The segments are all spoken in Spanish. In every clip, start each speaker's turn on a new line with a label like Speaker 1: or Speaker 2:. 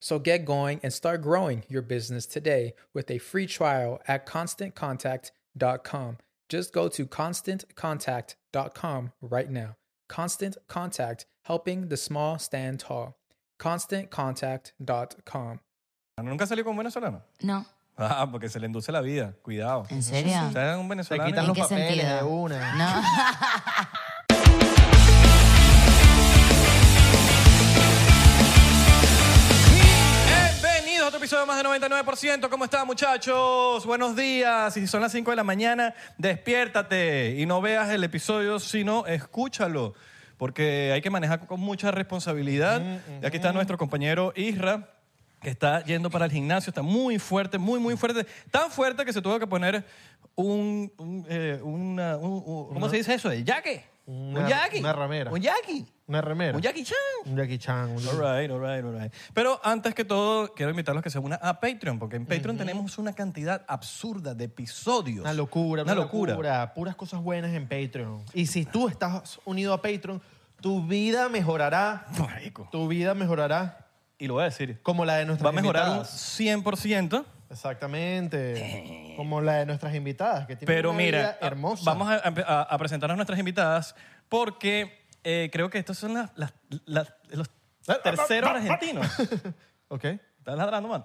Speaker 1: So get going and start growing your business today with a free trial at constantcontact.com. Just go to constantcontact.com right now. Constant Contact, helping the small stand tall. ConstantContact.com.
Speaker 2: ¿Nunca salió con un venezolano?
Speaker 3: No.
Speaker 2: Ah, porque se le induce la vida. Cuidado.
Speaker 3: ¿En serio?
Speaker 2: O sea, un
Speaker 4: Te
Speaker 2: venezolano.
Speaker 4: quitan
Speaker 3: ¿En
Speaker 4: los
Speaker 3: qué
Speaker 4: papeles
Speaker 3: sentido?
Speaker 4: de una.
Speaker 3: No.
Speaker 2: Bienvenidos a otro episodio más de 99%. ¿Cómo están, muchachos? Buenos días. Si son las 5 de la mañana, despiértate y no veas el episodio, sino escúchalo. Porque hay que manejar con mucha responsabilidad.
Speaker 4: Mm,
Speaker 2: Y aquí está nuestro compañero Isra, que está yendo para el gimnasio. Está muy fuerte, muy, muy fuerte. Tan fuerte que se tuvo que poner un. un, eh, una- un- un- ¿Cómo se dice eso? ¿El yaque?
Speaker 4: Una-
Speaker 2: un yaque.
Speaker 4: una ramera.
Speaker 2: Un yaque.
Speaker 4: Una remera.
Speaker 2: Un yaque chan.
Speaker 4: Un Jackie Chan. un-
Speaker 2: All right, all right, all right. Pero antes que todo, quiero invitarlos a que se unan a Patreon, porque en Patreon tenemos una cantidad absurda de episodios.
Speaker 4: Una locura,
Speaker 2: una, locura.
Speaker 4: Puras cosas buenas en Patreon. Y si tú estás unido a Patreon, tu vida mejorará.
Speaker 2: Marico.
Speaker 4: Tu vida mejorará
Speaker 2: Y lo voy a decir.
Speaker 4: como la de nuestras
Speaker 2: Va a mejorar un
Speaker 4: invitadas.
Speaker 2: 100%,
Speaker 4: Exactamente. Como la de nuestras invitadas, que tienen
Speaker 2: pero
Speaker 4: una vida
Speaker 2: mira, a-
Speaker 4: hermosa.
Speaker 2: vamos a, a- a presentar a nuestras invitadas porque eh, creo que estos son las, las- las- los
Speaker 4: Ah,
Speaker 2: terceros argentinos.
Speaker 4: Ok.
Speaker 2: ¿Estás ladrando, man?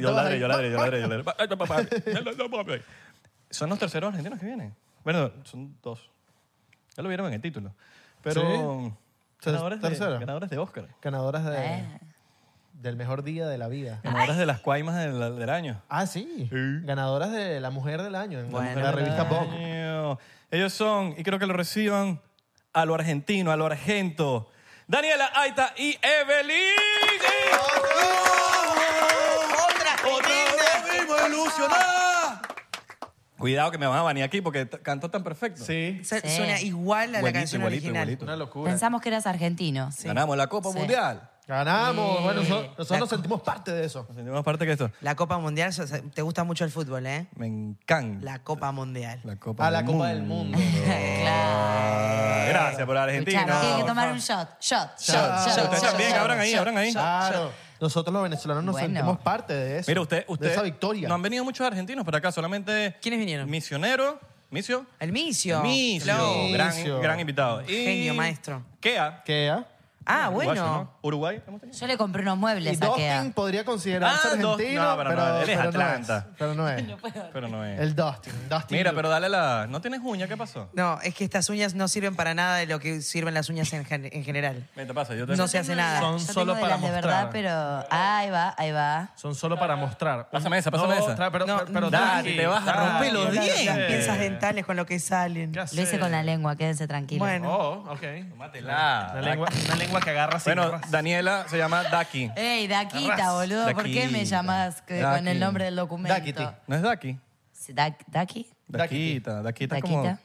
Speaker 2: Yo ladré, yo ladré, yo ladré, yo ladré. Son los terceros argentinos que vienen. Bueno, son dos. Ya lo vieron en el título. Pero
Speaker 4: ¿Sí?
Speaker 2: ganadores, de,
Speaker 4: ¿Tercero?
Speaker 2: ganadores de Oscar.
Speaker 4: Ganadoras de-
Speaker 3: Eh.
Speaker 4: del mejor día de la vida.
Speaker 2: Ganadores de las cuaimas del, del año.
Speaker 4: Ah, sí.
Speaker 2: Sí.
Speaker 4: Ganadoras de la mujer del año en
Speaker 3: Bueno,
Speaker 4: la revista Vogue.
Speaker 2: Coño. Ellos son, y creo que lo reciban, a lo argentino, a lo argento. Daniela Aita y E. Evelyn.
Speaker 5: Otra
Speaker 2: mismo ilusionada! Cuidado que me van a banear aquí porque t- cantó tan perfecto.
Speaker 4: Sí.
Speaker 6: Su-
Speaker 3: Sí.
Speaker 6: Suena igual a la
Speaker 2: Buenito,
Speaker 6: canción
Speaker 2: igualito,
Speaker 6: original.
Speaker 2: igualito.
Speaker 4: Una locura.
Speaker 3: Pensamos que eras argentino.
Speaker 2: Ganamos la Copa
Speaker 3: Sí.
Speaker 2: Mundial.
Speaker 4: Ganamos. Bueno, so- nosotros nos sentimos parte de eso.
Speaker 2: Sentimos más parte que esto.
Speaker 3: La Copa Mundial, o sea, te gusta mucho el fútbol, ¿eh?
Speaker 2: Me encanta.
Speaker 3: La Copa Mundial.
Speaker 2: La Copa,
Speaker 4: A la Copa del Mundo.
Speaker 2: Ah, Gracias por Argentina.
Speaker 6: Claro, tienen que
Speaker 2: Ustedes
Speaker 6: tomar un shot, shot, shot,
Speaker 4: Shot,
Speaker 6: shot.
Speaker 4: shot.
Speaker 6: shot,
Speaker 4: Ustedes
Speaker 2: también,
Speaker 6: shot,
Speaker 2: abran ahí,
Speaker 6: shot,
Speaker 2: abran ahí.
Speaker 6: shot,
Speaker 4: Claro.
Speaker 6: shot.
Speaker 4: Nosotros los venezolanos nos
Speaker 6: Bueno.
Speaker 4: sentimos parte de eso.
Speaker 2: Mira, usted, usted.
Speaker 4: De esa victoria.
Speaker 2: No han venido muchos argentinos para acá, solamente.
Speaker 3: ¿Quiénes vinieron?
Speaker 2: Misionero. Misio.
Speaker 3: El Micio.
Speaker 2: Misio.
Speaker 3: Claro.
Speaker 2: Gran,
Speaker 4: Misio.
Speaker 2: gran invitado. Y
Speaker 3: Genio, maestro.
Speaker 2: Kea.
Speaker 4: ¿Qué? ah?
Speaker 3: Ah,
Speaker 2: Uruguayo,
Speaker 3: bueno.
Speaker 2: ¿no? Uruguay. ¿Hemos tenido?
Speaker 6: Yo le compré unos
Speaker 4: Y
Speaker 6: muebles a
Speaker 4: Dustin
Speaker 6: Kea.
Speaker 4: podría considerarse
Speaker 2: Ah, Dustin.
Speaker 4: argentino,
Speaker 2: No, pero
Speaker 4: pero,
Speaker 2: no, él es
Speaker 4: pero no
Speaker 2: Atlanta.
Speaker 4: es. Pero no es.
Speaker 2: Pero no es.
Speaker 4: El Dustin. Dustin
Speaker 2: Mira, pero dale la. ¿No tienes uña? ¿Qué pasó?
Speaker 3: No, es que estas uñas no sirven para nada de lo que sirven las uñas en, gen- en general.
Speaker 2: Vente, pasa. Yo te
Speaker 3: No se hace nada.
Speaker 6: Yo
Speaker 7: Son
Speaker 6: tengo
Speaker 7: solo
Speaker 6: de
Speaker 7: para
Speaker 6: las de
Speaker 7: mostrar.
Speaker 6: verdad, pero ahí va, ahí va.
Speaker 7: Son solo para mostrar.
Speaker 2: Pásame esa, pásame
Speaker 7: No,
Speaker 2: esa.
Speaker 7: tra- pero,
Speaker 3: No,
Speaker 7: pero- pero
Speaker 2: dale,
Speaker 7: tranqui,
Speaker 2: te vas a
Speaker 7: dale.
Speaker 2: romper los
Speaker 3: Las- Las
Speaker 2: dientes.
Speaker 3: piezas dentales con lo que salen.
Speaker 7: Ya
Speaker 6: Lo hice
Speaker 7: sé.
Speaker 6: con la lengua, quédense tranquilos.
Speaker 3: Bueno.
Speaker 7: Oh, ok.
Speaker 2: Tómatela.
Speaker 7: Una lengua, una lengua que agarra sin
Speaker 2: Bueno,
Speaker 7: ras-
Speaker 2: Daniela se llama Daki.
Speaker 6: Ey, Daquita, boludo, ¿por qué
Speaker 2: Daquita.
Speaker 6: me llamás que- con
Speaker 2: Daqui.
Speaker 6: el nombre del documento?
Speaker 4: Daquiti.
Speaker 2: ¿No es Daki?
Speaker 6: Sí, Da- ¿Daqui?
Speaker 2: Daquita. Daquita es como.
Speaker 6: Daquita.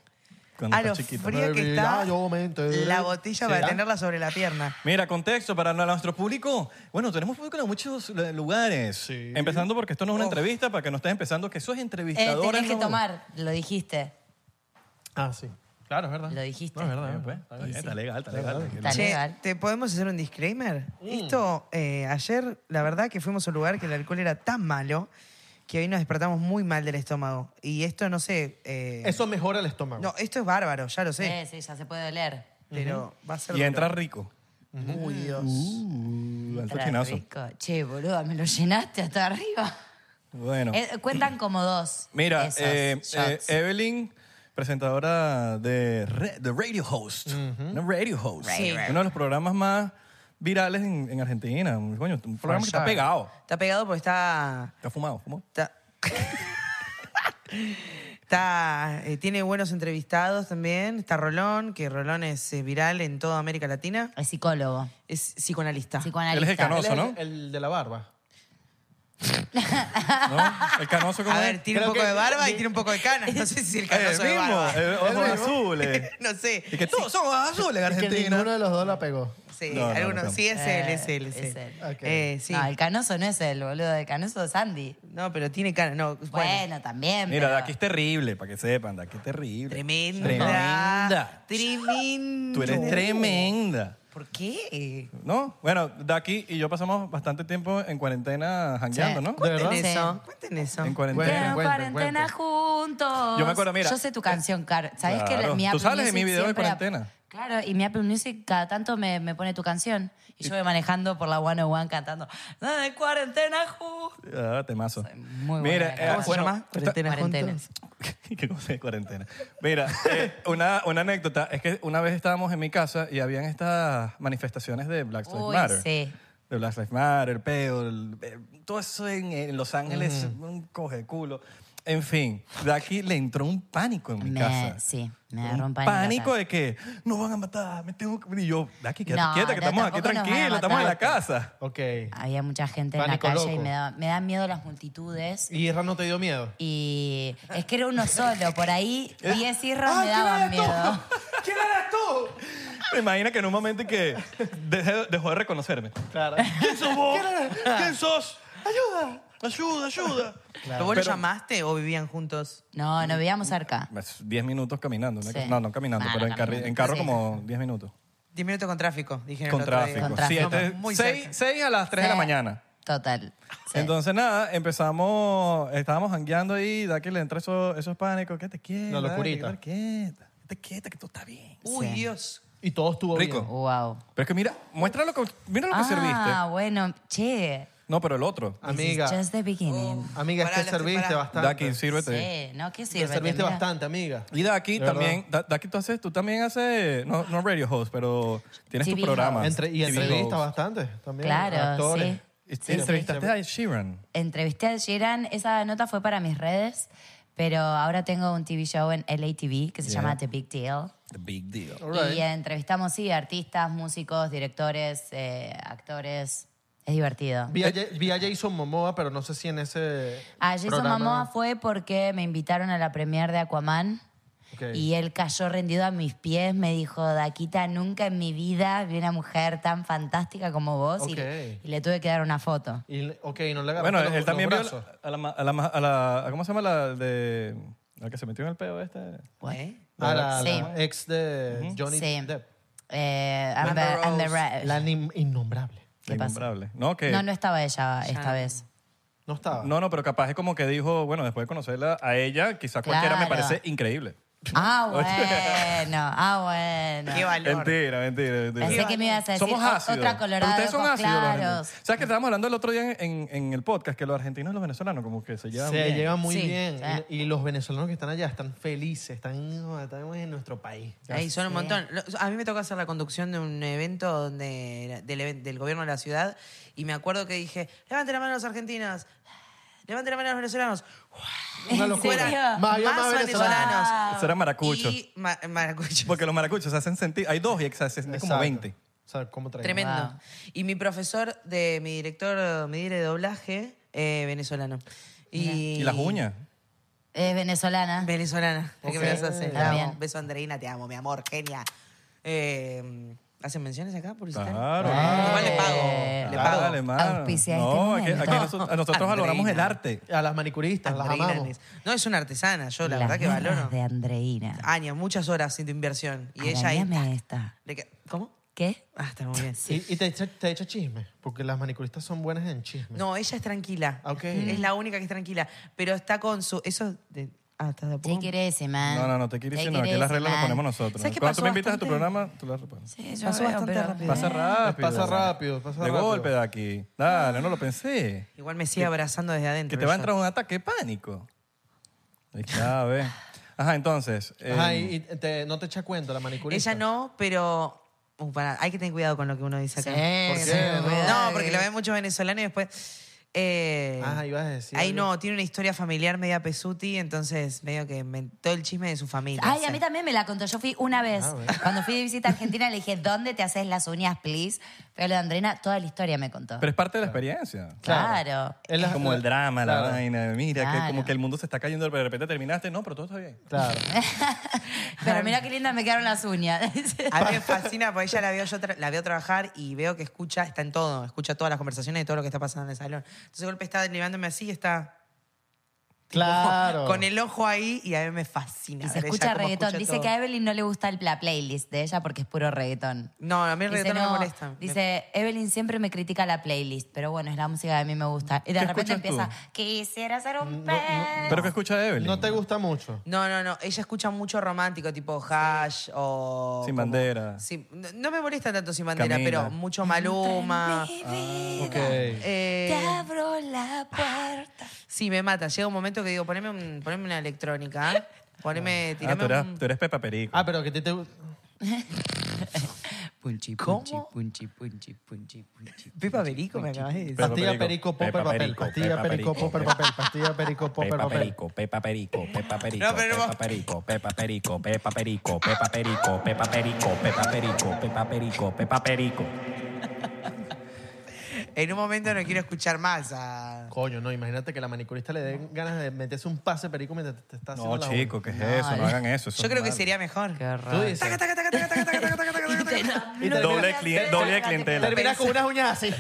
Speaker 2: Cuando
Speaker 3: A
Speaker 2: está
Speaker 3: lo
Speaker 2: chiquita.
Speaker 3: fría que
Speaker 4: Debilidad,
Speaker 3: está
Speaker 4: yo me enteré.
Speaker 3: la botella para
Speaker 6: ¿ah?
Speaker 4: ¿Será?
Speaker 3: tenerla sobre la pierna.
Speaker 2: Mira, contexto para nuestro público. Bueno, tenemos público en muchos eh, lugares.
Speaker 4: Sí.
Speaker 2: Empezando porque esto no es una entrevista, para que no estés empezando, que sos
Speaker 6: Eh,
Speaker 2: entrevistadora. este
Speaker 6: tenés que
Speaker 2: no-
Speaker 6: tomar, lo dijiste.
Speaker 4: Ah, sí.
Speaker 7: Claro, es verdad.
Speaker 6: Lo dijiste.
Speaker 7: No, es
Speaker 2: Está
Speaker 7: verdad.
Speaker 2: bien,
Speaker 7: es
Speaker 2: pues.
Speaker 7: verdad.
Speaker 2: Está bien, está legal, está legal.
Speaker 6: Está
Speaker 3: Che,
Speaker 6: legal.
Speaker 3: ¿te podemos hacer un disclaimer?
Speaker 4: Mm.
Speaker 3: Esto, eh, ayer, la verdad que fuimos a un lugar que el alcohol era tan malo que hoy nos despertamos muy mal del estómago. Y esto, no sé... eh,
Speaker 4: Eso mejora el estómago.
Speaker 3: No, esto es bárbaro, ya lo
Speaker 6: Sí.
Speaker 3: sé.
Speaker 6: sí, ya se puede oler.
Speaker 3: Pero va a ser...
Speaker 2: Y entra
Speaker 3: duro.
Speaker 2: rico.
Speaker 3: Uy, Dios.
Speaker 2: Uh, alto
Speaker 6: Tra-
Speaker 2: chinazo.
Speaker 6: rico. Che, boludo, me lo llenaste hasta arriba.
Speaker 2: Bueno.
Speaker 6: Eh, cuentan como dos.
Speaker 2: Mira,
Speaker 6: esos
Speaker 2: eh, eh,
Speaker 6: shots.
Speaker 2: Evelyn, presentadora de, re- de Radio Host. Una Radio Host.
Speaker 6: Sí.
Speaker 2: Uno de los programas más virales en, en Argentina. Un- coño, un programa que está
Speaker 4: Franchise.
Speaker 2: pegado.
Speaker 3: Está pegado porque está...
Speaker 2: Está fumado. ¿Cómo?
Speaker 3: Está. Está, eh, tiene buenos entrevistados también. Está Rolón, que Rolón es eh, viral en toda América Latina.
Speaker 6: Es psicólogo,
Speaker 3: Es psicoanalista.
Speaker 6: psicoanalista.
Speaker 2: Él es el
Speaker 4: Él es
Speaker 2: canoso,
Speaker 4: el-
Speaker 2: ¿no?
Speaker 4: El de la barba.
Speaker 2: ¿No? El canoso como
Speaker 3: A ver, tiene
Speaker 4: Creo
Speaker 3: un poco
Speaker 4: que-
Speaker 3: de barba y tiene un poco de cana. No sé si el
Speaker 2: el
Speaker 3: canoso de
Speaker 2: mismo.
Speaker 3: barba.
Speaker 2: eh, Ojos azules.
Speaker 3: no sé.
Speaker 2: Y que todos somos azules,
Speaker 4: Es que ninguno
Speaker 2: Argentina.
Speaker 4: de los dos la pegó.
Speaker 3: Sí,
Speaker 2: No, no, no,
Speaker 3: algunos.
Speaker 2: no.
Speaker 3: Sí, es él,
Speaker 6: Eh,
Speaker 3: es él, es
Speaker 6: es
Speaker 3: él.
Speaker 6: él. Ah.
Speaker 4: Ok.
Speaker 3: Eh, sí.
Speaker 6: No, el canoso no es el boludo, el canoso es Andy.
Speaker 3: No, pero tiene cana. No, bueno.
Speaker 6: Bueno, también.
Speaker 2: Mira,
Speaker 6: pero-
Speaker 2: de aquí es terrible, para que sepan, de aquí es terrible.
Speaker 3: Tremenda.
Speaker 2: Tremenda.
Speaker 3: Tremendo.
Speaker 2: Tú eres tremenda.
Speaker 3: ¿Por qué?
Speaker 2: ¿No? Bueno, Daki y yo pasamos bastante tiempo en cuarentena jangueando,
Speaker 6: Sí.
Speaker 2: ¿no?
Speaker 4: ¿De verdad?
Speaker 3: Cuenten
Speaker 6: Sí.
Speaker 3: eso. Cuenten eso.
Speaker 2: En
Speaker 6: Pero
Speaker 4: Bueno,
Speaker 2: cuarentena.
Speaker 4: cuenten,
Speaker 6: cuarentena
Speaker 4: cuenten.
Speaker 6: juntos.
Speaker 2: Yo me acuerdo, mira.
Speaker 6: Yo sé tu canción, Car. ¿Sabes que
Speaker 2: Claro.
Speaker 6: mi Apple
Speaker 2: Tú sales de
Speaker 6: Music
Speaker 2: mi video de
Speaker 6: siempre-
Speaker 2: cuarentena.
Speaker 6: Claro, y mi Apple Music cada tanto me, me pone tu canción. Y yo voy manejando por la 101 cantando. "Ah, de cuarentena juntos.
Speaker 2: Ah, temazo.
Speaker 6: Muy buena
Speaker 2: Mira,
Speaker 6: la canción.
Speaker 2: eh,
Speaker 3: ¿Cómo se
Speaker 2: bueno,
Speaker 3: llama?
Speaker 2: esta-
Speaker 3: Cuarentena
Speaker 6: Cuarentena.
Speaker 3: juntos.
Speaker 2: ¿Qué cosa de cuarentena? Mira, eh, una, una anécdota es que una vez estábamos en mi casa y habían estas manifestaciones de Black Lives
Speaker 6: Uy,
Speaker 2: Matter.
Speaker 6: sí.
Speaker 2: De Black Lives Matter, el peo, el- eh, todo eso en, eh, en Los Ángeles, un coge de culo. En fin, de aquí le entró un pánico en mi
Speaker 6: Me-
Speaker 2: casa.
Speaker 6: sí, me
Speaker 2: Un
Speaker 6: agarró un pánico en mi
Speaker 2: Pánico
Speaker 6: casa.
Speaker 2: de que nos van a matar, me tengo que. Y yo, Daki, quédate
Speaker 6: No,
Speaker 2: quieta, que
Speaker 6: no,
Speaker 2: estamos aquí
Speaker 6: tampoco nos van a
Speaker 2: tranquilos, estamos en la
Speaker 6: matar.
Speaker 2: casa.
Speaker 4: Ok.
Speaker 6: Había mucha gente
Speaker 4: Pánico
Speaker 6: en la calle
Speaker 4: loco.
Speaker 6: y me, da, me dan miedo las multitudes.
Speaker 4: ¿Y Erra no te dio miedo?
Speaker 6: Y eh, es que era uno solo. Por ahí 10 irros
Speaker 4: ¡Ah,
Speaker 6: me daban
Speaker 4: ¿quién eres tú?
Speaker 6: miedo.
Speaker 4: ¿Quién eres tú?
Speaker 2: Me imagino que en un momento en que dejé- dejó de reconocerme.
Speaker 4: Claro.
Speaker 2: ¿Quién sos vos? ¿Quién sos? Ayuda, ayuda, ayuda.
Speaker 3: ¿Vos lo
Speaker 2: Pero-
Speaker 3: llamaste o vivían juntos?
Speaker 6: No, nos veíamos cerca.
Speaker 2: 10 minutos caminando. ¿no?
Speaker 6: Sí.
Speaker 2: No, no caminando,
Speaker 6: Ah,
Speaker 2: pero
Speaker 6: no
Speaker 2: en, carri-
Speaker 6: caminando,
Speaker 2: en carro
Speaker 6: sí.
Speaker 2: como 10 minutos.
Speaker 3: 10 minutos con tráfico, dijeron.
Speaker 2: Con
Speaker 3: el otro día.
Speaker 2: tráfico.
Speaker 6: Con tráfico.
Speaker 2: Siete-
Speaker 3: Muy
Speaker 2: seis-
Speaker 3: cerca.
Speaker 2: seis a las 3 de la
Speaker 6: Sí.
Speaker 2: mañana.
Speaker 6: Total. sí.
Speaker 2: Entonces, nada, empezamos, estábamos jangueando ahí, da que le entra esos, esos pánicos, que te quieta.
Speaker 4: La
Speaker 2: dale,
Speaker 4: locurita.
Speaker 2: quédate quieta, quédate quieta, que todo está bien.
Speaker 3: Uy,
Speaker 6: Sí.
Speaker 3: Dios.
Speaker 4: Y todo estuvo
Speaker 2: Rico.
Speaker 4: bien.
Speaker 6: Wow.
Speaker 2: Pero es que mira, muestra lo que, mira lo que
Speaker 6: ah,
Speaker 2: serviste.
Speaker 6: bueno, che.
Speaker 2: No, pero el otro.
Speaker 4: Amiga,
Speaker 6: This is just the beginning.
Speaker 4: Oh, amiga, es
Speaker 3: Pará,
Speaker 4: que
Speaker 3: la-
Speaker 4: serviste
Speaker 3: pará.
Speaker 4: bastante.
Speaker 2: Daki, sírvete.
Speaker 6: Sí, no, ¿qué
Speaker 4: Te
Speaker 6: sirve?
Speaker 4: serviste
Speaker 6: Mira,
Speaker 4: bastante, amiga.
Speaker 2: Y Daki
Speaker 4: De verdad.
Speaker 2: también, Da- Daki tú haces, tú también haces, no, no radio host, pero tienes tu
Speaker 6: TV
Speaker 2: programa.
Speaker 6: host.
Speaker 4: Entre- y entrevistas bastante también.
Speaker 6: Claro,
Speaker 4: actores.
Speaker 6: sí.
Speaker 2: Entrevistaste a Ed Sheeran.
Speaker 6: Entrevisté a Sheeran, esa nota fue para mis redes, pero ahora tengo un TV show en LATV que se llama The Big Deal.
Speaker 2: The big deal.
Speaker 4: Alright.
Speaker 6: Y entrevistamos, sí, artistas, músicos, directores, eh, actores. Es divertido.
Speaker 2: Eh.
Speaker 4: Vi a, Ja- vi a Jason Momoa, pero no sé si en ese.
Speaker 6: A Ah, Jason
Speaker 4: programa-
Speaker 6: Momoa fue porque me invitaron a la premiere de Aquaman
Speaker 2: Ok.
Speaker 6: Y él cayó rendido a mis pies, me dijo, Daquita, nunca en mi vida vi una mujer tan fantástica como vos. Y-
Speaker 4: Ok.
Speaker 6: Y, le tuve que dar una foto.
Speaker 4: Y, le- ok, no le agarraste
Speaker 2: Bueno,
Speaker 4: los-
Speaker 2: él
Speaker 4: los
Speaker 2: también vio
Speaker 4: brazos.
Speaker 2: a la, ma- a la ma- a la- ¿Cómo se llama la de. La que se metió en el peo este?
Speaker 6: ¿Qué?
Speaker 4: A Ah, la, la
Speaker 6: Sí.
Speaker 4: ex de Johnny
Speaker 6: Sí.
Speaker 4: Depp.
Speaker 6: Eh, Amber,
Speaker 4: Rose,
Speaker 6: Amber Ra-
Speaker 4: La nim- innombrable.
Speaker 6: ¿Qué
Speaker 2: La
Speaker 6: pasa?
Speaker 2: innombrable. No, que.
Speaker 6: No, no estaba ella esta vez.
Speaker 4: No estaba.
Speaker 2: No, no, pero capaz es como que dijo, bueno, después de conocerla a ella, quizás cualquiera me
Speaker 6: Claro.
Speaker 2: parece increíble.
Speaker 6: Ah, bueno, ah, bueno.
Speaker 3: Qué valor.
Speaker 2: Mentira, mentira, mentira.
Speaker 6: Pensé que me ibas a decir
Speaker 2: Somos
Speaker 6: o-
Speaker 2: ácidos.
Speaker 6: otra colorada.
Speaker 2: Ustedes son
Speaker 6: ojos
Speaker 2: ácidos. los
Speaker 6: claros.
Speaker 2: argentinos. ¿Sabes que estábamos hablando el otro día en, en- en el podcast que los argentinos y los venezolanos como que se llevan
Speaker 4: Se
Speaker 2: bien?
Speaker 4: lleva muy
Speaker 6: Sí,
Speaker 4: bien.
Speaker 6: sí.
Speaker 4: Y, y los venezolanos que están allá están felices, están, estamos en nuestro país.
Speaker 3: Ahí son un montón. Lo- A mí me tocó hacer la conducción de un evento donde era- del, even- del gobierno de la ciudad y me acuerdo que dije, levanten la mano los argentinos, levanten la mano los venezolanos.
Speaker 4: Una
Speaker 6: serio?
Speaker 4: locura. Más, había
Speaker 3: más,
Speaker 4: más venezolanos.
Speaker 3: venezolanos.
Speaker 2: Eso era maracucho.
Speaker 3: Y ma- maracuchos.
Speaker 2: Porque los maracuchos se hacen sentir... Hay dos y se hacen sentir como
Speaker 4: Exacto.
Speaker 2: 20.
Speaker 4: O sea, ¿cómo traen?
Speaker 3: Tremendo.
Speaker 6: Wow.
Speaker 3: Y mi profesor de mi director, mi director de doblaje, eh, venezolano. Y,
Speaker 2: Y las uñas.
Speaker 6: Es venezolana.
Speaker 3: Venezolana. ¿Qué
Speaker 6: Ok.
Speaker 3: me vas a hacer? Te
Speaker 6: También.
Speaker 3: amo. Beso, Andreina, te amo, mi amor, genia. Eh, ¿Hacen menciones acá, publicitarias?
Speaker 2: Claro.
Speaker 3: Igual le pago. Le pago.
Speaker 2: Dale, mano.
Speaker 6: Auspicia este
Speaker 2: no, aquí-
Speaker 6: momento.
Speaker 2: aquí nosotros, a nosotros valoramos el arte.
Speaker 4: A las manicuristas,
Speaker 3: Andreina
Speaker 4: las amamos.
Speaker 3: Nis- No, es una artesana, yo la
Speaker 6: Las
Speaker 3: verdad que
Speaker 6: nenas
Speaker 3: valoro.
Speaker 6: de Andreina.
Speaker 3: Años, muchas horas sin tu inversión. Y ella ahí.
Speaker 6: Arañame esta.
Speaker 3: le ca- ¿Cómo?
Speaker 6: ¿Qué?
Speaker 3: Ah, está muy bien.
Speaker 4: Y, y te, echa, te echa chisme, porque las manicuristas son buenas en chisme.
Speaker 3: No, ella es tranquila.
Speaker 4: Ok.
Speaker 3: Es la única que es tranquila. Pero está con su. Eso. de- ah, está de a poco.
Speaker 6: Take it easy, man.
Speaker 2: No, no, no, te quiero decir,
Speaker 6: Take
Speaker 2: no,
Speaker 6: it
Speaker 2: aquí las
Speaker 6: easy,
Speaker 2: reglas las
Speaker 6: man.
Speaker 2: ponemos nosotros.
Speaker 3: ¿Sabes qué
Speaker 2: Cuando tú me
Speaker 3: pasó
Speaker 2: invitas a tu
Speaker 3: bastante?
Speaker 2: programa, tú las repones.
Speaker 6: Sí, yo
Speaker 3: Pasó
Speaker 6: veo,
Speaker 3: bastante
Speaker 6: pero- Eh.
Speaker 3: rápido.
Speaker 2: Pasa rápido.
Speaker 4: Pasa rápido, pasa
Speaker 2: De
Speaker 4: rápido.
Speaker 2: golpe de aquí. Dale, no lo pensé.
Speaker 3: Igual me sigue abrazando desde adentro.
Speaker 2: Que te va a
Speaker 3: yo.
Speaker 2: entrar un ataque de pánico. Ahí está, a ver. Ajá, entonces. eh,
Speaker 4: Ajá,
Speaker 6: Em,
Speaker 4: y, y te- no te echa cuenta la manicurista.
Speaker 3: Ella no, pero. Uh, pará, hay que tener cuidado con lo que uno dice acá.
Speaker 6: Sí,
Speaker 4: ¿Por
Speaker 6: sí,
Speaker 4: qué?
Speaker 3: No,
Speaker 6: cuidado.
Speaker 3: porque lo ven muchos venezolanos y después. eh,
Speaker 4: Ajá, ibas a decir
Speaker 3: Ahí
Speaker 4: algo.
Speaker 3: no, tiene una historia familiar media pesuti, entonces medio que inventó el chisme de su familia.
Speaker 6: Ay,
Speaker 3: Sí.
Speaker 6: a mí también me la contó. Yo fui una vez.
Speaker 3: Ah,
Speaker 6: Cuando fui de visita a Argentina le dije, ¿dónde te haces las uñas, please? Pero la Andreina toda la historia me contó.
Speaker 2: Pero es parte de la experiencia.
Speaker 6: claro.
Speaker 4: Es la-
Speaker 2: Como el drama, la
Speaker 4: Claro.
Speaker 2: vaina. Mira, que
Speaker 6: Claro.
Speaker 2: como que el mundo se está cayendo, pero de repente terminaste. No, pero todo está bien.
Speaker 4: Claro.
Speaker 6: Pero mira qué lindas me quedaron las uñas.
Speaker 3: A mí me fascina porque ella la veo, yo tra- la veo trabajar y veo que escucha, está en todo, escucha todas las conversaciones de todo lo que está pasando en el salón. Entonces de golpe está levándome así y está
Speaker 4: Claro.
Speaker 3: con el ojo ahí y a mí me fascina.
Speaker 6: Y se
Speaker 3: ver ella
Speaker 6: escucha
Speaker 3: cómo
Speaker 6: reggaetón.
Speaker 3: escucha
Speaker 6: dice
Speaker 3: todo.
Speaker 6: que a Evelyn no le gusta el- la playlist de ella porque es puro reggaetón.
Speaker 3: No, a mí el
Speaker 6: Dice,
Speaker 3: reggaetón no
Speaker 6: "No".
Speaker 3: me molesta. Me-
Speaker 6: Dice, Evelyn siempre me critica la playlist, pero bueno, es la música que a mí me gusta. Y de
Speaker 2: ¿Qué
Speaker 6: repente
Speaker 2: escuchas tú?
Speaker 6: empieza, quisiera ser
Speaker 2: Mm,
Speaker 6: un pez.
Speaker 2: Pero que escucha Evelyn.
Speaker 4: No te gusta mucho.
Speaker 3: No, no, no. Ella escucha mucho romántico, tipo hash o.
Speaker 2: Sin
Speaker 3: como-
Speaker 2: bandera.
Speaker 3: Sí, no, no me molesta tanto sin bandera,
Speaker 2: Camila.
Speaker 3: pero mucho maluma. ah.
Speaker 6: Entre mi
Speaker 4: Ok.
Speaker 6: vida,
Speaker 3: Eh,
Speaker 6: Te abro la puerta.
Speaker 3: sí, me mata. Llega un momento que digo, poneme, un- poneme una electrónica. ¿eh? Poneme,
Speaker 2: Ah,
Speaker 3: tirame
Speaker 2: tú eres,
Speaker 3: un.
Speaker 2: tú eres Pepa Perico.
Speaker 4: Ah, pero que te, te gusta.
Speaker 3: Punchi, punchi, punchi, punchi, punchi, punchi. Pepa Berico me acabas de decir.
Speaker 2: Pepa
Speaker 4: Pastilla
Speaker 2: Perico,
Speaker 4: perico, popper
Speaker 2: Pepa
Speaker 4: papel.
Speaker 2: Perico,
Speaker 4: Pastilla
Speaker 2: Pepa
Speaker 4: perico,
Speaker 2: Perico,
Speaker 4: popper papel. Pastilla perico, popper
Speaker 8: Pepa
Speaker 4: papel.
Speaker 8: Perico, Pepa Perico, Pepa Perico,
Speaker 3: No, pero no.
Speaker 8: Pepa Perico, Pepa Perico, Pepa Perico, Pepa Perico, Pepa Perico, Pepa Perico, Pepa Perico, Pepa Perico.
Speaker 3: En un momento no quiero escuchar más a.
Speaker 4: Coño, no, imagínate que la manicurista le den ganas de meterse un pase perico mientras te, te está haciendo
Speaker 2: No,
Speaker 4: la
Speaker 2: chico, ¿qué es eso? No hagan eso. eso
Speaker 3: Yo
Speaker 2: es
Speaker 3: creo que
Speaker 2: malo.
Speaker 3: sería mejor.
Speaker 4: uña. Tú dices,
Speaker 2: Doble, clien- doble clientela.
Speaker 4: terminas con unas uñas así.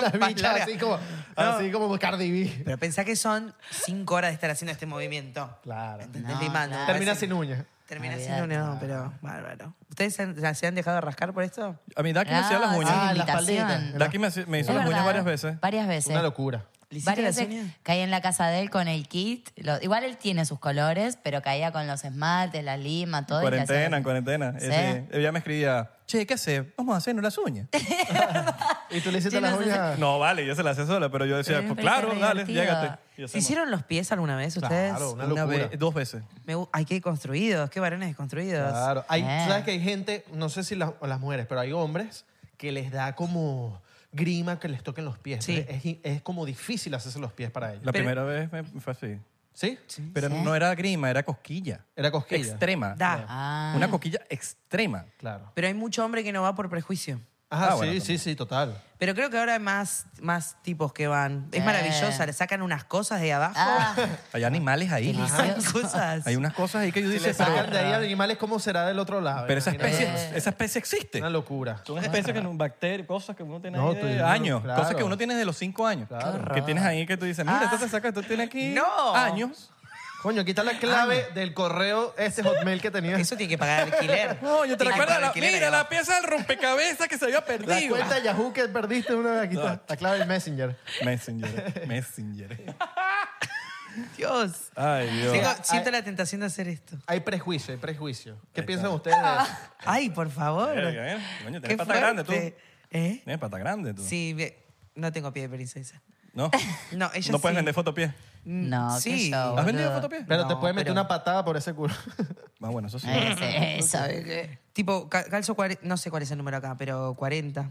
Speaker 4: Las bichas así como, así como Cardi B.
Speaker 3: Pero pensá que son cinco horas de estar haciendo este movimiento.
Speaker 4: Claro.
Speaker 3: ¿Entendés?
Speaker 6: No,
Speaker 3: Limando.
Speaker 6: claro.
Speaker 4: Terminas sin uñas.
Speaker 3: Termina
Speaker 6: Olvídate.
Speaker 3: siendo no, pero bárbaro. ¿Ustedes se han, se han dejado rascar por esto?
Speaker 2: A mí Daki me hacía las
Speaker 6: Ah,
Speaker 2: uñas.
Speaker 6: sí.
Speaker 4: Ah, las
Speaker 6: invitación.
Speaker 4: palditas.
Speaker 2: Daki me, hacía- me hizo
Speaker 6: Es
Speaker 2: las uñas
Speaker 6: verdad,
Speaker 2: varias veces.
Speaker 6: Varias veces.
Speaker 4: Una locura.
Speaker 3: ¿Le hiciste
Speaker 6: Varias
Speaker 3: las
Speaker 6: veces
Speaker 3: uñas?
Speaker 6: caí en la casa de él con el kit. Lo- igual él tiene sus colores, pero caía con los esmaltes, la lima, todo. y le hacía-
Speaker 2: Cuarentena, en cuarentena.
Speaker 6: Sí.
Speaker 2: Ese- Ella me escribía, che, ¿qué hace? Vamos a hacernos las uñas.
Speaker 4: Y tú le hiciste las uñas.
Speaker 2: No, vale, yo se la hacía sola, pero yo decía,
Speaker 6: Pero me
Speaker 2: pues,
Speaker 6: parece
Speaker 2: claro, dale,
Speaker 6: divertido.
Speaker 2: llégate. Y
Speaker 3: ¿Se
Speaker 2: hacemos.
Speaker 3: hicieron los pies alguna vez ustedes?
Speaker 4: Claro, una
Speaker 2: Una
Speaker 4: locura.
Speaker 2: vez, dos veces.
Speaker 3: Me gu- ay, qué desconstruidos, qué varones desconstruidos.
Speaker 4: Claro. Hay,
Speaker 6: Eh.
Speaker 4: ¿Sabes que hay gente, no sé si las, las mujeres, pero hay hombres que les da como grima que les toquen los pies.
Speaker 3: Sí.
Speaker 4: Es, es como difícil hacerse los pies para ellos.
Speaker 2: La primera vez me me fue así.
Speaker 4: ¿Sí?
Speaker 2: Pero no era grima, era cosquilla.
Speaker 4: Era cosquilla.
Speaker 2: Extrema.
Speaker 3: Da.
Speaker 6: Ah.
Speaker 2: Una cosquilla extrema.
Speaker 4: Claro.
Speaker 3: Pero hay mucho hombre que no va por prejuicio.
Speaker 4: Ajá,
Speaker 2: Ah, bueno,
Speaker 4: sí, sí,
Speaker 2: también.
Speaker 4: sí, total.
Speaker 3: Pero creo que ahora hay más, más tipos que van. Es
Speaker 6: Sí.
Speaker 3: maravillosa, le sacan unas cosas de abajo.
Speaker 6: Eh. Ah,
Speaker 2: Hay animales ahí.
Speaker 6: Delicioso.
Speaker 3: cosas.
Speaker 2: Hay unas cosas ahí que yo
Speaker 4: Si
Speaker 2: dice,
Speaker 4: le
Speaker 2: pero, ah.
Speaker 4: sacan de ahí animales, ¿cómo será del otro lado?
Speaker 2: pero esa
Speaker 4: Imagínate.
Speaker 2: especie,
Speaker 6: Eh.
Speaker 2: esa especie existe.
Speaker 4: Una locura.
Speaker 2: Son especies que no, bacterias, cosas que uno tiene
Speaker 4: No,
Speaker 2: ahí de
Speaker 4: tú dices,
Speaker 2: años,
Speaker 4: claro.
Speaker 2: cosas que uno tiene desde los cinco años. Que tienes ahí que tú dices, mira, esto se saca, tú tienes aquí
Speaker 3: No.
Speaker 2: años.
Speaker 4: Coño, quita la clave del correo ese este hotmail que tenías.
Speaker 3: Eso tiene que pagar alquiler.
Speaker 2: No,
Speaker 3: Tiene
Speaker 2: yo te
Speaker 3: que
Speaker 2: recuerdo,
Speaker 3: pagar
Speaker 2: la,
Speaker 3: alquiler
Speaker 2: mira,
Speaker 3: ahí
Speaker 2: la
Speaker 3: abajo.
Speaker 2: pieza del rompecabezas que se había
Speaker 4: La
Speaker 2: perdido.
Speaker 4: cuenta de Yahoo que perdiste una vez, aquí está. La clave del Messenger.
Speaker 2: Messenger, Messenger.
Speaker 3: Dios.
Speaker 2: Ay, Dios.
Speaker 3: Tengo-
Speaker 4: Ay.
Speaker 3: siento la tentación de hacer esto. Ah.
Speaker 4: Hay prejuicio, hay prejuicio. ¿Qué
Speaker 2: Ahí
Speaker 4: piensan
Speaker 2: está.
Speaker 4: ustedes de eso?
Speaker 3: Ay, por favor.
Speaker 2: Verga, ¿eh? Coño,
Speaker 3: Qué
Speaker 2: tienes pata grande tú.
Speaker 3: fuerte. ¿Eh?
Speaker 2: Tienes pata grande tú.
Speaker 3: Sí, ve- no tengo pie de princesa.
Speaker 2: No.
Speaker 3: No, ella
Speaker 2: no
Speaker 3: sí. Mm,
Speaker 2: puedes vender fotopié.
Speaker 6: no, qué
Speaker 3: Sí.
Speaker 6: show,
Speaker 2: ¿Has vendido
Speaker 6: boludo.
Speaker 2: fotopié?
Speaker 4: Pero te
Speaker 3: No,
Speaker 4: puede meter
Speaker 3: pero-
Speaker 4: una patada por ese culo.
Speaker 2: Ah, bueno, eso sí.
Speaker 6: Ese, Eh, Eso, ¿viste?
Speaker 3: Tipo, ca- calzo, cuare- no sé cuál es el número acá, pero 40.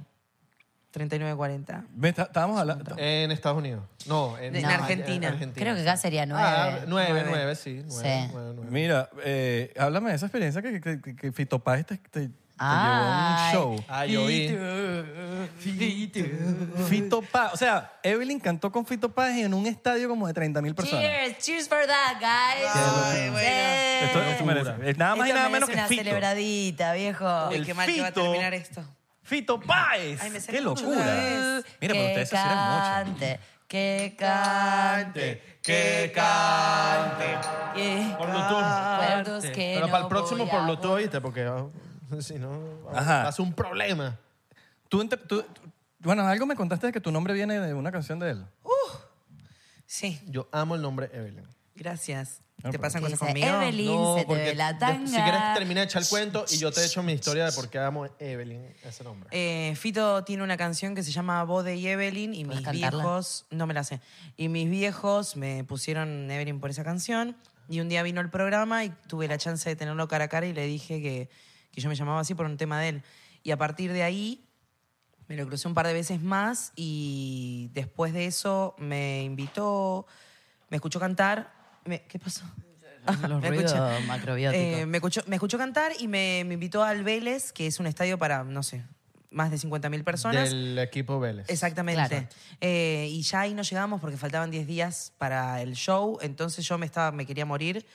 Speaker 3: 39, 40.
Speaker 2: Ve, está- Estábamos hablando.
Speaker 4: en Estados Unidos. No, en,
Speaker 3: En
Speaker 4: Ah,
Speaker 3: Argentina.
Speaker 6: Creo que acá sería nueve.
Speaker 4: Ah, nueve,
Speaker 3: Nueve.
Speaker 4: nueve, sí. Nueve,
Speaker 6: Sí.
Speaker 4: nueve, nueve.
Speaker 2: Mira, eh, háblame de esa experiencia que, que, que, que Fito Páez te, te- te
Speaker 6: Ay.
Speaker 2: llevó a un show.
Speaker 4: Ah, yo vi.
Speaker 2: Fito Páez. O sea, Evelyn cantó con Fito Páez en un estadio como de 30.000 personas.
Speaker 6: Cheers, cheers for that, guys.
Speaker 3: Ay, bueno.
Speaker 6: Sí.
Speaker 2: Ah, Esto, esto merece. Es nada más y
Speaker 6: Esto
Speaker 2: nada
Speaker 6: merece
Speaker 2: menos que
Speaker 6: una
Speaker 2: Fito.
Speaker 6: celebradita, viejo.
Speaker 3: Uy,
Speaker 2: El
Speaker 3: qué mal que va a
Speaker 2: fito.
Speaker 3: terminar esto.
Speaker 2: Fito Páez.
Speaker 3: Ay, me salió
Speaker 2: Qué
Speaker 3: mucho
Speaker 2: locura.
Speaker 3: otra vez.
Speaker 2: Mira, pero
Speaker 6: Que
Speaker 2: ustedes se hacían mucho.
Speaker 6: cante, Que cante,
Speaker 4: que cante.
Speaker 6: que
Speaker 4: Por Bluetooth.
Speaker 6: recuerdos que
Speaker 4: Pero
Speaker 6: no
Speaker 4: para el próximo
Speaker 6: voy
Speaker 4: por
Speaker 6: a
Speaker 4: Bluetooth, ¿viste? Porque ah, si no,
Speaker 2: Ajá.
Speaker 4: hace un problema.
Speaker 2: Tú, ente- tú- tú- bueno, algo me contaste de que tu nombre viene de una canción de él.
Speaker 3: Sí,
Speaker 4: Yo amo el nombre Evelyn.
Speaker 3: gracias.
Speaker 2: No,
Speaker 4: Ah,
Speaker 3: ¿Te pasan
Speaker 6: Que
Speaker 3: cosas
Speaker 6: dice,
Speaker 3: conmigo?
Speaker 6: Evelyn se te ve la tanga.
Speaker 4: si quieres termina de echar el cuento y yo te echo mi historia de por qué amo Evelyn ese nombre.
Speaker 3: Eh, Fito tiene una canción que se llama Bode y Evelyn y
Speaker 6: ¿Puedes
Speaker 3: mis
Speaker 6: cantarla?
Speaker 3: viejos, no me la sé, y mis viejos me pusieron Evelyn por esa canción y un día vino el programa y tuve la chance de tenerlo cara a cara y le dije que, que yo me llamaba así por un tema de él. Y a partir de ahí me lo crucé un par de veces más y después de eso me invitó, me escuchó cantar. me- ¿Qué pasó?
Speaker 6: Los
Speaker 3: Me
Speaker 6: ruidos
Speaker 3: escuchó.
Speaker 6: macrobióticos.
Speaker 3: Eh, me, escuchó, me escuchó cantar y me, me invitó al Vélez, que es un estadio para, no sé, más de 50.000 personas.
Speaker 4: Del equipo Vélez.
Speaker 3: Exactamente.
Speaker 6: Claro.
Speaker 3: Eh, y ya ahí no llegamos porque faltaban 10 días para el show, entonces yo me, estaba, me quería morir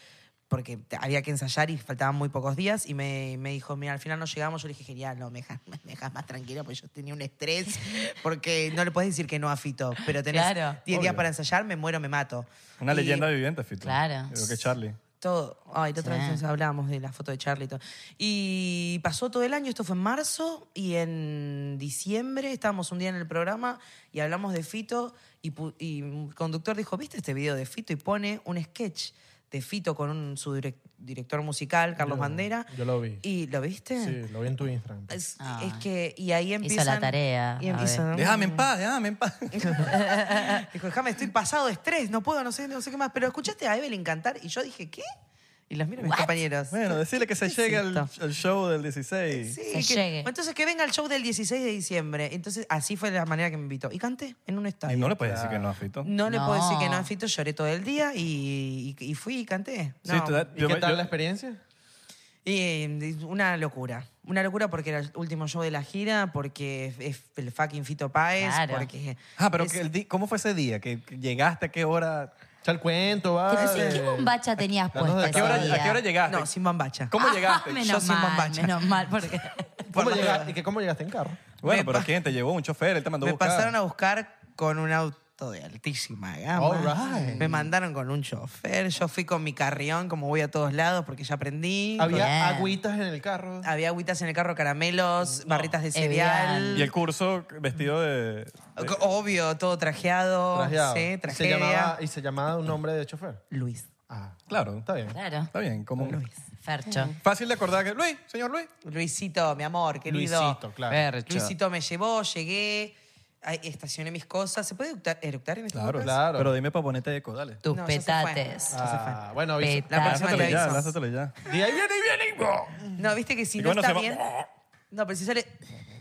Speaker 3: porque te- había que ensayar y faltaban muy pocos días y me, me dijo, mira, al final no llegamos, yo le dije, genial, no, me dejas, me dejas más tranquila porque yo tenía un estrés, porque no le puedes decir que no a Fito, pero tenés
Speaker 6: Claro.
Speaker 3: 10 días para ensayar, me muero, me mato.
Speaker 2: Una
Speaker 3: Y-
Speaker 2: leyenda viviente, Fito.
Speaker 6: Claro.
Speaker 2: Creo que Charlie.
Speaker 3: todo. Ay, la otra
Speaker 6: Sí.
Speaker 3: vez nos hablábamos de la foto de Charlie y todo. Y pasó todo el año, esto fue en marzo, y en diciembre estábamos un día en el programa y hablamos de Fito y, pu- y un conductor dijo, ¿viste este video de Fito? Y pone un sketch de Fito con un- su direc- director musical, Carlos
Speaker 4: Yo-
Speaker 3: Bandera.
Speaker 4: yo lo vi.
Speaker 3: ¿Y lo viste?
Speaker 4: Sí, lo vi en tu Instagram.
Speaker 3: Es,
Speaker 6: Ay.
Speaker 3: es que, y ahí empieza.
Speaker 6: tarea,
Speaker 3: Y
Speaker 6: a
Speaker 3: empiezan,
Speaker 2: Déjame en paz, déjame en paz.
Speaker 3: Dijo, déjame, estoy pasado de estrés, no puedo, no sé, no sé qué más. Pero escuchaste a Evelyn cantar y yo dije, ¿qué? Y las miro a mis compañeros.
Speaker 2: Bueno, decirle que se
Speaker 3: ¿Qué
Speaker 2: llegue
Speaker 3: es
Speaker 2: al,
Speaker 3: esto?
Speaker 2: al show del 16.
Speaker 3: Sí,
Speaker 6: Se
Speaker 3: que-
Speaker 6: llegue.
Speaker 3: Entonces que venga el show del 16 de diciembre. Entonces así fue la manera que me invitó. Y canté en un
Speaker 2: Y
Speaker 3: estadio.
Speaker 2: no le puedes decir que no, Fito.
Speaker 3: No le
Speaker 6: No.
Speaker 3: puedo decir que no, Fito, lloré todo el día y, y- y fui y canté.
Speaker 2: Sí,
Speaker 3: No.
Speaker 2: tú da-
Speaker 4: ¿Y
Speaker 2: yo
Speaker 4: qué
Speaker 2: me-
Speaker 4: tal
Speaker 2: yo-
Speaker 4: la experiencia?
Speaker 3: Y, eh, una locura. Una locura porque era el último show de la gira, porque es- es el fucking Fito Páez,
Speaker 6: Claro.
Speaker 3: porque...
Speaker 2: Ah, pero
Speaker 3: es-
Speaker 2: que el di- ¿cómo fue ese día? ¿Que, que llegaste? ¿A qué hora?
Speaker 4: Echa el cuento,
Speaker 3: Ah,
Speaker 4: va.
Speaker 6: Pero sí, pues, ¿qué bombacha tenías
Speaker 4: Danos
Speaker 6: puesta
Speaker 4: de-
Speaker 2: ¿A qué hora,
Speaker 6: ese día?
Speaker 2: a qué hora llegaste?
Speaker 3: No, sin bambacha.
Speaker 2: ¿Cómo
Speaker 6: Ah,
Speaker 2: llegaste?
Speaker 6: menos
Speaker 3: Yo sin
Speaker 6: mal,
Speaker 3: bombacha.
Speaker 6: Menos mal, porque...
Speaker 4: ¿Cómo
Speaker 3: Por la
Speaker 4: llegaste?
Speaker 3: duda.
Speaker 4: ¿Y que cómo llegaste en carro?
Speaker 2: Bueno,
Speaker 3: Me
Speaker 2: pero
Speaker 3: pa-
Speaker 2: ¿quién te llevó? ¿Un chofer? Él te mandó a
Speaker 3: Me
Speaker 2: buscar.
Speaker 3: pasaron a buscar con un auto de altísima gama.
Speaker 4: All right.
Speaker 3: Me mandaron con un chofer. Yo fui con mi carrión, como voy a todos lados, porque ya aprendí.
Speaker 4: Había
Speaker 6: Bien.
Speaker 4: agüitas en el carro.
Speaker 3: Había agüitas en el carro, caramelos, barritas de cereal.
Speaker 2: Ah, Y el curso vestido de...
Speaker 3: Co- Obvio, todo trajeado.
Speaker 4: Trajeado.
Speaker 3: Sí,
Speaker 4: Y se
Speaker 3: tragedia.
Speaker 4: llamaba, y se llamaba un nombre de chofer.
Speaker 3: Luis.
Speaker 4: Ah,
Speaker 2: Claro.
Speaker 4: está bien.
Speaker 6: Claro,
Speaker 2: Está bien, como...
Speaker 6: Fercho.
Speaker 4: Eh.
Speaker 2: Fácil de acordar que... Luis, señor Luis.
Speaker 3: Luisito, mi amor, querido.
Speaker 4: Luisito, claro.
Speaker 3: Luisito me llevó, llegué, ay, estacioné mis cosas. ¿Se puede eructar, eructar en este
Speaker 2: Claro,
Speaker 3: podcast?
Speaker 4: claro.
Speaker 2: Pero dime para ponerte eco, dale.
Speaker 6: Tus
Speaker 3: No, ya se fue.
Speaker 6: petates.
Speaker 3: Ya se fue.
Speaker 4: Ah, bueno, avisa.
Speaker 6: Peta. La próxima
Speaker 3: te
Speaker 2: Lánzatelo ya,
Speaker 3: aviso.
Speaker 2: lánzatelo ya.
Speaker 4: Y ahí viene, ahí viene.
Speaker 3: No, viste que si
Speaker 2: Y
Speaker 3: no
Speaker 2: bueno,
Speaker 3: está
Speaker 2: se
Speaker 3: bien.
Speaker 2: va-
Speaker 3: No, pero si sale.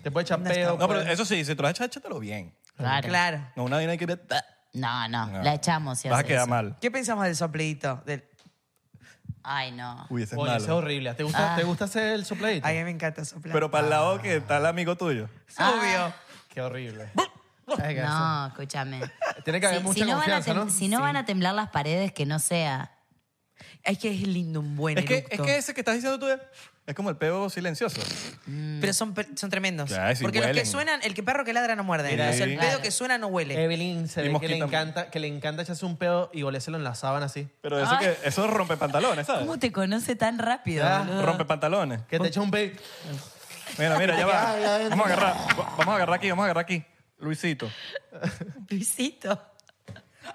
Speaker 4: Te puede echar pues.
Speaker 3: No está
Speaker 4: peo.
Speaker 2: No, pero
Speaker 4: puede-
Speaker 2: eso sí, si tú lo echas, échatelo bien.
Speaker 6: Claro.
Speaker 3: Claro.
Speaker 2: No, una vaina que...
Speaker 6: No, no,
Speaker 2: No.
Speaker 6: la echamos. si
Speaker 2: Ah. Vas a
Speaker 6: hace
Speaker 2: quedar
Speaker 6: eso.
Speaker 2: mal.
Speaker 3: ¿Qué pensamos del soplidito? Del...
Speaker 6: Ay, no.
Speaker 2: Uy, ese es
Speaker 4: Oye,
Speaker 2: malo.
Speaker 4: ese es horrible. ¿Te gusta,
Speaker 6: Ah.
Speaker 4: ¿te gusta hacer el sopladito?
Speaker 3: Ay, a mí me encanta Ah. soplar.
Speaker 2: Pero para el lado que está el amigo tuyo.
Speaker 3: Obvio.
Speaker 4: Qué horrible. Ay, gaso.
Speaker 6: Ah. No, escúchame.
Speaker 4: Tiene que haber
Speaker 6: Si-
Speaker 4: mucha
Speaker 6: si no van a
Speaker 4: confianza,
Speaker 6: tem-
Speaker 4: ¿no?
Speaker 6: Si no van a temblar las paredes, que no sea.
Speaker 3: Es que es lindo un buen
Speaker 2: Es que, es
Speaker 3: eructo.
Speaker 2: que ese que estás diciendo tú es, es como el peo silencioso.
Speaker 6: Mm.
Speaker 3: Pero son, per- son tremendos.
Speaker 2: Claro, sí,
Speaker 3: Porque los
Speaker 2: huelen.
Speaker 3: que suenan, el que perro que ladra no muerde.
Speaker 2: Mira,
Speaker 3: o sea, el
Speaker 2: ahí.
Speaker 3: pedo
Speaker 6: Claro.
Speaker 3: que suena no huele.
Speaker 4: Evelyn se
Speaker 2: Y
Speaker 4: ve que le,
Speaker 2: mosquita.
Speaker 4: encanta, que le encanta echarse un pedo y olérselo en la sábana así.
Speaker 2: Pero eso,
Speaker 6: Ay.
Speaker 2: que, eso rompe pantalones, ¿sabes?
Speaker 6: ¿Cómo te conoce tan rápido?
Speaker 4: Ah,
Speaker 6: boludo?
Speaker 2: Rompe pantalones.
Speaker 4: Que te echa un pedo.
Speaker 2: Mira, mira,
Speaker 4: Ya, ya,
Speaker 2: ya va.
Speaker 4: ya.
Speaker 2: Vamos a agarrar. va- Vamos a agarrar aquí, vamos a agarrar aquí. Luisito.
Speaker 6: Luisito.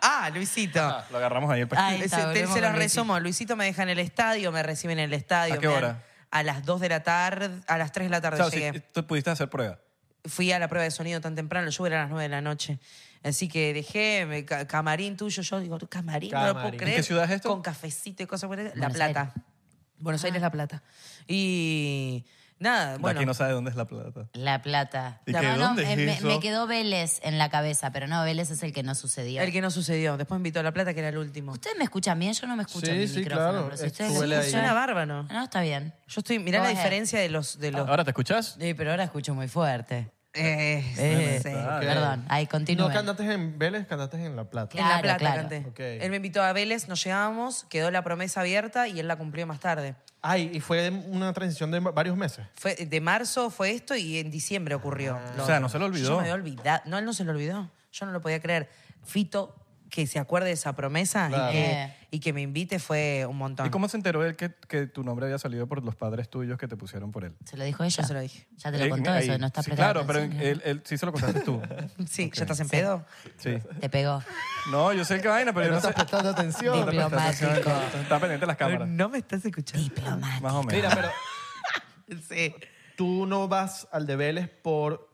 Speaker 3: Ah, Luisito.
Speaker 2: Lo agarramos ahí. pues.
Speaker 6: Ay. Ahí está,
Speaker 3: Ese- te-
Speaker 6: volvemos
Speaker 3: se los
Speaker 6: con Luisito.
Speaker 3: resumo. Luisito me deja en el estadio, me recibe en el estadio.
Speaker 2: ¿A qué
Speaker 3: me
Speaker 2: hora?
Speaker 3: dan- A las 2 de la tarde, a las 3 de la tarde
Speaker 2: Chao,
Speaker 3: llegué.
Speaker 2: si tú pudiste hacer prueba.
Speaker 3: Fui a la prueba de sonido tan temprano, yo era a las 9 de la noche. Así que dejé me- ca- camarín tuyo. Yo digo, camarín, no lo puedo
Speaker 4: Camarín.
Speaker 3: creer.
Speaker 2: ¿En qué ciudad es esto?
Speaker 3: Con cafecito y cosas por el- La
Speaker 6: Buenos
Speaker 3: Plata. Buenos Aires, La Plata. Y nada, bueno.
Speaker 2: Aquí no sabe dónde es la plata.
Speaker 6: La Plata.
Speaker 2: ¿Y
Speaker 6: No,
Speaker 2: qué?
Speaker 6: no,
Speaker 2: ¿Dónde es
Speaker 6: eh, me,
Speaker 2: eso?
Speaker 6: me quedó Vélez en la cabeza, pero no, Vélez es el que no sucedió.
Speaker 3: El que no sucedió. Después invitó a La Plata, que era el último.
Speaker 6: Ustedes me escuchan bien, ¿eh? yo no me escucho
Speaker 4: Sí,
Speaker 6: en mi
Speaker 4: sí,
Speaker 6: micrófono,
Speaker 4: claro.
Speaker 6: pero si
Speaker 4: Es-
Speaker 6: ustedes me
Speaker 4: suele ahí.
Speaker 6: escuchan-
Speaker 3: Suena bárbaro.
Speaker 6: No, está bien.
Speaker 3: Yo estoy. Mirá la
Speaker 6: Coge.
Speaker 3: diferencia de los. De los
Speaker 4: Ah,
Speaker 2: Ahora, ¿te escuchas?
Speaker 6: Sí, pero ahora escucho muy fuerte.
Speaker 3: Eh, sí.
Speaker 4: Ok.
Speaker 6: Perdón, ahí continúen.
Speaker 4: No cantaste en Vélez, cantaste en La Plata.
Speaker 6: Claro.
Speaker 3: en La Plata
Speaker 6: claro.
Speaker 3: canté.
Speaker 4: Ok.
Speaker 3: Él me invitó a Vélez, nos llegábamos, quedó la promesa abierta y él la cumplió más tarde.
Speaker 4: Ay, y fue una transición de varios meses. Ah.
Speaker 3: Fue, de marzo fue esto y en diciembre ocurrió. lo
Speaker 2: O sea,
Speaker 3: otro.
Speaker 2: no se lo olvidó.
Speaker 3: Yo me había olvidado. No, él no se lo olvidó. Yo no lo podía creer. Fito, que se acuerde de esa promesa
Speaker 4: Claro.
Speaker 3: y, que,
Speaker 6: Eh.
Speaker 3: y que me invite fue un montón.
Speaker 2: ¿Y cómo se enteró él que, que tu nombre había salido por los padres tuyos que te pusieron por él?
Speaker 6: ¿Se lo dijo ella?
Speaker 3: Yo se lo dije.
Speaker 6: Ya te lo
Speaker 2: Eh,
Speaker 6: contó
Speaker 2: ahí.
Speaker 6: eso, no estás
Speaker 2: Sí,
Speaker 6: prestando
Speaker 2: Claro, pero
Speaker 6: atención,
Speaker 2: él, él sí se lo contaste tú.
Speaker 3: Sí, ¿ya estás en pedo?
Speaker 2: Sí.
Speaker 6: Te pegó.
Speaker 2: No, yo sé qué vaina, pero yo no sé.
Speaker 4: prestando atención.
Speaker 6: Diplomático.
Speaker 2: Está pendiente de las cámaras.
Speaker 3: No me estás escuchando.
Speaker 2: Más o menos.
Speaker 4: Mira, pero
Speaker 3: Sí.
Speaker 4: tú no vas al de Vélez por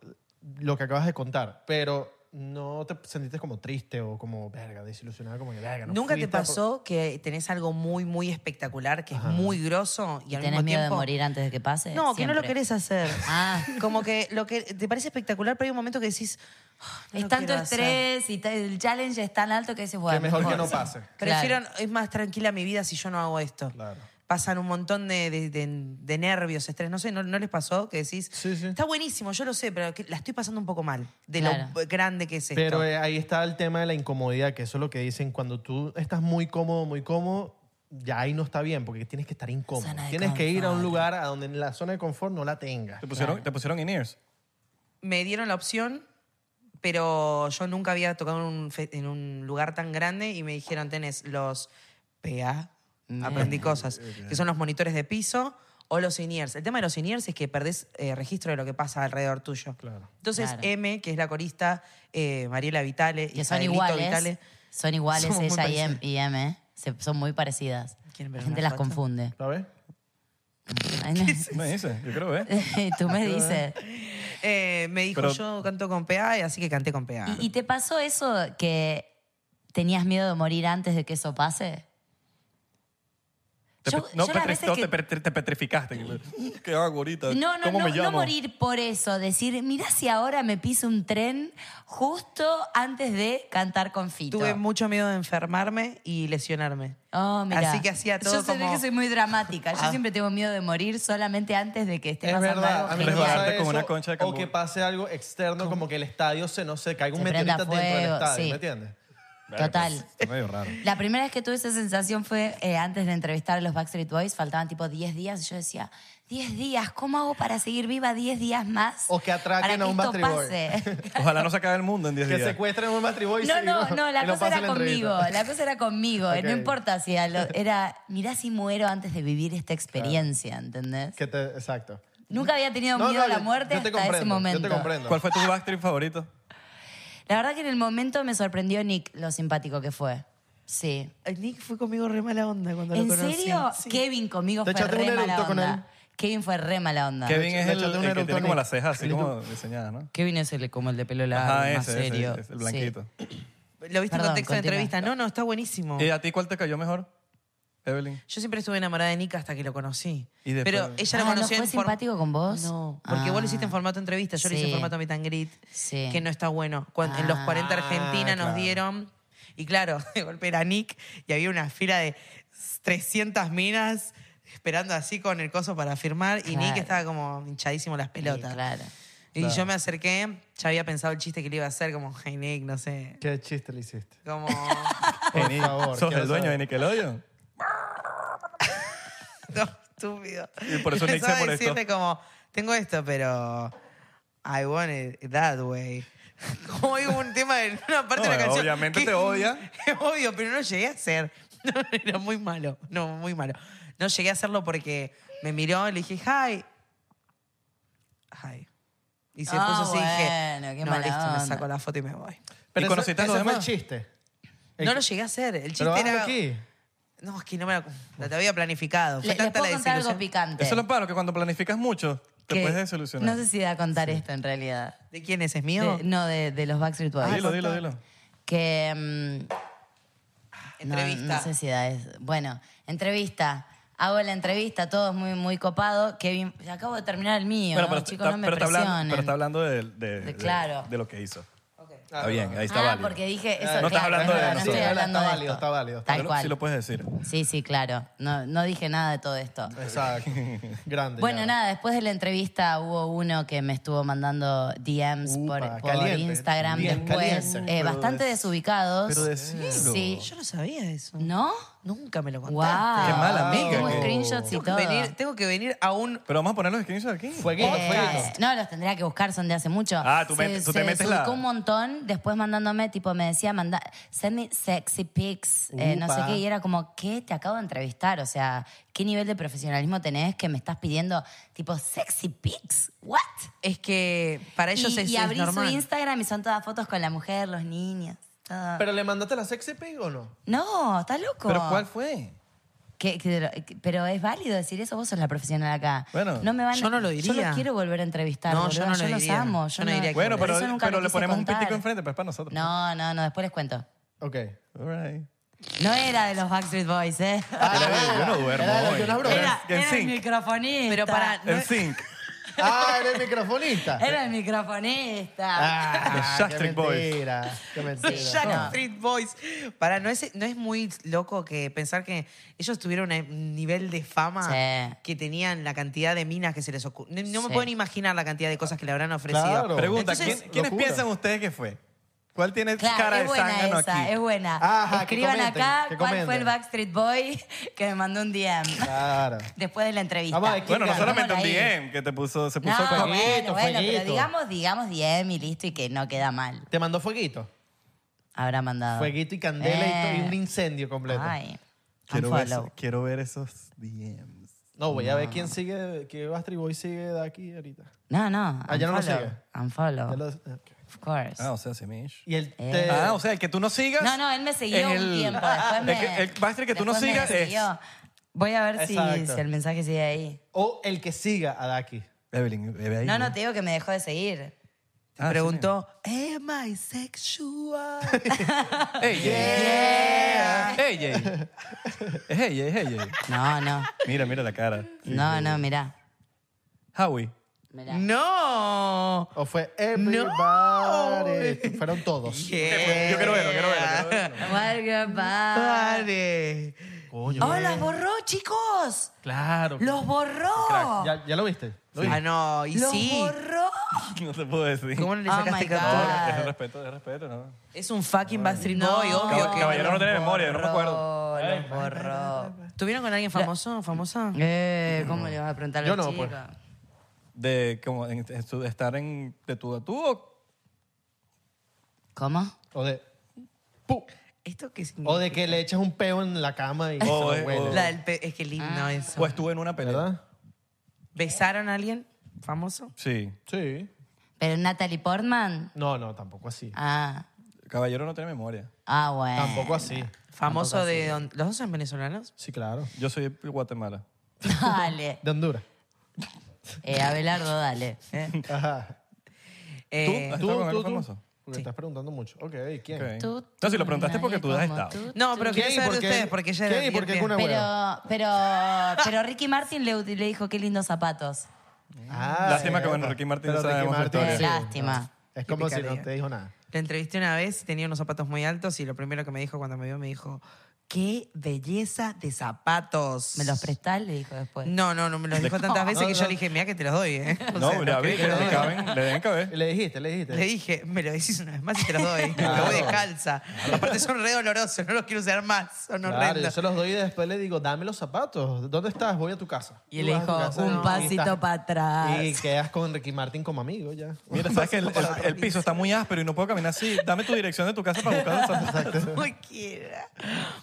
Speaker 4: lo que acabas de contar, pero no te sentiste como triste o como, verga, desilusionada, como que, verga, no
Speaker 3: ¿Nunca te
Speaker 4: fuiste por-
Speaker 3: pasó que tenés algo muy, muy espectacular, que es muy grosso y al mismo
Speaker 6: ¿Tenés miedo de
Speaker 3: tiempo-
Speaker 6: morir antes de que pase?
Speaker 3: No, que no lo
Speaker 6: Siempre.
Speaker 3: querés hacer.
Speaker 6: Ah.
Speaker 3: Como que lo que te parece espectacular, pero hay un momento que decís. "Ah, no
Speaker 6: Es
Speaker 3: lo
Speaker 6: tanto
Speaker 3: quiero hacer".
Speaker 6: estrés y ta- el challenge es tan alto que dices, bueno,
Speaker 4: Que mejor que no pase.
Speaker 3: Prefiero,
Speaker 6: Claro.
Speaker 3: es más tranquila mi vida si yo no hago esto.
Speaker 4: Claro.
Speaker 3: Pasan un montón de, de- de- de nervios, estrés. No sé, ¿no, no les pasó que decís?
Speaker 4: Sí, sí.
Speaker 3: Está buenísimo, yo lo sé, pero que la estoy pasando un poco mal de
Speaker 6: Claro.
Speaker 3: lo grande que es esto.
Speaker 4: Pero eh, ahí está el tema de la incomodidad, que eso es lo que dicen, cuando tú estás muy cómodo, muy cómodo, ya ahí no está bien, porque tienes que estar incómodo.
Speaker 6: Zona de
Speaker 4: Tienes que ir a un
Speaker 6: confort.
Speaker 4: lugar a donde la zona de confort no la tengas.
Speaker 2: ¿Te pusieron, te pusieron in-ears?
Speaker 3: Me dieron la opción, pero yo nunca había tocado en un, fe- en un lugar tan grande y me dijeron, tenés los PA,
Speaker 2: Mm.
Speaker 3: aprendí cosas, que son los monitores de piso o los in-ears. El tema de los in-ears es que perdés eh, registro de lo que pasa alrededor tuyo. Entonces,
Speaker 6: Claro.
Speaker 3: M, que es la corista, eh, Mariela Vitale,
Speaker 6: Que son
Speaker 3: Israelito
Speaker 6: iguales.
Speaker 3: Vitale,
Speaker 6: Son iguales
Speaker 3: Somos muy
Speaker 6: ella y M,
Speaker 3: parecidas.
Speaker 6: y M, ¿eh? Se- son muy parecidas.
Speaker 3: ¿Quieren ver
Speaker 6: La gente
Speaker 3: una
Speaker 6: las
Speaker 3: foto?
Speaker 6: confunde.
Speaker 4: ¿Sabes?
Speaker 2: Me dice, yo creo, ¿eh?
Speaker 6: Tú me dices.
Speaker 3: eh, me dijo,
Speaker 2: Pero-
Speaker 3: yo canto con PA, y así que canté con PA.
Speaker 6: ¿Y, y te pasó eso que tenías miedo de morir antes de que eso pase?
Speaker 2: Te
Speaker 6: Yo-
Speaker 2: pe- no,
Speaker 6: yo las
Speaker 2: petri-
Speaker 6: veces
Speaker 2: no,
Speaker 6: que- Mm.
Speaker 2: te, petri- te petrificaste. ¿Qué hago ahorita?
Speaker 6: No, no,
Speaker 2: ¿Cómo
Speaker 6: no,
Speaker 2: me
Speaker 6: no
Speaker 2: llamo?
Speaker 6: morir por eso. Decir, mirá si ahora me piso un tren justo antes de cantar con Fito.
Speaker 3: Tuve mucho miedo de enfermarme y lesionarme.
Speaker 6: Oh, mirá.
Speaker 3: Así que hacía todo
Speaker 6: Yo sé
Speaker 3: como-
Speaker 6: que soy muy dramática. Yo
Speaker 3: Ah.
Speaker 6: siempre tengo miedo de morir solamente antes de que esté
Speaker 4: Es
Speaker 6: pasando
Speaker 4: verdad, a
Speaker 6: algo
Speaker 4: mí me pasa
Speaker 6: genial.
Speaker 2: Resbalarte con
Speaker 4: eso,
Speaker 2: una concha de
Speaker 4: o
Speaker 2: canguro.
Speaker 4: que pase algo externo, como que el estadio se, no sé, caiga un
Speaker 6: Se
Speaker 4: meteorito
Speaker 6: prenda
Speaker 4: dentro del
Speaker 6: fuego,
Speaker 4: estadio,
Speaker 6: sí.
Speaker 4: ¿me entiendes?
Speaker 2: Verga,
Speaker 6: Total.
Speaker 2: pues, Está medio raro.
Speaker 6: La primera vez que tuve esa sensación fue eh, antes de entrevistar a los Backstreet Boys. Faltaban tipo 10 días y yo decía, 10 días, ¿cómo hago para seguir viva 10 días más?
Speaker 4: O que atraquen
Speaker 6: para
Speaker 4: a un
Speaker 6: esto
Speaker 4: Backstreet Boy.
Speaker 6: pase?
Speaker 2: Ojalá no se acabe el mundo en 10
Speaker 4: Que
Speaker 2: días.
Speaker 4: secuestren un matrimonio y
Speaker 6: No,
Speaker 4: se-
Speaker 6: no, no, la
Speaker 4: y lo
Speaker 6: cosa era
Speaker 4: pasen en entrevista.
Speaker 6: conmigo, la cosa era conmigo,
Speaker 4: Ok.
Speaker 6: no importa si a lo- era, mirá si muero antes de vivir esta experiencia, ¿entendés?
Speaker 4: Que te- exacto.
Speaker 6: Nunca había tenido miedo a la
Speaker 4: yo-
Speaker 6: muerte
Speaker 4: yo te
Speaker 6: hasta ese
Speaker 4: comprendo,
Speaker 6: momento.
Speaker 4: Yo te comprendo.
Speaker 2: ¿Cuál fue tu backstreet favorito?
Speaker 6: La verdad que en el momento me sorprendió Nick lo simpático que fue. Sí.
Speaker 3: Ay, Nick fue conmigo re mala onda cuando
Speaker 6: ¿En
Speaker 3: lo conocí.
Speaker 6: serio?
Speaker 3: Sí.
Speaker 6: Kevin conmigo
Speaker 4: ¿Te
Speaker 6: fue
Speaker 4: echaste
Speaker 6: re
Speaker 4: un
Speaker 6: mala
Speaker 4: eructo con él?
Speaker 6: onda. Kevin fue re mala onda.
Speaker 2: Kevin es
Speaker 4: le
Speaker 2: el,
Speaker 4: echaste un
Speaker 2: el que tiene
Speaker 4: eructón
Speaker 2: como
Speaker 4: ahí.
Speaker 2: las cejas así
Speaker 4: Y tú-
Speaker 2: como diseñadas, ¿no?
Speaker 3: Kevin es el, como el de pelo largo,
Speaker 2: Ajá,
Speaker 3: más
Speaker 2: ese, ese,
Speaker 3: serio.
Speaker 2: ese, el blanquito.
Speaker 3: Lo viste
Speaker 6: Perdón,
Speaker 3: en contexto de
Speaker 6: continúa.
Speaker 3: entrevista. No, no, está buenísimo.
Speaker 2: ¿Y Eh, a ti cuál te cayó mejor, Evelyn?
Speaker 3: Yo siempre estuve enamorada de Nick hasta que lo conocí.
Speaker 2: Y después-
Speaker 3: Pero ella lo
Speaker 6: Ah, ¿no
Speaker 3: conoció
Speaker 6: fue
Speaker 3: en form-
Speaker 6: simpático con vos?
Speaker 3: No, porque vos lo hiciste en
Speaker 6: Ah.
Speaker 3: formato entrevista, yo lo hice
Speaker 6: Sí.
Speaker 3: en formato meet and greet,
Speaker 6: Sí.
Speaker 3: que no está bueno. Cuando, En los 40 Argentina
Speaker 4: Ah,
Speaker 3: nos
Speaker 4: claro.
Speaker 3: dieron Y claro, de golpe era Nick y había una fila de 300 minas esperando así con el coso para firmar y Nick
Speaker 6: Claro.
Speaker 3: estaba como hinchadísimo las pelotas.
Speaker 6: claro.
Speaker 3: Y yo me acerqué, ya había pensado el chiste que le iba a hacer, como, hey Nick, no sé,
Speaker 4: ¿Qué chiste le hiciste?
Speaker 3: como...
Speaker 4: Por favor.
Speaker 2: ¿Sos
Speaker 4: quiero
Speaker 2: el dueño de
Speaker 4: saber.
Speaker 2: Nickelodeon?
Speaker 3: no, estúpido.
Speaker 2: Y por eso Nick se
Speaker 3: empezaba a
Speaker 2: molestó.
Speaker 3: decirle como, tengo esto, pero I want it that way. Como hay un tema de una parte de
Speaker 2: No,
Speaker 3: la canción.
Speaker 2: obviamente
Speaker 3: que-
Speaker 2: te odia.
Speaker 3: Obvio, pero no llegué a hacer. No, era muy malo. No, muy malo. No llegué a hacerlo porque me miró y le dije, hi. Hi. Y se
Speaker 6: Ah,
Speaker 3: puso así
Speaker 6: bueno,
Speaker 3: y
Speaker 6: qué
Speaker 3: dije, no,
Speaker 6: mala
Speaker 3: listo, me
Speaker 6: onda".
Speaker 3: saco la foto y me voy.
Speaker 2: ¿Y
Speaker 4: Pero ese-
Speaker 2: conociste a los
Speaker 4: ese fue el
Speaker 2: demás?
Speaker 4: chiste. El-
Speaker 3: No lo llegué a hacer. El chiste
Speaker 4: Pero hazlo
Speaker 3: era.
Speaker 4: aquí.
Speaker 3: No, es que no me lo, lo te había planificado.
Speaker 6: Le-
Speaker 3: Fue
Speaker 6: les
Speaker 3: tanta
Speaker 6: puedo
Speaker 3: la
Speaker 6: contar algo
Speaker 3: desilusión.
Speaker 6: picante.
Speaker 2: Eso es lo paro, que cuando planificas mucho, te
Speaker 6: que
Speaker 2: puedes desilusionar.
Speaker 6: No sé si da a contar esto en realidad.
Speaker 3: ¿De quién es? ¿Es
Speaker 6: De-
Speaker 3: mío?
Speaker 6: no, de, de los Backstreet Boys.
Speaker 2: Dilo, dilo, dilo.
Speaker 6: Que. mm, No,
Speaker 3: Entrevista.
Speaker 6: No, sé si da es. Bueno, entrevista. Hago la entrevista, todo es muy, muy copado. Kevin, acabo de terminar el mío.
Speaker 2: Bueno,
Speaker 6: ¿no?
Speaker 2: pero,
Speaker 6: Chicos,
Speaker 2: está,
Speaker 6: no me
Speaker 2: pero está hablando,
Speaker 6: presionen.
Speaker 2: pero está hablando de,
Speaker 6: De-
Speaker 2: de- de-
Speaker 6: claro.
Speaker 2: de lo que hizo.
Speaker 4: Ah,
Speaker 2: Está bien, ahí está
Speaker 6: ah,
Speaker 2: válido.
Speaker 6: porque dije. Eso,
Speaker 2: No
Speaker 6: claro,
Speaker 2: estás hablando de
Speaker 6: no, no
Speaker 2: nosotros.
Speaker 6: estoy hablando
Speaker 4: Está
Speaker 6: de
Speaker 4: válido,
Speaker 6: esto.
Speaker 4: está válido, está
Speaker 6: Tal
Speaker 2: Pero
Speaker 6: cual.
Speaker 2: Sí lo puedes decir.
Speaker 6: Sí, sí, claro. No, no dije nada de todo esto.
Speaker 4: Exacto. Grande.
Speaker 6: Bueno,
Speaker 4: ya.
Speaker 6: nada, después de la entrevista hubo uno que me estuvo mandando DMs
Speaker 4: Upa,
Speaker 6: por, por
Speaker 4: caliente.
Speaker 6: Instagram
Speaker 4: Bien
Speaker 6: después.
Speaker 4: caliente.
Speaker 6: eh,
Speaker 4: Pero
Speaker 6: bastante
Speaker 4: des-
Speaker 6: desubicados.
Speaker 4: pero decilo.
Speaker 6: Sí.
Speaker 3: Yo no sabía eso.
Speaker 6: ¿No?
Speaker 3: Nunca me lo
Speaker 6: Wow.
Speaker 3: contaste.
Speaker 2: mala amiga
Speaker 6: Tengo
Speaker 2: que-
Speaker 6: screenshots y
Speaker 3: Tengo que,
Speaker 6: todo.
Speaker 3: venir, tengo que venir a un.
Speaker 2: Pero vamos a poner los screenshots aquí.
Speaker 4: Fueguito,
Speaker 6: Eh,
Speaker 4: fueguito.
Speaker 6: no, los tendría que buscar, son de hace mucho.
Speaker 2: Ah, tú metes- tú te metes la-
Speaker 6: desubicó un montón, después mandándome, tipo, me decía, manda, send me sexy pics, eh, no sé
Speaker 4: Upa.
Speaker 6: qué, y era como, ¿qué? Te acabo de entrevistar, o sea, ¿qué nivel de profesionalismo tenés que me estás pidiendo, tipo, sexy pics? ¿What?
Speaker 3: Es que para ellos
Speaker 6: y,
Speaker 3: es,
Speaker 6: y
Speaker 3: es
Speaker 6: abrí
Speaker 3: normal.
Speaker 6: su Instagram y son todas fotos con la mujer, los niños, todo.
Speaker 4: ¿Pero le mandaste la sexy pig o no?
Speaker 6: no, ¿estás loco?
Speaker 2: ¿Pero cuál fue?
Speaker 6: Que- que- que- pero es válido decir eso, vos sos la profesional acá.
Speaker 2: Bueno,
Speaker 6: no me van,
Speaker 3: yo no lo
Speaker 6: Yo
Speaker 3: diría.
Speaker 6: los quiero volver a entrevistar.
Speaker 3: No,
Speaker 6: boluda,
Speaker 3: yo no lo
Speaker 6: los
Speaker 3: diría.
Speaker 6: amo.
Speaker 3: Yo no diría que
Speaker 2: Bueno,
Speaker 6: por
Speaker 2: pero,
Speaker 6: eso nunca
Speaker 2: pero
Speaker 6: lo
Speaker 2: le
Speaker 6: quise
Speaker 2: ponemos
Speaker 6: contar.
Speaker 2: un pitico enfrente, pues para nosotros.
Speaker 6: No, no, no, después les cuento.
Speaker 4: Ok.
Speaker 2: All right.
Speaker 6: No era de los Backstreet Boys, ¿eh?
Speaker 2: Era- yo no duermo
Speaker 4: Era de los
Speaker 2: hoy.
Speaker 4: que no abro.
Speaker 6: Era,
Speaker 2: en
Speaker 6: era el
Speaker 2: sync.
Speaker 6: microfonista.
Speaker 3: Pero para. no
Speaker 2: En
Speaker 3: es-
Speaker 2: sync.
Speaker 4: Ah, eres microfonista.
Speaker 6: Era el microfonista.
Speaker 4: Ah,
Speaker 2: Los
Speaker 4: qué
Speaker 2: Backstreet Boys.
Speaker 4: mentira. Qué mentira.
Speaker 3: Jack Street Boys. Para, ¿no es, ¿no es muy loco que pensar que ellos tuvieron un nivel de fama
Speaker 6: Sí.
Speaker 3: que tenían la cantidad de minas que se les ocurrió? No, no me
Speaker 6: Sí.
Speaker 3: puedo ni imaginar la cantidad de cosas que le habrán ofrecido.
Speaker 4: Claro.
Speaker 2: Pregunta,
Speaker 3: Entonces-
Speaker 2: ¿quién- ¿quiénes
Speaker 4: Locura.
Speaker 2: piensan ustedes que fue? ¿Cuál tiene
Speaker 6: Claro,
Speaker 2: cara
Speaker 6: es
Speaker 2: de
Speaker 6: buena
Speaker 2: zángano
Speaker 6: esa,
Speaker 2: aquí?
Speaker 6: es buena.
Speaker 4: Ajá, que
Speaker 6: Escriban
Speaker 4: comenten,
Speaker 6: acá
Speaker 4: que
Speaker 6: cuál fue
Speaker 4: comenten.
Speaker 6: el Backstreet Boy que me mandó un DM
Speaker 4: Claro.
Speaker 6: después de la entrevista.
Speaker 4: Vamos a ver quién
Speaker 2: Bueno, no
Speaker 4: gana.
Speaker 2: solamente un
Speaker 6: Ahí.
Speaker 2: DM que te puso, se
Speaker 6: No,
Speaker 2: puso
Speaker 6: bueno,
Speaker 2: como-
Speaker 4: fueguito,
Speaker 6: bueno, pero
Speaker 4: fueguito.
Speaker 6: digamos, digamos DM y listo y que no queda mal.
Speaker 4: ¿Te mandó fueguito?
Speaker 6: Habrá mandado.
Speaker 4: Fueguito y candela y to- y,
Speaker 6: Eh.
Speaker 4: un incendio completo.
Speaker 6: Ay,
Speaker 2: Quiero ver,
Speaker 6: unfollow.
Speaker 2: quiero ver esos DMs.
Speaker 4: No, voy a ver quién sigue, qué Bastry Boy sigue de aquí ahorita.
Speaker 6: No, no.
Speaker 4: Ah, ya no lo
Speaker 6: unfollow,
Speaker 4: sigue. Ya
Speaker 6: Unfollow.
Speaker 4: lo- eh, ok.
Speaker 6: Of course.
Speaker 2: Ah, o sea, Semish.
Speaker 4: Y el
Speaker 6: Eh.
Speaker 4: te-
Speaker 2: Ah, o sea, el que tú no sigas.
Speaker 6: No, no, él me siguió
Speaker 2: es
Speaker 6: un
Speaker 2: el-
Speaker 6: tiempo. Después me,
Speaker 2: es que el Backstreet que tú no
Speaker 6: después me
Speaker 2: sigas es-
Speaker 6: siguió. Voy a ver si,
Speaker 4: Exacto.
Speaker 6: si el mensaje sigue ahí.
Speaker 4: o el que siga a Daki.
Speaker 2: Evelyn, ve ahí,
Speaker 6: No, no, te digo que me dejó de seguir.
Speaker 3: Te
Speaker 2: Ah, sí,
Speaker 3: preguntó, ¿Am I sexual?
Speaker 2: Ey, yeah. Ey, ey. Ah. Es ella, es ella.
Speaker 6: No, no.
Speaker 2: Mira, mira la cara.
Speaker 6: No, no, mirá.
Speaker 2: Howie.
Speaker 6: mirá.
Speaker 3: ¡No!
Speaker 4: O fue everybody. Fueron todos.
Speaker 2: Yo quiero verlo, quiero verlo. quiero verlo.
Speaker 6: What girl, bye.
Speaker 3: Vale.
Speaker 4: Coño.
Speaker 6: ¡Oh, los borró, chicos!
Speaker 4: Claro.
Speaker 6: ¡Los borró!
Speaker 4: ¿Ya, ya lo viste?
Speaker 3: Ah,
Speaker 4: ¿Lo viste?
Speaker 3: no, y
Speaker 6: ¡Los
Speaker 3: sí.
Speaker 6: borró!
Speaker 2: No te puedo decir.
Speaker 3: ¿Cómo no le
Speaker 6: Oh
Speaker 3: sacaste
Speaker 6: my
Speaker 3: captura?
Speaker 6: God.
Speaker 2: Es respeto, es respeto, ¿no?
Speaker 3: Es un fucking Backstreet Boy,
Speaker 6: No.
Speaker 3: obvio que.
Speaker 2: Caballero no tiene
Speaker 6: Los
Speaker 2: memoria, no me acuerdo.
Speaker 6: borró, Los borró.
Speaker 3: ¿Tuvieron con alguien famoso? ¿Famosa? Mm.
Speaker 6: Eh, ¿cómo le vas a preguntar a
Speaker 4: Yo
Speaker 6: los
Speaker 4: no,
Speaker 6: chicos?
Speaker 4: pues.
Speaker 2: De como en- en su- estar en de tú a tú o
Speaker 6: ¿Cómo?
Speaker 4: O de. pu-
Speaker 3: ¿Esto qué
Speaker 4: O
Speaker 3: significa?
Speaker 4: de que le echas un peo en la cama y se
Speaker 2: O
Speaker 4: lo
Speaker 2: de-
Speaker 4: huele.
Speaker 2: o-
Speaker 3: La del pe- Es que
Speaker 6: Ah.
Speaker 3: lindo eso.
Speaker 2: o eh, oh. Pues estuve en una pelea.
Speaker 4: ¿Verdad?
Speaker 3: ¿Besaron a alguien famoso?
Speaker 2: Sí.
Speaker 4: Sí.
Speaker 6: ¿Pero Natalie Portman?
Speaker 4: No, no, tampoco así.
Speaker 6: Ah,
Speaker 2: Caballero no tiene memoria.
Speaker 6: ah, bueno.
Speaker 4: Tampoco así.
Speaker 3: ¿Famoso de don- ¿Los dos son venezolanos?
Speaker 4: Sí, claro.
Speaker 2: Yo soy de Guatemala.
Speaker 6: Dale.
Speaker 4: De Honduras.
Speaker 6: Eh, Abelardo, dale. eh.
Speaker 4: Ajá.
Speaker 2: ¿Tú?
Speaker 3: Eh,
Speaker 2: ¿Has
Speaker 4: Tú,
Speaker 2: estado con
Speaker 4: tú,
Speaker 2: algo
Speaker 4: tú.
Speaker 2: famoso?
Speaker 4: Porque estás preguntando mucho. Ok, ¿quién?
Speaker 2: Ok.
Speaker 6: Tú,
Speaker 2: no, si
Speaker 6: tú,
Speaker 2: lo preguntaste porque tú has
Speaker 6: nadie como
Speaker 2: estado.
Speaker 6: tú.
Speaker 3: No, pero
Speaker 4: ¿Quién
Speaker 3: quiero
Speaker 4: y
Speaker 3: saber
Speaker 4: por
Speaker 3: de
Speaker 4: qué-
Speaker 3: ustedes, porque ella
Speaker 4: quién y por qué es una-
Speaker 6: Pero, pero, pero Ricky Martin le, le dijo qué lindos zapatos.
Speaker 4: Ah,
Speaker 2: Lástima
Speaker 4: eh,
Speaker 2: que, bueno,
Speaker 4: verdad.
Speaker 2: Ricky Martin
Speaker 4: Pero
Speaker 2: no sabemos
Speaker 4: Ricky
Speaker 2: la
Speaker 4: Martin,
Speaker 2: historia.
Speaker 6: Lástima.
Speaker 4: Es como si
Speaker 3: Típica
Speaker 4: no
Speaker 3: de-
Speaker 4: te dijo nada.
Speaker 3: La entrevisté una vez, tenía unos zapatos muy altos y lo primero que me dijo cuando me vio me dijo, qué belleza de zapatos.
Speaker 6: ¿Me los prestás? Le dijo después.
Speaker 3: No, no, no, me los dijo tantas veces que yo le dije, mira que te los doy, ¿eh? O sea,
Speaker 2: No, la
Speaker 3: que
Speaker 2: vi,
Speaker 3: te los
Speaker 2: le
Speaker 3: doy.
Speaker 2: caben, le deben caber.
Speaker 4: Le dijiste, le dijiste.
Speaker 3: Le dije, me lo decís una vez más y te los doy. Lo voy de calza. Aparte son re dolorosos, no los quiero usar más. Son
Speaker 4: Claro, yo
Speaker 3: horrendos.
Speaker 4: se los doy y después le digo, dame los zapatos. ¿Dónde estás? Voy a tu casa.
Speaker 6: Y él
Speaker 4: Tú
Speaker 6: le
Speaker 4: vas a tu
Speaker 6: dijo,
Speaker 4: casa
Speaker 6: un
Speaker 4: y
Speaker 6: pasito
Speaker 4: estás-
Speaker 6: para atrás.
Speaker 4: Y quedas con Ricky Martin como amigo ya.
Speaker 2: Mira, sabes que el, el- el piso está muy áspero y no puedo caminar así. Dame tu dirección de tu casa para buscar los zapatos.
Speaker 3: Muy quiera.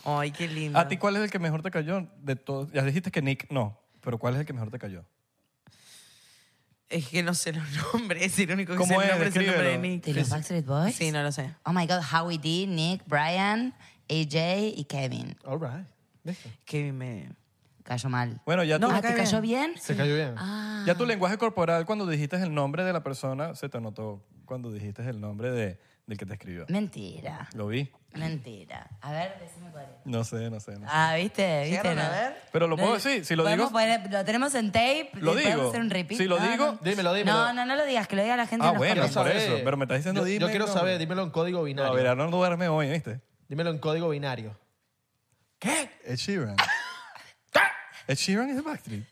Speaker 3: Ay, qué lindo.
Speaker 2: ¿A ti cuál es el que mejor te cayó de todos? Ya dijiste que Nick no, pero ¿cuál es el que mejor te cayó?
Speaker 3: Es que no sé los nombres, es el único que
Speaker 2: ¿Cómo
Speaker 3: sé el
Speaker 2: es?
Speaker 3: nombre es el nombre de
Speaker 2: Descríbelo.
Speaker 3: Nick.
Speaker 6: ¿De los Backstreet Boys?
Speaker 3: Sí, no lo sé.
Speaker 6: Oh my God, Howie D, Nick, Brian, AJ y Kevin.
Speaker 4: All right. ¿Viste?
Speaker 3: Kevin me...
Speaker 6: Cayó mal.
Speaker 2: Bueno, ya,
Speaker 3: No,
Speaker 2: tu,
Speaker 6: ah,
Speaker 3: me
Speaker 6: ¿te
Speaker 3: cae
Speaker 6: cayó bien?
Speaker 4: Se cayó bien. Ah.
Speaker 2: ya tu lenguaje corporal, cuando dijiste el nombre de la persona, se te notó cuando dijiste el nombre de, del que te escribió.
Speaker 6: Mentira.
Speaker 2: Lo vi.
Speaker 6: Mentira. A ver, decime cuál es.
Speaker 2: No sé, no sé. no sé.
Speaker 6: Ah, ¿viste? ¿Viste?
Speaker 3: ¿Llegaron a
Speaker 6: No.
Speaker 3: ver?
Speaker 2: Pero lo puedo decir, si lo
Speaker 6: Podemos
Speaker 2: digo.
Speaker 6: poner- lo tenemos en tape.
Speaker 2: Lo
Speaker 6: después
Speaker 2: digo.
Speaker 6: hacer un repeat.
Speaker 2: Si lo digo,
Speaker 4: dímelo, dímelo.
Speaker 6: No, no, no lo digas, que lo diga la gente.
Speaker 2: Ah,
Speaker 6: en los
Speaker 2: bueno,
Speaker 4: Quiero
Speaker 6: comentarios.
Speaker 2: por eso, pero me estás diciendo,
Speaker 4: yo,
Speaker 2: dime
Speaker 4: Yo quiero
Speaker 2: el nombre.
Speaker 4: saber, dímelo en código
Speaker 2: No,
Speaker 4: binario.
Speaker 2: Verano no duerme hoy, ¿viste?
Speaker 4: dímelo en código binario.
Speaker 2: ¿Qué? Ed Sheeran. Ed Sheeran es de Backstreet.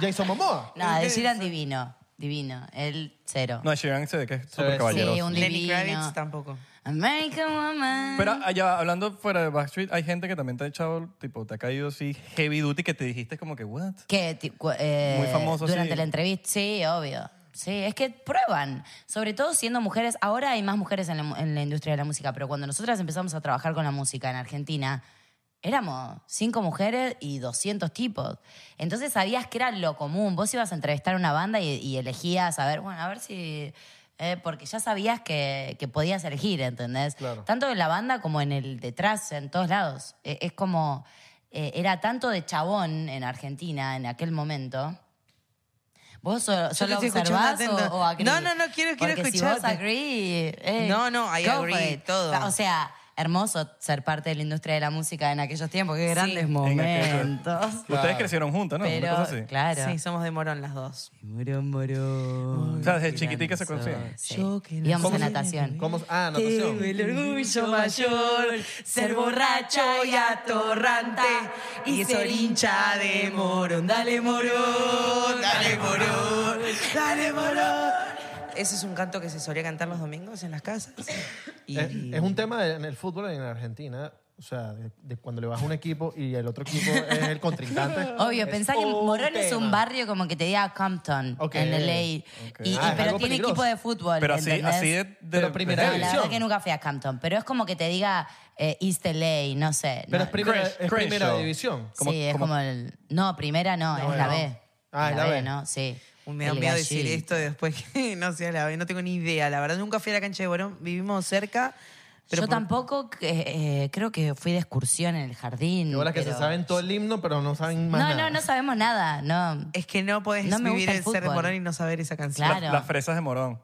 Speaker 4: Jason Momoa.
Speaker 6: No, de Sheeran divino. Divino. Él cero.
Speaker 2: No, Ed Sheeran se ve que es súper
Speaker 4: sí,
Speaker 2: caballero.
Speaker 6: sí, un
Speaker 3: Lenny Kravitz
Speaker 6: divino.
Speaker 3: tampoco.
Speaker 6: American Woman.
Speaker 2: Pero allá, hablando fuera de Backstreet, hay gente que también te ha echado, tipo, te ha caído así heavy duty que te dijiste como que, what?
Speaker 6: Que, ti- cu- eh,
Speaker 2: Muy famoso,
Speaker 6: Durante
Speaker 2: sí.
Speaker 6: la entrevista, sí, obvio. Sí, es que prueban, sobre todo siendo mujeres. Ahora hay más mujeres en la, mu- en la industria de la música, pero cuando nosotras empezamos a trabajar con la música en Argentina, éramos cinco mujeres y 200 tipos. Entonces sabías que era lo común. Vos ibas a entrevistar a una banda y, y elegías, a ver, bueno, a ver si... eh, porque ya sabías que, que podías elegir, ¿entendés?
Speaker 4: Claro.
Speaker 6: Tanto en la banda como en el detrás, en todos lados. Eh, es como... eh, era tanto de chabón en Argentina en aquel momento. ¿Vos so- solo
Speaker 3: estoy escuchando
Speaker 6: observás o,
Speaker 3: atento.
Speaker 6: o agree?
Speaker 3: No, no, no, quiero- quiero
Speaker 6: Porque si vos
Speaker 3: escucharte.
Speaker 6: agree... eh,
Speaker 3: No, no, I
Speaker 6: go for
Speaker 3: agree,
Speaker 6: it.
Speaker 3: todo.
Speaker 6: O sea, hermoso ser parte de la industria de la música en aquellos tiempos. Qué grandes
Speaker 2: En aquel-
Speaker 6: momentos.
Speaker 2: Ustedes crecieron juntas, ¿no? Una cosa así.
Speaker 6: Pero, claro.
Speaker 3: Sí, somos de Morón las dos.
Speaker 6: Morón, morón.
Speaker 2: O sea, desde chiquitica se conocían.
Speaker 6: Sí.
Speaker 3: Yo que no
Speaker 6: Íbamos a
Speaker 3: sé.
Speaker 6: natación.
Speaker 4: ¿Cómo? Ah, natación.
Speaker 3: Tengo el orgullo mayor, ser borracho y atorrante y ser hincha de morón. Dale morón, dale morón, dale morón. Ese es un canto que se solía cantar los domingos en las casas. Y
Speaker 4: Es, es un tema de- en el fútbol en Argentina. O sea, de, de cuando le vas a un equipo y el otro equipo es el contrincante.
Speaker 6: Obvio, pensá que
Speaker 4: un
Speaker 6: Morón es un
Speaker 4: tema.
Speaker 6: barrio como que te diga Compton
Speaker 4: Ok,
Speaker 6: en LA.
Speaker 4: ok.
Speaker 6: Y, y-
Speaker 4: Ah, es
Speaker 6: pero
Speaker 4: algo
Speaker 6: tiene
Speaker 4: peligroso.
Speaker 6: equipo de fútbol.
Speaker 2: Pero así,
Speaker 6: ¿entendés?
Speaker 2: así de, de-
Speaker 4: Pero primera
Speaker 2: de-
Speaker 6: No,
Speaker 4: vez.
Speaker 6: la
Speaker 4: división.
Speaker 6: verdad que nunca fui a Campton, pero es como que te diga eh, East LA, no sé.
Speaker 4: Pero
Speaker 6: no,
Speaker 4: es primera,
Speaker 2: Crenshaw.
Speaker 4: es primera división.
Speaker 2: como-
Speaker 6: sí, es
Speaker 2: como-
Speaker 6: como el... No, primera no, es la
Speaker 4: no.
Speaker 6: B.
Speaker 4: Ah, es la B.
Speaker 6: ¿no? Sí.
Speaker 3: me da
Speaker 6: El
Speaker 3: miedo decir
Speaker 6: gallito.
Speaker 3: esto y después que no sea la vez. No tengo ni idea. La verdad, nunca fui a la cancha de Morón. Vivimos cerca. Pero
Speaker 6: Yo
Speaker 3: por-
Speaker 6: tampoco eh, eh, creo que fui de excursión en el jardín.
Speaker 4: Y ahora que se
Speaker 6: pero-
Speaker 4: saben todo el himno, pero no saben más
Speaker 6: No, no,
Speaker 4: nada.
Speaker 6: no sabemos nada. No,
Speaker 3: Es que no podés
Speaker 6: No me
Speaker 3: vivir
Speaker 6: gusta el
Speaker 3: el ser de
Speaker 6: fútbol.
Speaker 3: Morón y no saber esa canción.
Speaker 6: Claro.
Speaker 2: Las fresas de Morón.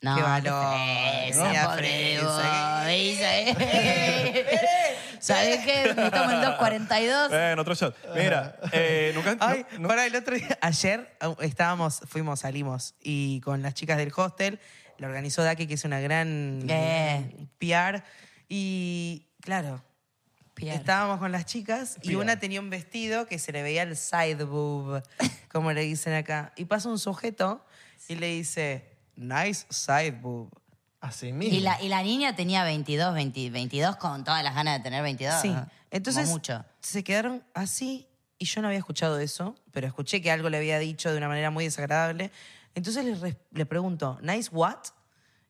Speaker 6: no.
Speaker 3: Qué
Speaker 6: qué
Speaker 3: valor,
Speaker 6: fresa,
Speaker 3: mira,
Speaker 6: pobre
Speaker 3: fresa.
Speaker 6: de vos, ¿eh? ¿Sabés qué? Estamos en 242.
Speaker 2: Bueno, Eh, otro shot. Mira, eh, nunca...
Speaker 3: Ay,
Speaker 2: no-
Speaker 3: pará, el otro día, ayer au- estábamos, fuimos, salimos y con las chicas del hostel, lo organizó Daki, que es una gran
Speaker 6: Eh.
Speaker 3: PR, y claro,
Speaker 6: Pierre.
Speaker 3: estábamos con las chicas y una tenía un vestido que se le veía el side boob, como le dicen acá, y pasa un sujeto y le dice, nice side boob.
Speaker 4: Así mismo.
Speaker 6: Y la, y la niña tenía 22, 20 22 con todas las ganas de tener 22.
Speaker 3: Sí,
Speaker 6: ¿no?
Speaker 3: entonces
Speaker 6: Como mucho.
Speaker 3: se quedaron así y yo no había escuchado eso, pero escuché que algo le había dicho de una manera muy desagradable. Entonces le, res- le pregunto, ¿nice what?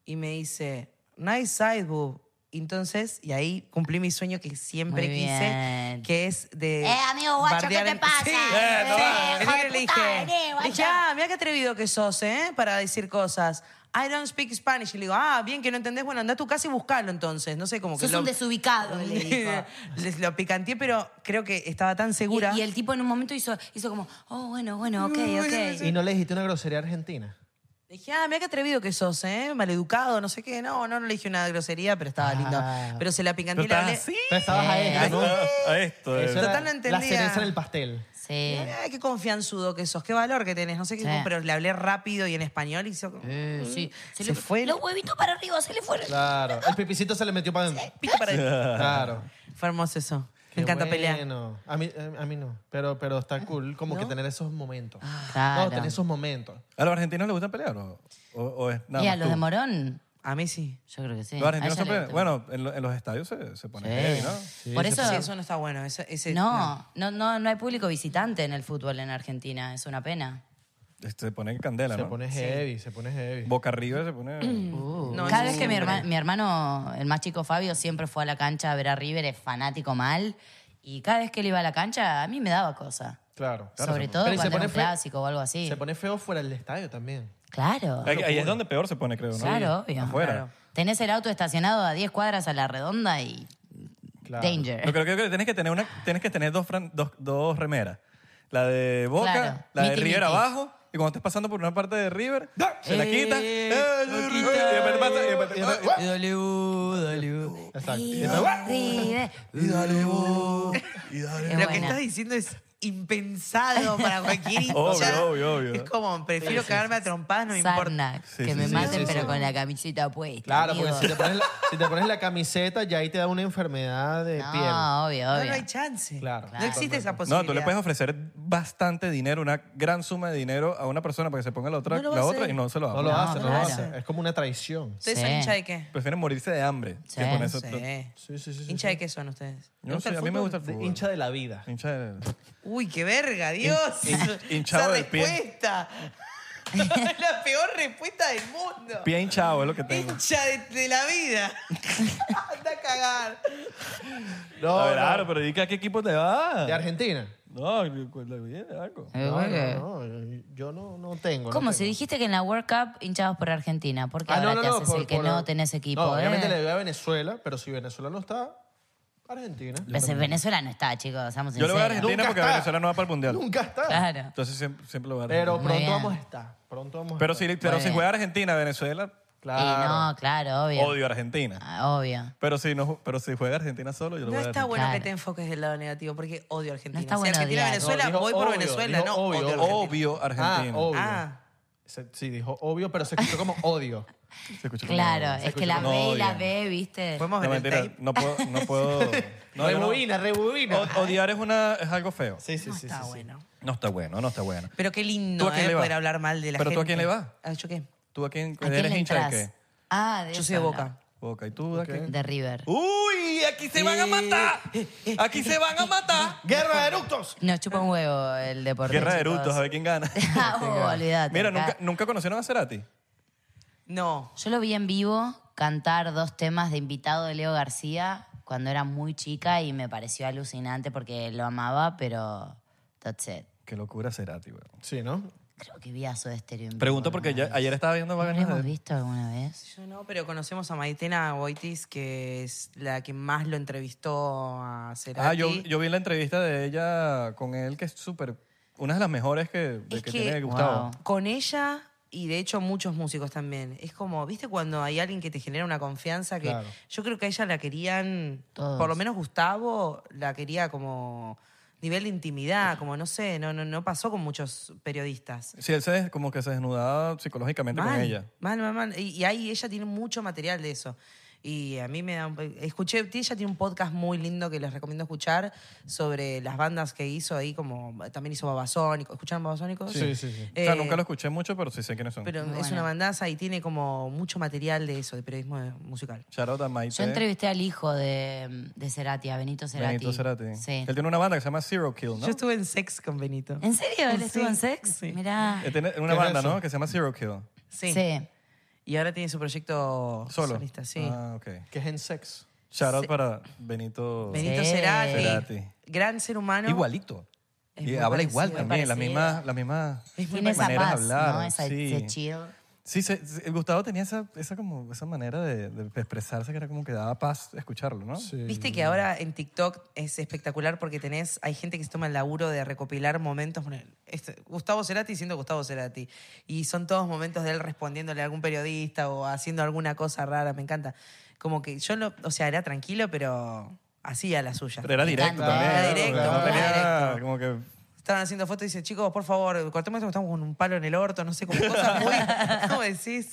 Speaker 3: Y me dice, nice side boob. Entonces, y ahí cumplí mi sueño que siempre
Speaker 6: Muy
Speaker 3: quise,
Speaker 6: bien.
Speaker 3: que es de.
Speaker 6: Eh, amigo guacho, ¿qué
Speaker 3: bardear
Speaker 6: te
Speaker 3: en-
Speaker 6: pasa?
Speaker 3: Sí,
Speaker 6: Eh,
Speaker 3: sí.
Speaker 6: no.
Speaker 3: El
Speaker 6: Hijo de
Speaker 3: negro le dije,
Speaker 6: puta, vení,
Speaker 3: le dije,
Speaker 6: guacho.
Speaker 3: ah, mira qué atrevido que sos, ¿eh? Para decir cosas. I don't speak Spanish. Y le digo, ah, bien que no entendés. Bueno, anda a tu casa y buscalo entonces. No sé cómo que
Speaker 6: Sos
Speaker 3: lo-
Speaker 6: un desubicado, le dijo.
Speaker 3: les lo picanteé, pero creo que estaba tan segura.
Speaker 6: Y, y el tipo en un momento hizo, hizo como, oh, bueno, bueno, ok, ok.
Speaker 4: Y no le dijiste una grosería argentina.
Speaker 3: Le dije, ah, mira qué atrevido que sos, ¿eh? Maleducado, no sé qué. No, no, no le dije una grosería, pero estaba lindo. Pero se la picanté y le hablé.
Speaker 4: Pero estabas a esto, ¿no?
Speaker 2: Eh, A esto.
Speaker 4: Eso
Speaker 2: eh.
Speaker 4: era
Speaker 3: Total, no entendía.
Speaker 4: La cereza en el pastel.
Speaker 6: Sí.
Speaker 3: Ay, qué confianzudo que sos, qué valor que tenés, no sé qué,
Speaker 6: Sí.
Speaker 3: pero le hablé rápido y en español y hizo como, "Mm,
Speaker 6: Eh, sí. Se,
Speaker 3: Se
Speaker 6: le
Speaker 3: fue.
Speaker 6: fue. Los huevitos para arriba, se le fueron.
Speaker 4: Claro. El pipicito se le metió para adentro.
Speaker 3: "Pito para adentro".
Speaker 4: Claro.
Speaker 3: Fue hermoso eso.
Speaker 4: Qué
Speaker 3: Me encanta pelear.
Speaker 4: bueno. A mí, eh, a mí no. Pero, pero está cool como que tener esos momentos.
Speaker 3: Ah.
Speaker 6: Claro.
Speaker 4: No, tener esos momentos.
Speaker 2: ¿A los argentinos les gusta pelear o, o, o es nada
Speaker 6: y a
Speaker 2: más
Speaker 6: los
Speaker 2: tú?
Speaker 6: de Morón,
Speaker 3: A mí sí.
Speaker 6: yo creo que sí.
Speaker 2: Los
Speaker 6: A
Speaker 2: argentinos
Speaker 6: ella
Speaker 2: se
Speaker 6: le
Speaker 2: pelean.
Speaker 6: gustó.
Speaker 2: Bueno, en, lo- en los estadios se, se pone
Speaker 6: Sí.
Speaker 2: heavy, ¿no?
Speaker 6: Por eso.
Speaker 3: Sí, eso no está bueno. Ese, ese-
Speaker 6: no, no, no, no hay público visitante en el fútbol en Argentina. Es una pena.
Speaker 2: Eh, Se pone candela,
Speaker 4: Se
Speaker 2: ¿no?
Speaker 4: pone heavy, se pone heavy.
Speaker 2: Boca arriba se
Speaker 3: Mm.
Speaker 2: pone...
Speaker 3: No,
Speaker 6: Cada vez
Speaker 3: eso
Speaker 6: que mi,
Speaker 3: Uh. siempre.
Speaker 6: herma- mi hermano, el más chico Fabio, siempre fue a la cancha a ver a River, es fanático mal. Y cada vez que él iba a la cancha, a mí me daba cosa.
Speaker 4: Claro.
Speaker 6: Sobre todo
Speaker 4: Pero y
Speaker 6: cuando
Speaker 4: se
Speaker 6: era
Speaker 4: pone
Speaker 6: un
Speaker 4: feo-
Speaker 6: clásico o algo así.
Speaker 4: Se pone feo fuera del estadio también.
Speaker 6: Claro.
Speaker 2: Ahí, ahí es donde peor se pone, creo, ¿no?
Speaker 6: Claro, obvio.
Speaker 2: Afuera.
Speaker 6: Claro. Tenés el auto estacionado a 10 cuadras a la redonda y.
Speaker 4: Claro.
Speaker 6: Danger.
Speaker 2: Lo que creo que tienes que tener una, tienes que tener dos, fran- dos, dos remeras. La de Boca,
Speaker 6: Claro.
Speaker 2: la de
Speaker 6: Miti,
Speaker 2: River
Speaker 6: miti.
Speaker 2: abajo. Y cuando estés pasando por una parte de River, ¡da! se la
Speaker 3: Eh,
Speaker 2: quita. ¡Eh,
Speaker 3: lo
Speaker 2: River!
Speaker 3: quita.
Speaker 2: Y después pasa- y después-
Speaker 4: Y después-
Speaker 2: ¡ah!
Speaker 3: Y dale, uh, dale, uh.
Speaker 4: Exacto.
Speaker 6: Y-
Speaker 4: Y entonces,
Speaker 6: River.
Speaker 3: Y dale, uh. Lo
Speaker 6: buena.
Speaker 3: que estás diciendo es impensado para cualquier hincha.
Speaker 2: Obvio, obvio, obvio.
Speaker 3: Es como, prefiero cagarme a trompadas, no me importa.
Speaker 6: Sarnak,
Speaker 2: Sí,
Speaker 6: que
Speaker 2: sí,
Speaker 6: me
Speaker 2: sí,
Speaker 6: maten,
Speaker 4: sí,
Speaker 6: pero
Speaker 4: sí.
Speaker 6: con la camiseta puesta.
Speaker 4: Claro,
Speaker 6: amigo.
Speaker 4: porque si te, pones la, si te pones la camiseta ya ahí te da una enfermedad de piel.
Speaker 6: No, obvio,
Speaker 3: No,
Speaker 6: obvio.
Speaker 3: no hay chance.
Speaker 4: Claro.
Speaker 3: No existe esa posibilidad.
Speaker 2: No, tú le puedes ofrecer bastante dinero, una gran suma de dinero a una persona para que se ponga la otra,
Speaker 3: No lo va
Speaker 2: la
Speaker 3: a
Speaker 2: otra
Speaker 3: hacer.
Speaker 2: y no se lo da.
Speaker 4: No lo
Speaker 6: No,
Speaker 4: hace, no lo
Speaker 6: claro.
Speaker 4: hace. Es como una traición.
Speaker 3: ¿Ustedes
Speaker 6: Sí.
Speaker 3: son hincha de qué?
Speaker 2: Prefieren morirse de hambre
Speaker 6: Sí.
Speaker 2: que ponerse
Speaker 3: No
Speaker 2: otro-
Speaker 3: sé.
Speaker 4: Sí, sí, sí. sí,
Speaker 3: ¿Hincha
Speaker 4: sí.
Speaker 3: de qué son ustedes?
Speaker 2: Yo no
Speaker 3: ¿Te gusta
Speaker 2: sé,
Speaker 3: el
Speaker 2: a mí me
Speaker 3: fútbol?
Speaker 2: gusta el
Speaker 4: De-
Speaker 2: fútbol.
Speaker 4: hincha de la vida.
Speaker 2: Hincha de-
Speaker 3: Uy, qué verga, Dios.
Speaker 2: hin- hinchado
Speaker 3: Esa
Speaker 2: del pie.
Speaker 3: respuesta. Es la peor respuesta del mundo.
Speaker 2: Pie hinchado es lo que tengo.
Speaker 3: Hincha de, de la vida. Anda a cagar.
Speaker 4: No,
Speaker 2: A
Speaker 4: no.
Speaker 2: ver, claro, pero ¿y a qué equipo te va? pues,
Speaker 4: ¿De Argentina?
Speaker 2: No, la vida, algo.
Speaker 6: Eh,
Speaker 4: No,
Speaker 6: porque-
Speaker 4: no, no, yo no, no tengo. no
Speaker 6: ¿Cómo?
Speaker 4: tengo.
Speaker 6: Si dijiste que en la World Cup hinchados por Argentina, ¿por qué
Speaker 4: Ah,
Speaker 6: ahora
Speaker 4: no, no,
Speaker 6: te
Speaker 4: no,
Speaker 6: haces
Speaker 4: por-
Speaker 6: el que
Speaker 4: por-
Speaker 6: no tenés equipo?
Speaker 4: No, obviamente
Speaker 6: eh?
Speaker 4: le doy a Venezuela, pero si Venezuela no está, Argentina.
Speaker 6: Pues en Venezuela no está, chicos, estamos
Speaker 2: Yo le voy
Speaker 6: sinceros.
Speaker 2: a Argentina
Speaker 4: Nunca
Speaker 2: porque
Speaker 4: está.
Speaker 2: Venezuela no va para el mundial.
Speaker 4: Nunca está.
Speaker 6: Claro.
Speaker 2: Entonces siempre, siempre lo va a
Speaker 4: Pero
Speaker 6: Muy
Speaker 4: pronto
Speaker 6: bien.
Speaker 4: vamos a estar. Pronto vamos a
Speaker 2: Pero
Speaker 4: estar.
Speaker 2: si, pero si
Speaker 6: bien.
Speaker 2: juega Argentina, Venezuela,
Speaker 6: Y
Speaker 4: Claro.
Speaker 6: no, claro, obvio.
Speaker 2: odio a Argentina.
Speaker 6: Ah, obvio.
Speaker 2: Pero si, no, pero si juega Argentina solo, yo lo
Speaker 3: No
Speaker 2: voy a
Speaker 3: está
Speaker 2: Argentina.
Speaker 3: bueno
Speaker 6: Claro.
Speaker 3: que te enfoques del lado negativo porque odio a
Speaker 6: No
Speaker 3: Argentina.
Speaker 6: está
Speaker 3: si
Speaker 6: bueno
Speaker 3: Argentina
Speaker 6: odiar.
Speaker 3: Venezuela,
Speaker 4: No, dijo
Speaker 3: voy por
Speaker 4: obvio,
Speaker 3: Venezuela.
Speaker 4: dijo
Speaker 3: No,
Speaker 4: obvio.
Speaker 3: odio a Argentina.
Speaker 4: Ah,
Speaker 2: Obvio Argentina.
Speaker 4: obvio.
Speaker 3: Ah.
Speaker 4: Se- sí, dijo obvio, pero se escuchó como odio.
Speaker 2: Se escucha como-
Speaker 6: Claro,
Speaker 2: se
Speaker 6: es que
Speaker 2: escucha
Speaker 6: la
Speaker 2: como-
Speaker 6: B y la
Speaker 2: odian.
Speaker 6: B, ¿viste?
Speaker 3: Podemos
Speaker 2: No,
Speaker 3: ver el
Speaker 2: mentira,
Speaker 3: tape.
Speaker 2: no puedo. No puedo no, yo no-
Speaker 4: rebobina, rebobina.
Speaker 2: O- odiar es, una, es algo feo.
Speaker 4: Sí, sí,
Speaker 3: No
Speaker 4: sí.
Speaker 3: está
Speaker 4: sí, sí.
Speaker 3: bueno.
Speaker 2: No está bueno, no está bueno.
Speaker 3: Pero qué
Speaker 2: ¿Tú
Speaker 3: lindo
Speaker 2: a quién
Speaker 3: eh,
Speaker 2: le vas?
Speaker 3: poder hablar mal de la
Speaker 2: ¿Pero tú a
Speaker 3: gente.
Speaker 2: quién le vas?
Speaker 3: Ah, ¿Yo qué?
Speaker 2: ¿Tú a quién,
Speaker 6: ¿A quién
Speaker 2: eres
Speaker 6: le
Speaker 2: hincha de
Speaker 6: entrás?
Speaker 2: qué?
Speaker 6: Ah, de
Speaker 3: Yo
Speaker 6: eso
Speaker 3: soy de
Speaker 6: habla.
Speaker 3: Boca.
Speaker 2: Boca, ¿y tú a qué?
Speaker 6: De River.
Speaker 2: ¡Uy! ¡Aquí se van a matar! ¡Aquí se van a matar!
Speaker 4: ¡Guerra de eructos!
Speaker 6: Nos chupa un huevo el deporte.
Speaker 2: Guerra de
Speaker 6: chicos.
Speaker 2: erutos, a ver quién gana.
Speaker 6: Ah, oh, olvídate.
Speaker 2: Mira,
Speaker 6: acá.
Speaker 2: ¿nunca, ¿nunca conocieron a Cerati?
Speaker 3: No.
Speaker 6: Yo lo vi en vivo cantar dos temas de invitado de Leo García cuando era muy chica y me pareció alucinante porque lo amaba, pero that's it.
Speaker 2: Qué locura Cerati, weón.
Speaker 4: Sí, ¿no?
Speaker 6: Creo que vi a Soda Stereo en vivo
Speaker 2: Pregunto porque
Speaker 6: alguna
Speaker 2: ya- ayer estaba viendo
Speaker 6: vez. ¿No lo
Speaker 2: vainas
Speaker 6: hemos
Speaker 2: de...
Speaker 6: visto alguna vez?
Speaker 3: Yo no, pero conocemos a Maitena Boitis, que es la que más lo entrevistó a Cerati.
Speaker 2: Ah, yo, yo vi la entrevista de ella con él, que es súper... Una de las mejores que, de
Speaker 3: Es
Speaker 2: que,
Speaker 3: que-
Speaker 2: tiene Gustavo.
Speaker 6: Wow.
Speaker 3: Con ella y de hecho muchos músicos también. Es como, ¿viste cuando hay alguien que te genera una confianza? que
Speaker 4: Claro.
Speaker 3: Yo creo que a ella la querían,
Speaker 6: Todos.
Speaker 3: por lo menos Gustavo la quería como nivel de intimidad, como no sé, no, no, no pasó con muchos periodistas.
Speaker 2: Sí, él se, des- como que se desnudaba psicológicamente con ella.
Speaker 3: Mal, mal, mal. Y, y ahí ella tiene mucho material de eso. Y a mí me da un- Escuché, ella tiene un podcast muy lindo que les recomiendo escuchar sobre las bandas que hizo ahí, como también hizo Babasónico. ¿Escucharon Babasónico?
Speaker 4: Sí, sí, sí.
Speaker 2: o sea,
Speaker 3: Eh,
Speaker 2: nunca lo escuché mucho, pero sí sé quiénes son.
Speaker 3: Pero
Speaker 6: Muy
Speaker 3: es
Speaker 6: bueno.
Speaker 3: una bandaza y tiene como mucho material de eso, de periodismo eh, musical.
Speaker 2: Shout out a Maite.
Speaker 6: Yo entrevisté al hijo de, mm, de Cerati, a Benito Cerati.
Speaker 2: Benito Cerati.
Speaker 6: Sí.
Speaker 2: Él tiene una banda que se llama Zero Kill, ¿no?
Speaker 3: Yo estuve en sex con Benito.
Speaker 6: ¿En serio? ¿Él
Speaker 3: Sí,
Speaker 6: estuvo en sex?
Speaker 3: sí.
Speaker 6: Mirá.
Speaker 2: Él tiene una
Speaker 4: ¿Qué
Speaker 2: banda,
Speaker 4: es eso?
Speaker 2: ¿no? Que se llama Zero Kill.
Speaker 3: Sí.
Speaker 6: Sí.
Speaker 3: Y ahora tiene su proyecto
Speaker 2: Solo.
Speaker 3: solista, sí.
Speaker 2: Ah, ok.
Speaker 4: Que es en sex.
Speaker 2: Shout out para Benito.
Speaker 3: Benito
Speaker 6: Sí.
Speaker 3: Cerati,
Speaker 2: Cerati.
Speaker 3: gran ser humano.
Speaker 2: Igualito.
Speaker 3: Es
Speaker 2: Y
Speaker 3: muy
Speaker 2: habla igual
Speaker 3: parecido,
Speaker 2: también, la
Speaker 6: parecido.
Speaker 2: misma, la misma
Speaker 6: Tiene esa
Speaker 2: manera de
Speaker 6: paz,
Speaker 2: hablar.
Speaker 6: ¿no? Esa,
Speaker 2: sí.
Speaker 6: Ese chill.
Speaker 2: Sí, se- se- Gustavo tenía esa, esa, como, esa manera de, de expresarse que era como que daba paz escucharlo, ¿no?
Speaker 3: Viste
Speaker 2: Eh.
Speaker 3: que ahora en TikTok es espectacular porque tenés, hay gente que se toma el laburo de recopilar momentos. bueno, este, Gustavo Cerati siendo Gustavo Cerati. Y son todos momentos de él respondiéndole a algún periodista o haciendo alguna cosa rara, me encanta. Como que yo lo, o sea, era tranquilo, pero hacía la suya.
Speaker 2: Pero era directo
Speaker 6: encanta.
Speaker 2: también.
Speaker 3: Era
Speaker 2: ¿no?
Speaker 3: directo,
Speaker 2: Porque no
Speaker 3: era
Speaker 2: tenía
Speaker 3: directo.
Speaker 2: como que...
Speaker 3: Estaban haciendo fotos y dicen, chicos, por favor, cortemos esto, que estamos con un palo en el orto, no sé, como cosas muy... ¿Cómo decís?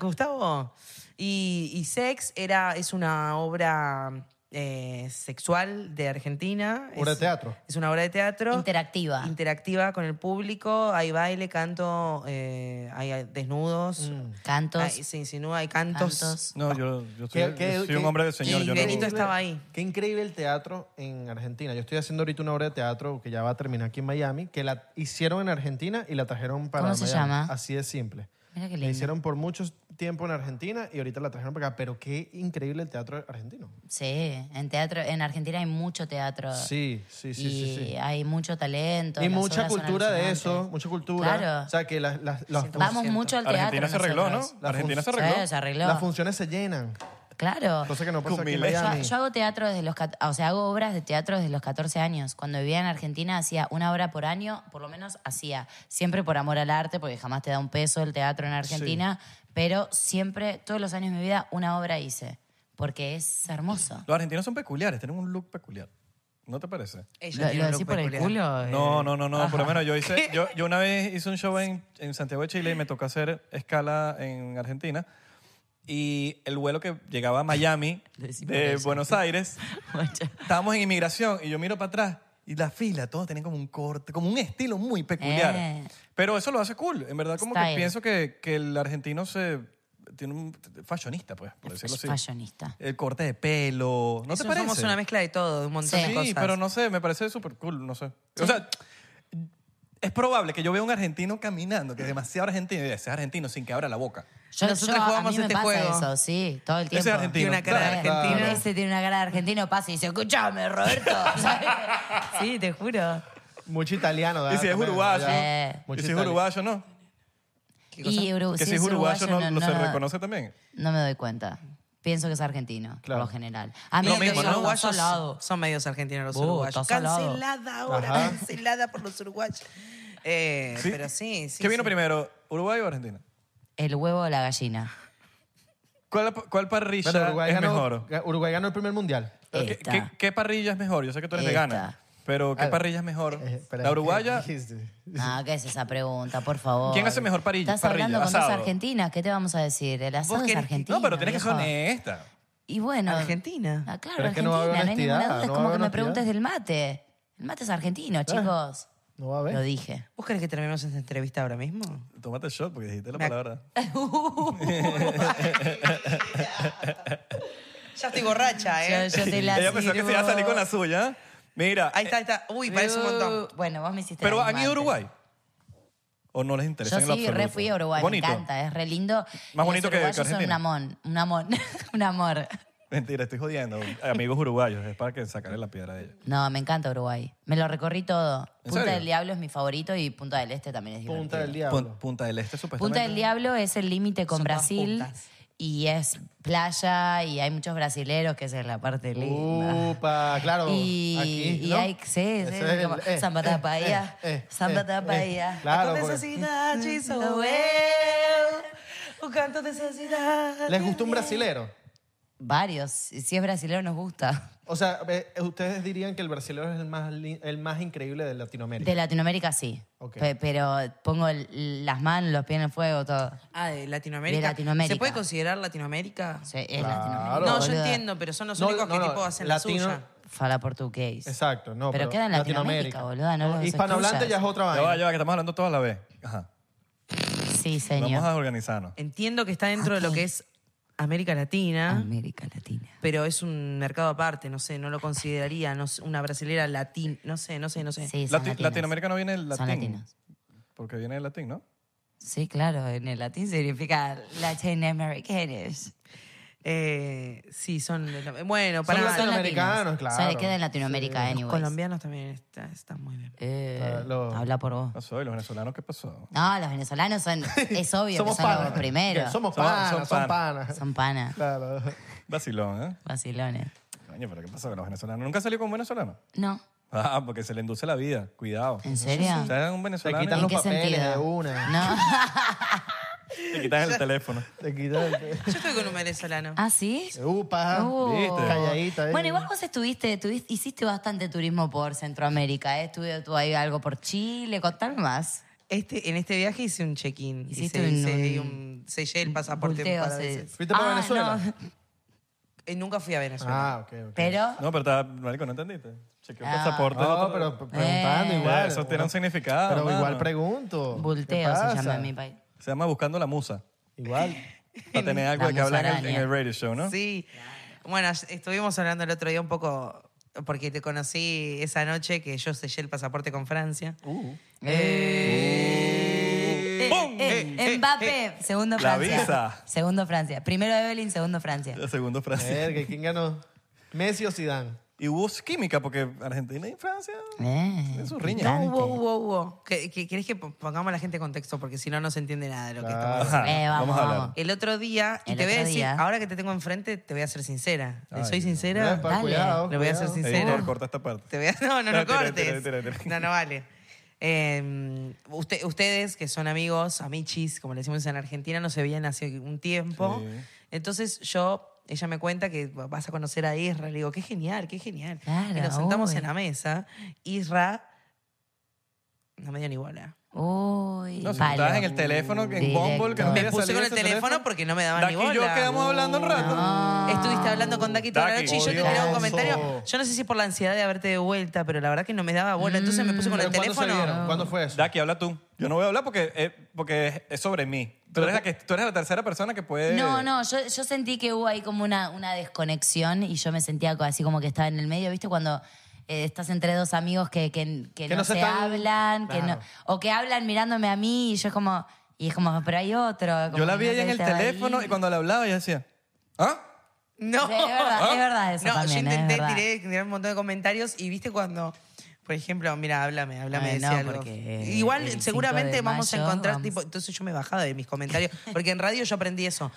Speaker 3: Gustavo. Y, y Sex era, es una obra eh, sexual de Argentina.
Speaker 4: Obra
Speaker 3: Es-
Speaker 4: de teatro.
Speaker 3: Es una obra de teatro.
Speaker 6: Interactiva.
Speaker 3: Interactiva con el público. Hay baile, canto, eh, hay desnudos.
Speaker 4: Mm.
Speaker 6: Cantos.
Speaker 3: Hay- se insinúa, hay cantos.
Speaker 6: Cantos.
Speaker 2: No, yo, yo soy,
Speaker 4: ¿Qué- qué-
Speaker 2: soy
Speaker 4: qué-
Speaker 2: un hombre de señor.
Speaker 3: y
Speaker 2: yo no-
Speaker 3: Benito estaba ahí.
Speaker 4: Qué increíble el teatro en Argentina. Yo estoy haciendo ahorita una obra de teatro que ya va a terminar aquí en Miami, que la hicieron en Argentina y la trajeron para
Speaker 6: ¿Cómo se
Speaker 4: Miami.
Speaker 6: llama?
Speaker 4: Así de simple.
Speaker 6: Mira qué
Speaker 4: La
Speaker 6: lindo.
Speaker 4: hicieron por mucho tiempo en Argentina y ahorita la trajeron para acá. Pero qué increíble el teatro argentino.
Speaker 6: Sí, en teatro, en Argentina hay mucho teatro.
Speaker 4: Sí, sí, sí,
Speaker 6: Ah. y
Speaker 4: sí, sí.
Speaker 6: hay mucho talento.
Speaker 4: Y
Speaker 6: las
Speaker 4: mucha
Speaker 6: obras son
Speaker 4: cultura de
Speaker 6: alucinantes.
Speaker 4: eso, mucha cultura.
Speaker 6: Claro.
Speaker 4: O sea, que las, las, las, fun-
Speaker 6: Vamos mucho al teatro.
Speaker 2: Argentina se arregló, ¿no?
Speaker 6: nosotros.
Speaker 4: La
Speaker 2: Argentina se
Speaker 4: función-
Speaker 2: arregló.
Speaker 6: Sí, se arregló.
Speaker 4: las funciones se llenan.
Speaker 6: Claro.
Speaker 4: Cosa que no pasa aquí en
Speaker 2: humilde.
Speaker 6: Yo,
Speaker 4: Miami.
Speaker 6: yo hago teatro desde los... cat- O sea, hago obras de teatro desde los 14 años. Cuando vivía en Argentina hacía una obra por año, por lo menos hacía. Siempre por amor al arte, porque jamás te da un peso el teatro en Argentina. Pero siempre, todos los años de mi vida, una obra hice. Porque es hermoso.
Speaker 2: Los argentinos son peculiares, tienen un look peculiar. ¿No te parece?
Speaker 3: Ella
Speaker 6: ¿Lo,
Speaker 3: tiene
Speaker 6: lo
Speaker 3: un
Speaker 6: decís
Speaker 3: look
Speaker 6: por el
Speaker 3: peculiar.
Speaker 6: culo? eh?
Speaker 2: No, no, no, no. Por lo menos yo hice. Yo, yo una vez hice un show en, en Santiago de Chile y me tocó hacer escala en Argentina. Y el vuelo que llegaba a Miami,
Speaker 6: Lo decimos
Speaker 2: de
Speaker 6: eso.
Speaker 2: Buenos Aires,
Speaker 6: Guacha.
Speaker 2: estábamos en inmigración y yo miro para atrás y la fila, todos tenían como un corte, como un estilo muy peculiar.
Speaker 6: Eh.
Speaker 2: Pero eso lo hace cool. En verdad, como que
Speaker 6: Style.
Speaker 2: pienso que, que el argentino se. tiene un. fashionista, pues, por decirlo así.
Speaker 6: Fashionista.
Speaker 2: El corte de pelo. ¿No
Speaker 3: Eso
Speaker 2: te parece?
Speaker 3: Somos una mezcla de todo, de un montón
Speaker 6: Sí.
Speaker 3: de
Speaker 2: Sí,
Speaker 3: cosas.
Speaker 2: pero no sé, me parece súper cool, no sé. O sea, es probable que yo vea un argentino caminando, que es demasiado argentino, y diga, ese es argentino sin que abra la boca.
Speaker 6: Yo,
Speaker 3: Nosotros
Speaker 6: yo-
Speaker 3: jugamos
Speaker 6: a mí me
Speaker 3: este
Speaker 6: pasa
Speaker 3: juego.
Speaker 6: eso, sí, todo el
Speaker 2: Ese es
Speaker 6: tiempo.
Speaker 2: argentino. Tiene
Speaker 3: una cara de
Speaker 6: Claro.
Speaker 3: argentino.
Speaker 6: Ese tiene una cara de argentino, pasa y dice, escúchame, Roberto. ¿sabes? sí, te juro.
Speaker 4: Mucho italiano. ¿verdad?
Speaker 2: Y si es
Speaker 4: También,
Speaker 2: uruguayo,
Speaker 4: allá.
Speaker 6: Sí.
Speaker 2: Y
Speaker 4: Mucho
Speaker 2: si es
Speaker 4: italiano.
Speaker 2: uruguayo, ¿no?
Speaker 6: Y Uru-
Speaker 2: que si es uruguayo, no, lo se reconoce también.
Speaker 6: No me doy cuenta. Pienso que es argentino,
Speaker 4: Claro.
Speaker 6: por lo general. A mí
Speaker 3: Mira
Speaker 6: me
Speaker 3: que
Speaker 2: mismo,
Speaker 3: los
Speaker 2: ¿no?
Speaker 3: uruguayos
Speaker 6: salado.
Speaker 3: son medios argentinos los
Speaker 6: Oh,
Speaker 3: uruguayos.
Speaker 6: está salado.
Speaker 3: Cancelada ahora,
Speaker 4: Ajá.
Speaker 3: cancelada por los uruguayos. Eh,
Speaker 2: Sí.
Speaker 3: Pero sí, sí.
Speaker 2: ¿Qué vino
Speaker 3: sí.
Speaker 2: primero, Uruguay o Argentina?
Speaker 6: El huevo o la gallina.
Speaker 2: ¿Cuál, cuál parrilla
Speaker 4: Bueno, Uruguay,
Speaker 2: es
Speaker 4: ganó,
Speaker 2: mejor?
Speaker 4: ga- Uruguay ganó el primer mundial.
Speaker 2: Pero ¿Qué,
Speaker 6: Esta.
Speaker 2: qué- qué parrilla es mejor? Yo sé que tú eres
Speaker 6: Esta.
Speaker 2: vegana, pero ¿qué
Speaker 4: Ah,
Speaker 2: parrilla es mejor?
Speaker 4: Eh, espera,
Speaker 2: ¿La uruguaya?
Speaker 4: ¿qué dijiste?
Speaker 6: Ah, ¿qué es esa pregunta? Por favor.
Speaker 2: ¿Quién hace mejor parilla-
Speaker 6: Estás
Speaker 2: parrilla,
Speaker 6: hablando con
Speaker 2: asado?
Speaker 6: dos argentinas. ¿Qué te vamos a decir? El asado es
Speaker 3: querés-
Speaker 6: argentino.
Speaker 2: No, pero tienes que ¿eh? ser
Speaker 6: viejo.
Speaker 2: honesta.
Speaker 6: Y bueno.
Speaker 3: Argentina.
Speaker 6: Ah, claro,
Speaker 4: Pero es que no
Speaker 6: Argentina.
Speaker 4: va a
Speaker 6: no,
Speaker 4: haber
Speaker 6: hay ninguna
Speaker 4: honestidad,
Speaker 6: duda. Es
Speaker 4: no va a
Speaker 6: como que
Speaker 4: haber
Speaker 6: me
Speaker 4: honestidad.
Speaker 6: preguntes
Speaker 4: Ah.
Speaker 6: del mate. El mate es argentino, chicos.
Speaker 4: No va a
Speaker 6: Lo
Speaker 4: haber.
Speaker 6: dije.
Speaker 3: ¿Vos querés que terminemos esta entrevista ahora mismo?
Speaker 2: Tómate el shot porque dijiste la
Speaker 3: Me ac-
Speaker 2: palabra.
Speaker 3: Ya estoy borracha, ¿eh?
Speaker 6: Yo- yo te la
Speaker 2: Ella pensó que se iba a salir con la suya. Mira,
Speaker 3: Ahí está, ahí está. Uy, parece un montón.
Speaker 6: Bueno, vos me hiciste.
Speaker 2: Pero
Speaker 6: la
Speaker 2: han ido a
Speaker 6: misma antes.
Speaker 2: Uruguay. ¿O no les interesa
Speaker 6: Yo
Speaker 2: en lo
Speaker 6: sí,
Speaker 2: absoluto?
Speaker 6: re fui a Uruguay,
Speaker 2: Bonito.
Speaker 6: me encanta, es re lindo. Y
Speaker 2: bonito
Speaker 6: los
Speaker 2: que- que
Speaker 6: uruguayos son un
Speaker 2: Argentina.
Speaker 6: amón, un amón, un amor.
Speaker 2: Mentira, estoy jodiendo. Amigos uruguayos, es para que sacarle la piedra de ellos.
Speaker 6: No, me encanta Uruguay. Me lo recorrí todo.
Speaker 2: ¿En
Speaker 6: Punta
Speaker 2: serio?
Speaker 6: del Diablo es mi favorito y Punta del Este también es divertido.
Speaker 4: Punta del
Speaker 2: Pun-
Speaker 4: diablo.
Speaker 2: Punta del Este, supuestamente.
Speaker 6: Punta del Diablo es el límite con
Speaker 3: Son todas
Speaker 6: Brasil
Speaker 3: puntas.
Speaker 6: y es playa y hay muchos brasileros que esa es la parte linda.
Speaker 4: Upa, claro.
Speaker 6: y
Speaker 4: aquí,
Speaker 6: y
Speaker 4: ¿no?
Speaker 6: hay, sí, sí,
Speaker 4: Ese es
Speaker 6: es como
Speaker 4: el- eh,
Speaker 6: Samba
Speaker 4: eh,
Speaker 6: Tapaía,
Speaker 4: eh, eh,
Speaker 6: Samba
Speaker 4: eh,
Speaker 6: Tapaía.
Speaker 4: eh, Claro,
Speaker 3: Canto de
Speaker 4: porque- Mm,
Speaker 3: necesidad, chizo, eu. Un canto de necesidad.
Speaker 4: ¿Les gustó un brasilero?
Speaker 6: Varios, si es brasilero nos gusta.
Speaker 4: O sea, eh, ustedes dirían que el brasilero es el más, li- el más increíble de Latinoamérica.
Speaker 6: De Latinoamérica sí.
Speaker 4: Ok.
Speaker 6: Pe- pero pongo el- las manos, los pies en el fuego, todo.
Speaker 3: Ah, de Latinoamérica.
Speaker 6: De Latinoamérica.
Speaker 3: ¿Se puede considerar Latinoamérica?
Speaker 6: Sí, es
Speaker 4: Claro.
Speaker 6: Latinoamérica.
Speaker 3: No, yo
Speaker 6: boluda.
Speaker 3: entiendo, pero son los
Speaker 4: No,
Speaker 3: únicos
Speaker 4: no,
Speaker 3: que
Speaker 4: no,
Speaker 3: tipo hacen
Speaker 4: latino-
Speaker 3: la suya.
Speaker 6: Fala portugués.
Speaker 4: Exacto, no.
Speaker 6: Pero
Speaker 4: Pero,
Speaker 6: queda en Latinoamérica, boluda, Ah, no lo construyas.
Speaker 4: Ah, Hispanohablante ya es otra
Speaker 2: Ya va,
Speaker 4: vaina.
Speaker 2: ya va, que estamos hablando todas a la vez. Ajá.
Speaker 6: Sí,
Speaker 2: Vamos
Speaker 6: señor.
Speaker 2: a organizarnos.
Speaker 3: Entiendo que está dentro de lo que es América
Speaker 6: Ah,
Speaker 3: Latina,
Speaker 6: América Latina.
Speaker 3: pero es un mercado aparte, no sé, no lo consideraría no sé, una brasilera latina, no sé, no sé, no sé.
Speaker 6: Sí, son
Speaker 2: Lati-
Speaker 6: latinos.
Speaker 2: Latinoamérica no viene el latín.
Speaker 6: Son latinos.
Speaker 2: Porque viene el latín, ¿no?
Speaker 6: Sí, claro, en el latín significa Latin Americanos.
Speaker 3: Eh, sí, son. de la- Bueno, para.
Speaker 4: los latinoamericanos,
Speaker 6: latinos.
Speaker 4: claro.
Speaker 6: O sea, queda en Latinoamérica,
Speaker 4: Sí.
Speaker 6: anyways.
Speaker 3: colombianos también está- están muy bien.
Speaker 6: Eh,
Speaker 4: Ah, lo-
Speaker 6: Habla por vos.
Speaker 2: ¿Qué pasó? ¿Y los venezolanos qué pasó?
Speaker 6: No, los venezolanos son. Es obvio que
Speaker 4: Somos
Speaker 6: son los
Speaker 4: panas.
Speaker 6: primeros.
Speaker 4: Somos
Speaker 2: Somos-
Speaker 4: panas,
Speaker 2: son
Speaker 4: son
Speaker 2: panas.
Speaker 4: panas.
Speaker 6: Son panas.
Speaker 4: Claro.
Speaker 2: Vacilón, ¿eh?
Speaker 6: Vacilones.
Speaker 2: Coño, pero ¿qué pasó con los venezolanos? ¿Nunca salió con un venezolano?
Speaker 6: No.
Speaker 2: Ah, porque se le induce la vida. Cuidado.
Speaker 6: ¿En serio?
Speaker 2: O sea, un
Speaker 4: Te
Speaker 2: venezolano
Speaker 4: quitan
Speaker 6: ¿En
Speaker 4: los
Speaker 6: qué
Speaker 4: papeles uh.
Speaker 6: sentido?
Speaker 4: de una.
Speaker 6: No.
Speaker 2: te quitan el teléfono.
Speaker 4: Te quitan el...
Speaker 3: Yo estoy con un venezolano.
Speaker 6: ¿Ah, sí?
Speaker 4: Upa.
Speaker 6: Oh.
Speaker 2: ¿viste?
Speaker 4: Calladita. eh.
Speaker 6: Bueno, igual vos estuviste, tuviste- hiciste bastante turismo por Centroamérica, ¿eh? Estuve tú ahí algo por Chile, contame más.
Speaker 3: Este, en este viaje hice un check-in.
Speaker 6: Hiciste
Speaker 3: Hice-
Speaker 6: un- eh,
Speaker 3: hice- y un- sellé el pasaporte un
Speaker 6: Volteo,
Speaker 3: par de
Speaker 6: sí.
Speaker 3: veces.
Speaker 4: ¿Fuiste para
Speaker 6: Ah,
Speaker 4: Venezuela?
Speaker 6: no.
Speaker 3: Eh, nunca fui a Venezuela.
Speaker 4: Ah, ok, ok.
Speaker 6: Pero,
Speaker 2: No, pero estaba, marico, ¿no entendiste? Chequeó el
Speaker 6: Ah.
Speaker 2: pasaporte. del
Speaker 4: No,
Speaker 2: otro
Speaker 4: pero
Speaker 2: lado.
Speaker 4: pre- preguntando
Speaker 6: Eh.
Speaker 4: igual.
Speaker 2: Eso tiene un significado,
Speaker 4: Pero
Speaker 2: mano.
Speaker 4: igual pregunto. ¿Qué
Speaker 6: volteo se
Speaker 4: pasa?
Speaker 6: llama en mi país.
Speaker 2: Se llama Buscando la Musa.
Speaker 4: Igual.
Speaker 2: Para tener algo
Speaker 6: La
Speaker 2: de que hablar en el,
Speaker 6: musaraña.
Speaker 2: en el radio show, ¿no?
Speaker 3: Sí. Bueno, as- estuvimos hablando el otro día un poco porque te conocí esa noche que yo sellé el pasaporte con Francia.
Speaker 4: Uh.
Speaker 6: Eh, eh, Mbappé, segundo
Speaker 2: La
Speaker 6: Francia.
Speaker 2: visa.
Speaker 6: Segundo Francia. Primero Evelyn, segundo Francia.
Speaker 2: El segundo frase.
Speaker 4: Verga, ¿quién ganó? ¿Messi o Zidane?
Speaker 2: Y hubo química porque Argentina y Francia
Speaker 6: Eh.
Speaker 2: en sus riñas.
Speaker 3: No, hubo, hubo, hubo. ¿Qué- qué- ¿Querés que po- pongamos a la gente en contexto? Porque si no, no se entiende nada de lo que
Speaker 4: Claro.
Speaker 3: estamos
Speaker 2: Ajá,
Speaker 6: Eh, vamos,
Speaker 2: vamos a hablar.
Speaker 6: vamos.
Speaker 3: El otro día, y
Speaker 6: El
Speaker 3: te voy a
Speaker 6: otro
Speaker 3: decir,
Speaker 6: día.
Speaker 3: ahora que te tengo enfrente, te voy a ser sincera. ¿Le soy sincera?
Speaker 4: Epa,
Speaker 6: dale.
Speaker 4: cuidado,
Speaker 3: Le voy a ser
Speaker 4: cuidado.
Speaker 3: sincero.
Speaker 2: Editor,
Speaker 3: Cero.
Speaker 2: corta esta parte.
Speaker 3: Te voy a- no, no, no,
Speaker 2: No, tira,
Speaker 3: cortes.
Speaker 2: tira, tira, tira.
Speaker 3: No, no vale. Eh, usted- ustedes que son amigos, amichis, como le decimos en Argentina, no se veían hace un tiempo.
Speaker 2: Sí.
Speaker 3: Entonces yo, ella me cuenta que vas a conocer a Isra. Le digo, qué genial, qué genial.
Speaker 6: Claro,
Speaker 3: y nos sentamos
Speaker 6: obvio.
Speaker 3: en la mesa. Isra no me dio ni bola.
Speaker 6: Uy,
Speaker 2: No, si
Speaker 6: palo.
Speaker 2: estabas en el teléfono, que en
Speaker 6: Directo.
Speaker 2: Bumble, que no
Speaker 3: Me
Speaker 2: querías
Speaker 3: puse
Speaker 2: salir
Speaker 3: con
Speaker 2: de
Speaker 3: el
Speaker 2: ese
Speaker 3: teléfono porque no me daban
Speaker 2: Daki
Speaker 3: ni bola.
Speaker 2: y yo quedamos hablando un rato.
Speaker 3: Estuviste hablando con Daki toda la
Speaker 2: Daki.
Speaker 3: noche y yo te
Speaker 4: Odioso.
Speaker 3: tiraba un comentario. Yo no sé si por la ansiedad de haberte de vuelta, pero la verdad que no me daba bola. Entonces me puse con
Speaker 4: ¿Pero
Speaker 3: el
Speaker 4: ¿Cuándo se
Speaker 3: teléfono.
Speaker 4: vieron? ¿Cuándo fue eso?
Speaker 2: Daki, habla tú. Yo no voy a hablar porque es, porque es, es sobre mí. Tú eres, la que, tú eres la tercera persona que puede...
Speaker 6: No, no, yo, yo sentí que hubo ahí como una, una desconexión y yo me sentía co- así como que estaba en el medio, ¿viste? Cuando eh, estás entre dos amigos que, que- que
Speaker 4: Que
Speaker 6: no,
Speaker 4: no se
Speaker 6: se
Speaker 4: están-
Speaker 6: hablan, que no,
Speaker 4: Claro.
Speaker 6: o que hablan mirándome a mí y yo es como, y es como, pero hay otro. como
Speaker 2: Yo la
Speaker 6: que
Speaker 2: vi
Speaker 6: no
Speaker 2: ella en
Speaker 6: sé,
Speaker 2: el
Speaker 6: estaba ahí.
Speaker 2: teléfono y cuando le hablaba ella decía, ¿ah?
Speaker 3: No, ¿Ah?
Speaker 6: Sí, es verdad, es verdad eso
Speaker 3: No,
Speaker 6: también,
Speaker 3: yo
Speaker 6: es
Speaker 3: intenté,
Speaker 6: verdad.
Speaker 3: tiré, tiré un montón de comentarios y viste cuando, por ejemplo, mira, háblame, háblame,
Speaker 6: Ay,
Speaker 3: decía
Speaker 6: no,
Speaker 3: algo.
Speaker 6: porque, eh, el
Speaker 3: Igual
Speaker 6: cinco
Speaker 3: seguramente
Speaker 6: de
Speaker 3: vamos a
Speaker 6: mayo
Speaker 3: encontrar
Speaker 6: vamos-
Speaker 3: tipo, entonces yo me bajaba de mis comentarios, porque en radio yo aprendí eso.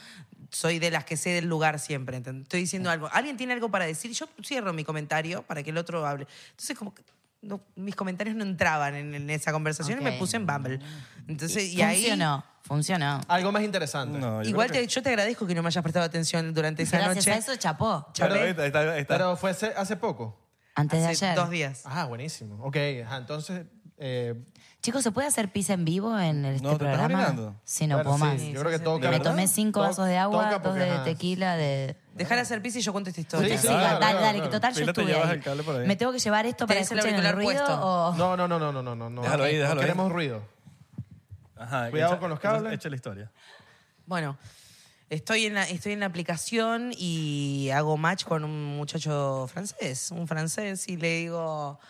Speaker 3: Soy de las que sé del lugar siempre, ¿entendés? estoy
Speaker 6: Ah.
Speaker 3: diciendo algo. Alguien tiene algo para decir, yo cierro mi comentario para que el otro hable. Entonces como que no- mis comentarios no entraban en, en esa conversación y
Speaker 6: Ok.
Speaker 3: me puse en Bumble. Entonces, y, ahí
Speaker 6: funcionó, funcionó.
Speaker 4: Algo más interesante.
Speaker 2: No, yo
Speaker 3: igual
Speaker 2: creo
Speaker 3: te- yo te agradezco que no me hayas prestado atención durante esa
Speaker 6: Gracias
Speaker 3: noche.
Speaker 6: a eso chapó,
Speaker 2: Pero,
Speaker 3: Chapé.
Speaker 2: ahí está, ahí está, ahí está.
Speaker 4: Pero fue hace, hace poco.
Speaker 6: antes
Speaker 3: Hace
Speaker 6: de ayer.
Speaker 3: dos días.
Speaker 4: Ah, buenísimo. Ok, ajá, entonces... eh,
Speaker 6: Chicos, ¿se puede hacer pis en vivo en el, este
Speaker 2: No, ¿te estás
Speaker 6: programa?
Speaker 2: orinando?
Speaker 6: Sí, no
Speaker 4: bueno,
Speaker 6: puedo
Speaker 4: sí,
Speaker 6: más.
Speaker 4: Yo creo que toca.
Speaker 6: Me
Speaker 2: ¿verdad?
Speaker 6: tomé cinco
Speaker 4: To-
Speaker 6: vasos de agua,
Speaker 4: toca
Speaker 6: dos
Speaker 4: porque,
Speaker 6: de
Speaker 4: ajá.
Speaker 6: tequila, de...
Speaker 3: Dejar hacer pis y yo cuento esta historia.
Speaker 6: Sí,
Speaker 4: Sí,
Speaker 6: sí, dale,
Speaker 4: claro, claro,
Speaker 6: dale, que
Speaker 4: claro.
Speaker 6: total yo
Speaker 2: Fila te
Speaker 6: estuve
Speaker 2: llevas
Speaker 6: ahí.
Speaker 2: el cable por ahí.
Speaker 6: ¿Me tengo que llevar esto para
Speaker 3: Tenés el
Speaker 6: escuchar el,
Speaker 3: auricular
Speaker 6: ruido
Speaker 3: puesto.
Speaker 6: o...?
Speaker 4: No, no, no, no, no, no, no, no.
Speaker 2: Déjalo ahí, déjalo ahí.
Speaker 4: Queremos ruido.
Speaker 2: Ajá,
Speaker 4: Cuidado con los cables.
Speaker 2: entonces, Ah, Echa la historia.
Speaker 3: Bueno, estoy en, la, estoy en la aplicación y hago match con un muchacho francés, un francés, y le digo,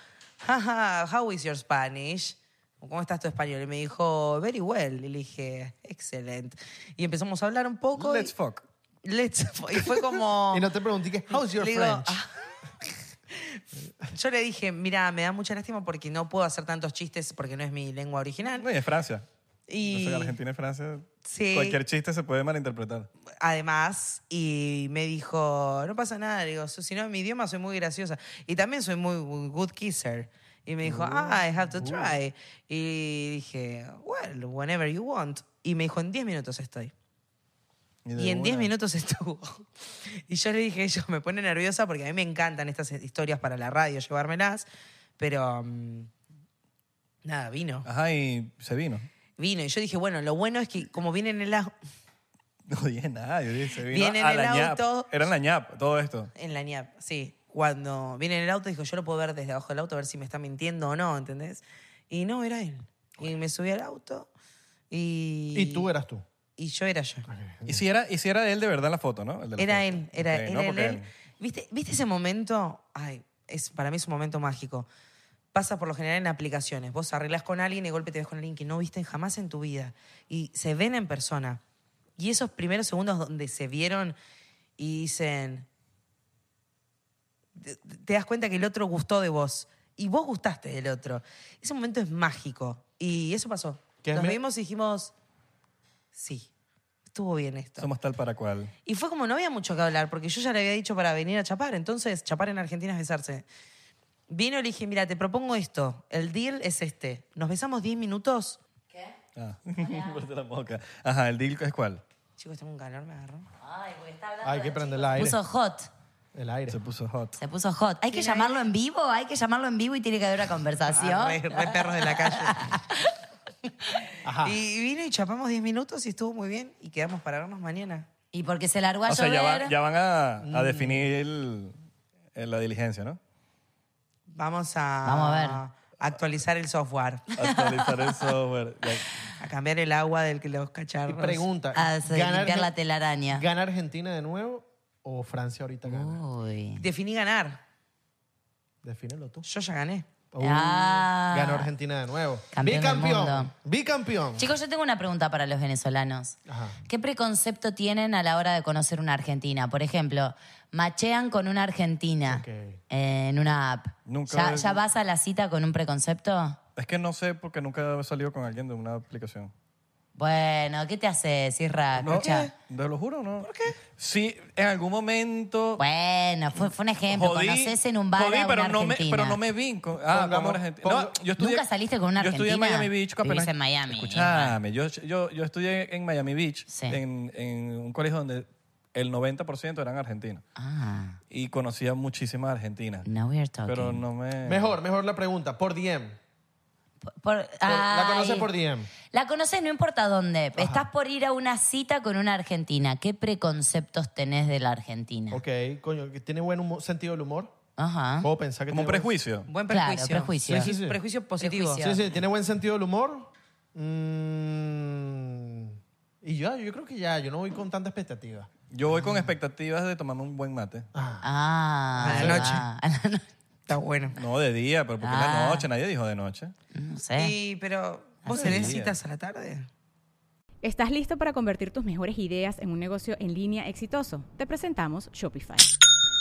Speaker 3: jaja, how is your Spanish? ¿Cómo estás tu español? Y me dijo, very well. Y le dije, excellent. Y empezamos a hablar un poco.
Speaker 2: Let's
Speaker 3: y,
Speaker 2: fuck.
Speaker 3: Let's fuck. Y fue como...
Speaker 4: Y no te pregunté que, how's your
Speaker 3: Le digo,
Speaker 4: French?
Speaker 3: "Ah". Yo le dije, mira, me da mucha lástima porque no puedo hacer tantos chistes porque no es mi lengua original.
Speaker 2: No, y es Francia.
Speaker 3: Y
Speaker 2: Entonces, Argentina y Francia,
Speaker 3: Sí.
Speaker 2: cualquier chiste se puede malinterpretar.
Speaker 3: además, y me dijo, no pasa nada, le digo, si no es mi idioma soy muy graciosa. Y también soy muy good kisser. Y me dijo, ah, I
Speaker 2: Uh.
Speaker 3: have to try. Y dije, well, whenever you want. Y me dijo, en 10 minutos estoy.
Speaker 2: de
Speaker 3: Y en
Speaker 2: una.
Speaker 3: 10 minutos estuvo. Y yo le dije, yo me pone nerviosa porque a mí me encantan estas historias para la radio, llevármelas, pero mm, nada, vino.
Speaker 2: Ajá, y se vino.
Speaker 3: Vino. Y yo dije, bueno, lo bueno es que como viene en el, au-
Speaker 2: No dije nada, yo dije, se vino
Speaker 3: Viene en
Speaker 2: a
Speaker 3: el
Speaker 2: la ñap.
Speaker 3: auto.
Speaker 2: Era en la ñap, todo esto.
Speaker 3: en la ñap, sí, cuando viene en el auto, dijo, yo lo puedo ver desde abajo del auto, a ver si me está mintiendo o no, ¿entendés? Y no, era él. Y me subí al auto y...
Speaker 4: Y tú eras tú.
Speaker 3: Y yo era yo.
Speaker 2: Y si era, y si era él de verdad en la foto, ¿no? El de la
Speaker 3: Era
Speaker 2: foto.
Speaker 3: él, era,
Speaker 2: Ok,
Speaker 3: era
Speaker 2: ¿no?
Speaker 3: él,
Speaker 2: Porque
Speaker 3: él. ¿Viste, ¿Viste ese momento? Ay, es, para mí es un momento mágico. Pasa por lo general en aplicaciones. Vos arreglas con alguien y de golpe te ves con alguien que no viste jamás en tu vida. Y se ven en persona. Y esos primeros segundos donde se vieron y dicen, te- te das cuenta que el otro gustó de vos y vos gustaste del otro. Ese momento es mágico y eso pasó.
Speaker 4: Que es
Speaker 3: Nos
Speaker 4: me-
Speaker 3: vimos y dijimos, sí, estuvo bien esto.
Speaker 2: Somos tal para cual.
Speaker 3: Y fue como no había mucho que hablar, porque yo ya le había dicho para venir a chapar. Entonces, chapar en Argentina es besarse. Vino y le dije, mira, te propongo esto. El deal es este. Nos besamos 10 minutos.
Speaker 2: Ah. Por la boca. Ajá, el deal es cuál.
Speaker 3: Chicos, tengo un calor, me agarró.
Speaker 6: Ay, porque está hablando
Speaker 4: Hay que
Speaker 6: de
Speaker 4: prender el
Speaker 6: chicos.
Speaker 4: aire.
Speaker 6: Puso hot.
Speaker 4: El aire.
Speaker 2: Se puso hot.
Speaker 6: Se puso hot. Hay que llamarlo en vivo, hay que llamarlo en vivo y tiene que haber una
Speaker 3: Ah,
Speaker 6: conversación.
Speaker 3: re, re perros de la calle.
Speaker 4: Ajá.
Speaker 3: Y vino y chapamos 10 minutos y estuvo muy bien. Y quedamos para vernos mañana.
Speaker 6: Y porque se largó a
Speaker 2: O sea,
Speaker 6: llover.
Speaker 2: ya, van- ya van a, a definir el- el- la diligencia, ¿no?
Speaker 3: Vamos a,
Speaker 6: Vamos a ver.
Speaker 3: actualizar el software,
Speaker 2: Actualizar el software. Ya.
Speaker 3: a cambiar el agua del que los
Speaker 4: Y
Speaker 3: cacharros.
Speaker 4: pregunta.
Speaker 6: a se-
Speaker 4: ¿gana
Speaker 6: ah, limpiar
Speaker 4: Argen-
Speaker 6: la telaraña.
Speaker 4: ¿Gana Argentina de nuevo o Francia ahorita gana?
Speaker 6: Uy.
Speaker 3: Definí ganar.
Speaker 4: Defínelo tú.
Speaker 3: Yo ya gané.
Speaker 4: Uh,
Speaker 6: Ah.
Speaker 4: Ganó Argentina de nuevo.
Speaker 6: Campeón del
Speaker 4: Bicampeón.
Speaker 6: mundo.
Speaker 4: Bicampeón.
Speaker 6: Chicos, yo tengo una pregunta para los venezolanos.
Speaker 4: Ajá.
Speaker 6: ¿Qué preconcepto tienen a la hora de conocer una argentina? Por ejemplo, machean con una argentina
Speaker 4: Ok.
Speaker 6: en una app.
Speaker 2: Nunca
Speaker 6: ¿Ya,
Speaker 2: he-
Speaker 6: ya vas a la cita con un preconcepto?
Speaker 2: Es que no sé porque nunca he salido con alguien de una aplicación.
Speaker 6: Bueno, ¿qué te haces, Isra?
Speaker 2: No,
Speaker 6: Escucha.
Speaker 2: Te lo juro, ¿no? ¿Por qué? Sí, en algún momento.
Speaker 6: Bueno, fue, fue un ejemplo.
Speaker 2: jodí,
Speaker 6: Conoces en un bar
Speaker 2: jodí,
Speaker 6: a una
Speaker 2: pero, no me,
Speaker 6: argentina.
Speaker 2: pero no me vi. con- ah,
Speaker 4: Pongamos-
Speaker 2: como argentino.
Speaker 4: ponga-
Speaker 2: No, yo estudié-
Speaker 6: ¿Nunca saliste con una
Speaker 2: Yo estudié en
Speaker 6: argentina?
Speaker 2: Miami Beach.
Speaker 6: Vivís
Speaker 2: apenas-
Speaker 6: en Miami,
Speaker 2: Escuchame, yo, yo, yo estudié en Miami Beach,
Speaker 6: Sí.
Speaker 2: en, en un colegio donde el 90% eran argentinos.
Speaker 6: Ah,
Speaker 2: Y conocía muchísimas argentinas.
Speaker 6: now we are talking.
Speaker 2: Pero no me...
Speaker 4: Mejor, mejor la pregunta. Por DM.
Speaker 6: Por- por-
Speaker 4: Por- la conoces
Speaker 6: ay.
Speaker 4: por DM.
Speaker 6: La conoces no importa dónde. Estás por ir a una cita con una argentina. ¿Qué preconceptos tenés de la Argentina?
Speaker 4: Ok, coño, que tiene buen humo- sentido del humor.
Speaker 6: Ajá.
Speaker 4: Puedo pensar que
Speaker 2: Como un
Speaker 4: tiene buen-
Speaker 2: prejuicio.
Speaker 3: Buen
Speaker 6: Claro,
Speaker 3: prejuicio.
Speaker 6: prejuicio.
Speaker 4: Sí, sí, sí.
Speaker 3: Prejuicio positivo.
Speaker 6: Prejuicio.
Speaker 4: Sí, sí, tiene buen sentido del humor. Mm, y ya, yo creo que ya, yo no voy con tanta expectativa.
Speaker 2: Yo voy con expectativas de tomarme un buen mate.
Speaker 6: Ah,
Speaker 3: A la noche.
Speaker 6: ah, a la no-
Speaker 3: Está bueno.
Speaker 2: No de día, pero porque en la
Speaker 6: Ah. Mm,
Speaker 2: noche, nadie dijo de noche.
Speaker 6: no sé. Ah,
Speaker 3: Y, pero, ¿vos
Speaker 2: Sí.
Speaker 3: tenés citas a la tarde?
Speaker 9: ¿Estás listo para convertir tus mejores ideas en un negocio en línea exitoso? Te presentamos Shopify.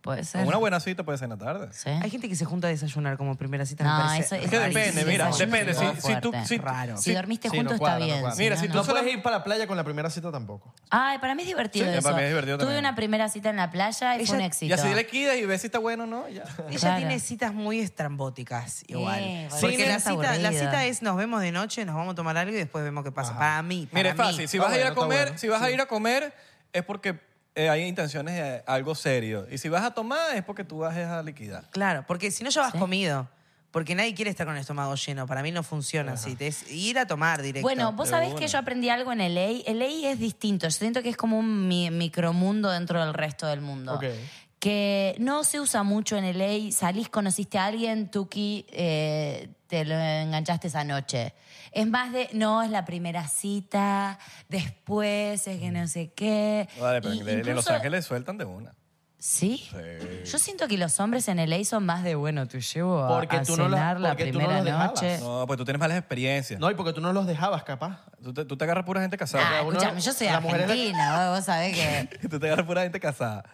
Speaker 6: Puede
Speaker 2: Con
Speaker 6: ser.
Speaker 2: Una buena cita puede ser en la tarde.
Speaker 6: Sí.
Speaker 3: Hay gente que se junta a desayunar como primera cita. me
Speaker 6: No, eso
Speaker 3: parece
Speaker 2: Es que
Speaker 6: rarísimo.
Speaker 2: depende, mira,
Speaker 6: Desayuno
Speaker 2: depende.
Speaker 6: es
Speaker 2: Si, si tú,
Speaker 6: fuerte.
Speaker 2: si,
Speaker 3: Raro.
Speaker 6: Si dormiste
Speaker 4: Sí,
Speaker 6: juntos
Speaker 4: no cuadra,
Speaker 6: está
Speaker 4: no
Speaker 6: bien.
Speaker 4: cuadra.
Speaker 2: Mira, si
Speaker 4: No
Speaker 2: tú solo-
Speaker 4: puedes ir para la playa con la primera cita tampoco.
Speaker 6: Ay, para mí es divertido
Speaker 2: Sí,
Speaker 6: eso.
Speaker 2: para mí es divertido
Speaker 6: Tuve
Speaker 2: también.
Speaker 6: una primera cita en la playa y fue un
Speaker 3: Ella-
Speaker 6: éxito.
Speaker 2: Y así le quitas y ves si está bueno o no. Ya.
Speaker 3: Ella
Speaker 6: Claro.
Speaker 3: tiene citas muy estrambóticas igual.
Speaker 6: Eh, bueno,
Speaker 3: Porque
Speaker 6: sí,
Speaker 3: la
Speaker 6: es
Speaker 3: cita, la
Speaker 6: aburrida.
Speaker 3: cita es nos vemos de noche, nos vamos a tomar algo y después vemos qué pasa. Para mí. Para
Speaker 2: Mira, es
Speaker 3: mí.
Speaker 2: fácil. Si
Speaker 4: Está
Speaker 2: vas a ir a
Speaker 4: Ah, bueno, está
Speaker 2: comer,
Speaker 4: bueno.
Speaker 2: si vas a ir a comer, es porque eh, hay intenciones de algo serio. Y si vas a tomar, es porque tú vas es a liquidar.
Speaker 3: Claro, porque si no llevas comido. Porque nadie quiere estar con el estómago lleno. Para mí no funciona así. Te- Es ir a tomar directo.
Speaker 6: Bueno, vos sabés que yo aprendí algo en E LA. LA es distinto. Yo siento que es como un mi- micromundo dentro del resto del mundo.
Speaker 4: Ok.
Speaker 6: Que no se usa mucho en LA. Salís, conociste a alguien, Tuki, eh, te lo enganchaste esa noche. Es más de, no, es la primera cita, después es que no sé qué.
Speaker 2: Vale, pero
Speaker 6: Y
Speaker 2: en- en Los
Speaker 6: incluso-
Speaker 2: Ángeles sueltan de una.
Speaker 6: ¿Sí? Yo siento que los hombres en LA son más de, bueno, te llevo a,
Speaker 4: Porque
Speaker 6: a
Speaker 4: tú no lo-
Speaker 6: cenar la
Speaker 4: porque tú no
Speaker 6: primera
Speaker 4: los dejabas.
Speaker 6: noche.
Speaker 2: No, pues tú tienes malas experiencias.
Speaker 4: No, y porque tú no los dejabas, capaz.
Speaker 2: Tú, te, tú te agarras pura gente
Speaker 6: Ah,
Speaker 2: casada.
Speaker 4: uno-
Speaker 6: escúchame, yo soy
Speaker 4: la mujer es la-
Speaker 6: argentina, vos- vos sabés que...
Speaker 2: tú te agarras pura gente casada.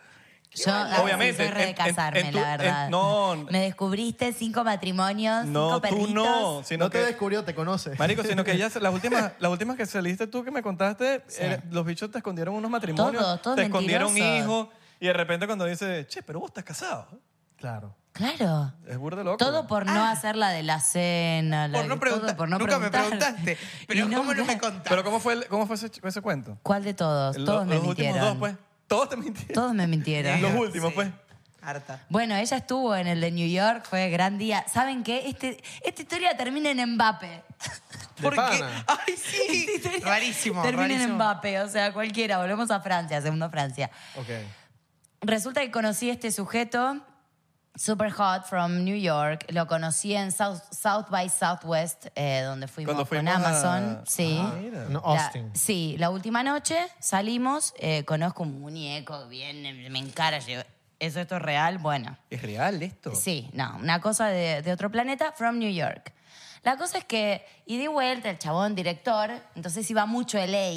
Speaker 6: Yo la
Speaker 2: Obviamente,
Speaker 6: soy re
Speaker 2: en-
Speaker 6: de
Speaker 2: en-
Speaker 6: casarme,
Speaker 2: en tu-
Speaker 6: la verdad.
Speaker 2: en- no.
Speaker 6: Me descubriste cinco matrimonios,
Speaker 2: No,
Speaker 6: cinco perritos.
Speaker 2: tú no.
Speaker 4: Si
Speaker 2: Sino
Speaker 4: no te
Speaker 2: que-
Speaker 4: descubrió, te conoce.
Speaker 2: Marico, sino que ya se- las últimas, las últimas que saliste tú que me contaste, era- los bichos te escondieron unos matrimonios,
Speaker 6: Todos, todos
Speaker 2: te escondieron
Speaker 6: mentirosos.
Speaker 2: hijos y de repente cuando dices, che, pero vos estás casado.
Speaker 4: Claro.
Speaker 6: Claro.
Speaker 2: Es burde loco.
Speaker 6: Todo por no hacer la de la cena. la-
Speaker 2: Por no
Speaker 6: todo
Speaker 2: preguntar.
Speaker 6: por no
Speaker 2: Nunca me
Speaker 6: preguntar.
Speaker 2: preguntaste. Pero ¿cómo no me contaste? Pero ¿cómo fue, el- cómo fue ese, ese cuento?
Speaker 6: ¿Cuál de todos?
Speaker 2: Lo-
Speaker 6: todos me
Speaker 2: los últimos
Speaker 6: mintieron.
Speaker 2: dos, pues. Todos te mintieron.
Speaker 6: Todos me mintieron.
Speaker 2: Los últimos, pues.
Speaker 3: Harta.
Speaker 6: Bueno, ella estuvo en el de New York, fue gran día. ¿Saben qué? Este, esta historia termina en Mbappé.
Speaker 3: ¿Por qué? ¡Ay, sí! rarísimo,
Speaker 6: termina en
Speaker 3: rarísimo.
Speaker 6: Mbappé, o sea, cualquiera. Volvemos a Francia, segundo Francia.
Speaker 4: Ok.
Speaker 6: Resulta que conocí a este sujeto, super hot from New York. Lo conocí en South, South by Southwest, eh, donde fuimos,
Speaker 4: Cuando
Speaker 6: con
Speaker 4: fuimos a-
Speaker 6: Amazon. Sí.
Speaker 4: Ah, mira. No,
Speaker 6: La-
Speaker 4: Austin.
Speaker 6: sí, la última noche salimos, eh, conozco un muñeco, bien, me encara. Yo, ¿Eso esto es real? Bueno.
Speaker 2: ¿Es real esto?
Speaker 6: Sí, no, una cosa de, de otro planeta, from New York. La cosa es que, y de vuelta, el chabón director, entonces iba mucho a LA.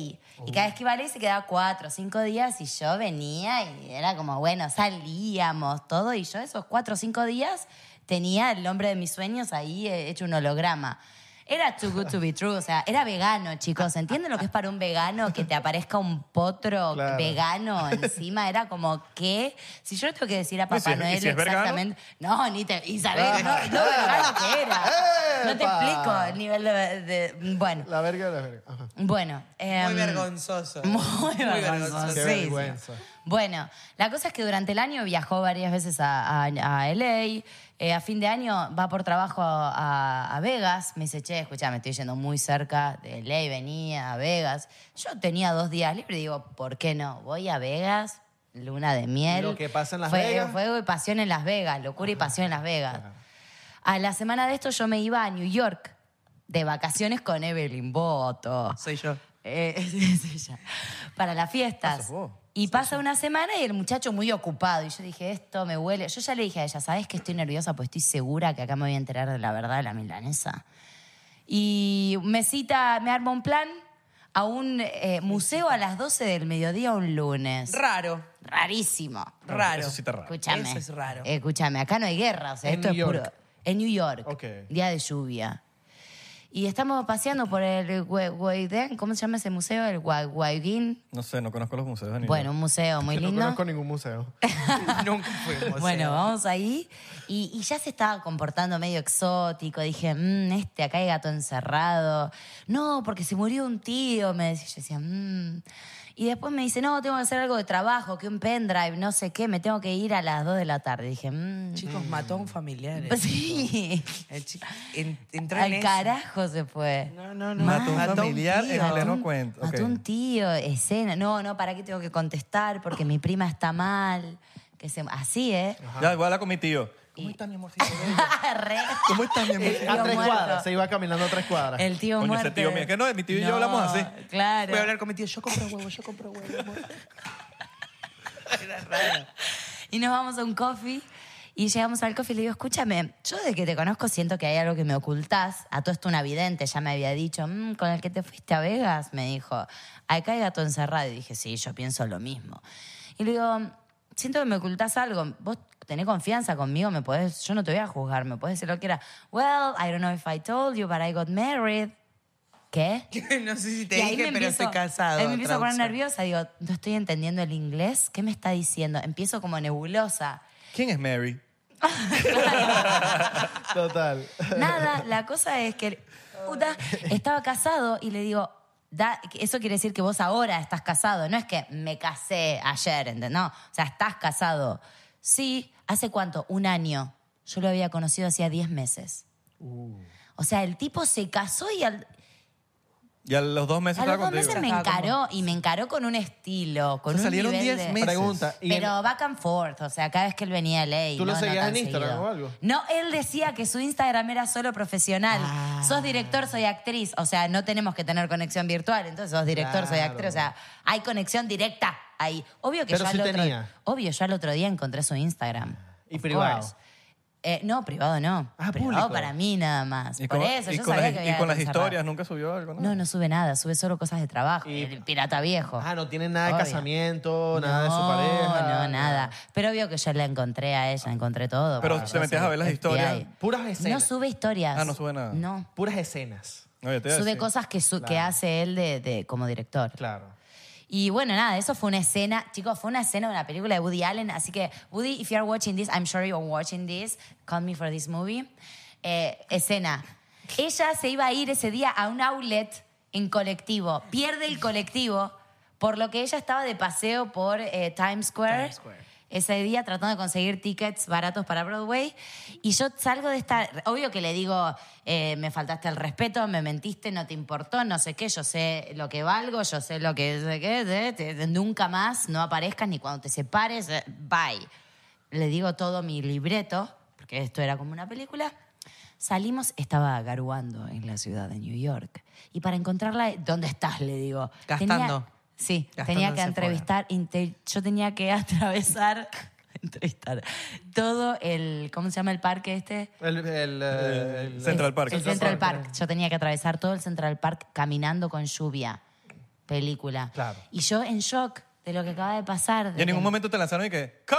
Speaker 6: Y cada vez que iba a LA se quedaba cuatro o cinco días y yo venía y era como, bueno, salíamos, todo. Y yo esos cuatro o cinco días tenía el hombre de mis sueños ahí eh, hecho un holograma. Era too good to be true, o sea, era vegano, chicos. ¿Entienden lo que es para un vegano que te aparezca un potro
Speaker 3: Claro.
Speaker 6: vegano encima? Era como, ¿qué? Si yo le tengo que decir a Papá
Speaker 3: ¿Y si es- y
Speaker 6: Noel
Speaker 3: si es vegano?
Speaker 6: exactamente. No, ni te. Y sabés,
Speaker 3: Ah.
Speaker 6: no, no, vegano que era. No te
Speaker 3: ¡Epa!
Speaker 6: explico el nivel de. de- bueno.
Speaker 4: La verga de la verga.
Speaker 6: Bueno.
Speaker 3: Muy
Speaker 6: em,
Speaker 3: vergonzoso.
Speaker 6: Muy
Speaker 3: vergonzoso.
Speaker 6: vergonzoso.
Speaker 4: Qué
Speaker 6: sí, sí.
Speaker 4: vergüenza.
Speaker 6: Bueno, la cosa es que durante el año viajó varias veces a, a- a LA. Eh, a fin de año va por trabajo a, a Vegas. Me dice, che, escucha, me estoy yendo muy cerca de LA, venía a Vegas. Yo tenía dos días libres y digo, ¿por qué no? Voy a Vegas, luna de miel.
Speaker 4: Lo que pasa en Las
Speaker 6: Fue-
Speaker 4: Vegas.
Speaker 6: Fuego y pasión en Las Vegas, locura y pasión en Las Vegas. A la semana de esto yo me iba a New York de vacaciones con Evelyn Boto.
Speaker 3: Soy yo.
Speaker 6: Eh, es, es ella. Para las fiestas. Y pasa una semana y el muchacho muy ocupado. Y yo dije, esto me huele. Yo ya le dije a ella, ¿sabes que estoy nerviosa? Pues estoy segura que acá me voy a enterar de la verdad de la milanesa. Y me cita, me arma un plan a un eh, museo a las 12 del mediodía un lunes.
Speaker 3: Raro.
Speaker 6: Rarísimo.
Speaker 3: Raro. Eso
Speaker 2: sí está raro.
Speaker 6: Escúchame.
Speaker 3: Eso es raro.
Speaker 6: Eh, Escúchame, acá no hay guerra, o sea,
Speaker 3: En
Speaker 6: esto
Speaker 3: New
Speaker 6: es puro.
Speaker 3: York.
Speaker 6: En New York.
Speaker 3: Ok.
Speaker 6: Día de lluvia. Y estamos paseando por el Gua- Guaidén, ¿cómo se llama ese museo? El Gua- Guaiguín.
Speaker 2: No sé, no conozco los museos. de New
Speaker 6: Bueno, un
Speaker 2: York.
Speaker 6: museo muy
Speaker 2: Que no
Speaker 6: lindo.
Speaker 2: conozco
Speaker 4: ningún museo.
Speaker 3: Nunca fuimos.
Speaker 6: Bueno, vamos ahí. Y, y ya se estaba comportando medio exótico. Dije, "Mm, este, acá hay gato encerrado. No, porque se murió un tío. Me decía, yo decía, "Mm". Y después me dice, no, tengo que hacer algo de trabajo, que un pendrive, no sé qué, me tengo que ir a las 2 de la tarde. Dije, "Mm".
Speaker 3: Chicos, mató a un familiar. el
Speaker 6: Sí.
Speaker 3: chico. El chico. En- entró en
Speaker 6: Al
Speaker 3: eso.
Speaker 6: carajo se fue.
Speaker 3: No, no, no.
Speaker 6: Mal.
Speaker 2: Mató un familiar en pleno cuento.
Speaker 6: Mató
Speaker 2: Ok.
Speaker 6: un tío, escena. No, no, ¿para qué tengo que contestar? Porque mi prima está mal. Que se... Así, ¿eh?
Speaker 2: Ya, voy a hablar con mi tío.
Speaker 6: ¿Cómo
Speaker 2: está mi amor?
Speaker 6: Re.
Speaker 2: ¿Cómo está mi amor?
Speaker 6: El tío
Speaker 4: A tres
Speaker 6: muerto.
Speaker 4: cuadras, se iba caminando a tres cuadras.
Speaker 6: El tío
Speaker 2: Coño,
Speaker 6: muerto.
Speaker 2: ese tío mío. Que no, mi tío y yo
Speaker 4: Ah,
Speaker 2: hablamos así.
Speaker 6: Claro.
Speaker 3: Voy a hablar con mi tío. Yo compro huevos, yo compro huevos. amor.
Speaker 6: Y nos vamos a un coffee. Y llegamos al coffee y le digo, escúchame, yo desde que te conozco siento que hay algo que me ocultás. A todo esto una vidente ya me había dicho, "Mm, con el que te fuiste a Vegas, me dijo, acá hay gato encerrado. Y dije, sí, yo pienso lo mismo. Y le digo, siento que me ocultás algo. Vos tenés confianza conmigo, me podés, yo no te voy a juzgar, me podés decir lo que era. Well, I don't know if I told you, but I got married. ¿Qué?
Speaker 3: no sé si te
Speaker 6: Y ahí
Speaker 3: dije,
Speaker 6: me
Speaker 3: pero
Speaker 6: empiezo-
Speaker 3: estoy casado.
Speaker 6: ahí me empiezo a poner
Speaker 3: traducción.
Speaker 6: nerviosa. Digo, no estoy entendiendo el inglés. ¿Qué me está diciendo? Empiezo como nebulosa.
Speaker 2: ¿Quién es Mary?
Speaker 4: Total.
Speaker 6: Nada, la cosa es que puta, estaba casado y le digo, da- eso quiere decir que vos ahora estás casado. No es que me casé ayer, ¿entendés? No, o sea, estás casado. Sí, ¿hace cuánto? Un año. Yo lo había conocido hacía 10 meses.
Speaker 2: Uh.
Speaker 6: O sea, el tipo se casó y al,
Speaker 2: Y a los dos meses
Speaker 6: A los
Speaker 2: estaba
Speaker 6: dos
Speaker 2: contigo.
Speaker 6: meses me encaró y me encaró con un estilo, con
Speaker 2: O sea,
Speaker 6: un
Speaker 2: salieron
Speaker 6: nivel
Speaker 2: 10
Speaker 6: de-
Speaker 2: meses. Pregunta, ¿y
Speaker 6: pero back and forth, o sea, cada vez que él venía a ley.
Speaker 4: ¿Tú lo
Speaker 6: no, no
Speaker 4: seguías
Speaker 6: tan
Speaker 4: en Instagram
Speaker 6: seguido.
Speaker 4: o algo?
Speaker 6: No, él decía que su Instagram era solo profesional.
Speaker 4: Ah.
Speaker 6: Sos director, soy actriz. O sea, no tenemos que tener conexión virtual. Entonces, sos director, soy
Speaker 4: Claro.
Speaker 6: actriz. O sea, hay conexión directa ahí. Obvio que
Speaker 4: Pero
Speaker 6: yo
Speaker 4: sí
Speaker 6: al otro,
Speaker 4: tenía.
Speaker 6: Obvio, yo al otro día encontré su Instagram.
Speaker 4: Y
Speaker 6: Of
Speaker 4: privado. Ah,
Speaker 6: course. Eh, no, privado no. privado
Speaker 4: público.
Speaker 6: para mí nada más.
Speaker 2: Y
Speaker 6: Por
Speaker 2: con,
Speaker 6: eso,
Speaker 2: y
Speaker 6: yo
Speaker 2: con
Speaker 6: sabía
Speaker 2: las,
Speaker 6: que
Speaker 2: y
Speaker 6: había
Speaker 2: con las
Speaker 6: algo encerrado.
Speaker 2: historias nunca subió algo, ¿no?
Speaker 6: No, no sube nada, sube solo cosas de trabajo. eh, el pirata viejo.
Speaker 4: Ah, no tiene nada de
Speaker 6: Obvio.
Speaker 4: casamiento, nada de su
Speaker 6: No,
Speaker 4: pareja.
Speaker 6: No, nada. Pero obvio que yo la encontré a ella, encontré todo.
Speaker 2: Pero
Speaker 6: porque
Speaker 2: te metías a ver las
Speaker 6: FBI.
Speaker 2: historias.
Speaker 4: Puras
Speaker 6: No
Speaker 4: escenas.
Speaker 6: sube historias.
Speaker 2: Ah, no sube nada.
Speaker 6: No.
Speaker 4: Puras escenas.
Speaker 2: No, ya te iba a
Speaker 6: Sube
Speaker 2: decir.
Speaker 6: cosas que, su- que
Speaker 4: Claro.
Speaker 6: hace él de, de- como director.
Speaker 4: Claro.
Speaker 6: Y bueno, nada, eso fue una escena, chicos, fue una escena de una película de Woody Allen, así que Woody, if you are watching this, I'm sure you are watching this, call me for this movie. Eh, escena. Ella se iba a ir ese día a un outlet en colectivo, pierde el colectivo, por lo que ella estaba de paseo por eh, Times Square. Ese día tratando de conseguir tickets baratos para Broadway. Y yo salgo de esta. Obvio que le digo, eh, me faltaste el respeto, me mentiste, no te importó, no sé qué, yo sé lo que valgo, yo sé lo que. sé qué, eh, te- te- nunca más no aparezcas ni cuando te separes, eh, bye. Le digo todo mi libreto, porque esto era como una película. Salimos, estaba garuando en la ciudad de New York. Y para encontrarla, ¿dónde estás? Le digo. Tenía-
Speaker 3: Gastando.
Speaker 6: sí,
Speaker 3: Gastando
Speaker 6: tenía
Speaker 3: en
Speaker 6: que
Speaker 3: Sephora.
Speaker 6: entrevistar, inte- yo tenía que atravesar entrevistar todo el, ¿cómo se llama el parque este?
Speaker 4: El, el, eh, el-
Speaker 2: Central Park.
Speaker 6: El Central Park. Yo tenía que atravesar todo el Central Park caminando con lluvia. Película.
Speaker 2: Claro.
Speaker 6: Y yo en shock de lo que acaba de pasar.
Speaker 2: Y
Speaker 6: de
Speaker 2: en ningún
Speaker 6: que-
Speaker 2: momento te lanzaron y que, ¡Cut!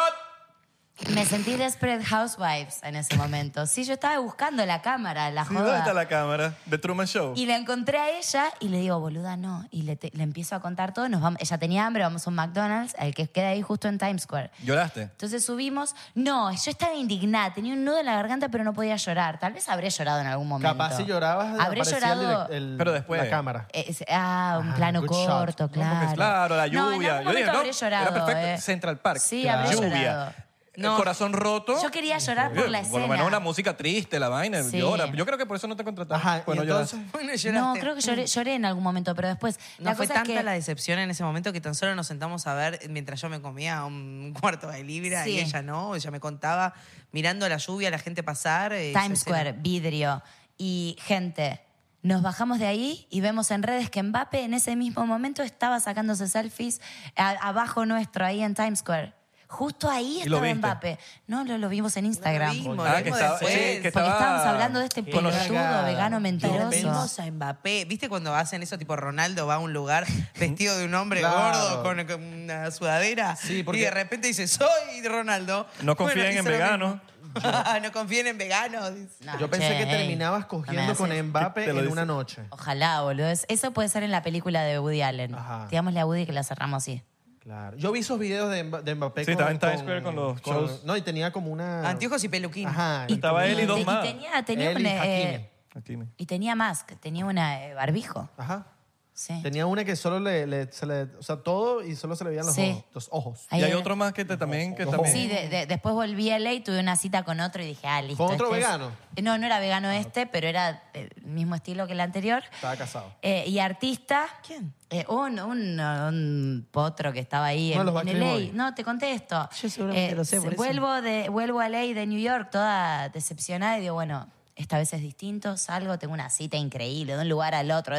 Speaker 6: Me sentí Desperate Housewives en ese momento. Sí, yo estaba buscando la cámara, la
Speaker 2: Sí,
Speaker 6: joda.
Speaker 2: ¿Dónde está la cámara? The Truman Show.
Speaker 6: Y la encontré a ella y le digo, boluda, no. Y le, te- le empiezo a contar todo. Nos vamos, ella tenía hambre, vamos a un McDonald's, al que queda ahí justo en Times Square.
Speaker 2: ¿Lloraste?
Speaker 6: Entonces subimos. No, yo estaba indignada, tenía un nudo en la garganta, pero no podía llorar. Tal vez habré llorado en algún momento.
Speaker 4: Capaz si llorabas,
Speaker 6: Habré
Speaker 4: aparecía el
Speaker 6: llorado.
Speaker 4: direct- el-
Speaker 2: Pero después.
Speaker 4: la cámara.
Speaker 6: Eh, es- ah, un
Speaker 4: Ah,
Speaker 6: plano
Speaker 4: good shot.
Speaker 6: corto,
Speaker 4: No, porque
Speaker 6: claro.
Speaker 2: Pues claro, la
Speaker 6: No, en algún
Speaker 2: lluvia. Yo dije,
Speaker 6: momento
Speaker 2: no,
Speaker 6: habré llorado,
Speaker 2: era perfecto.
Speaker 6: eh.
Speaker 2: Central Park.
Speaker 6: Sí, habré llorado.
Speaker 2: Lluvia.
Speaker 6: No.
Speaker 2: El corazón roto.
Speaker 6: Yo quería llorar por la
Speaker 2: Por lo menos
Speaker 6: escena.
Speaker 2: una música triste, la vaina.
Speaker 6: Sí.
Speaker 2: Llora. Yo creo que por eso no te contrataron.
Speaker 4: Ajá,
Speaker 2: Bueno,
Speaker 4: y
Speaker 2: lloras.
Speaker 4: entonces...
Speaker 6: No, creo que lloré, lloré en algún momento, pero después.
Speaker 3: No
Speaker 6: la
Speaker 3: fue
Speaker 6: cosa es
Speaker 3: tanta
Speaker 6: que-
Speaker 3: la decepción en ese momento que tan solo nos sentamos a ver mientras yo me comía un cuarto de libra
Speaker 6: Sí.
Speaker 3: y ella no, ella me contaba mirando la lluvia, la gente pasar. eh, esa
Speaker 6: Times Square,
Speaker 3: escena.
Speaker 6: vidrio y gente. Nos bajamos de ahí y vemos en redes que Mbappé en ese mismo momento estaba sacándose selfies a- abajo nuestro, ahí en Times Square. Justo ahí
Speaker 2: ¿Y lo
Speaker 6: estaba
Speaker 2: viste?
Speaker 6: Mbappé. No, lo, lo vimos en Instagram.
Speaker 3: vimos,
Speaker 2: Ah, que
Speaker 3: vimos
Speaker 2: estaba-
Speaker 3: después.
Speaker 2: sí, que
Speaker 6: porque
Speaker 2: estaba-
Speaker 6: estábamos hablando de este
Speaker 2: Qué
Speaker 6: pelotudo
Speaker 4: cagada.
Speaker 6: vegano
Speaker 3: Lo
Speaker 6: mentiroso.
Speaker 3: vimos a Mbappé. ¿Viste cuando hacen eso? Tipo Ronaldo va a un lugar vestido de un hombre
Speaker 4: Claro.
Speaker 3: gordo con, con una sudadera
Speaker 4: porque-
Speaker 3: y de repente dice, soy Ronaldo.
Speaker 2: No confíen en
Speaker 3: hice lo
Speaker 2: veganos.
Speaker 3: mismo. no confíen en veganos. dice.
Speaker 6: No,
Speaker 4: Yo pensé
Speaker 6: che,
Speaker 4: que
Speaker 6: ey,
Speaker 4: terminabas
Speaker 6: no me
Speaker 4: cogiendo
Speaker 6: haces-
Speaker 4: con Mbappé
Speaker 2: Te lo
Speaker 4: en
Speaker 2: dice.
Speaker 4: una noche.
Speaker 6: Ojalá, boludo. Es- Eso puede ser en la película de Woody Allen.
Speaker 4: Ajá.
Speaker 6: Digámosle a Woody que la cerramos así.
Speaker 4: Claro. Yo vi esos videos de, Mba- de Mbappé
Speaker 2: Sí, estaba en Times Square con los shows.
Speaker 4: No, y tenía como una...
Speaker 3: Anteojos y Ah, peluquín.
Speaker 4: Ajá.
Speaker 2: Estaba él y dos
Speaker 6: te-
Speaker 2: más.
Speaker 6: tenía, tenía
Speaker 4: Él
Speaker 6: un,
Speaker 4: y
Speaker 6: eh,
Speaker 4: Hakimi.
Speaker 2: Aquí me-
Speaker 6: y tenía mask, tenía una eh, barbijo.
Speaker 4: Ajá.
Speaker 6: Sí.
Speaker 4: Tenía una que solo le, le- se le... O sea, todo y solo se le veían los
Speaker 6: Sí.
Speaker 4: ojos. Los ojos.
Speaker 6: Ahí
Speaker 2: Y hay
Speaker 6: era.
Speaker 2: otro más que te- también. Que
Speaker 4: Ojo.
Speaker 2: también.
Speaker 6: Sí, de- de- después volví a LA, tuve una cita con otro y dije, ah, listo.
Speaker 4: ¿Con otro
Speaker 6: este es-
Speaker 4: vegano? Ah,
Speaker 6: No, no era vegano este, pero era el mismo estilo que el anterior.
Speaker 4: Estaba casado.
Speaker 6: Eh, y artista.
Speaker 3: ¿Quién?
Speaker 6: eh, un, un- un potro que estaba ahí
Speaker 4: Uno de
Speaker 6: en,
Speaker 4: los
Speaker 6: en
Speaker 4: Backstreet
Speaker 6: LA.
Speaker 4: Boys.
Speaker 6: No, te contesto.
Speaker 3: Yo seguramente lo sé,
Speaker 6: se-
Speaker 3: por eso.
Speaker 6: Vuelvo, de, vuelvo a LA de New York toda decepcionada y digo, bueno, esta vez es distinto, salgo, tengo una cita increíble de un lugar al otro.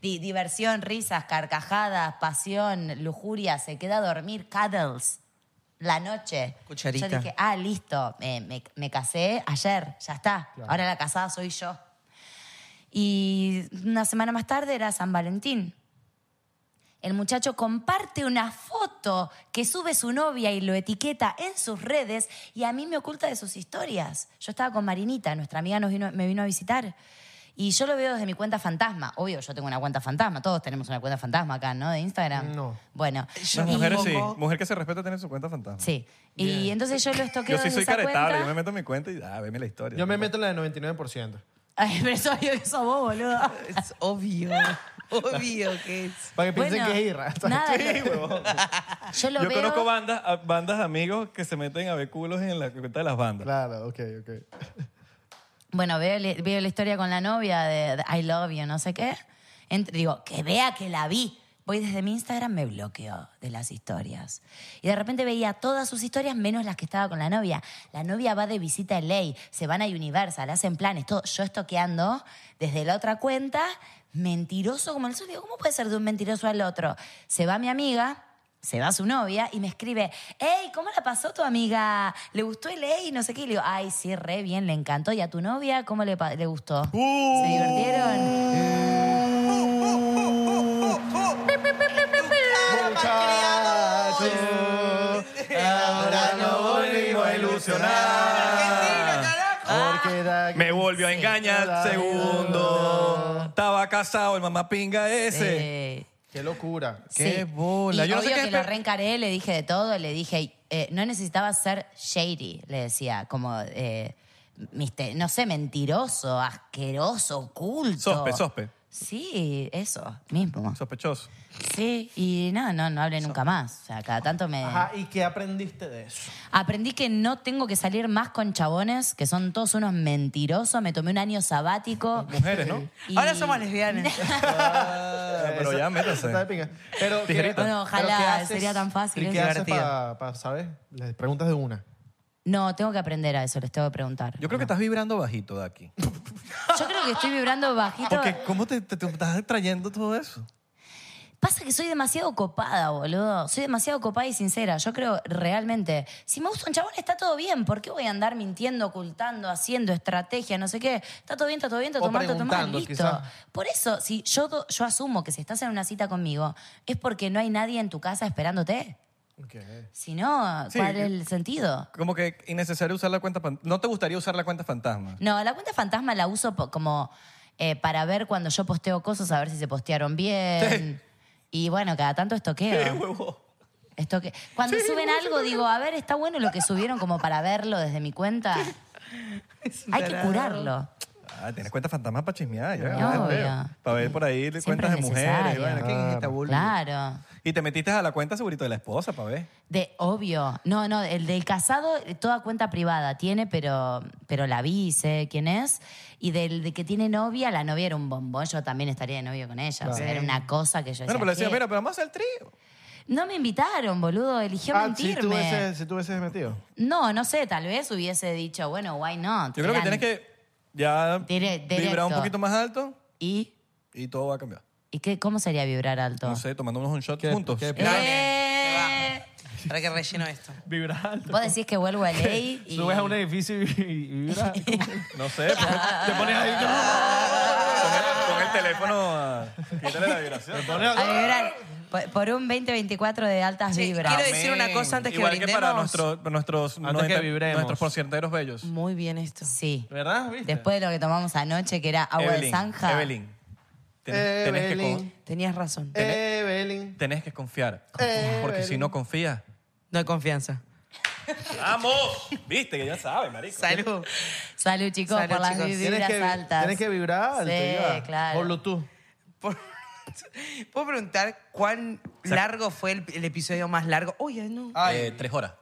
Speaker 6: Di- diversión, risas, carcajadas, pasión, lujuria, se queda a dormir, cuddles. La noche.
Speaker 3: Cucharita.
Speaker 6: Yo dije, ah, listo, eh, me, me casé ayer, ya está. Ahora la casada soy yo. Y una semana más tarde era San Valentín. El muchacho comparte una foto que sube su novia y lo etiqueta en sus redes y a mí me oculta de sus historias. Yo estaba con Marinita, nuestra amiga nos vino- me vino a visitar. Y yo lo veo desde mi cuenta fantasma. Obvio, yo tengo una cuenta fantasma. Todos tenemos una cuenta fantasma acá, ¿no? De Instagram.
Speaker 4: No.
Speaker 6: Bueno.
Speaker 3: Yo
Speaker 2: Las
Speaker 3: ni
Speaker 2: mujeres sí.
Speaker 3: poco.
Speaker 2: Mujer que se respeta tiene su cuenta fantasma.
Speaker 6: Sí. Y entonces yo lo estoqueo
Speaker 2: Yo sí
Speaker 6: desde
Speaker 2: soy
Speaker 6: esa
Speaker 2: caretable.
Speaker 6: cuenta.
Speaker 2: Yo me meto en mi cuenta y ah, veme la historia.
Speaker 4: Yo me meto en la de 99%.
Speaker 6: Ay, pero es obvio que sos vos, boludo.
Speaker 3: Es obvio. obvio que es.
Speaker 4: Para que piensen
Speaker 6: Bueno,
Speaker 4: que es irra.
Speaker 6: nada,
Speaker 4: Sí,
Speaker 6: yo-
Speaker 4: huevón.
Speaker 6: Yo lo
Speaker 2: Yo
Speaker 6: veo.
Speaker 2: conozco bandas, a- bandas de amigos que se meten a ver culos en la cuenta de las bandas.
Speaker 4: Claro, ok, ok.
Speaker 6: Bueno, veo, le- veo la historia con la novia de, de I love you, no sé qué. Ent- digo, que vea que la vi. Voy desde mi Instagram, me bloqueó de las historias. Y de repente veía todas sus historias menos las que estaba con la novia. La novia va de visita a Ley, se van a Universal, hacen planes, todo. Yo estoqueando desde la otra cuenta, mentiroso como el sol. Digo, ¿cómo puede ser de un mentiroso al otro? Se va mi amiga, se va su novia y me escribe, hey, ¿cómo la pasó tu amiga? ¿Le gustó el ley? No sé qué. Y le digo, ay, sí, re bien, le encantó. ¿Y a tu novia cómo le, pa- le gustó?
Speaker 2: Uh.
Speaker 6: ¿Se divirtieron?
Speaker 4: Muchachos, ahora nos volvimos a ilusionar. Ah. Porque da-
Speaker 2: Me volvió a engañar, segundo. Estaba casado el mamapinga ese.
Speaker 6: Eh,
Speaker 4: Qué locura.
Speaker 6: Sí.
Speaker 2: Uh,
Speaker 6: Y obvio que lo reencaré, le dije de todo, le dije, eh, no necesitaba ser shady, le decía, como, eh, mister- no sé, mentiroso, asqueroso, oculto.
Speaker 2: Sospe, sospe.
Speaker 6: Sí, eso, mismo.
Speaker 2: Sospechoso.
Speaker 6: Sí, y no, no, no hablé nunca más. O sea, cada tanto me...
Speaker 4: Ajá, ¿y qué aprendiste de eso?
Speaker 6: Aprendí que no tengo que salir más con chabones, que son todos unos mentirosos. Me tomé un año sabático.
Speaker 2: Mujeres, ¿no?
Speaker 3: Ahora somos lesbianas.
Speaker 2: Ah, pero ya, métase.
Speaker 4: Está de pinga. Pero, ¿qué-
Speaker 2: Tijerita.
Speaker 6: Bueno, ojalá,
Speaker 4: pero qué haces-
Speaker 6: sería tan fácil,
Speaker 4: ¿Y
Speaker 6: es
Speaker 4: qué haces
Speaker 6: divertido.
Speaker 4: para, sabes? Les preguntas de una.
Speaker 6: No, tengo que aprender a eso, les tengo que preguntar.
Speaker 2: Yo creo que estás vibrando bajito de aquí.
Speaker 6: Yo creo que estoy vibrando bajito.
Speaker 2: Porque, ¿cómo te, te- te estás trayendo todo eso?
Speaker 6: Pasa que soy demasiado copada, boludo. Soy demasiado copada y sincera. Yo creo realmente, si me gusta un chabón está todo bien. ¿Por qué voy a andar mintiendo, ocultando, haciendo estrategia, no sé qué? Está todo bien, está todo bien, está
Speaker 4: O
Speaker 6: todo mal, está todo mal,
Speaker 4: preguntando,
Speaker 6: listo.
Speaker 4: quizá.
Speaker 6: Por eso, si yo, do- yo asumo que si estás en una cita conmigo, es porque no hay nadie en tu casa esperándote. Si no,
Speaker 2: Sí,
Speaker 6: ¿cuál
Speaker 2: que-
Speaker 6: es el sentido?
Speaker 2: Como que innecesario usar la cuenta fantasma. ¿No te gustaría usar la cuenta fantasma?
Speaker 6: No, la cuenta fantasma la uso po- como eh, para ver cuando yo posteo cosas, a ver si se postearon bien. Y bueno, cada tanto estoqueo. Estoque... Cuando
Speaker 3: Sí,
Speaker 6: suben
Speaker 3: huevo,
Speaker 6: algo,
Speaker 3: sí,
Speaker 6: digo, a ver, está bueno lo que subieron como para verlo desde mi cuenta. Hay que
Speaker 2: tarado.
Speaker 6: curarlo.
Speaker 2: Ah, tienes cuenta fantasma para chismear. Ya,
Speaker 6: Obvio.
Speaker 2: Para ver por ahí cuentas de
Speaker 6: es
Speaker 2: mujeres. y
Speaker 6: necesario.
Speaker 2: vaina. ¿Qué hijita, boludo?
Speaker 6: Claro.
Speaker 2: este Y te metiste a la cuenta segurito de la esposa para ver.
Speaker 6: De, obvio. No, no, el del casado, eh, toda cuenta privada tiene, pero, pero la vi, sé quién es. Y del de que tiene novia, la novia era un bombón. Yo también estaría de novio con ella. O sea,
Speaker 2: Claro.
Speaker 6: era una cosa que yo
Speaker 2: Bueno, pero le decía,
Speaker 6: "¿Qué?".
Speaker 2: mira, pero vamos a hacer el trío.
Speaker 6: No me invitaron, boludo. Eligió
Speaker 4: si
Speaker 6: mentirme.
Speaker 4: Ah, tú hubieses si tú hubieses metido.
Speaker 6: No, no sé. Tal vez hubiese dicho, bueno, why not.
Speaker 2: Yo creo que
Speaker 6: Eran-
Speaker 2: tienes que ya
Speaker 6: Dire-
Speaker 2: vibrar un
Speaker 6: directo.
Speaker 2: poquito más alto.
Speaker 6: ¿Y?
Speaker 2: Y todo va a cambiar.
Speaker 6: ¿Y qué, cómo sería vibrar alto?
Speaker 2: No sé, tomándonos un shot juntos.
Speaker 6: Eh,
Speaker 3: Para que relleno esto.
Speaker 7: Vibrar alto.
Speaker 6: Vos decís que vuelvo a ley y...
Speaker 7: Subes Pues a un edificio y, y vibras.
Speaker 2: No sé, pues, te pones ahí. Pon el, pon el teléfono a. Quítale la vibración.
Speaker 6: a vibrar por, por un 2024 de altas vibras.
Speaker 3: quiero decir una cosa antes que
Speaker 2: Igual que para
Speaker 3: brindemos.
Speaker 2: nuestros, nuestros,
Speaker 7: Antes que vibremos.
Speaker 2: nuestros porcienteros bellos.
Speaker 3: Muy bien esto.
Speaker 6: Sí.
Speaker 7: ¿Verdad? ¿Viste?
Speaker 6: Después de lo que tomamos anoche, que era agua de
Speaker 2: Evelyn,
Speaker 6: zanja.
Speaker 2: Evelyn, tenés, tenés que con-
Speaker 4: Evelyn.
Speaker 3: Tenías razón.
Speaker 4: Evelyn.
Speaker 2: tenés que confiar. Porque si no confías.
Speaker 3: No hay confianza.
Speaker 2: ¡Vamos! Viste que ya sabes, marico.
Speaker 3: Salud.
Speaker 6: Salud, chicos,
Speaker 3: Salud,
Speaker 6: por las
Speaker 3: chicos. Tienes
Speaker 6: vibras
Speaker 4: Tienes que,
Speaker 6: altas.
Speaker 4: tienes que vibrar alto.
Speaker 6: Sí,
Speaker 4: ya.
Speaker 6: claro.
Speaker 4: Por Bluetooth.
Speaker 3: ¿Puedo preguntar cuán largo fue el, el episodio más largo? Oye, no.
Speaker 2: Eh, tres horas.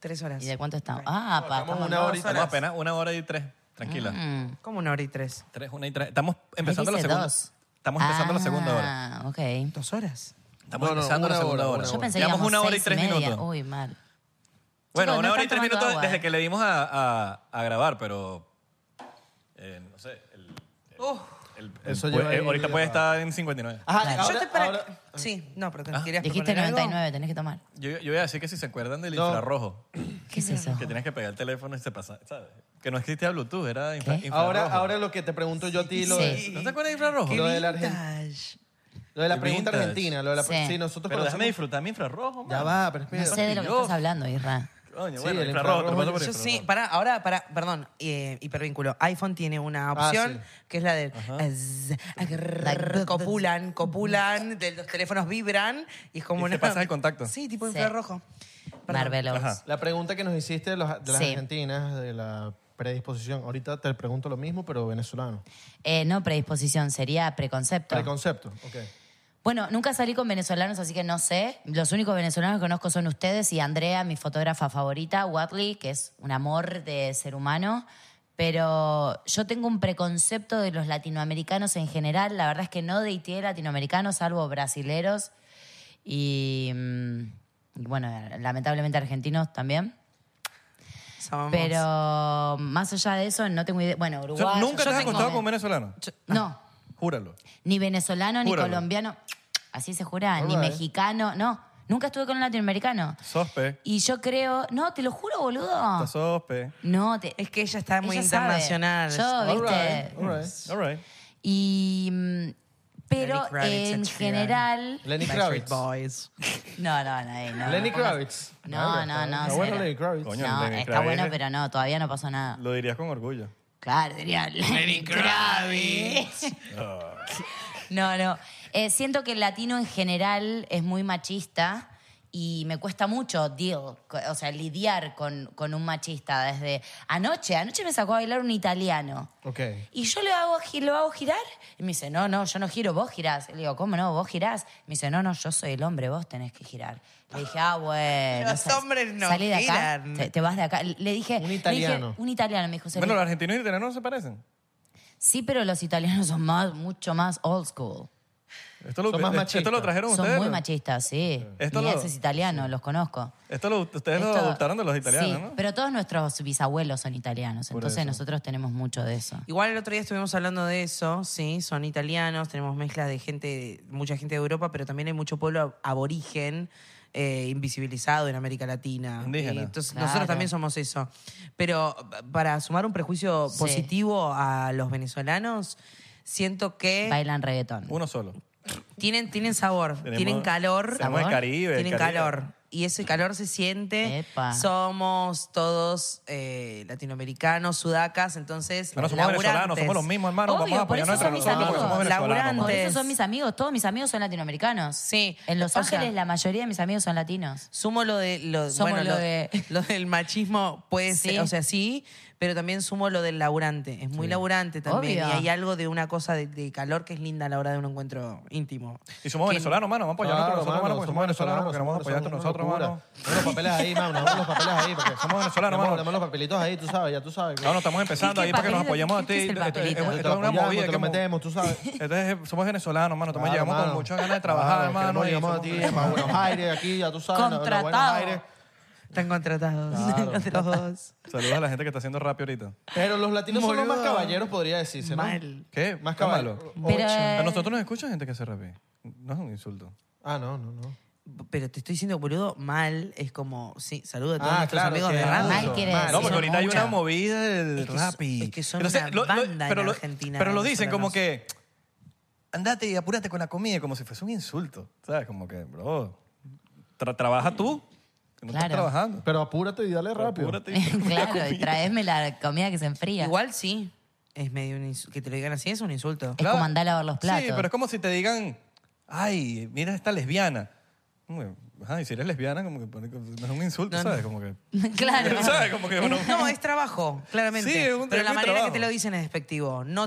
Speaker 3: Tres horas.
Speaker 6: ¿Y de cuánto estamos? Ah, pa,
Speaker 4: estamos
Speaker 6: estamos
Speaker 4: una
Speaker 6: dos
Speaker 4: horita.
Speaker 6: horas.
Speaker 2: Estamos apenas una hora y tres. Tranquila.
Speaker 6: Mm.
Speaker 3: Como una hora y tres.
Speaker 2: Tres, una y tres. Estamos empezando
Speaker 6: Ahí
Speaker 2: la
Speaker 6: dice
Speaker 2: segunda.
Speaker 6: dos.
Speaker 2: Estamos empezando la segunda hora.
Speaker 6: Ah, ok.
Speaker 3: Dos horas.
Speaker 2: Estamos
Speaker 4: No, no,
Speaker 2: empezando la
Speaker 4: una
Speaker 2: segunda
Speaker 4: hora,
Speaker 2: hora.
Speaker 6: Yo pensé que
Speaker 2: Llevamos
Speaker 6: íbamos
Speaker 2: una hora y
Speaker 6: seis
Speaker 2: tres
Speaker 6: media.
Speaker 2: minutos.
Speaker 6: Uy, mal.
Speaker 2: Bueno,
Speaker 6: Chicos,
Speaker 2: una
Speaker 6: no
Speaker 2: hora y
Speaker 6: están
Speaker 2: tres
Speaker 6: tomando
Speaker 2: minutos
Speaker 6: agua,
Speaker 2: desde
Speaker 6: eh.
Speaker 2: que le dimos a, a- a grabar, pero. eh, no sé. el- el- el-
Speaker 4: Eso
Speaker 2: pu-
Speaker 4: lleva
Speaker 2: eh,
Speaker 4: ahí
Speaker 2: ahorita puede
Speaker 4: grabado.
Speaker 2: estar en 59.
Speaker 4: Ajá,
Speaker 6: Claro.
Speaker 3: Yo
Speaker 4: ahora,
Speaker 3: te para-
Speaker 4: ahora-
Speaker 3: Sí, no,
Speaker 2: Ah.
Speaker 3: pero te querías
Speaker 6: Dijiste
Speaker 3: proponer algo.
Speaker 6: 99, tenés que tomar.
Speaker 2: Yo, yo voy a decir que si se acuerdan del
Speaker 4: No.
Speaker 2: infrarrojo,
Speaker 6: ¿Qué es eso?
Speaker 2: que tienes que pegar el teléfono y se pasa, ¿sabes? Que no existía Bluetooth, era infra-
Speaker 6: ¿Qué?
Speaker 2: infrarrojo.
Speaker 4: ahora, ahora lo que te pregunto yo a ti, lo, de,
Speaker 6: Sí.
Speaker 2: ¿No te acuerdas de infrarrojo?
Speaker 3: Qué
Speaker 4: Lo de la
Speaker 3: vintage.
Speaker 4: lo de la
Speaker 2: Qué
Speaker 4: pregunta
Speaker 2: vintage.
Speaker 4: argentina. Lo de la,
Speaker 6: Sí.
Speaker 4: sí. nosotros
Speaker 2: Pero déjame
Speaker 4: conocemos-
Speaker 2: disfrutar mi infrarrojo,
Speaker 4: Ya
Speaker 2: man.
Speaker 4: va, pero espera.
Speaker 6: No sé de lo que estás hablando, Isra.
Speaker 2: Coño,
Speaker 4: Sí,
Speaker 2: bueno,
Speaker 4: el
Speaker 2: infrarrojo, te lo
Speaker 4: infrarrojo,
Speaker 2: paso por
Speaker 3: Yo
Speaker 2: infrarrojo.
Speaker 3: sí, para, ahora, para, perdón, eh, hipervínculo. iPhone tiene una
Speaker 4: Ah,
Speaker 3: opción que es la del zzz,
Speaker 6: Like-
Speaker 3: copulan, copulan, de los teléfonos vibran y es como
Speaker 2: Y te
Speaker 3: una.
Speaker 2: pasas el contacto.
Speaker 3: Sí, tipo
Speaker 6: Sí.
Speaker 3: infrarrojo.
Speaker 6: Marvelous.
Speaker 2: Ajá.
Speaker 4: La pregunta que nos hiciste de, los- de las
Speaker 6: Sí.
Speaker 4: argentinas, de la predisposición. Ahorita te pregunto lo mismo, pero venezolano.
Speaker 6: Eh, no predisposición, sería preconcepto.
Speaker 4: Preconcepto. Ok.
Speaker 6: Bueno, nunca salí con venezolanos, así que no sé. Los únicos venezolanos que conozco son ustedes y Andrea, mi fotógrafa favorita, Watley, que es un amor de ser humano. Pero yo tengo un preconcepto de los latinoamericanos en general. La verdad es que no deité latinoamericanos, salvo brasileros y, mm, y bueno, lamentablemente argentinos también.
Speaker 3: Somos-
Speaker 6: Pero más allá de eso, no tengo idea. Bueno,
Speaker 2: O
Speaker 6: Uruguay.
Speaker 2: sea, ¿Nunca te has acostado con un venezolano?
Speaker 6: No,
Speaker 2: Júralo.
Speaker 6: ni venezolano, ni
Speaker 2: Júralo.
Speaker 6: colombiano, así se jura, ni
Speaker 4: Alright.
Speaker 6: mexicano, no. Nunca estuve con un latinoamericano.
Speaker 2: Sospe.
Speaker 6: Y yo creo, no, te lo juro, boludo.
Speaker 2: Está sospe.
Speaker 6: No, te,
Speaker 3: Es que ella está muy
Speaker 6: ella sabe.
Speaker 3: internacional.
Speaker 6: Yo, viste.
Speaker 4: Alright, alright.
Speaker 2: All right.
Speaker 6: Y. mm, Pero
Speaker 3: Lenny Kravitz,
Speaker 6: en
Speaker 3: Ed Sheeran.
Speaker 6: general.
Speaker 4: Lenny
Speaker 3: Backstreet
Speaker 4: Kravitz.
Speaker 3: Boys.
Speaker 6: No, no, no, no.
Speaker 4: Lenny
Speaker 6: no pongas-
Speaker 4: Kravitz.
Speaker 6: No, no, no.
Speaker 4: Está bueno
Speaker 6: cero.
Speaker 4: Lenny Kravitz.
Speaker 2: Coño,
Speaker 6: No,
Speaker 2: Lenny
Speaker 6: está
Speaker 2: Kravitz.
Speaker 6: bueno, pero no, todavía no pasó nada.
Speaker 2: Lo dirías con orgullo.
Speaker 4: Ah.
Speaker 6: Claro, diría Lenny Kravitz. no, no. Eh, siento que el latino en general es muy machista y me cuesta mucho deal, co- o sea, lidiar con, con un machista desde anoche. Anoche me sacó a bailar un italiano.
Speaker 4: Ok.
Speaker 6: Y yo le hago, gi- lo hago girar. Y me dice, no, no, yo no giro, vos girás. Le digo, ¿cómo no? Vos girás. Me dice, no, no, yo soy el hombre, vos tenés que girar. Le dije, ah, bueno.
Speaker 3: Los hombres no
Speaker 6: Salí de acá,
Speaker 3: giran.
Speaker 6: te, te vas de acá. Le dije... Un
Speaker 2: italiano.
Speaker 6: un italiano, me dijo. "Salí".
Speaker 2: Bueno, los argentinos y los italianos no se parecen.
Speaker 6: Sí, pero los italianos son más, mucho más old school.
Speaker 2: Esto lo, eh, esto lo trajeron
Speaker 6: Son
Speaker 2: ustedes.
Speaker 6: muy
Speaker 2: ¿no?
Speaker 6: machistas, sí.
Speaker 2: Esto
Speaker 6: Mi
Speaker 2: lo-
Speaker 6: ex es italiano, los conozco.
Speaker 2: Esto lo, ustedes lo
Speaker 6: Esto-
Speaker 2: adoptaron de los italianos,
Speaker 6: sí,
Speaker 2: ¿no?
Speaker 6: pero todos nuestros bisabuelos son italianos,
Speaker 2: Por
Speaker 6: entonces
Speaker 2: eso.
Speaker 6: nosotros tenemos mucho de eso.
Speaker 3: Igual el otro día estuvimos hablando de eso, sí, son italianos, tenemos mezclas de gente, mucha gente de Europa, pero también hay mucho pueblo ab- aborigen eh, invisibilizado en América Latina.
Speaker 2: Indígena.
Speaker 3: Y entonces
Speaker 2: Claro.
Speaker 3: nosotros también somos eso. Pero p- para sumar un prejuicio
Speaker 6: Sí.
Speaker 3: positivo a los venezolanos, siento que
Speaker 6: Bailan reggaetón.
Speaker 2: Uno solo.
Speaker 3: tienen, tienen sabor,
Speaker 2: Tenemos-
Speaker 3: tienen calor.
Speaker 2: tenemos el
Speaker 3: Sabor.
Speaker 2: Caribe, el
Speaker 3: Tienen
Speaker 2: Caribe.
Speaker 3: calor. Y ese calor se siente.
Speaker 6: Epa.
Speaker 3: Somos todos eh, latinoamericanos, sudacas, entonces.
Speaker 2: Pero no somos
Speaker 3: laburantes.
Speaker 2: venezolanos, somos los mismos, hermano, vamos a
Speaker 6: Obvio, por eso
Speaker 2: apoyarnos
Speaker 6: son
Speaker 2: entre
Speaker 6: mis
Speaker 2: nosotros, porque
Speaker 6: amigos.
Speaker 2: somos venezolanos,
Speaker 6: Por
Speaker 3: Laburantes.
Speaker 6: eso son mis amigos. Todos mis amigos son latinoamericanos.
Speaker 3: Sí.
Speaker 6: En Los
Speaker 3: O
Speaker 6: Ángeles
Speaker 3: sea,
Speaker 6: la mayoría de mis amigos son latinos.
Speaker 3: Sumo lo de lo,
Speaker 6: Somos
Speaker 3: bueno,
Speaker 6: lo
Speaker 3: lo,
Speaker 6: de-
Speaker 3: lo del machismo puede
Speaker 6: Sí.
Speaker 3: ser, o sea, sí, pero también sumo lo del laburante, es muy laburante también
Speaker 6: Obvio.
Speaker 3: y hay algo de una cosa de, de calor que es linda a la hora de un encuentro íntimo.
Speaker 2: Y somos
Speaker 3: Que-
Speaker 2: venezolanos, mano. Vamos a apoyarnos entre
Speaker 4: Claro,
Speaker 2: nosotros, mano,
Speaker 4: mano, somos
Speaker 2: porque somos venezolanos,
Speaker 4: venezolanos,
Speaker 2: porque nos vamos a apoyar
Speaker 4: somos
Speaker 2: entre nosotros,
Speaker 4: una
Speaker 2: mano.
Speaker 4: Dame los papeles ahí, mano. Dame los papeles ahí. Porque
Speaker 2: Somos venezolanos,
Speaker 4: Dame-
Speaker 2: mano.
Speaker 4: Dame los papelitos ahí, tú sabes, ya tú sabes.
Speaker 2: No, no, estamos empezando
Speaker 6: ¿Y qué
Speaker 2: ahí para que nos
Speaker 6: papelito?
Speaker 2: apoyemos a ti.
Speaker 6: ¿Qué es el
Speaker 2: Esto- esto-
Speaker 6: papelito?
Speaker 2: esto-
Speaker 4: Te
Speaker 2: esto
Speaker 4: lo
Speaker 2: es una
Speaker 4: apoyamos,
Speaker 2: movida
Speaker 4: te
Speaker 2: que
Speaker 4: lo
Speaker 2: hemos-
Speaker 4: metemos, tú sabes.
Speaker 2: Entonces, eh, somos venezolanos, mano. Estamos
Speaker 4: Claro,
Speaker 2: llegamos
Speaker 4: mano.
Speaker 2: con muchas ganas de trabajar,
Speaker 4: Claro,
Speaker 2: hermano.
Speaker 4: queremos
Speaker 2: y
Speaker 4: llegamos a
Speaker 2: somos-
Speaker 4: ti, para Buenos Aires, aquí, ya tú sabes. los- los Buenos
Speaker 6: Contratado.
Speaker 4: Aires.
Speaker 3: Están contratados,
Speaker 4: Claro.
Speaker 3: los dos.
Speaker 2: Saludos a la gente que está haciendo rap ahorita.
Speaker 4: Pero los latinos son los más
Speaker 3: Boludo.
Speaker 4: caballeros, podría decirse, ¿no?
Speaker 3: Mal.
Speaker 2: ¿Qué? Más
Speaker 4: Está
Speaker 2: caballo.
Speaker 4: mal.
Speaker 6: Pero,
Speaker 4: Ocho.
Speaker 6: eh,
Speaker 2: A nosotros nos escucha gente que hace rap. No es un insulto.
Speaker 4: Ah, no, no, no.
Speaker 3: Pero te estoy diciendo, boludo, mal es como, sí, saluda a todos
Speaker 4: Ah,
Speaker 3: nuestros
Speaker 4: claro,
Speaker 3: amigos
Speaker 4: que
Speaker 3: de radio.
Speaker 6: mal quiere decir.
Speaker 2: No, porque ahorita hay
Speaker 6: mucha.
Speaker 2: una movida del
Speaker 3: Es que-
Speaker 2: rap y-
Speaker 3: es que son
Speaker 2: Entonces,
Speaker 3: una
Speaker 2: lo- lo-
Speaker 3: banda en
Speaker 2: pero lo-
Speaker 3: Argentina,
Speaker 2: Pero lo dicen como
Speaker 3: venezolanos.
Speaker 2: que andate y apúrate con la comida, como si fuese un insulto. ¿Sabes? Como que, Eh, bro, tra- trabaja tú. que No
Speaker 6: Claro.
Speaker 2: estás trabajando.
Speaker 4: Pero apúrate y dale rápido.
Speaker 2: Apúrate y-
Speaker 6: claro, y traedme la comida que se enfría.
Speaker 3: Igual sí, es medio un insu- que te lo digan así es un insulto.
Speaker 6: Es como andar a lavar los platos.
Speaker 2: Sí, pero es como si te digan, ay, mira esta lesbiana. Bueno, Ajá, y si eres lesbiana, como que pone- no es un insulto,
Speaker 3: No, no.
Speaker 2: ¿sabes? Como que.
Speaker 6: claro.
Speaker 2: ¿Sabes? Como que, bueno,
Speaker 3: No, es trabajo, claramente.
Speaker 2: Sí, es un-
Speaker 3: Pero
Speaker 2: es
Speaker 3: la
Speaker 2: mi
Speaker 3: manera
Speaker 2: trabajo.
Speaker 3: que te lo dicen es despectivo, no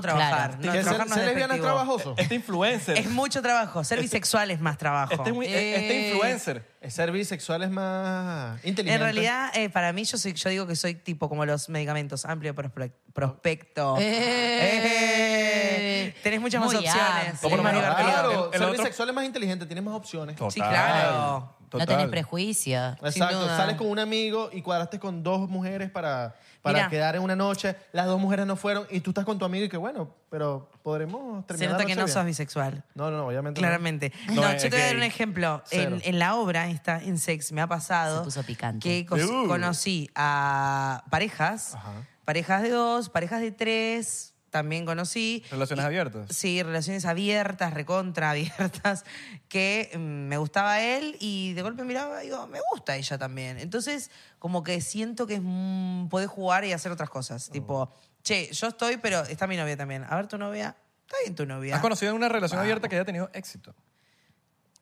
Speaker 6: Claro.
Speaker 3: trabajar. No,
Speaker 4: Que ser,
Speaker 3: trabajar no
Speaker 4: ser
Speaker 3: es
Speaker 4: lesbiana es
Speaker 3: despectivo.
Speaker 4: trabajoso.
Speaker 2: Este influencer.
Speaker 3: Es mucho trabajo. Ser bisexual es más trabajo.
Speaker 2: Este, mu-
Speaker 3: Eh,
Speaker 2: este influencer.
Speaker 4: Es ser bisexual es más inteligente.
Speaker 3: En realidad, eh, para mí, yo, soy, yo digo que soy tipo como los medicamentos, amplio prospe- prospecto.
Speaker 6: Eh.
Speaker 3: Eh, tenés muchas más
Speaker 6: Muy
Speaker 3: opciones.
Speaker 6: amplio.
Speaker 3: Es más
Speaker 2: Claro.
Speaker 3: divertido.
Speaker 4: Claro,
Speaker 2: El- el
Speaker 4: ser
Speaker 2: otro-
Speaker 4: bisexual es más inteligente, tienes más opciones.
Speaker 3: Sí, claro.
Speaker 6: No tenés prejuicios.
Speaker 3: Sin
Speaker 4: Exacto,
Speaker 3: duda.
Speaker 4: sales con un amigo y cuadraste con dos mujeres para, para
Speaker 3: Mira.
Speaker 4: quedar en una noche, las dos mujeres no fueron y tú estás con tu amigo y que bueno, pero podremos
Speaker 3: Se
Speaker 4: terminar
Speaker 3: nota
Speaker 4: la
Speaker 3: que
Speaker 4: noche
Speaker 3: no
Speaker 4: bien.
Speaker 3: sos bisexual.
Speaker 4: No, no, no, obviamente. no.
Speaker 3: Claramente.
Speaker 2: No,
Speaker 3: No,
Speaker 2: es
Speaker 3: yo te voy a dar
Speaker 2: gay.
Speaker 3: un ejemplo.
Speaker 4: Cero.
Speaker 3: En, en la obra esta, en Sex, me ha pasado
Speaker 6: Se puso picante.
Speaker 3: que cos-
Speaker 2: Uh.
Speaker 3: conocí a parejas,
Speaker 4: Ajá.
Speaker 3: parejas de dos, parejas de tres, también conocí.
Speaker 2: Relaciones abiertas.
Speaker 3: Sí, relaciones abiertas, recontra abiertas, que mm, me gustaba él y de golpe miraba y digo, me gusta ella también. Entonces, como que siento que es, mm, podés jugar y hacer otras
Speaker 2: Oh.
Speaker 3: cosas. Tipo, che, yo estoy, pero está mi novia también. A ver tu novia. Está bien tu novia.
Speaker 2: ¿Has conocido una relación abierta que haya tenido éxito?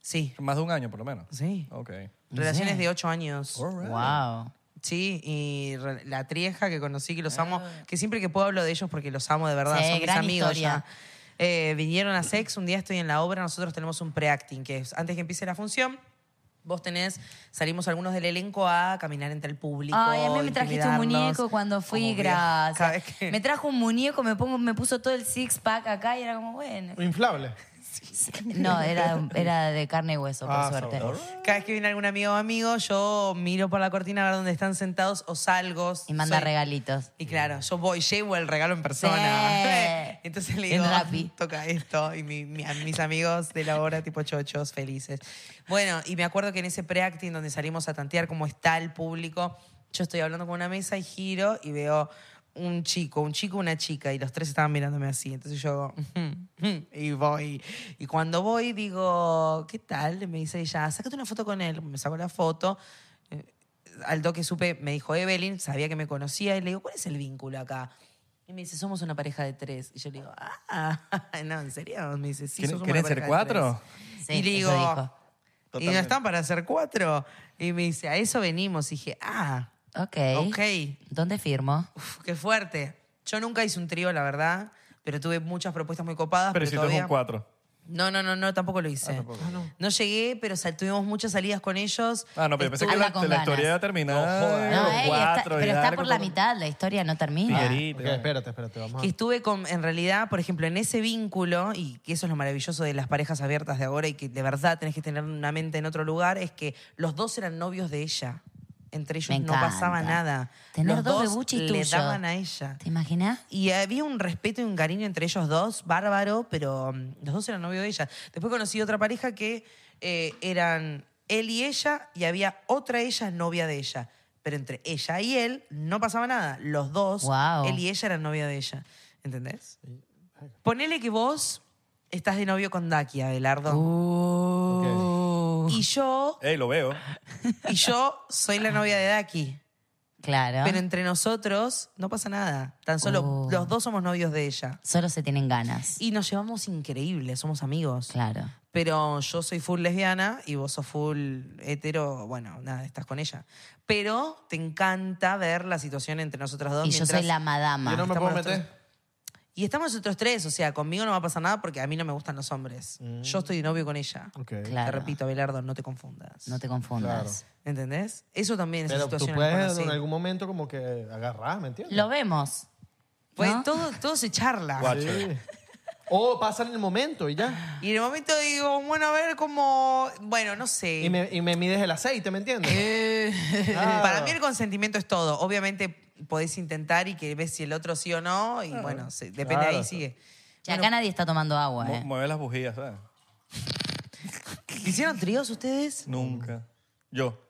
Speaker 3: Sí.
Speaker 2: Más de un año, por lo menos.
Speaker 3: Sí.
Speaker 2: Ok.
Speaker 3: Relaciones de ocho años.
Speaker 6: Wow.
Speaker 3: Sí, y re- la trieja que conocí, que los amo,
Speaker 2: Ah.
Speaker 3: que siempre que puedo hablo de ellos porque los amo de verdad,
Speaker 6: Sí,
Speaker 3: son mis
Speaker 6: gran
Speaker 3: amigos
Speaker 6: historia.
Speaker 3: ya. Eh, vinieron a Sex, un día estoy en la obra, nosotros tenemos un pre-acting, que es antes que empiece la función, vos tenés, salimos algunos del elenco a caminar entre el público.
Speaker 6: Ay, a mí me trajiste un
Speaker 3: intimidarnos,
Speaker 6: muñeco cuando fui,
Speaker 3: como bien. Cada
Speaker 6: gracias.
Speaker 3: vez que-
Speaker 6: Me trajo un muñeco, me pongo, me puso todo el six pack acá y era como, bueno.
Speaker 4: Inflable.
Speaker 6: No, era, era de carne y hueso, por
Speaker 4: Ah,
Speaker 6: suerte.
Speaker 4: sabroso.
Speaker 3: Cada vez que viene algún amigo o amigo, yo miro por la cortina a ver dónde están sentados o salgo.
Speaker 6: Y manda
Speaker 3: soy-
Speaker 6: regalitos.
Speaker 3: Y claro, yo voy, llevo el regalo en persona.
Speaker 6: Sí.
Speaker 3: Entonces le
Speaker 6: En
Speaker 3: digo, "Ah,
Speaker 6: Rappi.
Speaker 3: toca esto. Y mi- mi- a mis amigos de la hora, tipo chochos, felices. Bueno, y me acuerdo que en ese pre-acting donde salimos a tantear cómo está el público, yo estoy hablando con una mesa y giro y veo un chico, un chico, una chica, y los tres estaban mirándome así. Entonces yo hago, "Ujú, ujú", y voy. Y cuando voy, digo, ¿qué tal? Y me dice ella, sácate una foto con él. Me saco la foto Eh, al toque supe, me dijo Evelyn, sabía que me conocía, y le digo, ¿cuál es el vínculo acá? Y me dice, somos una pareja de tres. Y yo le digo, ah, no, ¿en serio? Me dice, sí,
Speaker 2: ¿Quieren-
Speaker 3: somos una
Speaker 2: quieren ser
Speaker 3: pareja de
Speaker 2: cuatro?
Speaker 3: tres".
Speaker 6: Sí,
Speaker 3: y le
Speaker 6: eso
Speaker 3: digo,
Speaker 6: dijo.
Speaker 3: y no
Speaker 6: Totalmente.
Speaker 3: están para ser cuatro. Y me dice, a eso venimos. Y dije, ah,
Speaker 6: Ok.
Speaker 3: ok,
Speaker 6: ¿Dónde firmo?
Speaker 3: Uf, qué fuerte. Yo nunca hice un trío, la verdad, pero tuve muchas propuestas muy copadas.
Speaker 2: Pero
Speaker 3: Pero,
Speaker 2: si
Speaker 3: todavía...
Speaker 2: un cuatro. Ah,
Speaker 3: No, no, no, no, tampoco lo hice.
Speaker 6: Ah,
Speaker 3: no. llegué, pero sal- tuvimos muchas salidas con ellos.
Speaker 2: Ah, no, pero yo pensé que la, la historia había terminado.
Speaker 6: No,
Speaker 2: los
Speaker 6: ey, está-
Speaker 2: cuatro, y
Speaker 6: pero está
Speaker 2: dale,
Speaker 6: por la
Speaker 2: como-
Speaker 6: mitad, la historia no termina.
Speaker 2: Tiguerito.
Speaker 4: Ok, espérate, espérate, vamos
Speaker 3: que
Speaker 4: a...
Speaker 3: estuve con, en realidad, por ejemplo, en ese vínculo, y que eso es lo maravilloso de las parejas abiertas de ahora y que de verdad tenés que tener una mente en otro lugar, es que los dos eran novios de ella. Entre ellos
Speaker 6: Me
Speaker 3: no pasaba
Speaker 6: encanta.
Speaker 3: nada.
Speaker 6: Tener
Speaker 3: los
Speaker 6: dos
Speaker 3: dos
Speaker 6: bebuchis
Speaker 3: le
Speaker 6: tuyos.
Speaker 3: daban a ella.
Speaker 6: ¿Te imaginas?
Speaker 3: Y había un respeto y un cariño entre ellos dos, bárbaro, pero mm, los dos eran novios de ella. Después conocí otra pareja que eh, eran él y ella, y había otra ella novia de ella. Pero entre ella y él no pasaba nada. Los dos,
Speaker 6: Guau.
Speaker 3: él y ella eran novia de ella. ¿Entendés? Ponele que vos estás de novio con Daki, Abelardo.
Speaker 6: Uh.
Speaker 3: Y yo,
Speaker 2: Ey, lo veo.
Speaker 3: y yo soy la novia de Daki.
Speaker 6: Claro.
Speaker 3: Pero entre nosotros no pasa nada. Tan solo
Speaker 6: Oh.
Speaker 3: los dos somos novios de ella.
Speaker 6: Solo se tienen ganas.
Speaker 3: Y nos llevamos increíble, somos amigos.
Speaker 6: Claro.
Speaker 3: Pero yo soy full lesbiana y vos sos full hetero, bueno, nada, estás con ella. Pero te encanta ver la situación entre nosotras dos.
Speaker 6: Y yo
Speaker 3: mientras-
Speaker 6: soy la madama.
Speaker 4: Yo no me
Speaker 3: Estamos
Speaker 4: puedo
Speaker 3: los tres.
Speaker 4: meter.
Speaker 3: Y estamos nosotros tres, o sea, conmigo no va a pasar nada porque a mí no me gustan los hombres. Yo estoy de novio con ella.
Speaker 4: Mm. Ok.
Speaker 6: Claro.
Speaker 3: Te repito, Abelardo, no te confundas.
Speaker 6: No te confundas.
Speaker 3: ¿Entendés? Eso también es una
Speaker 4: Pero tú
Speaker 3: situación
Speaker 4: puedes en algún momento como que agarrar, ¿me entiendes?
Speaker 6: Lo vemos.
Speaker 3: Pues
Speaker 6: ¿no?
Speaker 3: todo, todo se charla.
Speaker 4: Sí. O pasan el momento y ya.
Speaker 3: Y en el momento digo, bueno, a ver cómo. Bueno, no sé.
Speaker 4: Y me, y me mides el aceite, ¿me entiendes?
Speaker 3: Eh,
Speaker 4: Ah.
Speaker 3: Para mí el consentimiento es todo. Obviamente podés intentar y que ves si el otro sí o no. Y bueno, se- depende de
Speaker 4: Claro.
Speaker 3: ahí sigue.
Speaker 6: Y acá nadie está tomando agua,
Speaker 2: Mu-
Speaker 6: ¿eh?
Speaker 2: Mueve las bujías, ¿sabes?
Speaker 3: ¿Hicieron tríos ustedes?
Speaker 2: Nunca. Yo.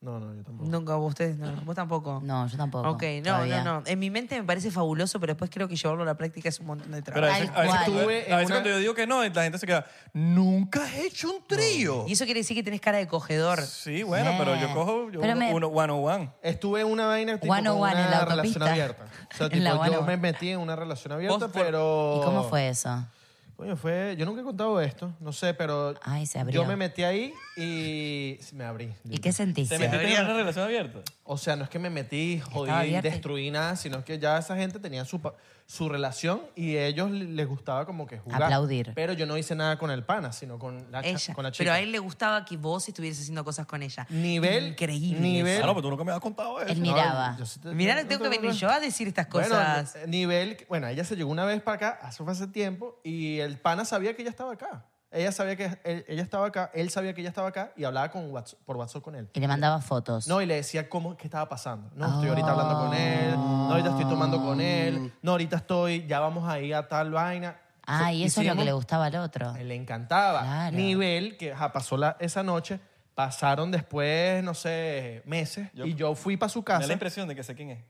Speaker 4: No, no, yo tampoco.
Speaker 3: Nunca, vos ustedes no. Vos tampoco.
Speaker 6: No, yo tampoco.
Speaker 3: Ok, no,
Speaker 6: todavía.
Speaker 3: no, no. En mi mente me parece fabuloso, pero después creo que llevarlo a la práctica es un montón de
Speaker 2: Pero
Speaker 3: trabajo.
Speaker 2: a veces,
Speaker 6: Tal
Speaker 2: a veces,
Speaker 6: cual.
Speaker 2: tú- a
Speaker 4: Estuve en
Speaker 2: veces
Speaker 4: una-
Speaker 2: cuando yo digo que no, la gente se queda, ¿nunca has hecho un trío?
Speaker 3: Y eso quiere decir que tenés cara de cogedor.
Speaker 2: Sí, bueno, pero yo cojo yo
Speaker 6: Pero
Speaker 2: uno,
Speaker 6: me-
Speaker 2: uno, one on one.
Speaker 4: Estuve en una vaina tipo
Speaker 6: One on
Speaker 4: con
Speaker 6: one
Speaker 4: una
Speaker 6: en la
Speaker 4: relación
Speaker 6: autopista.
Speaker 4: abierta. O sea,
Speaker 6: En
Speaker 4: tipo,
Speaker 6: la one
Speaker 4: yo
Speaker 6: on
Speaker 4: me
Speaker 6: one.
Speaker 4: metí en una relación abierta,
Speaker 2: Vos por-
Speaker 4: pero...
Speaker 6: ¿Y cómo fue eso?
Speaker 4: Coño, fue... Yo nunca he contado esto, no sé, pero...
Speaker 6: Ay, se abrió.
Speaker 4: Yo me metí ahí y me abrí.
Speaker 6: ¿Y qué sentiste?
Speaker 2: ¿Te metiste en una relación abierta?
Speaker 4: O sea, no es que me metí,
Speaker 6: Estaba
Speaker 4: jodí,
Speaker 6: abierta.
Speaker 4: destruí nada, sino que ya esa gente tenía su, pa- su relación y a ellos les gustaba como que jugar.
Speaker 6: Aplaudir.
Speaker 4: Pero yo no hice nada con el pana, sino con la, cha-
Speaker 3: Ella.
Speaker 4: con la
Speaker 3: Pero
Speaker 4: chica.
Speaker 3: a él le gustaba que vos estuvieras haciendo cosas con ella.
Speaker 4: Nivel,
Speaker 3: Increíble.
Speaker 4: nivel.
Speaker 2: Ah, no, pero tú nunca me has contado eso.
Speaker 6: Él miraba.
Speaker 4: yo sí te-
Speaker 3: Mirá,
Speaker 4: no
Speaker 3: tengo que venir
Speaker 4: acuerdas.
Speaker 3: yo a decir estas
Speaker 4: Bueno,
Speaker 3: cosas.
Speaker 4: eh, nivel, que- bueno, ella se llegó una vez para acá, hace fue hace tiempo, y el pana sabía que ella estaba acá. Ella sabía que él- ella estaba acá, él sabía que ella estaba acá y hablaba con Whats- por WhatsApp con él.
Speaker 6: Y le mandaba fotos.
Speaker 4: No, y le decía cómo, qué estaba pasando. No, estoy ahorita hablando con él, no, ahorita estoy tomando con él, no, ahorita estoy, ya vamos a ir a tal vaina.
Speaker 6: Ah,
Speaker 4: Se-
Speaker 6: y eso es lo que
Speaker 4: hicimos-
Speaker 6: le gustaba al otro.
Speaker 4: Le encantaba.
Speaker 6: Claro.
Speaker 4: Nivel que ajá, pasó la, esa noche, pasaron después, no sé, meses,
Speaker 2: Yo-
Speaker 4: y yo fui para su
Speaker 2: Me da la
Speaker 4: casa.
Speaker 2: impresión de que sé quién es.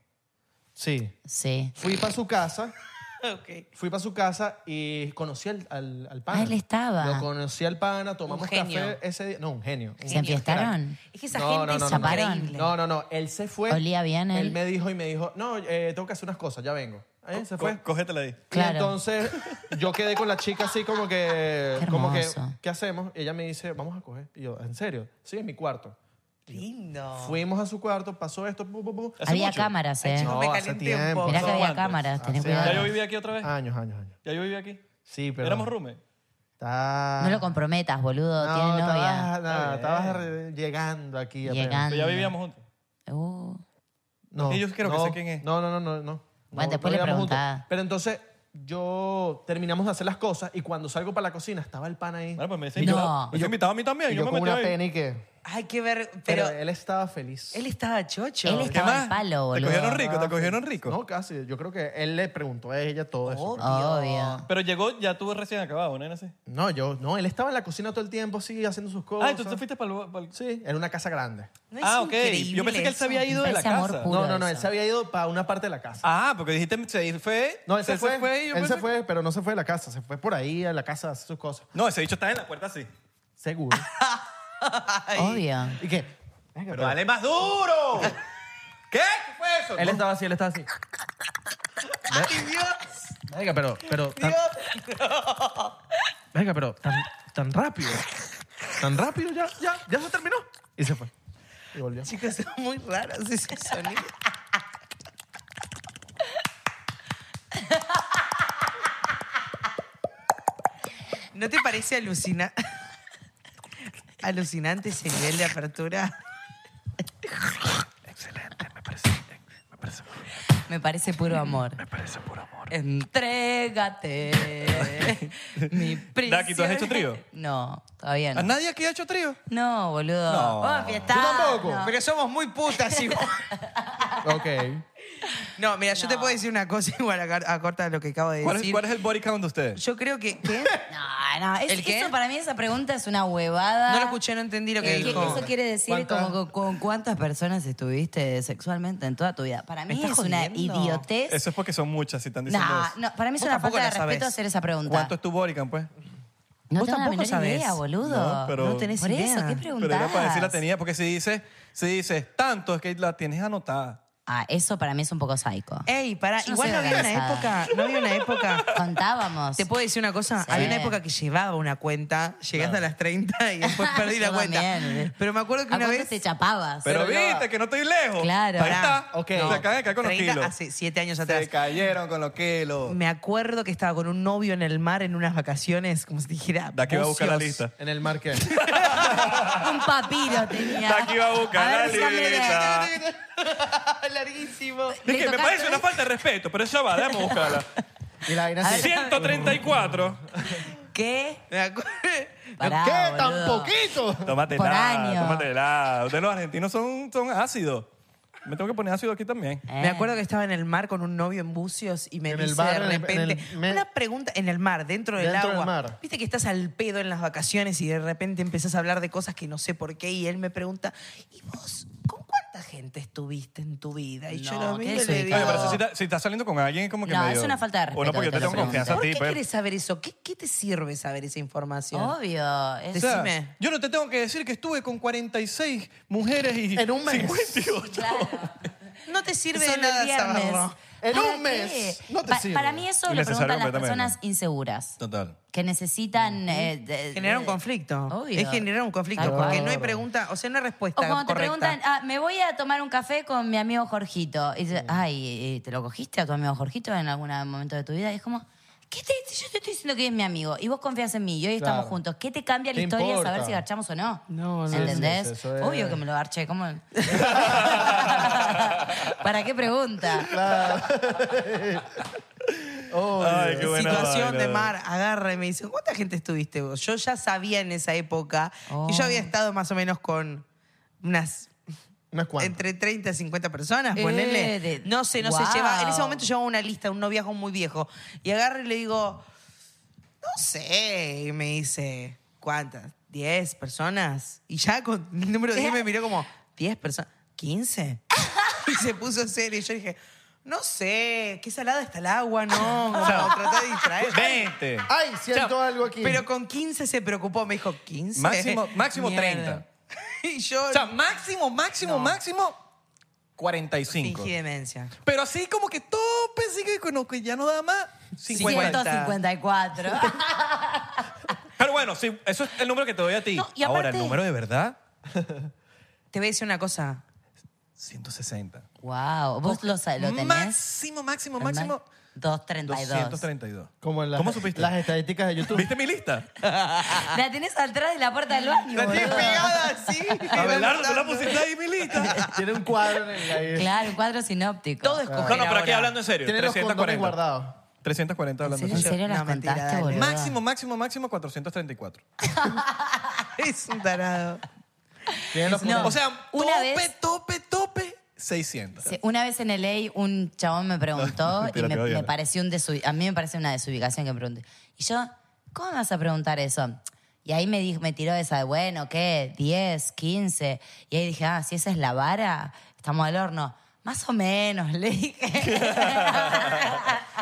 Speaker 4: Sí.
Speaker 6: Sí.
Speaker 4: Fui para su casa.
Speaker 3: Ok.
Speaker 4: Fui para su casa y conocí al, al, al pana.
Speaker 6: Ah, él estaba.
Speaker 4: Lo conocí al pana, tomamos
Speaker 3: Un genio.
Speaker 4: café ese día. No, un genio. un
Speaker 6: ¿Se enfiestaron?
Speaker 3: Es que esa
Speaker 4: No,
Speaker 3: gente
Speaker 4: no, no,
Speaker 3: es
Speaker 4: no, no.
Speaker 3: increíble.
Speaker 4: No, no, no. Él se fue.
Speaker 6: ¿Olía bien él?
Speaker 4: Él me dijo y me dijo, no, eh, tengo que hacer unas cosas, ya vengo. Ahí se
Speaker 2: Co-
Speaker 4: fue.
Speaker 2: Cógetela ahí.
Speaker 4: Y
Speaker 6: Claro.
Speaker 4: entonces yo quedé con la chica así como que,
Speaker 6: Qué
Speaker 4: como que,
Speaker 6: hermoso.
Speaker 4: ¿qué hacemos? Y ella me dice, vamos a coger. Y yo, ¿en serio? Sí, en mi cuarto.
Speaker 3: Lindo.
Speaker 4: Fuimos a su cuarto, pasó esto, pum, pum, pum.
Speaker 6: Había cámaras,
Speaker 3: Ay,
Speaker 6: ¿eh?
Speaker 3: chico, me
Speaker 4: No, hace
Speaker 3: calenté
Speaker 4: tiempo.
Speaker 3: un poco.
Speaker 6: Mirá que había
Speaker 2: aguantes.
Speaker 6: cámaras, tenés
Speaker 4: Hace
Speaker 6: cuidado.
Speaker 2: ¿Ya
Speaker 4: Claro.
Speaker 2: yo vivía aquí otra vez?
Speaker 4: Años, años, años.
Speaker 2: ¿Ya yo vivía aquí?
Speaker 4: Sí, pero...
Speaker 2: ¿Éramos roomies?
Speaker 4: Está-
Speaker 6: No lo comprometas, boludo.
Speaker 4: No,
Speaker 6: Tiene novia.
Speaker 4: estabas- no, estabas re- llegando aquí. apenas.
Speaker 6: Llegando.
Speaker 2: Pero ya vivíamos juntos.
Speaker 6: Uh,
Speaker 4: No,
Speaker 2: Ellos creo que
Speaker 4: no,
Speaker 2: sé quién es.
Speaker 4: No, no, no, no. no
Speaker 6: Bueno,
Speaker 4: No,
Speaker 6: después
Speaker 4: no
Speaker 6: le
Speaker 4: íbamos juntos.
Speaker 6: preguntaba.
Speaker 4: Pero entonces yo terminamos de hacer las cosas y cuando salgo para la cocina estaba el pana ahí.
Speaker 2: Bueno, pues me
Speaker 6: Y
Speaker 2: decían,
Speaker 6: yo-
Speaker 2: no. me
Speaker 4: y yo-
Speaker 2: hizo invitado a mí también.
Speaker 4: y
Speaker 2: Yo,
Speaker 4: yo
Speaker 2: me
Speaker 4: con
Speaker 2: metí
Speaker 4: una
Speaker 2: ahí.
Speaker 4: pena y que...
Speaker 3: Ay, qué ver.
Speaker 4: Pero,
Speaker 3: Pero,
Speaker 4: él estaba feliz. Ah,
Speaker 3: él estaba chocho.
Speaker 6: Él
Speaker 2: ¿Qué
Speaker 6: estaba
Speaker 2: más?
Speaker 6: al palo,
Speaker 2: ¿Te
Speaker 6: boludo.
Speaker 2: cogieron rico? ¿Te cogieron rico?
Speaker 4: No, casi. Yo creo que él le preguntó a ella todo eso.
Speaker 3: Obvio.
Speaker 6: Obvio.
Speaker 2: Pero llegó, ya tú recién acabado, ¿no? Era así.
Speaker 4: No, yo, no, él estaba en la cocina todo el tiempo así, haciendo sus cosas.
Speaker 2: Ah, entonces fuiste para el... pa'l-
Speaker 4: Sí, era una casa grande.
Speaker 3: No es
Speaker 2: Ah, ok. Yo
Speaker 3: increíble
Speaker 2: pensé que él se
Speaker 3: eso.
Speaker 2: había ido de la
Speaker 6: Parece amor
Speaker 2: casa.
Speaker 6: puro.
Speaker 4: no, no, no, él
Speaker 6: eso.
Speaker 4: se había ido para una parte de la casa.
Speaker 2: Ah, porque dijiste, se fue.
Speaker 4: no, él se, fue,
Speaker 2: y yo
Speaker 4: él se
Speaker 2: pensé-
Speaker 4: fue, pero no se fue de la casa, se fue por ahí a la casa a hacer sus cosas.
Speaker 2: No, ese bicho está en la puerta así.
Speaker 4: Seguro.
Speaker 6: Obvio.
Speaker 4: ¿Y qué? Venga,
Speaker 2: Pero dale más duro. ¿Qué? ¿Qué fue eso?
Speaker 4: Él estaba así, él estaba así. Venga, pero, pero, tan, venga, pero, tan, tan rápido. Tan rápido, ya, ya, ya se terminó. Y se fue. Y volvió.
Speaker 3: Chicos, es muy raro ese sonido. ¿No te parece alucina alucinante ese nivel de apertura?
Speaker 6: Me parece puro amor. Me
Speaker 2: parece puro amor.
Speaker 6: Entrégate. mi príncipe.
Speaker 2: Daki, ¿tú has hecho trío?
Speaker 6: No, todavía no.
Speaker 2: ¿A nadie aquí ha hecho trío?
Speaker 6: No, boludo.
Speaker 2: No.
Speaker 6: Vamos a fiesta.
Speaker 3: Yo tampoco.
Speaker 6: No.
Speaker 3: Pero somos muy putas igual.
Speaker 4: Ok.
Speaker 3: No, mira, yo te puedo decir una cosa igual a, a corta de lo que acabo de
Speaker 2: ¿Cuál es,
Speaker 3: decir.
Speaker 2: ¿Cuál es el body count de ustedes?
Speaker 3: Yo creo que... ¿qué?
Speaker 6: No, no, es-
Speaker 3: ¿El qué?
Speaker 6: eso para mí esa pregunta es una huevada. Eh,
Speaker 3: No lo escuché, no entendí lo que
Speaker 6: ¿Qué-
Speaker 3: dijo.
Speaker 6: Eso quiere decir
Speaker 3: ¿Cuántas?
Speaker 6: como con, con cuántas personas estuviste sexualmente en toda tu vida. Para
Speaker 3: ¿Me
Speaker 6: mí es
Speaker 3: estás
Speaker 6: una
Speaker 3: jodiendo?
Speaker 6: idiotez.
Speaker 2: Eso es porque son muchas, si están
Speaker 6: No,
Speaker 2: diciendo eso.
Speaker 6: no, para mí es
Speaker 3: Vos
Speaker 6: una
Speaker 3: tampoco
Speaker 6: falta de
Speaker 3: la sabés.
Speaker 6: respeto hacer esa pregunta.
Speaker 2: ¿Cuánto es tu body count, pues?
Speaker 6: No tengo
Speaker 3: Vos
Speaker 6: la
Speaker 3: tampoco
Speaker 6: menor
Speaker 3: sabés.
Speaker 6: idea, boludo.
Speaker 2: No, pero-
Speaker 3: No tenés
Speaker 6: Por
Speaker 3: idea.
Speaker 6: eso, ¿qué
Speaker 3: Pero
Speaker 2: Pero era para decir la
Speaker 6: preguntas?
Speaker 2: tenía, porque si dices, si dices tanto, es que la tienes anotada.
Speaker 6: Ah, eso para mí es un poco psycho.
Speaker 3: Ey, para,
Speaker 6: Yo no
Speaker 3: igual
Speaker 6: soy
Speaker 3: no había una
Speaker 6: organizada.
Speaker 3: época, no había una época...
Speaker 6: Contábamos.
Speaker 3: ¿Te puedo decir una cosa?
Speaker 6: Sí.
Speaker 3: Había una época que llevaba una cuenta, llegué hasta las 30 y después perdí la
Speaker 6: Yo
Speaker 3: cuenta.
Speaker 6: también.
Speaker 3: Pero me acuerdo que
Speaker 6: ¿A
Speaker 3: una
Speaker 6: cuánto
Speaker 3: vez...
Speaker 6: te chapabas?
Speaker 2: Pero,
Speaker 6: Pero
Speaker 2: viste que no estoy lejos.
Speaker 6: Claro.
Speaker 2: Ahí está.
Speaker 4: Ok.
Speaker 2: Se acaban de caer con los
Speaker 3: 30
Speaker 2: kilos.
Speaker 3: Hace siete años atrás.
Speaker 2: Se cayeron con los kilos.
Speaker 3: Me acuerdo que estaba con un novio en el mar en unas vacaciones, como si dijera.
Speaker 2: Da que va a buscar la
Speaker 3: bucios.
Speaker 2: lista.
Speaker 4: En el mar que.
Speaker 6: Un papiro tenía.
Speaker 2: Da que va a buscar
Speaker 6: A ver,
Speaker 2: la
Speaker 6: sácame de-
Speaker 2: lista.
Speaker 3: Larguísimo.
Speaker 6: Le
Speaker 2: Es que me
Speaker 6: tocaste-
Speaker 2: parece una falta de respeto, pero ya va, déjame buscarla.
Speaker 4: Y la vaina
Speaker 6: A
Speaker 4: así.
Speaker 6: ver.
Speaker 2: 134.
Speaker 6: ¿Qué?
Speaker 3: Me acuerdo-
Speaker 6: Pará,
Speaker 4: ¿Qué? ¿Tan
Speaker 6: boludo.
Speaker 4: poquito?
Speaker 2: Tómatela,
Speaker 6: Por año.
Speaker 2: tómatela. Ustedes los argentinos son, son ácidos. Me tengo que poner ácido aquí también.
Speaker 6: Eh.
Speaker 3: Me acuerdo que estaba en el mar con un novio en bucios y me
Speaker 4: En el
Speaker 3: dice
Speaker 4: bar,
Speaker 3: de
Speaker 4: en el- en
Speaker 3: repente
Speaker 4: el me-
Speaker 3: una pregunta en el mar, dentro del
Speaker 4: Dentro del
Speaker 3: agua.
Speaker 4: mar.
Speaker 3: Viste que estás al pedo en las vacaciones y de repente empezás a hablar de cosas que no sé por qué y él me pregunta, ¿y vos con cuánta gente estuviste en tu vida? Y yo
Speaker 6: No,
Speaker 3: lo miro
Speaker 6: qué
Speaker 3: y le digo,
Speaker 2: Oye, pero
Speaker 6: desubicado.
Speaker 2: si, está- si estás saliendo con alguien, es como que
Speaker 6: No,
Speaker 2: medio-
Speaker 6: es una falta de respeto
Speaker 2: O no, porque yo
Speaker 6: que
Speaker 2: te
Speaker 6: te lo
Speaker 2: tengo confianza a
Speaker 3: ¿por
Speaker 2: ti.
Speaker 3: qué
Speaker 2: pues.
Speaker 3: querés saber eso? ¿Qué, qué te sirve saber esa información?
Speaker 6: Obvio.
Speaker 2: O
Speaker 6: Es-
Speaker 2: sea,
Speaker 3: Decime.
Speaker 2: yo no te tengo que decir que estuve con 46 mujeres y
Speaker 4: En un mes.
Speaker 2: 58.
Speaker 3: No te sirve
Speaker 6: Solo el
Speaker 3: de nada
Speaker 6: viernes.
Speaker 3: saberlo.
Speaker 4: En
Speaker 6: ¿Para
Speaker 4: un
Speaker 6: qué?
Speaker 4: mes. No te
Speaker 6: Pa-
Speaker 4: sirve.
Speaker 6: Para mí eso lo preguntan
Speaker 2: Innecesario
Speaker 6: las
Speaker 2: completamente.
Speaker 6: personas inseguras.
Speaker 2: Total.
Speaker 6: Que necesitan... eh, de-
Speaker 3: Generar un
Speaker 6: de-
Speaker 3: conflicto.
Speaker 6: Obvio.
Speaker 3: Es generar un conflicto
Speaker 6: Tal
Speaker 3: porque
Speaker 6: cual.
Speaker 3: no hay pregunta, o sea, no hay respuesta
Speaker 6: O cuando te
Speaker 3: correcta.
Speaker 6: preguntan, ah, me voy a tomar un café con mi amigo Jorgito. Y dices, ay, eh, ¿te lo cogiste a tu amigo Jorgito en algún momento de tu vida? Y es como, ¿qué te si Yo te estoy diciendo que es mi amigo y vos confías en mí y hoy estamos
Speaker 4: Claro.
Speaker 6: juntos. ¿Qué te cambia la
Speaker 4: ¿Te
Speaker 6: historia
Speaker 4: importa?
Speaker 6: saber si garchamos o no?
Speaker 3: No, no,
Speaker 6: ¿Entendés?
Speaker 4: sí, sí, eso es-
Speaker 6: Obvio que me lo garché. ¿cómo? ¿Para qué pregunta?
Speaker 4: Oh,
Speaker 2: Ay,
Speaker 4: Dios.
Speaker 2: qué buena
Speaker 3: situación
Speaker 2: vaina.
Speaker 3: de mar, agarra y me dice, ¿cuánta gente estuviste vos? Yo ya sabía en esa época y yo
Speaker 6: Oh.
Speaker 3: había estado más o menos con unas
Speaker 4: Unas cuantas.
Speaker 3: entre 30 y 50 personas,
Speaker 6: Eh,
Speaker 3: ponele.
Speaker 6: de-
Speaker 3: no sé, no
Speaker 6: wow.
Speaker 3: se lleva. En ese momento llevaba una lista, un noviazgo muy viejo. Y agarro y le digo, no sé, y me dice, ¿cuántas? ¿10 personas? Y ya con el número 10 me miró como, ¿10 personas? ¿15? y se puso serio y yo dije... No sé, qué salada está el agua, no. Como traté de distraer.
Speaker 2: 20.
Speaker 4: Ay, siento
Speaker 3: Chao.
Speaker 4: algo aquí.
Speaker 3: Pero con 15 se preocupó, me dijo 15.
Speaker 2: Máximo- máximo 30.
Speaker 3: Y yo
Speaker 2: O sea, máximo, máximo,
Speaker 3: No.
Speaker 2: máximo 45.
Speaker 3: fingí demencia.
Speaker 2: Pero así como que todo pensé que con lo que ya no da más. 50.
Speaker 6: 154.
Speaker 2: Pero bueno, sí, eso es el número que te doy a ti.
Speaker 6: No, y
Speaker 2: Ahora, el
Speaker 6: aparte-
Speaker 2: número de verdad,
Speaker 3: Te voy a decir una cosa.
Speaker 2: 160.
Speaker 6: wow, ¿vos lo, sa- lo tenés?
Speaker 2: Máximo, máximo, máximo.
Speaker 6: 232.
Speaker 2: 232.
Speaker 4: Como en las,
Speaker 2: ¿Cómo supiste?
Speaker 4: las estadísticas de YouTube.
Speaker 2: ¿Viste mi lista?
Speaker 6: La tenés atrás de la puerta del baño.
Speaker 3: La tienes
Speaker 6: boludo.
Speaker 3: pegada así.
Speaker 2: Abelardo, tú la pusiste ahí mi lista.
Speaker 4: Tiene un cuadro en el ahí.
Speaker 6: Claro, un cuadro sinóptico.
Speaker 3: Todo es coger
Speaker 2: No, no, pero aquí
Speaker 3: ahora.
Speaker 2: hablando en serio.
Speaker 4: Tiene los condones
Speaker 2: 340.
Speaker 4: guardados.
Speaker 2: 340 hablando
Speaker 6: ¿En serio las
Speaker 3: No, mentira,
Speaker 6: contaste,
Speaker 3: dale.
Speaker 6: boludo?
Speaker 2: Máximo, máximo, máximo 434.
Speaker 3: Es un tarado.
Speaker 4: Tiene los
Speaker 6: No.
Speaker 2: O sea,
Speaker 6: Una
Speaker 2: tope,
Speaker 6: vez-
Speaker 2: tope, tope, 600.
Speaker 6: Sí, una vez en LA un chabón me preguntó y
Speaker 2: Mentira,
Speaker 6: me,
Speaker 2: te odio.
Speaker 6: me pareció un desubi- a mí me parece una desubicación que me pregunte. Y yo, ¿cómo me vas a preguntar eso? Y ahí me dijo, me tiró esa de, bueno, ¿qué? 10, 15. Y ahí dije, ah, si esa es la vara, estamos al horno. Más o menos, le dije.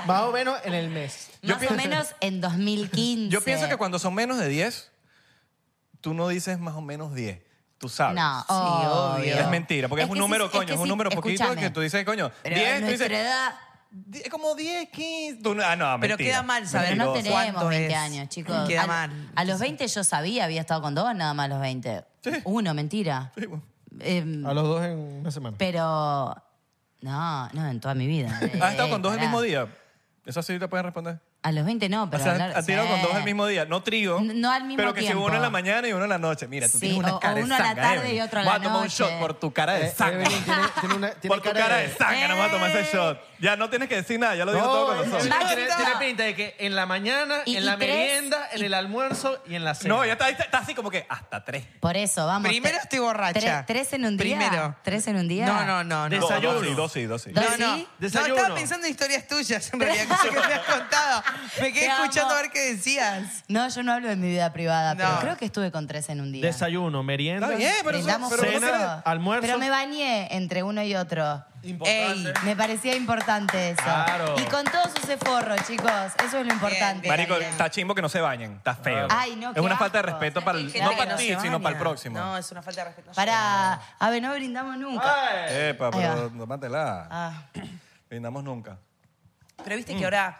Speaker 4: Más o menos en el mes.
Speaker 2: Yo
Speaker 6: Más
Speaker 2: pienso-
Speaker 6: o menos en 2015.
Speaker 2: Yo pienso que cuando son menos de 10, tú no dices más o menos 10. Tú sabes.
Speaker 6: No,
Speaker 3: Sí, obvio.
Speaker 6: obvio.
Speaker 2: Es mentira, porque es, un
Speaker 6: que sí,
Speaker 2: número,
Speaker 6: es
Speaker 2: coño, es,
Speaker 6: que
Speaker 2: un
Speaker 6: sí,
Speaker 2: número poquito
Speaker 6: escúchame.
Speaker 2: que tú dices, coño,
Speaker 6: Pero
Speaker 2: 10,
Speaker 6: a
Speaker 2: tú dices,
Speaker 6: nuestra edad,
Speaker 2: di- como 10, 15. tú no- ah, no,
Speaker 3: Pero
Speaker 2: mentira.
Speaker 3: queda mal saber
Speaker 6: Pero no
Speaker 2: Mentiroso.
Speaker 6: tenemos 20
Speaker 3: es?
Speaker 6: años, chicos.
Speaker 3: Queda
Speaker 6: a,
Speaker 3: mal.
Speaker 6: a los 20 yo sabía, había estado con dos, nada más a los 20. Uno, mentira. Em,
Speaker 4: A los dos en una semana.
Speaker 6: pero. No, no, en toda mi vida.
Speaker 2: ¿Has estado
Speaker 6: Eh,
Speaker 2: con dos el
Speaker 6: pará.
Speaker 2: mismo día? Esa sí te pueden responder.
Speaker 6: A los 20 no, pero.
Speaker 2: o sea,
Speaker 6: hablar-
Speaker 2: has tirado con
Speaker 6: sí.
Speaker 2: dos el mismo día, no trío.
Speaker 6: No al mismo
Speaker 2: pero que
Speaker 6: tiempo.
Speaker 2: si uno en la mañana y uno en la noche. Mira, tú
Speaker 6: Sí,
Speaker 2: tienes
Speaker 6: o-
Speaker 2: una
Speaker 6: o
Speaker 2: cara de
Speaker 6: uno a la
Speaker 2: zángana,
Speaker 6: tarde y
Speaker 2: Evelyn.
Speaker 6: otro a
Speaker 2: Voy
Speaker 6: la
Speaker 2: a tomar un shot
Speaker 6: noche.
Speaker 2: por tu cara de
Speaker 4: Eh,
Speaker 2: zángana.
Speaker 4: Evelyn tiene- tiene una- tiene
Speaker 2: por tu cara,
Speaker 4: cara
Speaker 2: de
Speaker 4: de-
Speaker 2: zángana, vamos a tomar
Speaker 6: Eh.
Speaker 2: ese shot. Ya no tienes que decir nada, ya lo dijo
Speaker 4: No,
Speaker 2: todo con
Speaker 4: es-
Speaker 2: nosotros.
Speaker 4: tiene, tiene pinta de que en la mañana,
Speaker 6: Y-
Speaker 4: en
Speaker 6: y
Speaker 4: la
Speaker 6: tres,
Speaker 4: merienda, en el almuerzo y en la cena.
Speaker 2: No, ya está, está- está así como que hasta tres.
Speaker 6: Por eso, vamos.
Speaker 3: Primero
Speaker 6: te-
Speaker 3: estoy borracha.
Speaker 6: Tres, tres en un día.
Speaker 3: Primero.
Speaker 6: Tres en un día.
Speaker 3: No, no, no. no.
Speaker 2: Dos,
Speaker 4: Desayuno.
Speaker 2: Dos, sí, dos, sí, dos, sí.
Speaker 6: Dos,
Speaker 3: No, no.
Speaker 6: ¿Ah, sí.
Speaker 4: Desayuno.
Speaker 3: No, estaba pensando en historias tuyas, en realidad, cosas que me has contado. Me quedé
Speaker 6: Te amo.
Speaker 3: escuchando a ver qué decías.
Speaker 6: No, yo no hablo de mi vida privada,
Speaker 3: No.
Speaker 6: pero creo que estuve con tres en un día.
Speaker 4: Desayuno, merienda.
Speaker 2: Está bien, pero, eso-
Speaker 6: Brindamos
Speaker 2: pero
Speaker 6: por
Speaker 2: no
Speaker 4: cena,
Speaker 2: tiene-
Speaker 6: eso.
Speaker 4: almuerzo.
Speaker 6: Pero me bañé entre uno y otro.
Speaker 3: Importante.
Speaker 6: Me parecía importante eso.
Speaker 4: Claro.
Speaker 6: Y con todo su ceforro, chicos. Eso es lo importante.
Speaker 3: bien.
Speaker 2: Marico,
Speaker 6: también.
Speaker 2: está chimbo que no se bañen, está feo.
Speaker 6: Ah. Ay, no,
Speaker 2: es
Speaker 6: qué
Speaker 2: una falta de
Speaker 6: asco.
Speaker 2: respeto para el,
Speaker 6: Gente
Speaker 2: no
Speaker 6: que
Speaker 2: para
Speaker 6: no
Speaker 2: ti,
Speaker 6: se
Speaker 2: sino para el próximo.
Speaker 3: No, es una falta de respeto.
Speaker 6: Para. A ver, no brindamos
Speaker 3: Ah.
Speaker 6: nunca.
Speaker 2: Epa,
Speaker 6: Ahí
Speaker 2: pero
Speaker 6: va.
Speaker 2: tómatela.
Speaker 6: Ah.
Speaker 2: Brindamos nunca.
Speaker 3: Pero viste que ahora...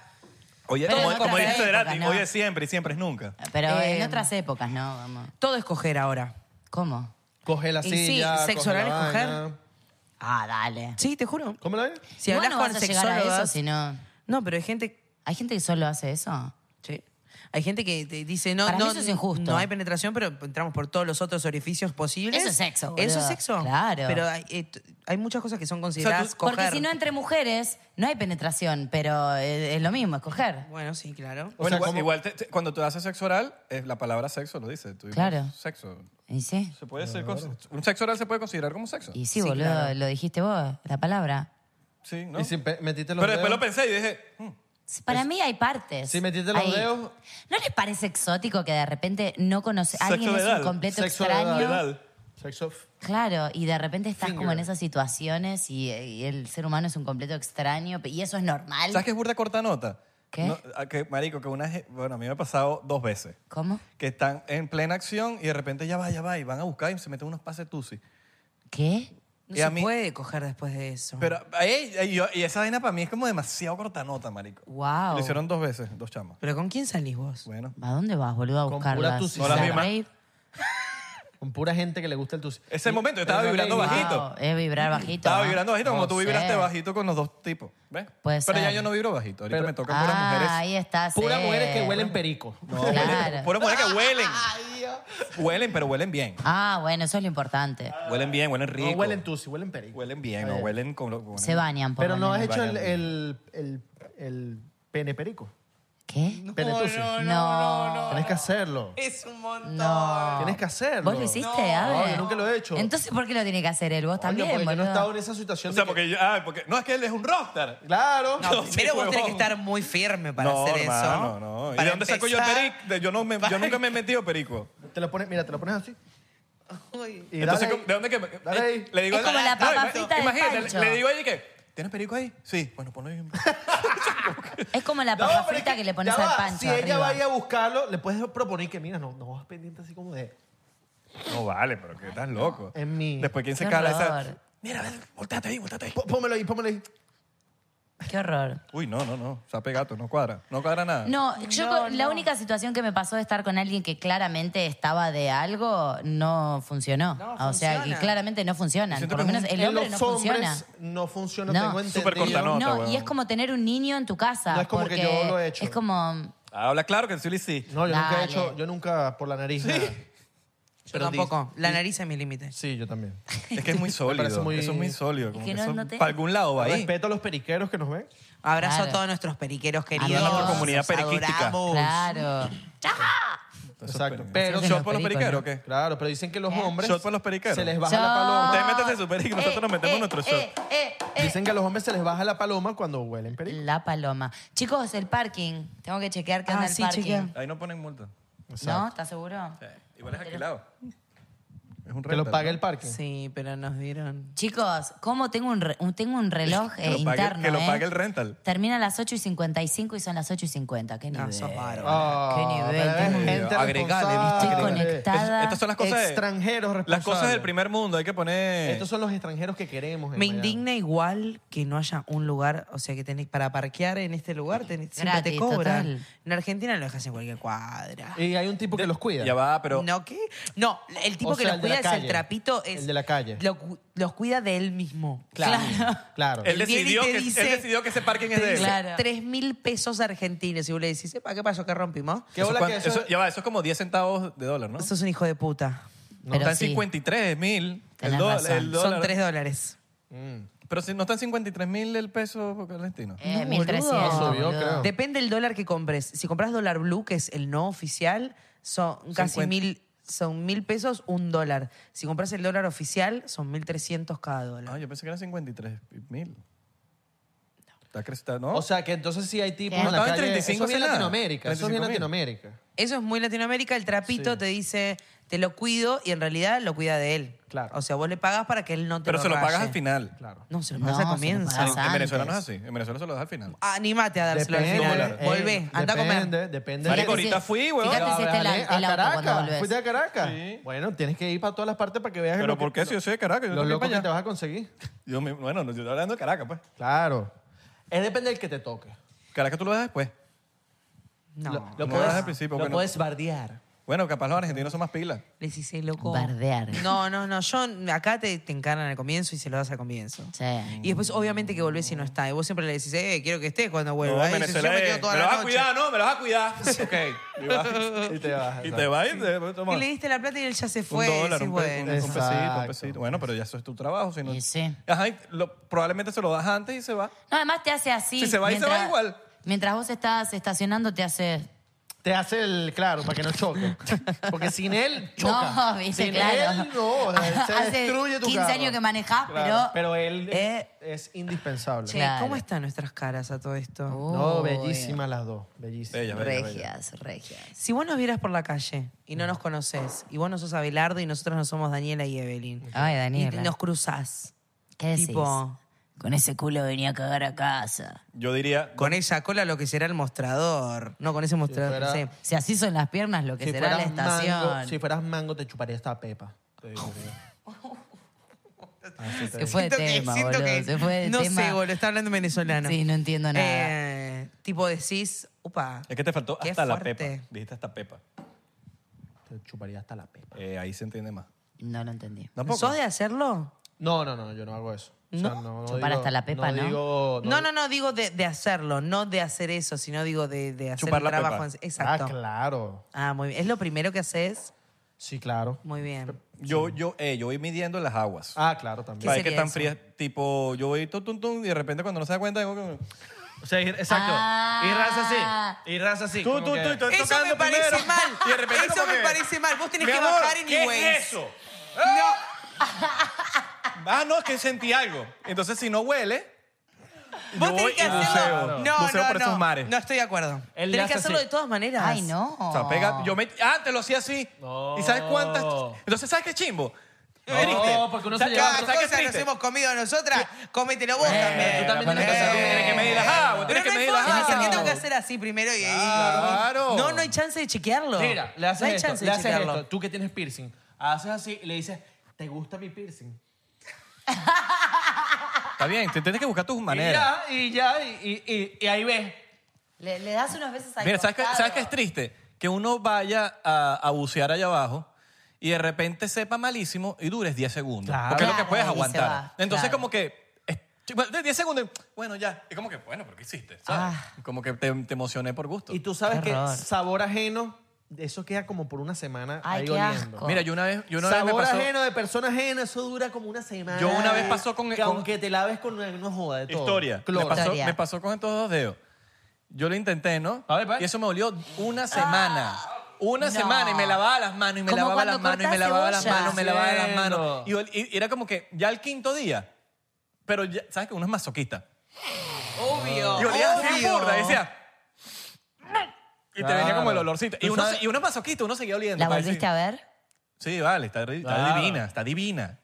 Speaker 2: Oye,
Speaker 6: Pero
Speaker 2: como,
Speaker 6: en
Speaker 2: como
Speaker 6: otras
Speaker 2: dice
Speaker 6: épocas,
Speaker 2: Cerati,
Speaker 6: ¿no?
Speaker 2: oye siempre y siempre es nunca.
Speaker 6: Pero en
Speaker 3: Eh,
Speaker 6: otras épocas, ¿no? Vamos.
Speaker 3: Todo es coger ahora.
Speaker 6: ¿Cómo?
Speaker 4: Coge la
Speaker 3: Y sí,
Speaker 4: silla.
Speaker 3: sexo
Speaker 4: coge la
Speaker 3: oral es coger.
Speaker 4: vaina.
Speaker 6: Ah, dale.
Speaker 3: Sí, te juro.
Speaker 4: ¿Cómo la ves?
Speaker 3: Si
Speaker 6: Igual
Speaker 3: hablas
Speaker 6: no
Speaker 3: con
Speaker 6: vas a llegar a eso,
Speaker 3: sexólogas...
Speaker 6: si no.
Speaker 3: No, pero hay gente...
Speaker 6: Hay gente que solo hace eso.
Speaker 3: Sí. Hay gente que te dice, no,
Speaker 6: Para mí
Speaker 3: no,
Speaker 6: eso es injusto.
Speaker 3: no hay penetración, pero entramos por todos los otros orificios posibles.
Speaker 6: Eso es sexo, boludo.
Speaker 3: Eso es sexo.
Speaker 6: Claro.
Speaker 3: Pero hay, eh, t- hay muchas cosas que son consideradas coger.
Speaker 6: Porque si no, entre mujeres no hay penetración, pero es, es lo mismo, es coger.
Speaker 3: Bueno, sí, claro.
Speaker 4: O sea,
Speaker 2: Bueno, igual,
Speaker 4: como-
Speaker 2: igual te- te- cuando tú haces sexo oral, eh, la palabra sexo lo dice. Tú dices
Speaker 6: Claro.
Speaker 2: Sexo. Ah,
Speaker 6: ¿Y sí?
Speaker 2: Se puede ser cons- un sexo oral se puede considerar como sexo.
Speaker 6: Y sí, boludo, lo dijiste vos, la palabra.
Speaker 2: Sí, ¿no?
Speaker 4: Y si pe- metiste los
Speaker 2: Pero después lo
Speaker 4: dedos.
Speaker 2: pensé y dije, hmm,
Speaker 6: Para mí hay partes.
Speaker 4: Sí, metiste los
Speaker 6: Hay-
Speaker 4: dedos.
Speaker 6: ¿No les parece exótico que de repente no conoce
Speaker 2: Sexo
Speaker 6: alguien es
Speaker 2: vedal.
Speaker 6: un completo
Speaker 4: Sexo
Speaker 6: extraño?
Speaker 2: pedal.
Speaker 4: Sexo.
Speaker 6: Claro, y de repente estás
Speaker 4: Finger.
Speaker 6: como en esas situaciones y, y el ser humano es un completo extraño y eso es normal.
Speaker 2: ¿Sabes qué es burda corta nota?
Speaker 6: ¿Qué?
Speaker 2: No, a que, marico, que una... je- Bueno, a mí me ha pasado dos veces.
Speaker 6: ¿Cómo?
Speaker 2: Que están en plena acción y de repente ya va, ya va, y van a buscar y se meten unos pases tusi.
Speaker 6: ¿Qué?
Speaker 3: No
Speaker 2: Y a
Speaker 3: se
Speaker 2: mí-
Speaker 3: puede coger después de eso.
Speaker 2: Pero eh, eh, yo- y esa vaina para mí es como demasiado cortanota, marico.
Speaker 6: Wow.
Speaker 2: Lo hicieron dos veces, dos chamas.
Speaker 3: ¿Pero con quién salís vos?
Speaker 2: Bueno.
Speaker 6: ¿A dónde vas, boludo, a
Speaker 4: Con
Speaker 6: buscarlas?
Speaker 4: pura tusi.
Speaker 2: No las
Speaker 6: ¿La
Speaker 2: vi más.
Speaker 6: rave?
Speaker 4: Con pura gente que le gusta el tusi.
Speaker 2: Es el momento, yo estaba
Speaker 4: Pero no
Speaker 2: vibrando
Speaker 4: le-
Speaker 2: bajito.
Speaker 6: Wow, es vibrar bajito.
Speaker 2: Estaba
Speaker 6: ¿ah?
Speaker 2: vibrando bajito como
Speaker 6: No
Speaker 2: tú
Speaker 6: sé.
Speaker 2: vibraste bajito con los dos tipos. ¿Ves?
Speaker 6: Puede
Speaker 2: Pero ya
Speaker 6: ser.
Speaker 2: yo no vibro bajito. Ahorita
Speaker 4: Pero-
Speaker 2: me tocan puras
Speaker 6: Ah,
Speaker 2: mujeres.
Speaker 6: ahí estás.
Speaker 4: Puras mujeres que huelen perico.
Speaker 2: No,
Speaker 6: Claro.
Speaker 2: puras mujeres que huelen. Huelen, pero huelen bien.
Speaker 6: Ah, bueno, eso es lo importante.
Speaker 2: Huelen bien, huelen
Speaker 4: No
Speaker 2: rico.
Speaker 4: huelen tusi, huelen perico.
Speaker 2: Huelen bien, no huelen como... como-
Speaker 6: Se bañan, por
Speaker 4: Pero
Speaker 6: lo
Speaker 4: no has
Speaker 6: menos.
Speaker 4: hecho el, eh, el, el, el pene perico.
Speaker 6: ¿Qué? No.
Speaker 4: Pene tusi.
Speaker 6: No.
Speaker 4: Tienes que hacerlo.
Speaker 3: Es un montón.
Speaker 4: Tienes que hacerlo.
Speaker 6: ¿Vos lo hiciste? A
Speaker 4: No,
Speaker 6: ver.
Speaker 4: yo nunca lo he hecho.
Speaker 6: Entonces, ¿por qué lo tiene que hacer él? Vos
Speaker 4: Coño,
Speaker 6: también,
Speaker 2: pues
Speaker 4: porque yo no he
Speaker 6: boludo.
Speaker 4: estado en esa situación.
Speaker 2: O sea,
Speaker 4: de que-
Speaker 2: porque yo... Ah, porque... No, es que él es un rockstar.
Speaker 3: No,
Speaker 4: Claro.
Speaker 3: primero vos tenés que
Speaker 2: huevón.
Speaker 3: estar muy firme para
Speaker 2: no,
Speaker 3: hacer
Speaker 2: hermano,
Speaker 3: eso.
Speaker 2: no. ¿Y
Speaker 3: Para
Speaker 2: de dónde saco yo el
Speaker 3: empezar-
Speaker 2: perico? De- Yo, no me- yo nunca me he metido perico.
Speaker 4: Te lo pones, mira, te lo pones así.
Speaker 3: Uy.
Speaker 4: Y
Speaker 2: Entonces,
Speaker 4: dale
Speaker 2: ¿de dónde que
Speaker 4: Dale ahí.
Speaker 2: Le digo
Speaker 6: Es como la papa
Speaker 2: ima-
Speaker 6: frita de
Speaker 2: Imagínate,
Speaker 6: Pancho.
Speaker 2: le, le digo a ella que... ¿Tienes perico ahí? Sí. Bueno, ponlo ahí.
Speaker 6: Es como la
Speaker 4: No,
Speaker 6: papa
Speaker 4: pero es
Speaker 6: frita que, le pones
Speaker 4: ya
Speaker 6: al
Speaker 4: va,
Speaker 6: pancho.
Speaker 4: Si ella
Speaker 6: arriba.
Speaker 4: va a ir a buscarlo, le puedes proponer que, mira, no, no vas pendiente así como de.
Speaker 2: No vale, pero que estás loco.
Speaker 4: Es mi-
Speaker 2: Después, ¿quién se
Speaker 6: Qué
Speaker 2: cala
Speaker 6: horror.
Speaker 2: esa...? Mira, ven, volteate ahí, volteate ahí.
Speaker 4: "Pó- Pómelo ahí, pómelo ahí.
Speaker 6: Qué horror.
Speaker 2: Uy, no, no, no. Se ha pegado, no cuadra. No cuadra nada.
Speaker 6: No, yo con- la única situación que me pasó de estar con alguien que claramente estaba de algo no funcionó.
Speaker 3: No
Speaker 6: o sea,
Speaker 3: funciona.
Speaker 6: que claramente no funcionan.
Speaker 2: Siento
Speaker 6: Por lo
Speaker 2: que
Speaker 6: menos el
Speaker 4: En
Speaker 6: hombre no
Speaker 4: los hombres
Speaker 6: funciona.
Speaker 4: no funciona,
Speaker 6: No.
Speaker 4: tengo entendido.
Speaker 2: Súper cortanota.
Speaker 6: No,
Speaker 2: weón.
Speaker 6: y es como tener un niño en tu casa.
Speaker 4: No es como que
Speaker 6: porque
Speaker 4: yo lo he hecho.
Speaker 6: Es como.
Speaker 2: Habla claro que sí lo hiciste.
Speaker 4: No, yo nunca he
Speaker 6: Dale.
Speaker 4: hecho, yo nunca por la nariz. nada.
Speaker 3: Yo
Speaker 4: Pero
Speaker 3: tampoco. La nariz es mi límite.
Speaker 4: Sí, yo también.
Speaker 2: Es que es muy sólido.
Speaker 4: parece muy-
Speaker 2: Eso es muy sólido. Como
Speaker 6: que
Speaker 2: que
Speaker 6: no-
Speaker 2: eso
Speaker 6: no te-
Speaker 2: Para algún lado va ahí.
Speaker 4: Respeto a los periqueros que nos ven.
Speaker 3: Abrazo
Speaker 6: Claro.
Speaker 3: a todos nuestros periqueros queridos.
Speaker 6: nuestra
Speaker 2: comunidad
Speaker 3: Los
Speaker 2: periquística.
Speaker 3: adoramos.
Speaker 6: Claro.
Speaker 4: Exacto.
Speaker 2: Pero,
Speaker 4: Pero-
Speaker 2: ¿Shot por los periqueros o
Speaker 6: pericos,
Speaker 2: qué?
Speaker 4: Claro, pero dicen que los hombres
Speaker 2: Shot para los periqueros.
Speaker 4: se les baja la
Speaker 2: Ustedes
Speaker 4: paloma.
Speaker 2: métanse su perico, nosotros nos metemos nuestro shot.
Speaker 6: eh, eh, eh.
Speaker 4: Dicen que a los hombres se les baja la paloma cuando huelen perico.
Speaker 6: La paloma. Chicos, el parking. Tengo que chequear qué
Speaker 3: Ah,
Speaker 6: onda el
Speaker 3: sí,
Speaker 6: parking.
Speaker 3: chequea.
Speaker 2: Ahí no ponen multa.
Speaker 6: ¿No? ¿Estás seguro?
Speaker 2: Igual es alquilado. Es un
Speaker 4: Que lo
Speaker 2: rental,
Speaker 4: pague
Speaker 2: ¿no?
Speaker 4: el parque.
Speaker 3: Sí, pero nos dieron.
Speaker 6: Chicos, ¿cómo tengo un, re- un- tengo un reloj eh,
Speaker 2: Que lo pague-
Speaker 6: interno?
Speaker 2: que lo
Speaker 6: eh?
Speaker 2: pague el rental.
Speaker 6: Termina a las 8 y 55 y son las 8 y 50.
Speaker 2: Ah,
Speaker 6: Qué nivel.
Speaker 4: Ah,
Speaker 6: Qué nivel.
Speaker 4: pero
Speaker 6: tengo
Speaker 4: es
Speaker 6: un-
Speaker 4: gente
Speaker 2: Agregale, ¿viste?
Speaker 6: Estoy
Speaker 2: Agregale.
Speaker 6: conectada.
Speaker 2: Es- Estas son las cosas de-
Speaker 4: Extranjeros
Speaker 2: Las cosas del
Speaker 4: responsables.
Speaker 2: primer mundo, hay que poner...
Speaker 4: Estos son los extranjeros que queremos. en
Speaker 3: Me
Speaker 4: Miami.
Speaker 3: indigna igual que no haya un lugar, o sea, que tenés para parquear en este lugar, tenés- siempre te
Speaker 6: Gratis,
Speaker 3: cobran.
Speaker 6: total.
Speaker 3: En Argentina lo dejas en cualquier cuadra.
Speaker 4: Y hay un tipo que los cuida.
Speaker 2: Ya va, pero...
Speaker 3: ¿No qué? No, el tipo
Speaker 4: O
Speaker 3: que
Speaker 4: sea,
Speaker 3: los
Speaker 4: de
Speaker 3: cuida es
Speaker 4: la
Speaker 3: el
Speaker 4: calle.
Speaker 3: trapito, es,
Speaker 4: El de la calle.
Speaker 3: lo cu- los cuida de él mismo.
Speaker 4: Claro. Claro.
Speaker 2: Él
Speaker 3: viene y
Speaker 2: decidió,
Speaker 3: te
Speaker 2: que,
Speaker 3: dice-
Speaker 2: él decidió que ese parking es de él.
Speaker 6: Claro.
Speaker 3: Tres mil pesos argentinos. Y vos le decís, "Epa, ¿qué pasó? ¿Qué rompimos?
Speaker 4: ¿Qué
Speaker 2: Eso,
Speaker 4: bola
Speaker 2: cuan-
Speaker 4: que eso-
Speaker 2: eso- ya va, eso es como 10 centavos de dólar, ¿no?
Speaker 3: Eso es un hijo de puta.
Speaker 6: Pero
Speaker 2: está en
Speaker 6: sí.
Speaker 2: 53 mil. El,
Speaker 6: Tenés
Speaker 2: dólar-
Speaker 6: razón.
Speaker 2: el
Speaker 3: Son
Speaker 2: dólar.
Speaker 3: tres dólares.
Speaker 4: Mm.
Speaker 2: Pero si no está en 53 mil el peso argentino.
Speaker 6: Eh,
Speaker 3: No,
Speaker 6: 1300.
Speaker 3: boludo.
Speaker 4: Subió,
Speaker 6: boludo.
Speaker 4: creo.
Speaker 3: Depende del dólar que compres. Si compras dólar blue, que es el no oficial, son casi
Speaker 2: 50.
Speaker 3: mil, son mil pesos un dólar. Si compras el dólar oficial, son mil trescientos cada
Speaker 2: Ah,
Speaker 3: dólar.
Speaker 2: yo pensé que era 53 mil. Está cre- está- ¿no?
Speaker 4: O sea, que entonces sí hay tipos
Speaker 6: ¿Qué?
Speaker 4: en la
Speaker 2: No, en
Speaker 4: calle.
Speaker 2: 35
Speaker 4: eso es bien
Speaker 2: hace nada.
Speaker 4: Latinoamérica. Eso es bien
Speaker 2: 35.000.
Speaker 4: Latinoamérica.
Speaker 3: Eso es muy Latinoamérica. El trapito te dice, te lo cuido y en realidad lo cuida de él.
Speaker 4: Claro.
Speaker 3: O sea, vos le pagás para que él no te
Speaker 2: pero
Speaker 3: lo
Speaker 2: se lo
Speaker 3: raye.
Speaker 2: pagas al final.
Speaker 4: Claro.
Speaker 3: No, se lo
Speaker 6: No,
Speaker 3: pagas al
Speaker 6: se lo
Speaker 3: comienzo.
Speaker 6: pagas.
Speaker 2: En, en Venezuela no es
Speaker 6: antes.
Speaker 2: así. En Venezuela se lo das al
Speaker 4: Ah,
Speaker 2: final.
Speaker 3: Animate a dárselo
Speaker 4: Depende,
Speaker 3: al final.
Speaker 4: eh,
Speaker 3: Volvé, anda a comer.
Speaker 4: Depende, depende.
Speaker 2: Marico,
Speaker 6: Fíjate si-
Speaker 2: ahorita fui, weón.
Speaker 6: Fíjate si este
Speaker 4: Pero,
Speaker 6: el,
Speaker 4: Ale,
Speaker 6: el auto
Speaker 4: a
Speaker 6: cuando
Speaker 4: Caracas.
Speaker 6: volvés.
Speaker 4: ¿Fuiste a Caracas?
Speaker 2: Sí.
Speaker 4: Bueno, tienes que ir para todas las partes para que veas
Speaker 2: Pero
Speaker 4: lo que-
Speaker 2: ¿por qué si yo soy de Caracas? Yo
Speaker 4: los
Speaker 2: también
Speaker 4: locos
Speaker 2: para
Speaker 4: que te
Speaker 2: allá.
Speaker 4: vas a conseguir.
Speaker 2: Yo me- bueno, no, yo estoy hablando de Caracas, pues.
Speaker 4: Claro. Es depende del que te toque.
Speaker 2: Caracas tú lo das después.
Speaker 3: No.
Speaker 4: Lo, lo
Speaker 2: No,
Speaker 4: puedes,
Speaker 2: al
Speaker 4: lo
Speaker 2: principio, bueno.
Speaker 4: puedes bardear.
Speaker 2: Bueno, capaz los argentinos son más pilas.
Speaker 3: Les hice loco.
Speaker 6: Bardear.
Speaker 3: No, no, no. Yo acá te, te encarnan al comienzo y se lo das al comienzo.
Speaker 6: Sí.
Speaker 3: Y después, obviamente, que volvés y no está. Y vos siempre le decís, eh, quiero que estés cuando
Speaker 2: No,
Speaker 3: vuelva.
Speaker 2: en
Speaker 3: Y dice,
Speaker 2: Venezuela
Speaker 3: yo me
Speaker 2: es,
Speaker 3: quedo toda
Speaker 2: me lo
Speaker 3: la
Speaker 2: vas a
Speaker 3: noche.
Speaker 2: cuidar, ¿no? Me lo vas a cuidar. ok. Y vas-
Speaker 4: Y te vas.
Speaker 2: Y te vas y te toma.
Speaker 3: Y le diste la plata y él ya se fue.
Speaker 2: un dólar,
Speaker 3: Decís,
Speaker 2: un, pe-
Speaker 3: bueno.
Speaker 2: un- un pesito, un
Speaker 4: Exacto.
Speaker 2: pesito. Bueno, pero ya eso es tu trabajo. Si no,
Speaker 6: Y sí.
Speaker 2: Ajá, y lo- probablemente se lo das antes y se va.
Speaker 6: No, además te hace así.
Speaker 2: Si se va y se va igual.
Speaker 6: Mientras vos estás estacionando, te hace.
Speaker 4: Te hace el claro para que no choque. Porque sin él choca.
Speaker 6: No, viste,
Speaker 4: sin
Speaker 6: claro.
Speaker 4: él no. Se
Speaker 6: Hace
Speaker 4: destruye tu
Speaker 6: 15
Speaker 4: carro.
Speaker 6: años que manejás,
Speaker 4: Claro,
Speaker 6: pero-
Speaker 4: Pero él
Speaker 3: Eh.
Speaker 4: es, es indispensable.
Speaker 3: Che,
Speaker 6: Claro.
Speaker 3: ¿cómo están nuestras caras a todo esto?
Speaker 4: No,
Speaker 6: Uy.
Speaker 4: bellísimas las dos. Bellísimas.
Speaker 2: Bella, bella, bella.
Speaker 6: Oh, Regias, regias. Mm.
Speaker 3: Si vos nos vieras por la calle y no nos conoces, y vos no sos Abelardo y nosotros no somos Daniela y Evelyn,
Speaker 6: Ay,
Speaker 3: y
Speaker 6: Daniela.
Speaker 3: nos cruzás
Speaker 6: ¿Qué decís?
Speaker 3: tipo-
Speaker 6: Con ese culo venía a cagar a casa.
Speaker 2: Yo diría.
Speaker 3: con esa cola lo que será el mostrador, no con ese mostrador,
Speaker 4: fuera-
Speaker 3: sí.
Speaker 6: Si así son las piernas, lo que
Speaker 4: Si
Speaker 6: será la
Speaker 4: fueras,
Speaker 6: estación.
Speaker 4: mango, si fueras mango, te chuparía esta pepa. Te digo, Así te
Speaker 6: Se
Speaker 4: digo.
Speaker 6: fue de tema, boludo. Se fue de
Speaker 3: no
Speaker 6: tema.
Speaker 3: sé, boludo, está hablando venezolano.
Speaker 6: Sí, no entiendo nada.
Speaker 3: Eh, tipo decís, upa,
Speaker 2: Es que te faltó
Speaker 3: Qué
Speaker 2: hasta la pepa.
Speaker 3: fuerte.
Speaker 2: Dijiste hasta pepa.
Speaker 4: Te chuparía hasta la pepa.
Speaker 2: Eh, ahí se entiende más.
Speaker 6: No lo entendí.
Speaker 2: ¿Tampoco?
Speaker 3: ¿sos de hacerlo?
Speaker 4: No, no, no, yo no hago eso. O sea,
Speaker 3: No.
Speaker 6: Chupar hasta la pepa, ¿no?
Speaker 4: digo-
Speaker 3: No, no, no, digo de, de hacerlo, no de hacer eso, sino digo de, de hacer
Speaker 2: Chupar
Speaker 3: el
Speaker 2: la
Speaker 3: trabajo.
Speaker 2: pepa.
Speaker 3: en sí.
Speaker 4: Ah,
Speaker 3: Exacto. Ah,
Speaker 4: claro.
Speaker 3: muy bien. ¿Es lo primero que haces?
Speaker 4: Sí, claro.
Speaker 3: Muy bien.
Speaker 2: Yo, yo, eh, yo voy midiendo las aguas.
Speaker 4: Ah, claro
Speaker 3: ¿Qué
Speaker 4: también.
Speaker 2: Para ver
Speaker 3: sería
Speaker 2: qué tan
Speaker 3: eso?
Speaker 2: frías. Tipo, yo voy tum, tum, tum, y de repente cuando no se da cuenta, digo como.
Speaker 7: O sea, ir- exacto.
Speaker 6: Ah.
Speaker 7: Y raza así. Y raza así.
Speaker 2: Tú,
Speaker 7: como
Speaker 2: tú,
Speaker 7: que-
Speaker 2: tú, y tú
Speaker 3: Eso
Speaker 2: tocando
Speaker 3: me parece
Speaker 2: primero.
Speaker 3: mal.
Speaker 2: Y de repente
Speaker 3: Eso
Speaker 2: como
Speaker 3: me
Speaker 2: que,
Speaker 3: parece mal. Vos tenés
Speaker 2: "Mi
Speaker 3: que
Speaker 2: amor,
Speaker 3: bajar
Speaker 2: ¿qué
Speaker 3: anyways".
Speaker 2: es eso? Ah, no, que sentí algo. Entonces, si no huele,
Speaker 3: Vos
Speaker 2: yo voy
Speaker 3: tenés que
Speaker 2: y
Speaker 3: hacerlo.
Speaker 2: buceo.
Speaker 3: No,
Speaker 2: Buceo
Speaker 3: no,
Speaker 2: por esos
Speaker 3: no.
Speaker 2: mares.
Speaker 3: No estoy de acuerdo.
Speaker 7: Él le
Speaker 3: tenés que
Speaker 7: hace
Speaker 3: hacerlo
Speaker 7: así.
Speaker 3: de todas maneras.
Speaker 6: Ay, no.
Speaker 2: O sea, pega, yo me, ah, te lo hacía así. ¿Y sabes cuántas? Entonces, ¿sabes qué chimbo?
Speaker 7: No,
Speaker 2: Triste.
Speaker 7: porque uno se
Speaker 2: ¿Sabes
Speaker 7: lleva
Speaker 2: qué-
Speaker 7: otro-
Speaker 2: ¿sabes
Speaker 3: cosas
Speaker 2: qué es
Speaker 3: nos
Speaker 2: triste?
Speaker 3: hemos comido nosotras, cómetelo vos también.
Speaker 7: tú también
Speaker 3: Eh,
Speaker 7: tenés que hacer-
Speaker 2: Tienes que medir las aguas, tienes
Speaker 3: Pero
Speaker 2: que
Speaker 3: no hay
Speaker 2: medir las
Speaker 3: forma,
Speaker 2: aguas.
Speaker 3: ¿por qué tengo que hacer así primero y- y-
Speaker 2: Claro.
Speaker 3: No, no hay chance de chequearlo.
Speaker 4: Mira, le
Speaker 3: no
Speaker 4: haces
Speaker 3: hay
Speaker 4: esto,
Speaker 3: chance
Speaker 4: le
Speaker 3: de
Speaker 4: haces
Speaker 3: chequearlo.
Speaker 4: esto. Tú que tienes piercing, haces así y le dices, ¿te gusta mi piercing?
Speaker 2: Está bien, te tienes que buscar tus maneras.
Speaker 4: Y ya, y ya, y, y, y- y ahí ves.
Speaker 6: Le, le das unas veces al
Speaker 2: Mira, ¿sabes qué,
Speaker 6: costado.
Speaker 2: ¿sabes qué es triste? Que uno vaya a, a bucear allá abajo y de repente sepa malísimo y dures 10 segundos.
Speaker 4: Claro.
Speaker 2: Porque es lo que
Speaker 6: Claro,
Speaker 2: puedes
Speaker 6: y se
Speaker 2: aguantar.
Speaker 6: va,
Speaker 2: Entonces,
Speaker 6: claro.
Speaker 2: como que. es- ch- bueno, de 10 segundos, bueno, ya. Es como que, bueno, pero ¿qué hiciste? ¿Sabes?
Speaker 3: Ah.
Speaker 2: Como que te, te emocioné por gusto.
Speaker 4: Y tú sabes que
Speaker 3: Error.
Speaker 4: sabor ajeno, eso queda como por una semana
Speaker 6: Ay,
Speaker 4: ahí
Speaker 6: qué
Speaker 4: oliendo.
Speaker 6: asco.
Speaker 2: Mira, yo una vez, Eh, yo una vez me
Speaker 4: sabor
Speaker 2: pasó.
Speaker 4: ajeno de persona ajena, eso dura como una semana.
Speaker 2: Yo una vez pasó con-
Speaker 4: Que
Speaker 2: con-
Speaker 4: aunque te laves con una, no joda de todo.
Speaker 2: Historia. Me
Speaker 4: Cloro.
Speaker 2: pasó,
Speaker 6: Historia.
Speaker 2: me pasó con estos dos dedos. Yo lo intenté, ¿no?
Speaker 4: A ver, pa.
Speaker 2: Y eso me olió una semana. Una
Speaker 6: No.
Speaker 2: semana y me lavaba las manos y me
Speaker 6: Como
Speaker 2: lavaba
Speaker 6: cuando
Speaker 2: las manos y me
Speaker 6: cortás
Speaker 2: lavaba las
Speaker 6: cebolla.
Speaker 2: manos, me lavaba las manos.
Speaker 4: Haciendo.
Speaker 2: Y, ol- y era como que ya el quinto día. Pero ya, ¿sabes que Uno es masoquista.
Speaker 3: Obvio.
Speaker 2: Y olía así
Speaker 3: obvio.
Speaker 2: burda, y Oh, decía. Y te venía
Speaker 4: Claro.
Speaker 2: como el olorcito. Y
Speaker 4: Tú
Speaker 2: uno,
Speaker 4: sabes-
Speaker 2: se- y uno es masoquista, uno seguía oliendo.
Speaker 6: ¿La
Speaker 2: pa' decir,
Speaker 6: volviste a ver?
Speaker 2: Sí, vale, está, ri- está
Speaker 7: Claro.
Speaker 2: divina, está divina.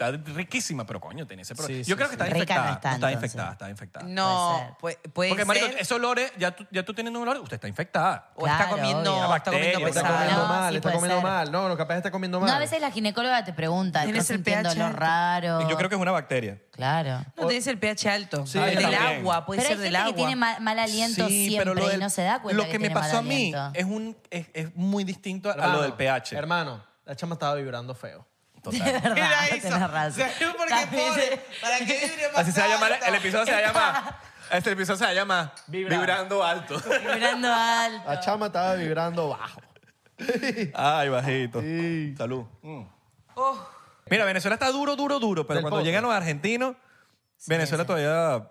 Speaker 2: Está riquísima, pero coño, tiene ese problema.
Speaker 7: Sí, sí,
Speaker 2: Yo creo que
Speaker 7: sí.
Speaker 2: está
Speaker 7: Rica no
Speaker 2: infectada.
Speaker 7: está,
Speaker 2: no está
Speaker 7: entonces.
Speaker 2: infectada, está infectada.
Speaker 3: No, puede ser.
Speaker 2: Porque, marico, esos olores, ya tú, ya tú tienes un olor, usted está infectada.
Speaker 3: O está Claro, comiendo- obvio.
Speaker 2: Una
Speaker 3: está comiendo
Speaker 2: bacteria,
Speaker 4: Está
Speaker 2: una cosa.
Speaker 4: comiendo
Speaker 6: No,
Speaker 4: mal,
Speaker 6: sí
Speaker 4: está
Speaker 6: puede
Speaker 4: comiendo
Speaker 6: ser.
Speaker 4: mal. No, no, capaz está comiendo mal.
Speaker 6: No, a veces la ginecóloga te pregunta,
Speaker 3: Tienes
Speaker 6: ¿estás
Speaker 3: el
Speaker 6: sintiendo
Speaker 3: pH
Speaker 6: lo
Speaker 3: alto.
Speaker 6: raro?
Speaker 2: Yo creo que es una bacteria.
Speaker 6: Claro.
Speaker 3: No tenés el pH alto.
Speaker 2: Sí,
Speaker 3: del
Speaker 2: también.
Speaker 3: agua, puede
Speaker 6: pero
Speaker 3: ser
Speaker 6: hay gente
Speaker 3: del agua.
Speaker 6: que tiene mal, mal aliento
Speaker 2: Sí,
Speaker 6: siempre
Speaker 2: pero lo
Speaker 6: y
Speaker 2: del-
Speaker 6: no se da cuenta
Speaker 2: Lo que, me
Speaker 6: tiene mal
Speaker 2: pasó a mí
Speaker 6: aliento.
Speaker 2: es, un, es, es muy distinto a, a lo
Speaker 4: Hermano,
Speaker 2: del pH.
Speaker 4: Hermano, la chama estaba vibrando feo.
Speaker 6: De verdad, tenés razón. También se-
Speaker 7: ¿Para qué vibre más
Speaker 2: Así se va a llamar,
Speaker 7: alto?
Speaker 2: el episodio se va a llamar. Este episodio se va a llamar
Speaker 4: Vibrando.
Speaker 2: Vibrando Alto.
Speaker 6: Vibrando alto.
Speaker 4: La chama estaba vibrando bajo.
Speaker 2: Ay, bajito. Salud.
Speaker 3: Oh,
Speaker 2: Mira, Venezuela está duro, duro, duro, pero
Speaker 4: Del
Speaker 2: cuando
Speaker 4: pozo.
Speaker 2: llegan los argentinos, Venezuela todavía.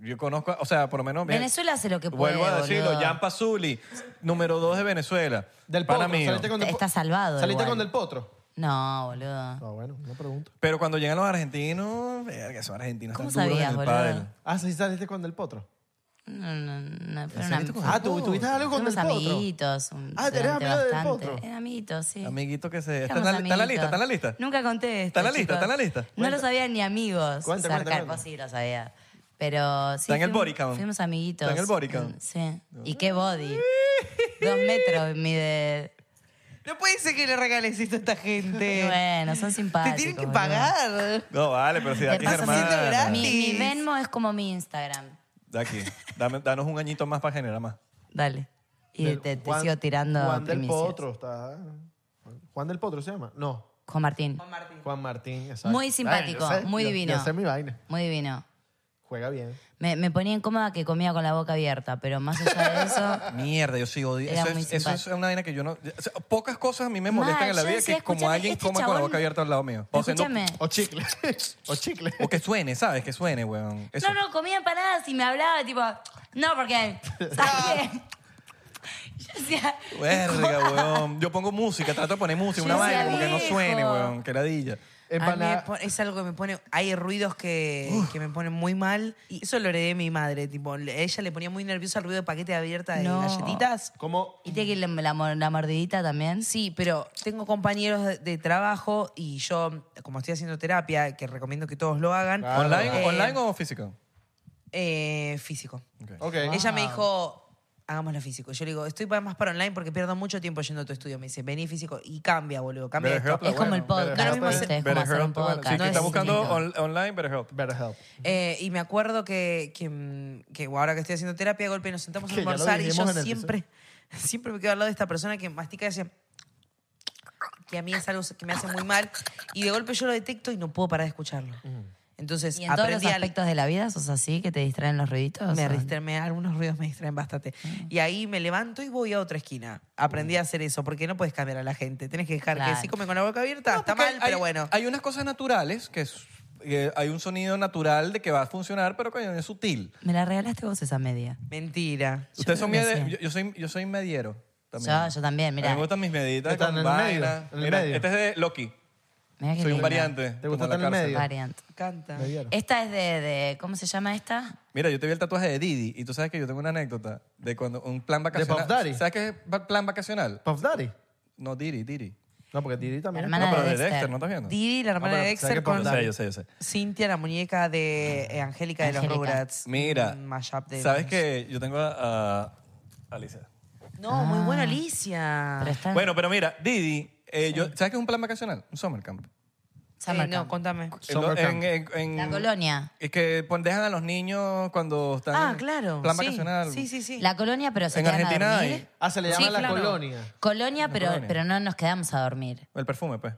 Speaker 2: Yo conozco, o sea, por lo menos.
Speaker 6: Venezuela hace lo que puede,
Speaker 2: Vuelvo a decirlo,
Speaker 6: boludo.
Speaker 2: Jan Pazuli, número 2 de Venezuela.
Speaker 4: Del
Speaker 2: pana
Speaker 4: potro.
Speaker 2: mío.
Speaker 4: Saliste con del,
Speaker 6: Está
Speaker 4: po-
Speaker 6: salvado
Speaker 4: saliste
Speaker 6: igual.
Speaker 4: con del potro.
Speaker 6: No, boludo.
Speaker 4: No, bueno, no pregunto.
Speaker 2: Pero cuando llegan los argentinos, verga, esos argentinos
Speaker 6: ¿Cómo
Speaker 2: están duros
Speaker 6: sabías,
Speaker 2: en el
Speaker 6: boludo?
Speaker 2: pádel.
Speaker 4: Ah, sí, saliste con del potro.
Speaker 6: No, no, no. Pero
Speaker 2: ¿Saliste con
Speaker 4: Ah, ¿tú, ¿tuviste algo con
Speaker 6: unos
Speaker 4: del potro?
Speaker 6: amiguitos. un-
Speaker 4: Ah, ¿tenés
Speaker 6: durante
Speaker 4: amigo del
Speaker 6: bastante.
Speaker 4: potro?
Speaker 6: Eran amiguitos, sí.
Speaker 2: Amiguito que se. Está en
Speaker 6: Éramos
Speaker 2: la, está en la lista,
Speaker 6: amiguitos.
Speaker 2: está en la lista.
Speaker 6: Nunca conté esto,
Speaker 2: Está en la lista,
Speaker 6: chicos.
Speaker 2: está en la lista.
Speaker 6: No lo sabían ni amigos.
Speaker 4: Cuenta,
Speaker 6: cerca,
Speaker 4: cuenta, cuenta.
Speaker 6: vos sí lo sabía. Pero sí.
Speaker 2: Está en el
Speaker 6: fuimos-
Speaker 2: body count.
Speaker 6: Fuimos amiguitos.
Speaker 2: Está en el body count.
Speaker 6: Mm, Sí. ¿Y qué body? Dos metros mide.
Speaker 3: no puede ser que le regales esto a esta gente.
Speaker 6: Bueno, son
Speaker 3: Te
Speaker 6: simpáticos.
Speaker 3: tienen que
Speaker 6: boludo.
Speaker 3: pagar.
Speaker 2: No, vale, pero si de
Speaker 6: Te
Speaker 2: aquí es
Speaker 6: paso haciendo
Speaker 2: hermana.
Speaker 6: Mi, mi
Speaker 3: gratis.
Speaker 6: Venmo es como mi Instagram.
Speaker 2: De aquí. Dame- danos un añito más para generar más.
Speaker 6: Dale. Y
Speaker 4: Del
Speaker 6: te, te
Speaker 4: Juan-
Speaker 6: sigo tirando
Speaker 4: Juan del
Speaker 6: primicias.
Speaker 4: potro está. ¿eh? Juan del potro se llama. No,
Speaker 6: Juan Martín.
Speaker 4: Juan Martín. Exacto.
Speaker 6: Muy simpático,
Speaker 4: Ah, yo
Speaker 6: muy
Speaker 4: yo-
Speaker 6: divino.
Speaker 4: Yo sé mi vaina.
Speaker 6: Muy divino.
Speaker 4: Juega bien.
Speaker 6: Me, me ponía incómoda que comía con la boca abierta, pero más allá de eso...
Speaker 2: Mierda, yo sigo odi-
Speaker 6: Era
Speaker 2: Eso,
Speaker 6: muy
Speaker 2: es, eso es
Speaker 6: simpático.
Speaker 2: una vaina que yo no. o sea, pocas cosas a mí me
Speaker 6: Mal,
Speaker 2: molestan en la
Speaker 6: yo
Speaker 2: vida
Speaker 6: decía,
Speaker 2: que como
Speaker 6: escúchame,
Speaker 2: alguien
Speaker 6: este
Speaker 2: coma con la
Speaker 6: chabón-
Speaker 2: boca abierta al lado mío. O, haciendo-
Speaker 6: Escúchame.
Speaker 4: O chicle. o chicle.
Speaker 2: o que suene, ¿sabes? Que suene, weón. Eso.
Speaker 6: No, no, comía empanadas y me hablaba tipo, no, porque... ¿Sabes qué? Yo decía...
Speaker 2: Verga, weón. Yo pongo música, trato de poner música,
Speaker 6: Yo
Speaker 2: una vaina
Speaker 6: decía,
Speaker 2: como que no
Speaker 6: viejo.
Speaker 2: suene, weón. Que ladilla.
Speaker 3: A mí me
Speaker 4: Empanada.
Speaker 3: pon- es algo que me pone. Hay ruidos que, que me ponen muy mal. Y eso lo heredé de mi madre. Tipo, le- ella le ponía muy nerviosa el ruido de paquete abierta de
Speaker 6: No.
Speaker 3: galletitas.
Speaker 4: Como.
Speaker 6: ¿Y tiene que ir la, la- la mordidita también?
Speaker 3: Sí, pero tengo compañeros de, de trabajo y yo, como estoy haciendo terapia, que recomiendo que todos lo hagan,
Speaker 4: Claro.
Speaker 2: ¿Online,
Speaker 3: Eh,
Speaker 2: online o físico?
Speaker 3: eh, físico.
Speaker 4: Ok. Ah.
Speaker 3: Ella me dijo, hagámoslo físico. Yo le digo, estoy pa- más para online porque pierdo mucho tiempo yendo a tu estudio. Me dice, vení físico y cambia, boludo, cambia
Speaker 2: Better
Speaker 3: esto.
Speaker 2: help, la
Speaker 6: Es como
Speaker 2: buena.
Speaker 6: el podcast,
Speaker 2: Better
Speaker 3: no
Speaker 2: help,
Speaker 3: lo mismo
Speaker 2: eh.
Speaker 6: hacer-
Speaker 2: Better
Speaker 6: es como hacer
Speaker 2: help,
Speaker 6: un
Speaker 2: la buena.
Speaker 6: podcast,
Speaker 2: Sí,
Speaker 3: no
Speaker 2: que
Speaker 3: es
Speaker 2: está buscando
Speaker 6: distinto.
Speaker 2: on- online, better help.
Speaker 4: BetterHelp.
Speaker 3: Eh, y me acuerdo que, que, mm, que ahora que estoy haciendo terapia, de golpe nos sentamos a
Speaker 4: Que ya lo
Speaker 3: almorzar y yo
Speaker 4: dijimos en el
Speaker 3: siempre, siempre me quedo al lado de esta persona que mastica y hace que a mí es algo que me hace muy mal y de golpe yo lo detecto y no puedo parar de escucharlo.
Speaker 4: Mm.
Speaker 3: Entonces
Speaker 6: ¿Y en todos los
Speaker 3: aprendí a-
Speaker 6: aspectos de la vida sos así, que te distraen los ruiditos?
Speaker 3: me
Speaker 6: ¿O?
Speaker 3: distraen, me- algunos ruidos me distraen bastante. Y ahí me levanto y voy a otra esquina. Aprendí a hacer eso porque no puedes cambiar a la gente. Tienes que dejar
Speaker 6: Claro.
Speaker 3: que si come con la boca abierta,
Speaker 2: No,
Speaker 3: está
Speaker 2: porque
Speaker 3: mal,
Speaker 2: hay-
Speaker 3: pero bueno.
Speaker 2: Hay unas cosas naturales que es- que hay un sonido natural de que va a funcionar, pero coño, es sutil.
Speaker 6: Me la regalaste vos esa media.
Speaker 3: Mentira.
Speaker 2: Ustedes son
Speaker 6: creo que
Speaker 2: miede-
Speaker 6: sí.
Speaker 2: yo, yo soy, yo soy mediero. También.
Speaker 6: Yo, yo también,
Speaker 2: A
Speaker 6: mira.
Speaker 2: mí me gustan mis meditas
Speaker 4: Está
Speaker 2: con
Speaker 4: en el medio,
Speaker 2: vaina.
Speaker 4: en el
Speaker 2: Mira,
Speaker 4: medio.
Speaker 2: este es de Loki.
Speaker 6: Mirá qué
Speaker 2: Soy un
Speaker 6: lindo.
Speaker 2: variante. como
Speaker 4: gusta
Speaker 2: en
Speaker 4: estar en
Speaker 2: la
Speaker 4: el
Speaker 2: cárcel.
Speaker 4: medio?
Speaker 6: Variante.
Speaker 3: Canta.
Speaker 6: Esta es de, de- ¿Cómo se llama esta?
Speaker 2: Mira, yo te vi el tatuaje de Didi y tú sabes que yo tengo una anécdota de cuando un plan vacacional.
Speaker 4: Puff Daddy?
Speaker 2: ¿Sabes qué es va- plan vacacional?
Speaker 4: Puff Daddy.
Speaker 2: No, Didi, Didi.
Speaker 4: No, porque Didi también.
Speaker 6: Hermana
Speaker 2: no, pero
Speaker 6: de
Speaker 2: de Dexter,
Speaker 6: Dexter.
Speaker 2: ¿no estás viendo?
Speaker 3: Didi, la hermana
Speaker 4: No, pero
Speaker 3: de
Speaker 4: ¿sabes qué
Speaker 3: Dexter,
Speaker 2: Yo
Speaker 3: con
Speaker 2: sé, yo sé, yo sé.
Speaker 3: Cintia, la muñeca de eh, Angélica de los
Speaker 6: Angélica.
Speaker 3: Rugrats.
Speaker 2: Mira,
Speaker 3: Un mashup de
Speaker 2: ¿sabes
Speaker 3: los-
Speaker 2: que Yo tengo a, a Alicia.
Speaker 3: No, muy buena Alicia.
Speaker 6: Pero está en
Speaker 2: Bueno, pero mira, Didi, eh, yo- ¿sabes qué es un plan vacacional? Un summer camp.
Speaker 3: Eh,
Speaker 6: Samarkand.
Speaker 3: no, contame.
Speaker 2: En lo-
Speaker 4: Summer camp.
Speaker 2: en- eh, en- en-
Speaker 6: La colonia.
Speaker 2: Es que pon- dejan a los niños cuando están
Speaker 3: Ah,
Speaker 2: en
Speaker 3: claro.
Speaker 2: plan
Speaker 3: sí.
Speaker 2: vacacional.
Speaker 3: Sí, sí, sí.
Speaker 6: La colonia, pero se
Speaker 2: En
Speaker 6: quedan a
Speaker 2: Argentina
Speaker 6: dormir.
Speaker 2: hay
Speaker 4: Ah, se le llama
Speaker 3: Sí,
Speaker 4: la
Speaker 3: claro.
Speaker 4: colonia.
Speaker 6: Colonia, pero,
Speaker 2: colonia.
Speaker 6: pero no nos quedamos a dormir.
Speaker 2: el perfume, pues.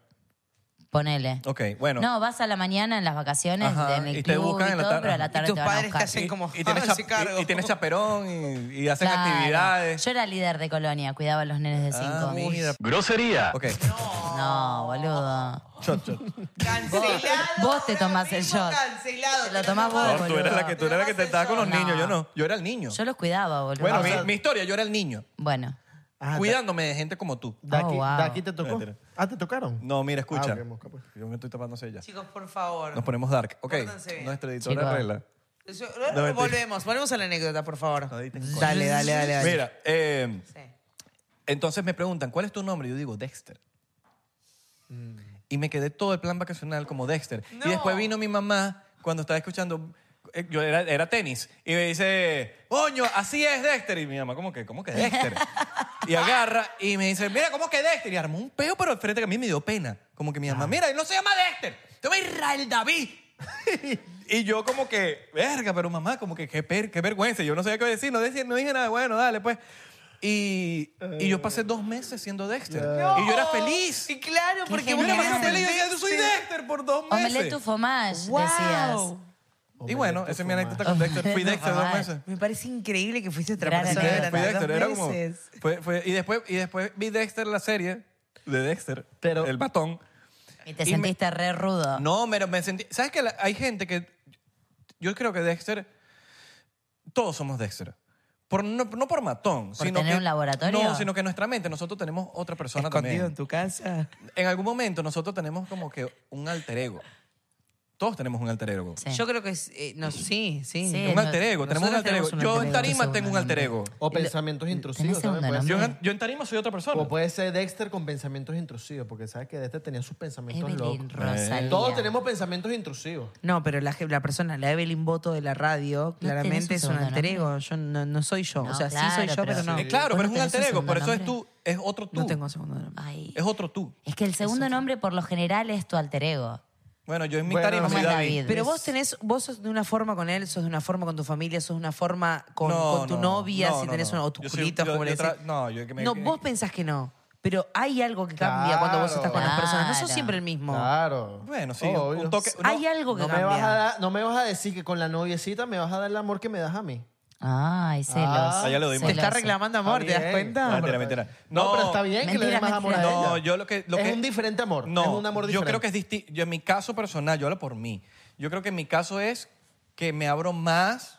Speaker 6: Ponele.
Speaker 2: Ok, bueno.
Speaker 6: No, vas a la mañana en las vacaciones
Speaker 2: Ajá,
Speaker 6: en el
Speaker 2: y te
Speaker 6: club
Speaker 2: buscan
Speaker 6: y
Speaker 2: en la
Speaker 6: todo,
Speaker 2: tarde.
Speaker 6: pero a la
Speaker 2: Y
Speaker 6: tarde
Speaker 3: tus
Speaker 6: te van a
Speaker 3: padres
Speaker 6: buscar.
Speaker 3: que hacen como
Speaker 2: Y tienes,
Speaker 3: "Ah,
Speaker 2: chap-
Speaker 3: ese cargo".
Speaker 2: y- y tienes chaperón y, y hacen
Speaker 6: Claro.
Speaker 2: actividades.
Speaker 6: Yo era líder de colonia, cuidaba a los nenes de
Speaker 2: Ah,
Speaker 6: cinco.
Speaker 2: mira.
Speaker 8: Grosería.
Speaker 2: Ok.
Speaker 6: no, boludo.
Speaker 2: Shot, shot.
Speaker 3: Cancelado.
Speaker 6: Vos te tomás el
Speaker 3: Mismo
Speaker 6: shot.
Speaker 3: Cancelado.
Speaker 6: Te lo tomás vos,
Speaker 2: No, tú eras la que, tú eras la que te estabas con los
Speaker 6: No.
Speaker 2: niños, yo no. Yo era el niño.
Speaker 6: Yo los cuidaba, boludo.
Speaker 2: bueno,
Speaker 4: Ah, o
Speaker 2: mi,
Speaker 4: sea-
Speaker 2: mi historia, yo era el niño.
Speaker 6: Bueno.
Speaker 4: Ah,
Speaker 2: cuidándome de gente como tú.
Speaker 4: Da, de
Speaker 6: Oh,
Speaker 4: aquí,
Speaker 6: wow.
Speaker 4: de aquí te tocó.
Speaker 2: Mentira.
Speaker 4: Ah, ¿te tocaron?
Speaker 2: No, mira, escucha.
Speaker 4: Ah, ok, mosca, pues.
Speaker 2: Yo me estoy tapando sellas.
Speaker 3: Chicos, por favor.
Speaker 2: Nos ponemos dark. Ok,
Speaker 3: Pórtense bien.
Speaker 2: nuestra editora
Speaker 6: Chicos.
Speaker 2: regla.
Speaker 3: Eso-
Speaker 2: No, mentira.
Speaker 3: volvemos, volvemos a la anécdota, por favor.
Speaker 2: No editen cosas.
Speaker 3: Dale, dale, dale. dale.
Speaker 2: Mira, eh,
Speaker 3: Sí.
Speaker 2: entonces me preguntan, ¿cuál es tu nombre? Yo digo, Dexter.
Speaker 4: Mm.
Speaker 2: Y me quedé todo el plan vacacional como Dexter. Y después vino mi mamá cuando estaba escuchando. eh, Yo era, era tenis. Y me dice, coño, así es Dexter. Y mi mamá, ¿cómo que? ¿Cómo que Dexter? y agarra y me dice, mira, ¿cómo que Dexter? Y armó un peo, pero frente que a mí me dio pena. Como que mi mamá, mira, él no se llama Dexter. Se llama Israel David. y yo como que, verga, pero mamá, como que qué, per- qué vergüenza. Yo no sabía qué decir, no, decía, no dije nada, bueno, dale, pues. Y, y yo pasé dos meses siendo Dexter. Y yo era feliz.
Speaker 3: Y claro,
Speaker 2: Qué
Speaker 3: porque
Speaker 2: genial.
Speaker 3: uno
Speaker 2: Yo era
Speaker 3: es
Speaker 2: feliz, yo decía,
Speaker 3: el
Speaker 2: yo soy Dexter por dos meses.
Speaker 6: Omelette tu fromage, decías.
Speaker 2: Y bueno, esa es mi anécdota con Dexter. Fui
Speaker 3: No,
Speaker 2: Dexter dos
Speaker 3: jamás.
Speaker 2: meses.
Speaker 3: Me parece increíble que fuiste otra
Speaker 6: Gran
Speaker 3: persona
Speaker 6: idea.
Speaker 3: de la
Speaker 2: Fui
Speaker 3: nada,
Speaker 2: Dexter,
Speaker 3: dos
Speaker 2: era como.
Speaker 3: veces.
Speaker 2: fue- fue- y, después, y después vi Dexter la serie de Dexter, el batón.
Speaker 6: Y te
Speaker 2: Y me-
Speaker 6: sentiste re rudo.
Speaker 2: No, pero me sentí. ¿Sabes que la- hay gente que. Yo creo que Dexter. Todos somos Dexter. Por, no, no por matón.
Speaker 6: ¿Por
Speaker 2: sino
Speaker 6: tener
Speaker 2: que-
Speaker 6: un laboratorio?
Speaker 2: No, sino que en nuestra mente, nosotros tenemos otra persona
Speaker 3: Escondido en
Speaker 2: también.
Speaker 3: tu casa.
Speaker 2: En algún momento, nosotros tenemos como que un alter ego. Todos tenemos un alter ego.
Speaker 3: Yo creo que es- eh, no, sí, sí.
Speaker 2: Un alter ego, tenemos un
Speaker 3: Nosotros
Speaker 2: alter ego.
Speaker 3: tenemos un
Speaker 2: Yo
Speaker 3: alter
Speaker 2: en
Speaker 3: ego.
Speaker 2: Tarima tengo un alter ego.
Speaker 4: O pensamientos intrusivos.
Speaker 6: Tenés segundo
Speaker 4: también puede
Speaker 2: Yo
Speaker 4: ser.
Speaker 2: en, yo en Tarima soy otra persona.
Speaker 4: O puede ser Dexter con pensamientos intrusivos, porque sabes que Dexter tenía sus pensamientos
Speaker 6: Evelyn,
Speaker 4: locos.
Speaker 6: Rosalía.
Speaker 4: Todos tenemos pensamientos intrusivos.
Speaker 3: No, pero la, je- la persona, la Evelyn Boto de la radio, claramente
Speaker 6: tenés
Speaker 3: es
Speaker 6: un
Speaker 3: un
Speaker 6: segundo
Speaker 3: alter
Speaker 6: nombre.
Speaker 3: ego. Yo no, no soy yo.
Speaker 6: No,
Speaker 3: o sea, sí
Speaker 6: claro,
Speaker 3: soy yo,
Speaker 6: pero-
Speaker 3: pero, no.
Speaker 2: Eh,
Speaker 6: ¿Vos
Speaker 2: claro, pero
Speaker 6: no
Speaker 2: es un
Speaker 6: tenés
Speaker 2: alter
Speaker 6: un
Speaker 2: ego. Por eso
Speaker 6: segundo
Speaker 2: es tú, es otro tú.
Speaker 3: No tengo segundo nombre.
Speaker 6: Ay.
Speaker 2: Es otro tú.
Speaker 6: Es que el segundo nombre por lo general es tu alter ego.
Speaker 2: Bueno, yo en mi
Speaker 4: Bueno,
Speaker 2: Tarima
Speaker 6: ¿cómo
Speaker 2: soy
Speaker 6: es
Speaker 2: David.
Speaker 6: David?
Speaker 3: Pero vos tenés, vos sos de una forma con él, sos de una forma con tu familia, sos de una forma con,
Speaker 2: No,
Speaker 3: con tu
Speaker 2: no,
Speaker 3: novia,
Speaker 2: no,
Speaker 3: si
Speaker 2: no,
Speaker 3: tenés
Speaker 2: no.
Speaker 3: una, o tu
Speaker 2: Yo soy-
Speaker 3: culito,
Speaker 2: yo-
Speaker 3: como le
Speaker 2: yo tra-
Speaker 3: decís.
Speaker 2: no, yo que me-
Speaker 3: No,
Speaker 2: que-
Speaker 3: vos pensás que no. Pero hay algo que cambia cuando vos estás con las
Speaker 6: Claro.
Speaker 3: personas. No sos siempre el mismo.
Speaker 4: Claro.
Speaker 2: Bueno, sí,
Speaker 4: Obvio.
Speaker 2: un toque.
Speaker 3: Hay algo que
Speaker 4: No me,
Speaker 3: cambia.
Speaker 4: vas a dar- no me vas a decir que con la noviecita me vas a dar el amor que me das a mí.
Speaker 6: Ay, celos.
Speaker 4: Ah,
Speaker 2: ya le doy más.
Speaker 3: Te está
Speaker 6: celoso.
Speaker 3: reclamando amor, ¿te
Speaker 4: Está
Speaker 3: das
Speaker 4: bien.
Speaker 3: cuenta?
Speaker 2: Ah, mentira, mentira.
Speaker 4: No,
Speaker 2: No,
Speaker 4: pero está bien que le
Speaker 6: mentira,
Speaker 4: des más amor a
Speaker 6: mentira.
Speaker 4: ella.
Speaker 2: No, yo lo que- lo
Speaker 4: es
Speaker 2: que-
Speaker 4: un diferente amor.
Speaker 2: No,
Speaker 4: es un amor diferente.
Speaker 2: yo creo que es distinto. Yo en mi caso personal, yo hablo por mí. Yo creo que en mi caso es que me abro más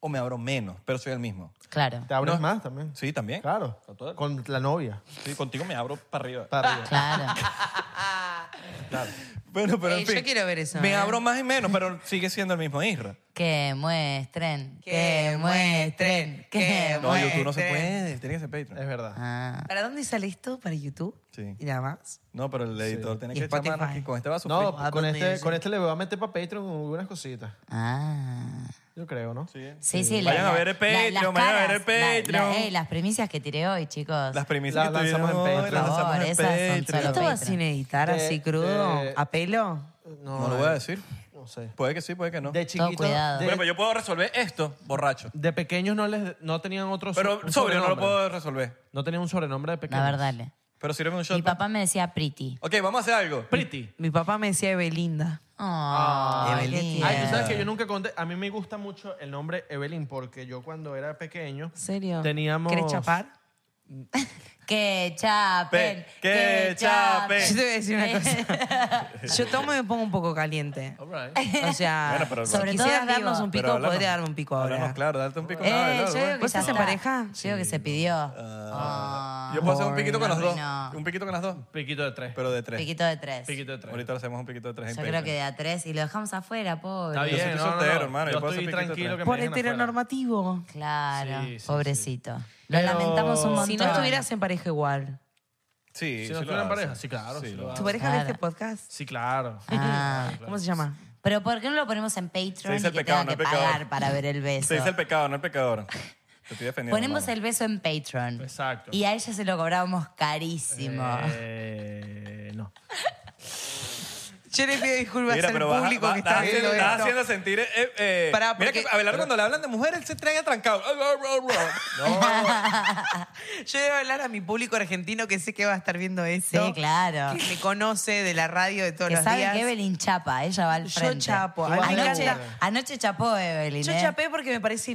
Speaker 2: o me abro menos, pero soy el mismo.
Speaker 6: Claro.
Speaker 4: Te abres
Speaker 2: No.
Speaker 4: más también.
Speaker 2: Sí, también.
Speaker 4: Claro.
Speaker 2: Total.
Speaker 4: Con la novia.
Speaker 2: Sí, contigo me abro para arriba.
Speaker 4: Para arriba.
Speaker 6: Claro.
Speaker 2: Bueno, pero en
Speaker 3: Ey, yo
Speaker 2: fin.
Speaker 3: quiero ver eso,
Speaker 2: Me
Speaker 3: ¿eh?
Speaker 2: abro más y menos, pero sigue siendo el mismo Isra.
Speaker 6: Que muestren.
Speaker 3: Que muestren, que
Speaker 2: No, YouTube no se puede.
Speaker 3: Bueno.
Speaker 2: Tiene que ser Patreon.
Speaker 4: Es verdad.
Speaker 6: Ah.
Speaker 3: ¿Para dónde sale esto? ¿Para YouTube?
Speaker 2: Sí.
Speaker 3: Y nada más.
Speaker 2: No, pero el editor tiene
Speaker 3: Y
Speaker 2: que echar
Speaker 3: Spotify.
Speaker 2: manos que con este va a sufrir.
Speaker 4: No,
Speaker 3: Ah,
Speaker 4: con
Speaker 3: ¿dónde
Speaker 4: este,
Speaker 3: es?
Speaker 4: con este le voy a meter para Patreon algunas cositas.
Speaker 6: Ah.
Speaker 4: Yo creo, ¿no?
Speaker 6: Sí, sí.
Speaker 2: Vayan a ver el
Speaker 6: las
Speaker 2: Patreon, vayan a ver el
Speaker 6: caras, la- eh, la-
Speaker 2: Patreon.
Speaker 6: ey, las premisas que tiré hoy, chicos.
Speaker 2: las premisas
Speaker 4: Las
Speaker 2: que
Speaker 4: lanzamos
Speaker 2: tuvieron
Speaker 4: en
Speaker 2: hoy,
Speaker 4: Patreon.
Speaker 2: las
Speaker 6: Por favor,
Speaker 2: lanzamos en
Speaker 6: esas son
Speaker 2: Patreon.
Speaker 6: solo
Speaker 3: ¿Esto va
Speaker 6: Patreon.
Speaker 3: sin editar
Speaker 4: Eh,
Speaker 3: así crudo?
Speaker 4: eh,
Speaker 3: ¿A pelo?
Speaker 2: No
Speaker 3: eh,
Speaker 2: lo voy a decir.
Speaker 4: No sé.
Speaker 2: Puede que sí, puede que no.
Speaker 4: De chiquito.
Speaker 6: cuidado.
Speaker 4: de-
Speaker 2: Bueno, pero yo puedo resolver esto, borracho.
Speaker 4: De pequeños no les no tenían otro so-
Speaker 2: Pero
Speaker 4: un
Speaker 2: sobrio no lo
Speaker 4: sobrenombre.
Speaker 2: puedo resolver.
Speaker 4: No tenían un sobrenombre de
Speaker 6: La
Speaker 4: pequeños.
Speaker 6: verdad. le-
Speaker 2: Pero sirve un shot.
Speaker 6: Mi papá me decía pretty.
Speaker 2: Ok, vamos a hacer algo.
Speaker 4: Pretty.
Speaker 3: Mi papá me decía Evelinda.
Speaker 6: Oh, qué
Speaker 3: Evelyn.
Speaker 4: Ay,
Speaker 6: tierno.
Speaker 4: tú sabes que yo nunca conté. A mí me gusta mucho el nombre Evelyn porque yo cuando era pequeño.
Speaker 3: ¿En serio?
Speaker 4: Teníamos-
Speaker 3: ¿Querés chapar?
Speaker 6: Que chapen.
Speaker 2: Pe- que chapen.
Speaker 3: Yo te voy a decir una cosa. Yo tomo y me pongo un poco caliente. O sea,
Speaker 2: Bueno, pero-
Speaker 3: si
Speaker 6: Sobre todo
Speaker 3: quisieras
Speaker 6: en
Speaker 3: darnos
Speaker 6: vivo.
Speaker 3: un
Speaker 2: Pero
Speaker 3: pico,
Speaker 2: hablamos-
Speaker 3: podría darme un pico ahora.
Speaker 2: Hablamos, claro, darte un pico.
Speaker 3: Eh,
Speaker 2: nada, claro,
Speaker 3: yo
Speaker 2: bueno.
Speaker 3: digo que
Speaker 6: ¿Vos
Speaker 3: ya
Speaker 6: estás en
Speaker 3: está.
Speaker 6: pareja? Yo digo que se
Speaker 2: Ah,
Speaker 6: pidió. Ah,
Speaker 2: Yo puedo hacer un
Speaker 6: Boring,
Speaker 2: piquito con los dos.
Speaker 6: arruinó.
Speaker 2: Un piquito con las dos,
Speaker 4: Piquito de tres.
Speaker 2: pero de tres.
Speaker 6: Piquito de tres.
Speaker 4: Piquito de tres.
Speaker 2: Ahorita lo hacemos un piquito de tres en
Speaker 6: Yo creo
Speaker 2: Patreon.
Speaker 6: que de a tres y lo dejamos afuera, pobre.
Speaker 4: Está
Speaker 2: Yo
Speaker 4: bien,
Speaker 2: soy
Speaker 4: no, no,
Speaker 2: soltero,
Speaker 4: no.
Speaker 2: hermano, yo
Speaker 4: Yo
Speaker 2: puedo
Speaker 4: estoy
Speaker 2: hacer piquito de
Speaker 4: tranquilo que
Speaker 2: tres.
Speaker 4: me
Speaker 3: Por este
Speaker 4: dejen
Speaker 3: heteronormativo.
Speaker 6: Claro,
Speaker 4: Sí, sí, sí.
Speaker 6: pobrecito.
Speaker 4: Pero-
Speaker 6: Lo lamentamos un montón.
Speaker 3: Si no estuvieras en pareja igual.
Speaker 2: Sí,
Speaker 4: Si
Speaker 2: sí
Speaker 4: no
Speaker 2: lo
Speaker 4: estuvieran
Speaker 2: hace.
Speaker 4: pareja, sí, claro, sí lo
Speaker 2: hace.
Speaker 3: ¿Tu pareja ve
Speaker 6: Claro.
Speaker 3: este podcast?
Speaker 4: Sí, claro.
Speaker 6: Ah.
Speaker 3: ¿Cómo se llama?
Speaker 6: Pero ¿por qué no lo ponemos en Patreon y
Speaker 2: dice
Speaker 6: que
Speaker 2: el
Speaker 6: tenga
Speaker 2: pecado, no el
Speaker 6: que
Speaker 2: pecado.
Speaker 6: pagar para ver el beso?
Speaker 2: Se dice el pecado, no el pecador. Te estoy defendiendo.
Speaker 6: Ponemos
Speaker 2: hermano.
Speaker 6: el beso en Patreon.
Speaker 4: Exacto.
Speaker 6: Y a ella se lo cobramos carísimo.
Speaker 4: Eh, no.
Speaker 3: Yo le pido disculpas
Speaker 2: Mira,
Speaker 3: al
Speaker 2: pero vas-
Speaker 3: público
Speaker 2: vas-
Speaker 3: que
Speaker 2: estás
Speaker 3: está
Speaker 2: haciendo,
Speaker 3: viendo
Speaker 2: estás
Speaker 3: esto.
Speaker 2: haciendo sentir. eh, eh,
Speaker 3: Pará,
Speaker 2: mira que
Speaker 3: porque-
Speaker 2: a Abelardo cuando le hablan de mujer, él se trae trancado. No,
Speaker 3: Yo debo hablar a mi público argentino que sé que va a estar viendo
Speaker 6: Sí,
Speaker 3: esto.
Speaker 6: claro.
Speaker 3: Que me conoce de la radio de todos
Speaker 6: Que
Speaker 3: los
Speaker 6: sabe
Speaker 3: días.
Speaker 6: que Evelyn chapa, ella va al
Speaker 3: Yo
Speaker 6: frente.
Speaker 3: chapo. A mí me
Speaker 6: Anoche,
Speaker 3: encanta.
Speaker 6: anoche chapó Evelyn.
Speaker 3: Yo
Speaker 6: ¿eh?
Speaker 3: chapé porque me parece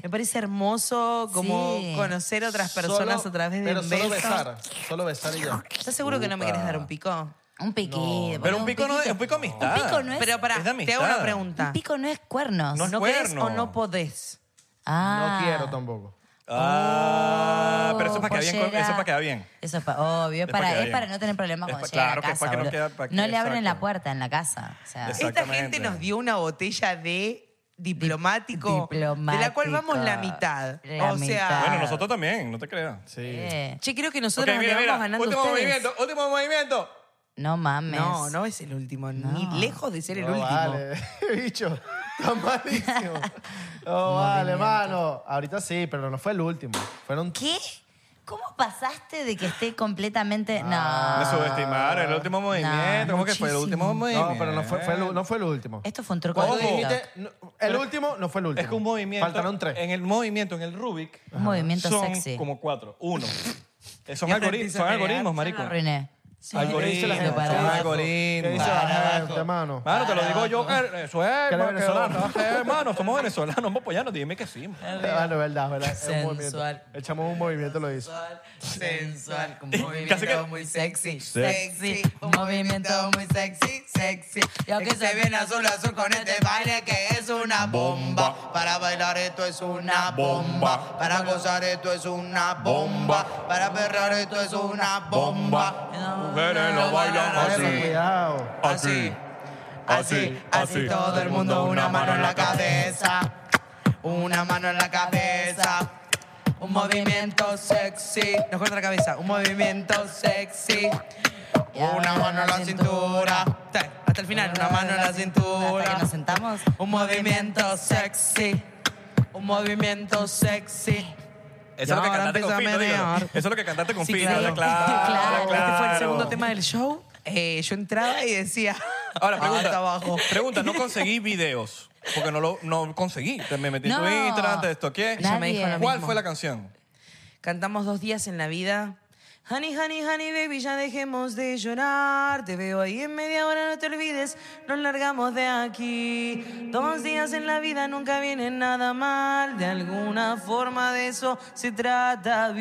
Speaker 6: Sí.
Speaker 3: me parece hermoso como
Speaker 6: Sí.
Speaker 3: conocer otras personas
Speaker 4: Solo-
Speaker 3: a través de
Speaker 4: Pero
Speaker 3: un
Speaker 4: solo
Speaker 3: beso.
Speaker 4: besar. Solo besar y ya.
Speaker 3: ¿Estás seguro que no me querés dar un pico?
Speaker 6: Un piquito. boludo,
Speaker 2: pero un pico no es
Speaker 6: piquito.
Speaker 2: un pico amistad.
Speaker 6: Un pico no es-
Speaker 3: Pero pará,
Speaker 2: Es de
Speaker 3: te hago
Speaker 2: amistad.
Speaker 3: una pregunta.
Speaker 6: Un pico no es cuernos.
Speaker 2: No es
Speaker 3: ¿No querés
Speaker 2: cuerno.
Speaker 3: o no podés?
Speaker 6: Ah.
Speaker 4: No quiero tampoco.
Speaker 2: Ah,
Speaker 6: Oh,
Speaker 2: pero eso es para quedar bien. con-
Speaker 6: pollera.
Speaker 2: Eso es para quedar bien.
Speaker 6: Eso es pa- obvio, es para,
Speaker 2: Es para que
Speaker 6: es
Speaker 2: bien.
Speaker 6: para no tener problemas
Speaker 2: Es
Speaker 6: cuando
Speaker 2: pa-
Speaker 6: llegan
Speaker 2: claro,
Speaker 6: a
Speaker 2: que es
Speaker 6: casa.
Speaker 2: para que no
Speaker 6: boludo.
Speaker 2: queda- para que-
Speaker 6: no le abren
Speaker 2: exacto.
Speaker 6: la puerta en la casa. O sea,
Speaker 3: Esta
Speaker 2: Exacto. Exactamente.
Speaker 3: gente nos dio una botella de diplomático,
Speaker 6: Diplomático.
Speaker 3: de la cual vamos la mitad.
Speaker 6: La
Speaker 3: o sea,
Speaker 6: mitad.
Speaker 2: Bueno, nosotros también, no te creas.
Speaker 4: Sí.
Speaker 6: eh,
Speaker 3: Che, creo que nosotros
Speaker 2: Ok,
Speaker 3: nos
Speaker 2: mira,
Speaker 3: le vamos
Speaker 2: mira.
Speaker 3: ganando a
Speaker 2: Último
Speaker 3: ustedes.
Speaker 2: movimiento, último movimiento.
Speaker 6: No mames.
Speaker 3: No, no es el último. Ni lejos de ser el
Speaker 4: No
Speaker 3: último.
Speaker 4: Vale, bicho. Está malísimo. No Oh, vale, mano. Ahorita sí, pero no fue el último. Fueron.
Speaker 6: ¿Qué? ¿Cómo pasaste de que esté completamente.?
Speaker 4: Ah.
Speaker 2: Me
Speaker 6: No.
Speaker 2: subestimaron el último movimiento. ¿Cómo que fue el último movimiento?
Speaker 4: No, pero no fue, fue el, no fue el último.
Speaker 6: Esto fue un truco
Speaker 4: Cuando
Speaker 6: de TikTok.
Speaker 4: dijiste, no, el último no fue el último.
Speaker 2: Es que un movimiento.
Speaker 4: Faltaron tres.
Speaker 2: En el movimiento, en el Rubik.
Speaker 6: Un movimiento
Speaker 2: son
Speaker 6: sexy.
Speaker 2: como cuatro. Uno. Eh, son
Speaker 3: Ya
Speaker 2: algori-
Speaker 3: aprendiste a
Speaker 2: son
Speaker 3: pelear.
Speaker 2: algoritmos,
Speaker 3: Ya
Speaker 2: marico.
Speaker 6: Lo arruiné. Sí.
Speaker 4: dice la
Speaker 2: Algoritmos.
Speaker 4: gente?
Speaker 2: Son
Speaker 4: Para abajo. ¿Qué
Speaker 2: algoritmos.
Speaker 4: dice la gente, mano?
Speaker 2: Mano, te lo digo yo, que eso es,
Speaker 4: Que eres
Speaker 2: porque
Speaker 4: venezolano.
Speaker 2: vamos a hacer, hermano, somos venezolanos, vamos a apoyarnos, dime que sí. man.
Speaker 4: Bueno, Eh, verdad, verdad. Es un movimiento.
Speaker 3: Sensual.
Speaker 4: Echamos un movimiento, lo hizo.
Speaker 3: Sensual, con
Speaker 2: Casi
Speaker 3: movimiento
Speaker 2: que-
Speaker 3: muy sexy, sexy, un movimiento muy sexy, sexy. Y aunque se viene azul, azul con este baile que es una bomba. Para bailar esto es una bomba, para gozar esto es una bomba, para perrar esto es una bomba.
Speaker 2: Mujeres lo bailan
Speaker 4: Bueno,
Speaker 2: así,
Speaker 4: cuidado.
Speaker 2: así,
Speaker 3: Así, así todo el mundo, una mano en la cabeza, una mano en la cabeza. Un movimiento sexy, nos corta la cabeza, un movimiento sexy. Una mano en la cintura, Ten, hasta el final, una mano en la
Speaker 6: Hasta
Speaker 3: cintura.
Speaker 6: que nos sentamos.
Speaker 3: Un movimiento sexy, un movimiento sexy.
Speaker 2: Eso es lo que
Speaker 3: Ahora
Speaker 2: cantaste con
Speaker 3: empieza a
Speaker 2: Fito, dígalo.
Speaker 3: menear.
Speaker 2: Eso es lo que cantaste con
Speaker 3: Sí,
Speaker 2: Fito,
Speaker 3: claro.
Speaker 2: claro, claro.
Speaker 3: Este fue el segundo tema del show. Eh, yo entraba y decía,
Speaker 2: Ahora, pregunta,
Speaker 3: "Hasta abajo.
Speaker 2: pregunta, no conseguí videos, porque no lo no conseguí. Te- Me metí en tu
Speaker 6: No.
Speaker 2: Instagram, te estoqué.
Speaker 6: Ella me dijo lo
Speaker 2: ¿Cuál
Speaker 3: mismo.
Speaker 2: fue la canción?
Speaker 3: Cantamos dos días en la vida. Honey, honey, honey, baby, ya dejemos de llorar. Te veo ahí en media hora, no te olvides, nos largamos de aquí. Dos días en la vida nunca vienen nada mal. De alguna forma de eso se trata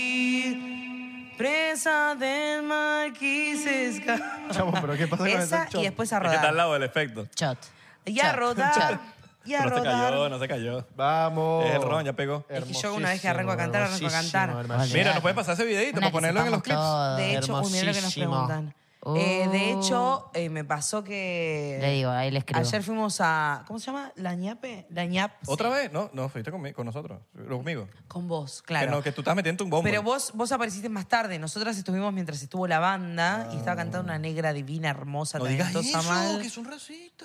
Speaker 3: vivir. Presa del mar, quise escapar.
Speaker 4: Chamo, pero ¿qué pasa con
Speaker 3: Esa
Speaker 4: ese shot?
Speaker 3: y después a
Speaker 2: Es que está al
Speaker 3: rodar.
Speaker 2: lado del efecto.
Speaker 6: Shot.
Speaker 3: Y a
Speaker 6: Shot.
Speaker 3: rodar.
Speaker 6: Shot.
Speaker 3: Y a
Speaker 2: No se cayó,
Speaker 3: rodar.
Speaker 2: no se cayó.
Speaker 4: Vamos.
Speaker 2: Es el ron, ya pegó.
Speaker 3: Es que yo una vez que arranco a cantar, arranco a
Speaker 4: Hermosísimo,
Speaker 3: cantar.
Speaker 4: hermosísimo.
Speaker 2: Mira, nos puedes pasar ese videito
Speaker 6: Una
Speaker 2: para
Speaker 6: que
Speaker 2: ponerlo en los
Speaker 6: sepamos
Speaker 2: clips.
Speaker 6: todos.
Speaker 3: De hecho, uy, mirá lo que nos
Speaker 4: Hermosísimo.
Speaker 3: preguntan. Eh, de
Speaker 6: Oh.
Speaker 3: hecho, eh, me pasó que.
Speaker 6: Le digo, ahí le escribo.
Speaker 3: Ayer fuimos a. ¿Cómo se llama? La ñape. La ñap.
Speaker 2: ¿Otra vez? No, no, fuiste conmigo, con nosotros, conmigo.
Speaker 3: Con vos,
Speaker 2: Que,
Speaker 3: claro.
Speaker 2: no, que tú estás metiendo un bombo.
Speaker 3: Pero vos, vos apareciste más tarde. Nosotras estuvimos mientras estuvo la banda y estaba cantando una negra divina, hermosa,
Speaker 2: Ah. no digas
Speaker 3: talentosa,
Speaker 2: eso,
Speaker 3: mal.
Speaker 2: que es un racista.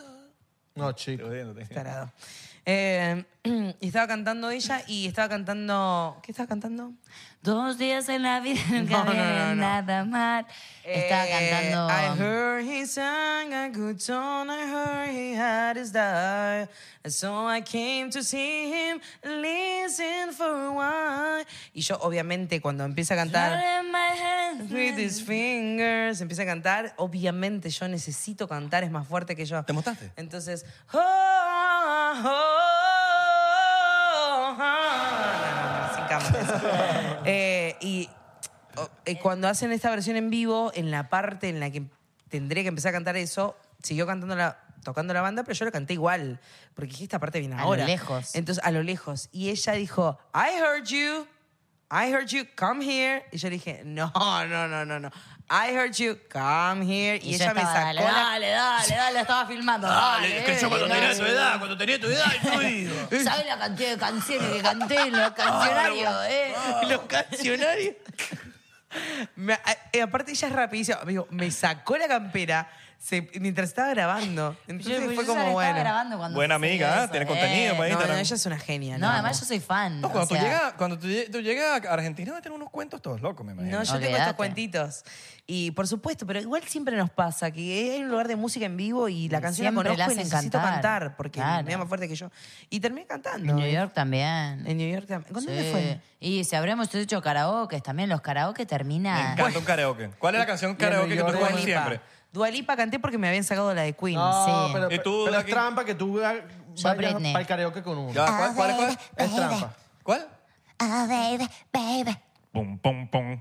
Speaker 4: No, chico.
Speaker 2: Pero
Speaker 3: Tarado. Eh, y estaba cantando ella y estaba cantando. ¿Qué estaba cantando?
Speaker 6: Dos días en la vida nunca
Speaker 3: No, no, no,
Speaker 6: viene
Speaker 3: no.
Speaker 6: nada mal. Estaba
Speaker 3: Eh,
Speaker 6: cantando.
Speaker 3: I heard he sang a good song. I heard he had his die. So I came to see him, listen for a while. Y yo, obviamente, cuando empieza a cantar.
Speaker 6: Blood in my hands.
Speaker 3: With his fingers, empieza a cantar. Obviamente, yo necesito cantar, es más fuerte que yo.
Speaker 2: ¿Te mostaste?
Speaker 3: Entonces. oh, oh, oh, oh. No, no, no, sin cámaras. Eh, y o- eh, cuando hacen esta versión en vivo, en la parte en la que tendré que empezar a cantar eso, siguió cantando la, tocando la banda, pero yo lo canté igual. Porque dije, esta parte viene
Speaker 6: A lo
Speaker 3: ahora.
Speaker 6: lejos.
Speaker 3: Entonces, a lo lejos. Y ella dijo, I heard you. I heard you, come here. Y yo le dije, no, no, no, no, no. I heard you, come here. Y,
Speaker 6: yo
Speaker 3: ella me
Speaker 6: estaba, dale,
Speaker 3: sacó la-
Speaker 6: Dale, dale, dale, estaba filmando. Dale, dale, dale.
Speaker 2: cuando ¿eh? tenía tu edad, yo
Speaker 6: ¿Sabes la cantidad de canciones que canté en
Speaker 2: Ah,
Speaker 6: los cancionarios? eh?
Speaker 3: Los cancionarios. Me- a- eh, aparte ella es rapidísima. Me, dijo, me sacó la campera se- mientras estaba grabando. Entonces
Speaker 6: Yo- yo
Speaker 3: fue
Speaker 6: ya la
Speaker 3: como
Speaker 6: estaba
Speaker 3: bueno.
Speaker 6: grabando cuando
Speaker 2: Buena
Speaker 6: sucedió
Speaker 2: amiga, ¿eh?
Speaker 6: eso,
Speaker 2: Tiene
Speaker 6: eh.
Speaker 2: contenido,
Speaker 3: No,
Speaker 2: maíz.
Speaker 3: no, ella es una genia.
Speaker 6: No,
Speaker 3: la
Speaker 6: además yo
Speaker 3: amo.
Speaker 6: soy fan.
Speaker 2: No, cuando,
Speaker 6: o
Speaker 2: tú
Speaker 6: sea,
Speaker 2: llegas, cuando tú, lle- tú llegas a Argentina vas a tener unos cuentos todos locos, me imagino.
Speaker 3: No, yo tengo estos
Speaker 6: Olvídate.
Speaker 3: cuentitos. Y por supuesto, pero igual siempre nos pasa que hay un lugar de música en vivo y la canción
Speaker 6: Siempre
Speaker 3: la
Speaker 6: la
Speaker 3: conozco y
Speaker 6: hacen
Speaker 3: necesito cantar,
Speaker 6: cantar,
Speaker 3: porque
Speaker 6: claro.
Speaker 3: me da más fuerte que yo. Y terminé cantando. eh.
Speaker 6: En New York también.
Speaker 3: En New York también. ¿Cuándo
Speaker 6: Sí.
Speaker 3: fue?
Speaker 6: Y si habremos hecho karaoke, también los karaoke
Speaker 2: Me
Speaker 6: terminan.
Speaker 2: encanta un karaoke. ¿Cuál es la canción karaoke que tú
Speaker 3: Dua
Speaker 2: pones
Speaker 3: Lipa.
Speaker 2: siempre?
Speaker 3: Dua Lipa canté porque me habían sacado la de Queen.
Speaker 4: No,
Speaker 6: Sí.
Speaker 4: pero,
Speaker 2: ¿Y tú,
Speaker 4: pero es
Speaker 2: Daki?
Speaker 4: trampa que tú vayas
Speaker 6: Yo, Britney.
Speaker 4: para el karaoke con uno.
Speaker 2: Ya, ¿Cuál, cuál, cuál?
Speaker 4: Es trampa.
Speaker 2: ¿Cuál?
Speaker 6: Oh, baby, baby.
Speaker 8: Pum, pum, pum.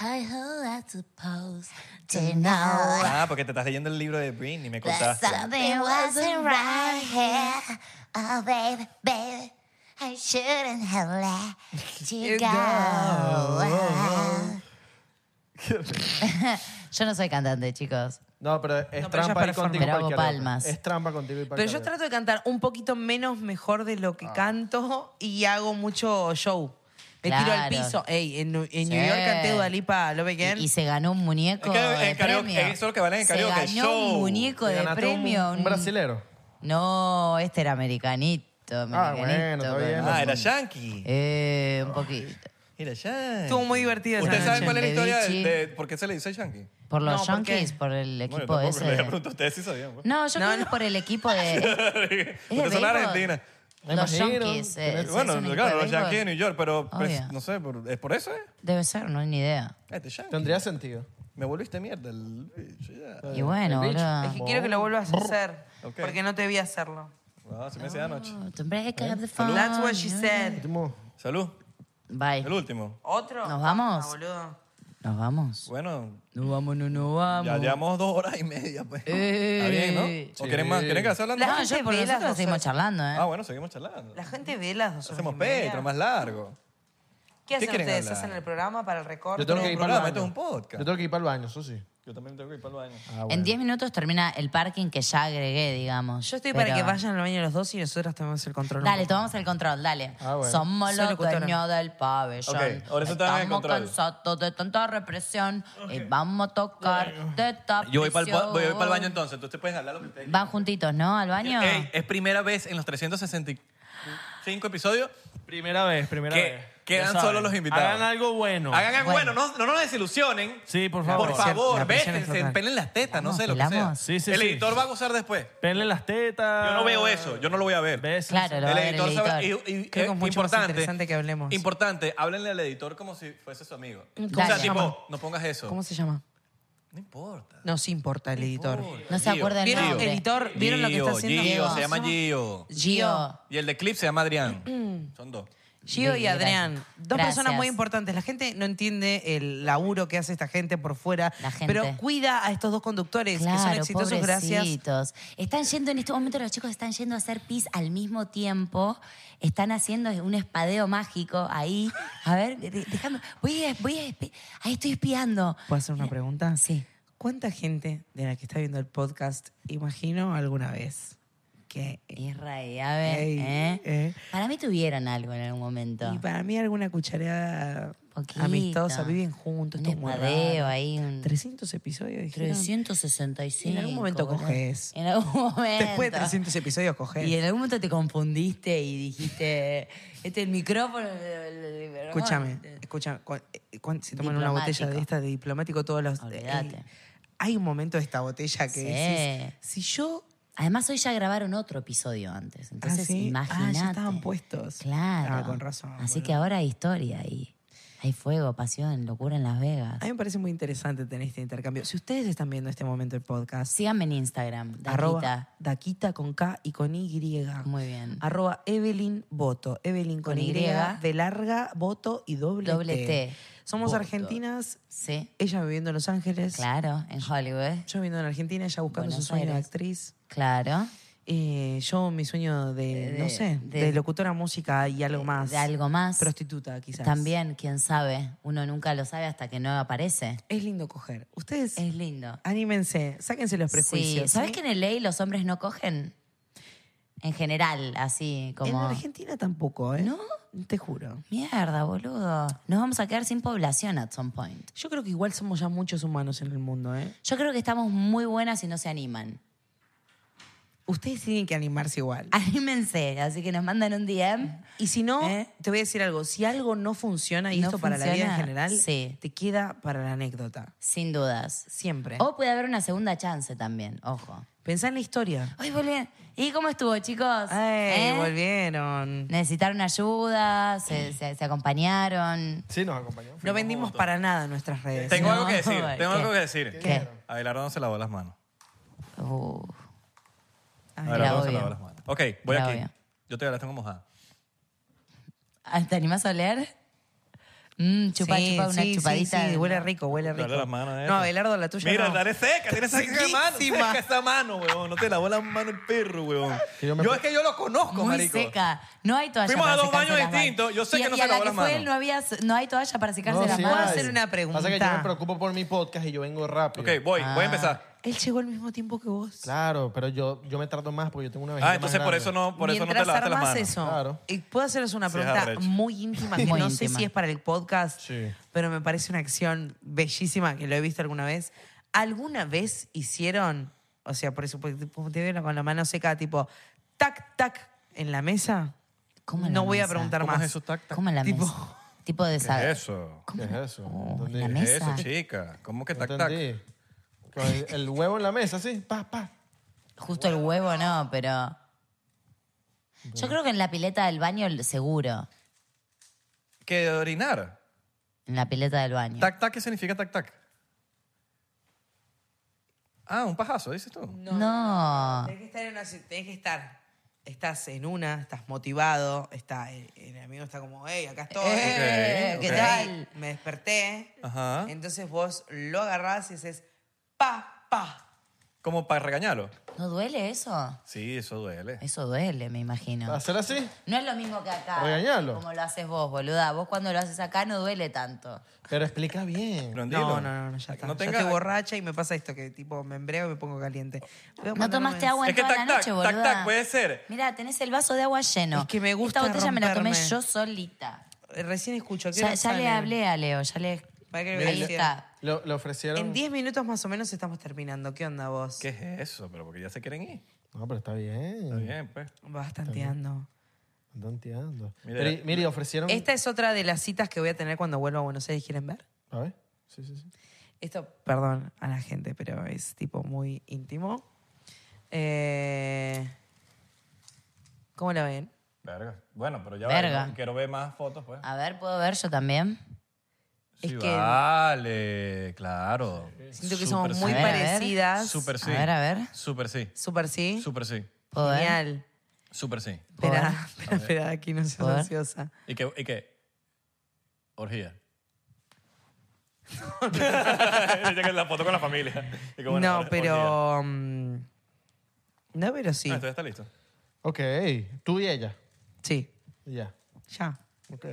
Speaker 6: I who I suppose to know
Speaker 2: Ah, porque te estás leyendo el libro de Britney, me
Speaker 6: that
Speaker 2: contaste.
Speaker 6: something wasn't right here. Oh, baby, baby, I shouldn't have let you go. Yo no soy cantante, chicos.
Speaker 4: No, pero es
Speaker 3: No, pero ella
Speaker 4: trampa ahí
Speaker 3: performa.
Speaker 4: contigo.
Speaker 6: Pero
Speaker 4: para el
Speaker 6: hago
Speaker 4: karaoke.
Speaker 6: palmas.
Speaker 4: Es trampa contigo y para el
Speaker 3: Pero yo
Speaker 4: karaoke.
Speaker 3: trato
Speaker 2: Ah.
Speaker 3: de cantar un poquito menos mejor de lo que canto y hago mucho show. Me tiro al piso. Ey, en, New- en New York canté Dua Lipa, Love Again.
Speaker 6: Y, y se ganó un muñeco
Speaker 3: Es que en
Speaker 6: de
Speaker 3: karaoke,
Speaker 6: premio.
Speaker 3: eso es lo que valen en
Speaker 6: Se
Speaker 3: karaoke,
Speaker 6: ganó
Speaker 3: show.
Speaker 6: un muñeco
Speaker 3: Te
Speaker 6: de
Speaker 3: ganaste un-
Speaker 6: premio.
Speaker 3: un brasilero.
Speaker 6: No, este era americanito. americanito, pero-
Speaker 2: Ah, era yankee.
Speaker 6: Eh, un poquito.
Speaker 2: Era yankee.
Speaker 3: Estuvo muy divertida esa
Speaker 2: ¿Ustedes saben
Speaker 3: noche.
Speaker 2: cuál es la historia de,
Speaker 6: Bichi.
Speaker 2: de- por qué se le dice yankee?
Speaker 6: Por los Yankees, por el
Speaker 2: Bueno,
Speaker 6: equipo
Speaker 2: yo tampoco,
Speaker 6: ese.
Speaker 2: les pregunto a ustedes si sabían. pues.
Speaker 6: No, yo creo que es por el equipo de.
Speaker 2: Ustedes son
Speaker 6: béisbol.
Speaker 2: argentinas.
Speaker 6: Me Los imagino. Yankees, eh, es-
Speaker 2: bueno,
Speaker 6: es un equipo de
Speaker 2: claro, los
Speaker 6: béisbol.
Speaker 2: Yankees de New York, pero pues,
Speaker 6: Obvio.
Speaker 2: no sé, por- ¿es por eso? eh?
Speaker 6: Debe ser, no hay ni idea.
Speaker 2: Este yankee.
Speaker 4: Tendría sentido.
Speaker 2: Me volviste mierda el bicho, ya.
Speaker 6: Y bueno,
Speaker 2: El bicho.
Speaker 6: boludo.
Speaker 3: Es que quiero que lo vuelvas a hacer.
Speaker 2: Ok.
Speaker 3: Porque no te vi hacerlo.
Speaker 2: No, se me hace de anoche.
Speaker 6: Ah, break up the
Speaker 2: Salud.
Speaker 6: phone.
Speaker 3: That's what she said.
Speaker 2: Salud.
Speaker 6: Bye.
Speaker 2: El último.
Speaker 3: ¿Otro?
Speaker 6: ¿Nos vamos?
Speaker 3: Ah, boludo.
Speaker 6: Nos vamos.
Speaker 2: Bueno.
Speaker 6: Nos vamos, no nos vamos. Eh,
Speaker 2: Ya llevamos dos horas y media, pues. Está bien, ¿no? ¿O
Speaker 4: Sí.
Speaker 2: quieren más? ¿Quieren Eh, que hacerla?
Speaker 3: La
Speaker 6: No,
Speaker 3: gente
Speaker 6: yo por
Speaker 3: ve las
Speaker 6: nosotros
Speaker 3: dos
Speaker 6: seguimos
Speaker 3: horas.
Speaker 6: charlando, ¿eh?
Speaker 2: Ah, bueno, seguimos charlando.
Speaker 3: La gente ve las dos horas
Speaker 2: Hacemos
Speaker 3: y media.
Speaker 2: Patreon más largo.
Speaker 3: ¿Qué hacen
Speaker 2: quieren
Speaker 3: ustedes?
Speaker 2: hablar?
Speaker 3: ¿Hacen el programa para el recorte?
Speaker 4: Yo tengo que ir para el
Speaker 2: programa,
Speaker 4: baño.
Speaker 2: esto es un podcast.
Speaker 4: Yo tengo que ir para el baño, eso sí.
Speaker 2: Yo también tengo que ir para el baño.
Speaker 4: Ah, bueno.
Speaker 6: En 10 minutos termina el parking que ya agregué, digamos.
Speaker 3: Yo estoy
Speaker 6: Pero-
Speaker 3: para que vayan al baño los dos y nosotras tomemos el control.
Speaker 6: Dale, tomamos el control, dale.
Speaker 4: Ah, bueno.
Speaker 6: Somos
Speaker 3: Soy
Speaker 6: los
Speaker 3: locutora.
Speaker 6: dueños del pabellón.
Speaker 2: Ok, ahora eso está en el
Speaker 6: Estamos
Speaker 2: control.
Speaker 6: cansados de tanta represión y vamos a tocar de esta
Speaker 2: Yo voy para el,
Speaker 6: prisión.
Speaker 2: voy, voy para el baño entonces. Entonces puedes hablar lo que ustedes
Speaker 6: Van juntitos, ¿no? Al baño.
Speaker 2: quieran. Ey, es primera vez en los 365 episodios.
Speaker 7: Primera vez, primera
Speaker 2: Que-
Speaker 7: vez.
Speaker 2: quedan
Speaker 7: Ya saben.
Speaker 2: solo los invitados.
Speaker 7: Hagan algo bueno.
Speaker 2: Hagan algo bueno, no, no nos desilusionen.
Speaker 7: Sí, por favor.
Speaker 2: Por favor,
Speaker 3: la presión es
Speaker 2: véstense,
Speaker 3: total.
Speaker 2: pelen las tetas, no sé lo que sea.
Speaker 6: ¿Pelamos?
Speaker 7: Sí, sí,
Speaker 2: el
Speaker 7: sí.
Speaker 2: editor va a gozar después.
Speaker 7: Penle las tetas.
Speaker 2: Yo no veo eso, yo no lo voy a ver.
Speaker 7: Besos.
Speaker 6: Claro, lo va a
Speaker 2: El
Speaker 6: ver
Speaker 2: editor
Speaker 6: el
Speaker 2: sabe-
Speaker 6: editor.
Speaker 2: y- y-
Speaker 3: Creo que
Speaker 2: eh,
Speaker 3: es mucho más interesante que hablemos.
Speaker 2: Importante, háblenle al editor como si fuese su amigo.
Speaker 6: ¿Cómo
Speaker 2: O sea,
Speaker 6: se llama?
Speaker 2: tipo, no pongas eso.
Speaker 3: ¿Cómo se llama?
Speaker 2: No importa.
Speaker 3: Nos importa el editor.
Speaker 6: No se acuerda el
Speaker 3: ¿Vieron,
Speaker 6: nombre.
Speaker 3: editor? ¿Vieron lo que está haciendo?
Speaker 2: Gio,
Speaker 6: Gio?
Speaker 2: se llama Gio.
Speaker 6: Gio.
Speaker 2: Y el de Clip se llama Adrián.
Speaker 6: Mm.
Speaker 2: Son dos.
Speaker 3: Gio y
Speaker 6: Gracias.
Speaker 3: Adrián, dos
Speaker 6: Gracias.
Speaker 3: personas muy importantes. La gente no entiende el laburo que hace esta gente por fuera,
Speaker 6: La gente.
Speaker 3: pero cuida a estos dos conductores que son
Speaker 6: Claro,
Speaker 3: exitosos gracias.
Speaker 6: pobrecitos. Están yendo en este momento los chicos están yendo a hacer pis al mismo tiempo. Están haciendo un espadeo mágico ahí. A ver, de- déjame. Voy a, voy a espi- ahí estoy espiando.
Speaker 3: ¿Puedo hacer una pregunta?
Speaker 6: Sí.
Speaker 3: ¿Cuánta gente de la que está viendo el podcast imagino alguna vez que...
Speaker 6: Israel, a ver,
Speaker 3: Ey,
Speaker 6: ¿eh?
Speaker 3: eh.
Speaker 6: Para mí tuvieron algo en algún momento.
Speaker 3: Y para mí alguna cuchareada
Speaker 6: Poquito.
Speaker 3: amistosa, viven juntos,
Speaker 6: Un
Speaker 3: esto es muy
Speaker 6: espadeo
Speaker 3: raro.
Speaker 6: ahí, un-
Speaker 3: 300 episodios, dijeron.
Speaker 6: 365.
Speaker 3: En algún momento
Speaker 6: boludo.
Speaker 3: coges.
Speaker 6: En algún momento.
Speaker 3: Después de 300 episodios cogés.
Speaker 6: Y en algún momento te confundiste y dijiste, este es el micrófono. el- el- el- el-
Speaker 3: Escúchame, escúchame. cu- eh, cu- Si toman una botella de
Speaker 6: Diplomático.
Speaker 3: esta de diplomático todos los... eh,
Speaker 6: Olvídate.
Speaker 3: hay un momento de esta botella que
Speaker 6: Sí.
Speaker 3: decís, si yo... Ah,
Speaker 6: Además, hoy ya grabaron otro episodio antes. Entonces,
Speaker 3: sí.
Speaker 6: imagínate.
Speaker 3: Ah, ya estaban puestos.
Speaker 6: Claro.
Speaker 3: Ah, con razón,
Speaker 6: Así
Speaker 3: boludo.
Speaker 6: que ahora hay historia y hay fuego, pasión, locura en Las Vegas.
Speaker 3: A mí me parece muy interesante tener este intercambio. Si ustedes están viendo este momento el podcast,
Speaker 6: Síganme en Instagram,
Speaker 3: arroba
Speaker 6: Daquita.
Speaker 3: Daquita con K y con Y.
Speaker 6: Muy bien.
Speaker 3: Arroba Evelyn Boto. Evelyn con,
Speaker 6: Con
Speaker 3: y,
Speaker 6: Y.
Speaker 3: de larga, Boto y doble,
Speaker 6: Doble T.
Speaker 3: Somos
Speaker 6: Boto.
Speaker 3: argentinas,
Speaker 6: Sí,
Speaker 3: ella viviendo en Los Ángeles,
Speaker 6: claro, en Hollywood.
Speaker 3: yo viviendo en Argentina, ella buscando
Speaker 6: Buenos
Speaker 3: su sueño de
Speaker 6: Aires.
Speaker 3: actriz.
Speaker 6: Claro.
Speaker 3: Eh, yo mi sueño de,
Speaker 6: De-
Speaker 3: no sé, de,
Speaker 6: de-
Speaker 3: locutora música y algo más.
Speaker 6: De algo más.
Speaker 3: Prostituta, quizás.
Speaker 6: También, quién sabe. Uno nunca lo sabe hasta que no aparece.
Speaker 3: Es lindo coger. Ustedes,
Speaker 6: Es lindo.
Speaker 3: anímense, sáquense los prejuicios.
Speaker 6: Sí.
Speaker 3: ¿eh?
Speaker 6: ¿Sabes
Speaker 3: ¿sí?
Speaker 6: que en ley los hombres no cogen? En general, así como.
Speaker 3: En Argentina tampoco, ¿eh?
Speaker 6: ¿No?
Speaker 3: Te juro.
Speaker 6: Mierda, boludo. Nos vamos a quedar sin población at some point.
Speaker 3: Yo creo que igual somos ya muchos humanos en el mundo, ¿eh?
Speaker 6: Yo creo que estamos muy buenas y no se animan.
Speaker 3: Ustedes tienen que animarse igual.
Speaker 6: Anímense, así que nos mandan un DM.
Speaker 3: Y si no,
Speaker 6: ¿Eh?
Speaker 3: te voy a decir algo. Si algo no funciona, y
Speaker 6: No
Speaker 3: esto para la vida en
Speaker 6: funciona,
Speaker 3: general,
Speaker 6: sí.
Speaker 3: te queda para la anécdota.
Speaker 6: Sin dudas.
Speaker 3: Siempre.
Speaker 6: O puede haber una segunda chance también, ojo.
Speaker 3: Pensá en la historia.
Speaker 6: Hoy volvieron. ¿Y cómo estuvo, chicos?
Speaker 3: ¡Ey!
Speaker 6: ¿Eh?
Speaker 3: Volvieron.
Speaker 6: Necesitaron ayuda, se, se- se acompañaron.
Speaker 4: Sí, nos acompañó.
Speaker 3: No vendimos para nada nuestras redes.
Speaker 2: Tengo
Speaker 6: No,
Speaker 2: algo que decir, tengo
Speaker 6: ¿qué?
Speaker 2: algo que decir.
Speaker 6: ¿Qué?
Speaker 2: Abelardo no se lavó las manos.
Speaker 6: Uh, era
Speaker 2: Abelardo
Speaker 6: Ah,
Speaker 2: no se
Speaker 6: obvio.
Speaker 2: lavó las manos. Ok, voy
Speaker 6: Era
Speaker 2: aquí.
Speaker 6: obvio.
Speaker 2: Yo todavía la tengo mojada.
Speaker 6: Ah, ¿Te animás a oler? Mm, chupa,
Speaker 3: Sí,
Speaker 6: chupa, una
Speaker 3: sí, sí,
Speaker 6: chupadita.
Speaker 3: sí,
Speaker 6: de-
Speaker 3: huele rico, huele rico.
Speaker 2: Dale las manos a
Speaker 3: no,
Speaker 2: esa.
Speaker 3: Abelardo, la tuya
Speaker 2: Mira,
Speaker 3: no.
Speaker 2: la eres seca, tienes seca de mano.
Speaker 3: Sequísima.
Speaker 2: Seca esa mano, weón. No te lavó las manos el perro, weón.
Speaker 4: Que yo
Speaker 2: Yo,
Speaker 4: me-
Speaker 2: es que yo lo conozco,
Speaker 6: Muy
Speaker 2: marico.
Speaker 6: seca. No hay toalla
Speaker 2: Fuimos
Speaker 6: para
Speaker 2: a dos
Speaker 6: secarse
Speaker 2: baños
Speaker 6: las manos.
Speaker 2: distintos. Yo sé
Speaker 6: Y-
Speaker 2: que no
Speaker 6: y
Speaker 2: se
Speaker 6: a la
Speaker 2: lavó
Speaker 6: que
Speaker 2: las
Speaker 6: fue
Speaker 2: manos.
Speaker 6: él no, había, no hay toalla para secarse
Speaker 4: No,
Speaker 6: las
Speaker 4: sí
Speaker 6: manos.
Speaker 4: hay.
Speaker 3: hacer una
Speaker 4: Pasa que yo
Speaker 3: pregunta?
Speaker 4: me preocupo por mi podcast y yo vengo rápido.
Speaker 3: Ah.
Speaker 2: Ok, voy, voy a empezar.
Speaker 3: Él llegó al mismo tiempo que vos.
Speaker 4: Claro, pero yo, yo me tardo más porque yo tengo una vez.
Speaker 2: Ah, entonces por eso no, por eso no te
Speaker 3: Mientras
Speaker 2: lavaste las
Speaker 3: armás
Speaker 2: manos.
Speaker 3: eso, y puedo hacerles una
Speaker 2: Sí,
Speaker 3: pregunta
Speaker 2: arrecho.
Speaker 3: muy íntima que
Speaker 6: Muy
Speaker 3: no sé
Speaker 6: íntima.
Speaker 3: si es para el podcast,
Speaker 4: Sí.
Speaker 3: pero me parece una acción bellísima que lo he visto alguna vez. ¿Alguna vez hicieron, o sea, por eso porque, tipo, te veo con la mano seca, tipo, tac, tac, en la mesa?
Speaker 6: ¿Cómo en
Speaker 3: no
Speaker 6: la
Speaker 3: voy a
Speaker 6: mesa?
Speaker 3: preguntar
Speaker 2: ¿Cómo
Speaker 3: más.
Speaker 2: es eso, tac, tac?
Speaker 6: ¿Cómo en la
Speaker 3: Tipo-
Speaker 6: mesa? Tipo de
Speaker 2: ¿Qué
Speaker 6: saber.
Speaker 2: es eso?
Speaker 4: ¿Qué es eso?
Speaker 6: la
Speaker 4: Entendí.
Speaker 2: ¿Qué es eso,
Speaker 6: Mesa.
Speaker 2: chica? ¿Cómo que tac, tac?
Speaker 4: Entendí. Con el, el huevo en la mesa, sí. Pa, pa.
Speaker 6: Justo el huevo no, pero... Yo creo que en la pileta del baño seguro.
Speaker 2: ¿Que de orinar?
Speaker 6: En la pileta del baño.
Speaker 2: ¿Tac, tac? ¿Qué significa tac, tac? Ah, un pajazo, dices tú.
Speaker 6: No.
Speaker 3: Tenés que estar en una. si- Tenés que estar. Estás en una, estás motivado, está, el, el amigo está como, hey, acá estoy.
Speaker 6: Eh,
Speaker 2: Ok, ¿qué ok.
Speaker 6: tal?
Speaker 3: Me desperté.
Speaker 2: Ajá.
Speaker 3: Entonces vos lo agarrás y haces pa, pa.
Speaker 2: Como para regañarlo.
Speaker 6: ¿No duele eso?
Speaker 2: Sí, eso duele.
Speaker 6: Eso duele, me imagino.
Speaker 4: ¿Hacer así?
Speaker 6: No es lo mismo que acá.
Speaker 4: Regañalo.
Speaker 6: Como lo haces vos, boluda. Vos cuando lo haces acá no duele tanto.
Speaker 4: Pero explica bien.
Speaker 3: No, no, no, no, ya está.
Speaker 2: No
Speaker 3: Ya
Speaker 2: tengas-
Speaker 3: estoy borracha y me pasa esto, que tipo me embreo y me pongo caliente. Voy a
Speaker 6: No
Speaker 3: mandar un
Speaker 6: tomaste
Speaker 3: mens-
Speaker 6: agua en
Speaker 2: Es que
Speaker 6: toda
Speaker 2: tac,
Speaker 6: la
Speaker 2: tac,
Speaker 6: noche, boluda.
Speaker 2: tac, tac, puede ser.
Speaker 6: Mirá, tenés el vaso de agua lleno.
Speaker 3: Es que me gusta
Speaker 6: Esta botella me la tomé
Speaker 3: romperme.
Speaker 6: yo solita.
Speaker 3: Eh, Recién escucho. ¿a qué
Speaker 6: Ya,
Speaker 3: hora
Speaker 6: ya le
Speaker 3: salen?
Speaker 6: hablé a Leo, ya le...
Speaker 3: Para que
Speaker 6: Ahí
Speaker 3: le-
Speaker 6: está.
Speaker 4: Lo- Le ofrecieron.
Speaker 3: En 10 minutos más o menos estamos terminando. ¿Qué onda vos?
Speaker 2: ¿Qué es eso? Pero porque ya se quieren ir.
Speaker 4: No, pero está bien.
Speaker 2: Está bien, pues.
Speaker 3: Vas tanteando.
Speaker 4: Andan tirando.
Speaker 2: Mira.
Speaker 4: Pero, mire, ofrecieron.
Speaker 3: Esta es otra de las citas que voy a tener cuando vuelva a Buenos Aires. ¿Quieren ver?
Speaker 4: A ver. Sí, sí, sí.
Speaker 3: Esto, perdón a la gente, pero es tipo muy íntimo. Eh, ¿Cómo la ven?
Speaker 2: Verga. Bueno, pero ya
Speaker 6: Verga.
Speaker 2: veremos. Quiero ver más fotos, pues.
Speaker 6: A ver, ¿puedo ver yo también?
Speaker 3: Ah,
Speaker 2: Sí,
Speaker 3: es que-
Speaker 2: vale, claro.
Speaker 3: Siento que somos muy
Speaker 6: sí. A ver, a ver.
Speaker 3: parecidas.
Speaker 2: Súper sí.
Speaker 6: A ver, a ver.
Speaker 2: Súper sí.
Speaker 3: Súper sí.
Speaker 2: Súper sí.
Speaker 6: ¿Puedo ver?
Speaker 3: Genial.
Speaker 2: Súper sí.
Speaker 3: Espera, espera, espera, aquí no seas
Speaker 6: Joder.
Speaker 3: ansiosa.
Speaker 2: ¿Y qué? ¿Y qué? Orgía. la foto con la familia. Y como, bueno,
Speaker 3: No,
Speaker 2: orgía.
Speaker 3: pero... mm, No, pero sí.
Speaker 2: Ah, esto ya está listo.
Speaker 4: Ok. Tú y ella.
Speaker 3: Sí,
Speaker 4: Y Ya.
Speaker 3: ya.
Speaker 4: Ok.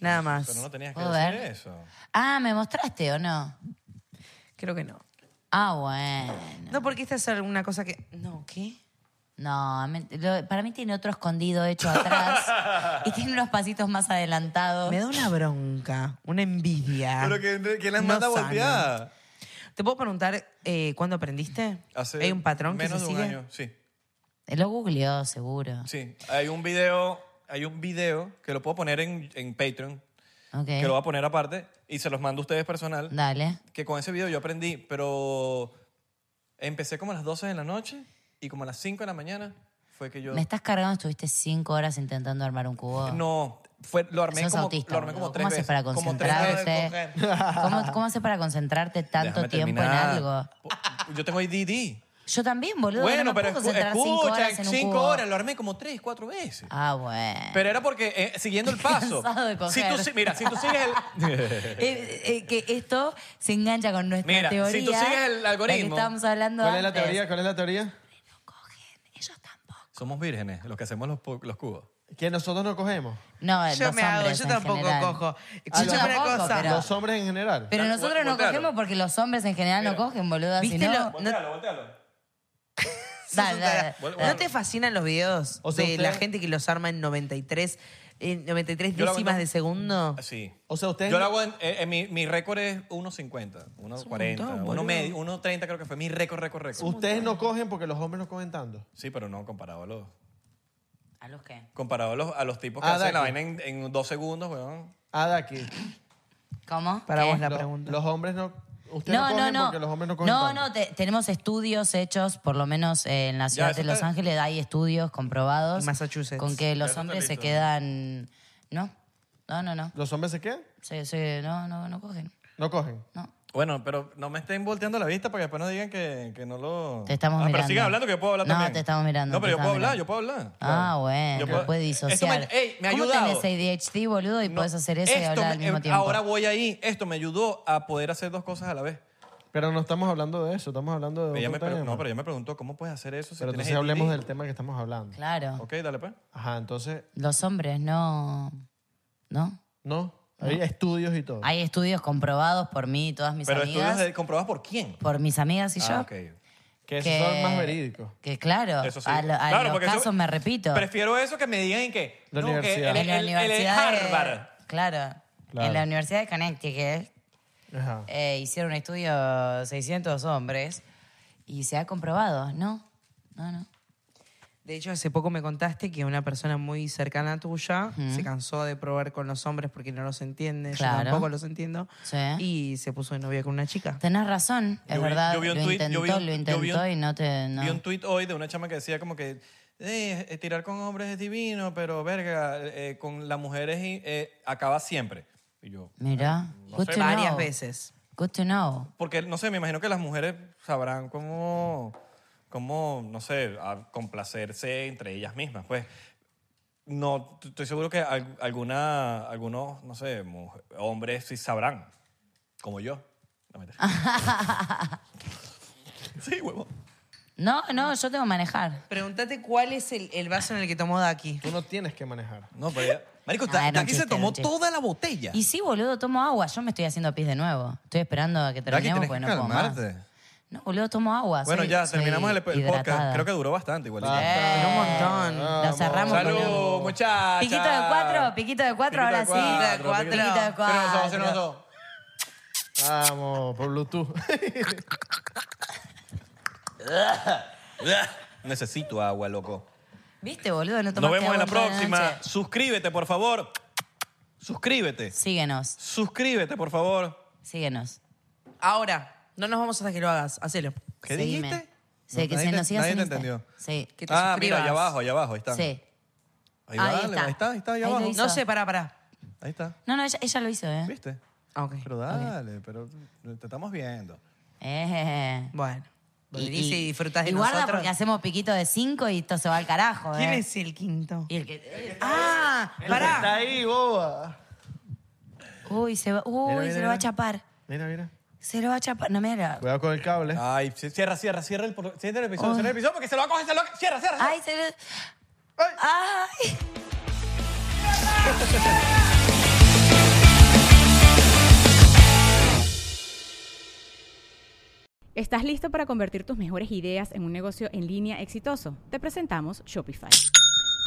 Speaker 3: Nada
Speaker 2: Pero
Speaker 3: más.
Speaker 2: no tenías que
Speaker 6: Puedo
Speaker 2: decir
Speaker 6: ver.
Speaker 2: eso.
Speaker 6: Ah, ¿me mostraste o no?
Speaker 3: Creo que no.
Speaker 6: Ah, bueno.
Speaker 3: No, porque esta es alguna cosa que... No, ¿qué?
Speaker 6: No, me- lo- para mí tiene otro escondido hecho atrás y tiene unos pasitos más adelantados.
Speaker 3: Me da una bronca, una envidia.
Speaker 2: Pero que, que las
Speaker 3: No
Speaker 2: manda
Speaker 3: sana.
Speaker 2: volteada.
Speaker 3: ¿Te puedo preguntar eh, cuándo aprendiste?
Speaker 2: Hace
Speaker 3: ¿Hay un patrón que
Speaker 2: menos
Speaker 3: se
Speaker 2: de
Speaker 3: sigue?
Speaker 2: un año, sí.
Speaker 6: Lo googleó, seguro.
Speaker 2: Sí, hay un video, hay un video que lo puedo poner en, en Patreon,
Speaker 6: Ok.
Speaker 2: que lo voy a poner aparte y se los mando a ustedes personal,
Speaker 6: Dale.
Speaker 2: que con ese video yo aprendí, pero empecé como a las 12 de la noche y como a las 5 de la mañana fue que yo...
Speaker 6: Me estás cargando, estuviste cinco horas intentando armar un cubo.
Speaker 2: No, fue, lo armé
Speaker 6: Sos
Speaker 2: como,
Speaker 6: autista,
Speaker 2: lo armé
Speaker 6: boludo.
Speaker 2: como tres
Speaker 6: ¿Cómo haces
Speaker 2: veces.
Speaker 6: para
Speaker 2: como tres veces.
Speaker 6: concentrarte? ¿Cómo, cómo haces para concentrarte tanto
Speaker 2: Déjame
Speaker 6: tiempo
Speaker 2: terminar.
Speaker 6: en algo?
Speaker 2: Po- Yo tengo ADD.
Speaker 6: Yo también, boludo.
Speaker 2: bueno,
Speaker 6: no me
Speaker 2: pero
Speaker 6: puedo
Speaker 2: escu-
Speaker 6: concentrar cinco
Speaker 2: escucha,
Speaker 6: horas en
Speaker 2: en
Speaker 6: un
Speaker 2: 5
Speaker 6: cubo.
Speaker 2: horas, lo armé como 3, 4 veces.
Speaker 6: Ah, bueno.
Speaker 2: Pero era porque eh, siguiendo el paso.
Speaker 6: cansado de
Speaker 2: si
Speaker 6: coger.
Speaker 2: tú, si- mira, si tú sigues el.
Speaker 6: Eh, eh, que esto se engancha con nuestra
Speaker 2: Mira, si
Speaker 6: teoría.
Speaker 2: tú sigues el
Speaker 6: la
Speaker 2: algoritmo-
Speaker 6: que estábamos hablando
Speaker 4: ¿Cuál es la
Speaker 6: antes.
Speaker 4: teoría? ¿Cuál es la teoría?
Speaker 6: Ellos tampoco.
Speaker 2: Somos vírgenes, los que hacemos los, pu- los cubos.
Speaker 4: Que nosotros no cogemos.
Speaker 6: No,
Speaker 3: Yo
Speaker 6: los
Speaker 3: me hago,
Speaker 6: hombres
Speaker 3: yo
Speaker 6: en
Speaker 3: tampoco
Speaker 6: general.
Speaker 3: cojo.
Speaker 6: Ah,
Speaker 3: Escuchame
Speaker 6: yo
Speaker 3: una
Speaker 6: tampoco,
Speaker 3: cosa.
Speaker 6: pero-
Speaker 4: Los hombres en general.
Speaker 6: Pero nosotros no
Speaker 2: Voltealo.
Speaker 6: cogemos porque los hombres en general no cogen, boludo. Si
Speaker 3: ¿Viste
Speaker 6: no,
Speaker 3: lo- No-
Speaker 2: Voltealo, voltealo.
Speaker 6: Dale, dale,
Speaker 3: ¿No
Speaker 6: dale.
Speaker 3: te fascinan los videos
Speaker 4: O sea,
Speaker 3: de
Speaker 4: usted-
Speaker 3: la gente que los arma en 93, en 93
Speaker 2: Yo lo hago
Speaker 3: décimas
Speaker 2: en-
Speaker 3: de segundo?
Speaker 2: Sí.
Speaker 4: O sea, ustedes.
Speaker 2: Yo lo hago en. eh, eh, mi, mi récord es 1.50, 1.40,
Speaker 3: montón,
Speaker 2: 1
Speaker 3: boludo.
Speaker 2: medio, 1.30 creo que fue mi récord, récord, récord.
Speaker 4: Ustedes no cogen porque los hombres no cogen tanto.
Speaker 2: Sí, pero no comparado a los.
Speaker 6: ¿A los qué?
Speaker 2: Comparado a los, a los tipos que
Speaker 4: Ah,
Speaker 2: hacen la
Speaker 4: dale.
Speaker 2: vaina en, en dos segundos, weón.
Speaker 4: Ada aquí.
Speaker 6: ¿Cómo?
Speaker 3: Para
Speaker 6: ¿Qué?
Speaker 3: vos la
Speaker 4: Los-
Speaker 3: pregunta.
Speaker 4: Los hombres no. Ustedes
Speaker 6: No,
Speaker 4: no,
Speaker 6: no,
Speaker 4: cogen
Speaker 6: no.
Speaker 4: porque los hombres no cogen
Speaker 6: No,
Speaker 4: tanto.
Speaker 6: no, te- tenemos estudios hechos, por lo menos eh, en la ciudad
Speaker 2: eso
Speaker 6: de Los
Speaker 2: está-
Speaker 6: Ángeles hay estudios comprobados.
Speaker 3: En Massachusetts.
Speaker 6: Con que los
Speaker 2: está
Speaker 6: hombres se
Speaker 2: listo.
Speaker 6: quedan. No, no, no, no.
Speaker 4: ¿Los hombres se qué?
Speaker 6: Se- se- no, no, no cogen.
Speaker 4: No cogen.
Speaker 6: No.
Speaker 2: Bueno, pero no me estén volteando la vista para que después no digan que, que no lo.
Speaker 6: Te estamos
Speaker 2: ah,
Speaker 6: mirando.
Speaker 2: Pero sigan hablando que yo puedo hablar
Speaker 6: No,
Speaker 2: también.
Speaker 6: te estamos mirando,
Speaker 2: No, pero
Speaker 6: te
Speaker 2: yo puedo
Speaker 6: estamos
Speaker 2: hablar,
Speaker 6: mirando.
Speaker 2: yo puedo hablar.
Speaker 6: Ah, bueno,
Speaker 2: Yo puedo-
Speaker 6: puedes
Speaker 2: Esto me-
Speaker 6: disociar.
Speaker 2: ey, me ha
Speaker 6: ¿Cómo
Speaker 2: ayudado.
Speaker 6: tenés ADHD, boludo, y
Speaker 2: No,
Speaker 6: puedes hacer eso y
Speaker 2: esto
Speaker 6: hablar al
Speaker 2: me-
Speaker 6: mismo
Speaker 2: eh,
Speaker 6: tiempo?
Speaker 2: Ahora voy ahí. Esto me ayudó a poder hacer dos cosas a la vez.
Speaker 4: Pero no estamos hablando de eso, estamos hablando de
Speaker 2: Ella me
Speaker 4: otro
Speaker 2: pre-
Speaker 4: tema.
Speaker 2: no, pero ella me preguntó, ¿cómo puedes hacer eso si
Speaker 4: Pero
Speaker 2: tienes
Speaker 4: entonces hablemos
Speaker 2: ADD?
Speaker 4: del tema que estamos hablando.
Speaker 6: Claro.
Speaker 2: Ok, dale pues.
Speaker 4: Ajá, entonces,
Speaker 6: Los hombres no. ¿No?
Speaker 4: ¿no? Hay estudios y todo.
Speaker 6: Hay estudios comprobados por mí y todas mis
Speaker 2: Pero
Speaker 6: amigas.
Speaker 2: estudios de- comprobados por quién.
Speaker 6: Por mis amigas y yo.
Speaker 2: Ah, ok.
Speaker 4: Que
Speaker 6: esos son más verídicos. Que claro,
Speaker 2: Eso sí.
Speaker 6: a, lo- a
Speaker 2: Claro,
Speaker 6: los
Speaker 2: porque eso-
Speaker 6: casos me repito.
Speaker 2: Prefiero eso que me digan que.
Speaker 4: La
Speaker 2: no, que
Speaker 4: universidad.
Speaker 2: él es-
Speaker 6: En la
Speaker 2: él- él es
Speaker 6: universidad de-
Speaker 2: Harvard.
Speaker 6: claro,
Speaker 4: Claro.
Speaker 6: En la Universidad de Connecticut
Speaker 4: Ajá.
Speaker 6: eh, hicieron un estudio 600 hombres y se ha comprobado, ¿no? No, no.
Speaker 3: De hecho, hace poco me contaste que una persona muy cercana a tuya
Speaker 6: Ujú.
Speaker 3: se cansó de probar con los hombres porque no los entiende. Yo
Speaker 6: Claro.
Speaker 3: tampoco los entiendo.
Speaker 6: Sí.
Speaker 3: Y se puso de novia con una chica.
Speaker 6: Tenés razón, es
Speaker 2: Yo vi-
Speaker 6: verdad.
Speaker 2: yo vi un
Speaker 6: lo
Speaker 2: tuit, yo
Speaker 6: intentó,
Speaker 2: vi un-
Speaker 6: lo
Speaker 2: yo
Speaker 6: intentó
Speaker 2: vi un-
Speaker 6: y no te. no.
Speaker 2: Vi un tuit hoy de una chama que decía como que "Eh, eh, tirar con hombres es divino, pero verga, eh, con las mujeres eh, acaba siempre. Y yo,
Speaker 6: Mirá,
Speaker 2: Ah, no
Speaker 6: good
Speaker 2: sé,
Speaker 6: to
Speaker 2: varias
Speaker 6: know.
Speaker 2: veces.
Speaker 6: Good to know.
Speaker 2: porque no sé, me imagino que las mujeres sabrán cómo, cómo no sé, a- complacerse entre ellas mismas. Pues no, t- estoy seguro que al- alguna, algunos, no sé, mu- hombres sí sabrán, como yo. No, mentira.
Speaker 6: Ah,
Speaker 2: sí, huevo.
Speaker 6: No, no, yo tengo que manejar.
Speaker 3: Pregúntate cuál es el, el vaso en el que tomó Daki.
Speaker 4: Tú no tienes que manejar.
Speaker 2: No, pero ya- Marico,
Speaker 6: Ah, era un
Speaker 2: aquí se
Speaker 6: chiste,
Speaker 2: tomó
Speaker 6: era un chiste.
Speaker 2: toda la botella.
Speaker 6: Y sí, boludo, tomo agua. Yo me estoy haciendo pis de nuevo. Estoy esperando a que
Speaker 2: Daki,
Speaker 6: terminemos
Speaker 2: tenés
Speaker 6: porque
Speaker 2: que
Speaker 6: no puedo más.
Speaker 2: calmarte.
Speaker 6: No, boludo, tomo agua.
Speaker 2: Bueno,
Speaker 6: Soy-
Speaker 2: ya
Speaker 6: soy
Speaker 2: terminamos el, el podcast.
Speaker 6: hidratada.
Speaker 2: Creo que duró bastante igual.
Speaker 6: Eh,
Speaker 3: un montón.
Speaker 6: Lo cerramos. con
Speaker 2: Salud,
Speaker 6: un-
Speaker 2: muchachas.
Speaker 6: Piquito de cuatro, piquito de cuatro, ahora sí.
Speaker 2: cuatro,
Speaker 6: Piquito de cuatro.
Speaker 4: Se nos dos. Vamos, por Bluetooth.
Speaker 2: Necesito agua, loco.
Speaker 6: Viste, boludo, no tomaste
Speaker 2: Nos vemos en la
Speaker 6: agua toda
Speaker 2: próxima.
Speaker 6: noche.
Speaker 2: Suscríbete, por favor. Suscríbete.
Speaker 6: Síguenos,
Speaker 2: Suscríbete, por favor.
Speaker 6: síguenos.
Speaker 3: Ahora, no nos vamos hasta que lo hagas. Hacelo.
Speaker 2: ¿Qué
Speaker 6: Seguime.
Speaker 2: dijiste?
Speaker 6: Sí,
Speaker 2: No,
Speaker 6: que
Speaker 2: nadie
Speaker 6: se
Speaker 2: te-
Speaker 6: nos sigas
Speaker 2: nadie
Speaker 6: en
Speaker 2: te
Speaker 6: Insta.
Speaker 2: entendió.
Speaker 6: Sí.
Speaker 3: Que te
Speaker 2: Ah, mira,
Speaker 3: suscribas.
Speaker 2: allá abajo, allá abajo, ahí están.
Speaker 6: Sí. Ahí
Speaker 2: Ahí, dale,
Speaker 6: está.
Speaker 2: ahí está, ahí está, allá
Speaker 6: Ahí lo
Speaker 2: abajo.
Speaker 6: hizo.
Speaker 3: No sé, pará, pará.
Speaker 2: Ahí está,
Speaker 6: No, no, ella, ella lo hizo, ¿eh?
Speaker 2: ¿viste?
Speaker 3: Ah, ok.
Speaker 2: Pero dale, pero te estamos viendo.
Speaker 6: Eh.
Speaker 3: Bueno.
Speaker 6: Y-
Speaker 3: Venís y,
Speaker 6: y-
Speaker 3: disfrutás de
Speaker 6: y guarda
Speaker 3: nosotros.
Speaker 6: porque hacemos piquito de cinco y esto se va al carajo, ¿eh?
Speaker 3: ¿Quién es el quinto?
Speaker 6: Y el que...
Speaker 3: Ah,
Speaker 4: Él
Speaker 3: pará.
Speaker 4: Está ahí, boba.
Speaker 6: Uy, se va, uy,
Speaker 4: Mira, mira,
Speaker 6: se lo va a
Speaker 4: mira.
Speaker 6: chapar.
Speaker 4: Mira, mira.
Speaker 6: Se lo va a chapar. No, mira.
Speaker 4: Cuidado con el cable.
Speaker 2: Ay, cierra, cierra, cierra el, por- cierra el episodio, cierra el episodio porque se lo va a coger, se lo va a- Cierra, cierra.
Speaker 6: Ay, se lo... Ay.
Speaker 9: ¿Estás listo para convertir tus mejores ideas en un negocio en línea exitoso? Te presentamos Shopify.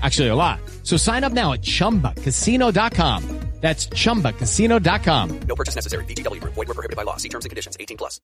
Speaker 10: Actually, a lot. So sign up now at chumbacasino.com. That's chumbacasino.com.
Speaker 11: No purchase necessary. VGW Group. Void were prohibited by law. See terms and conditions. 18 plus.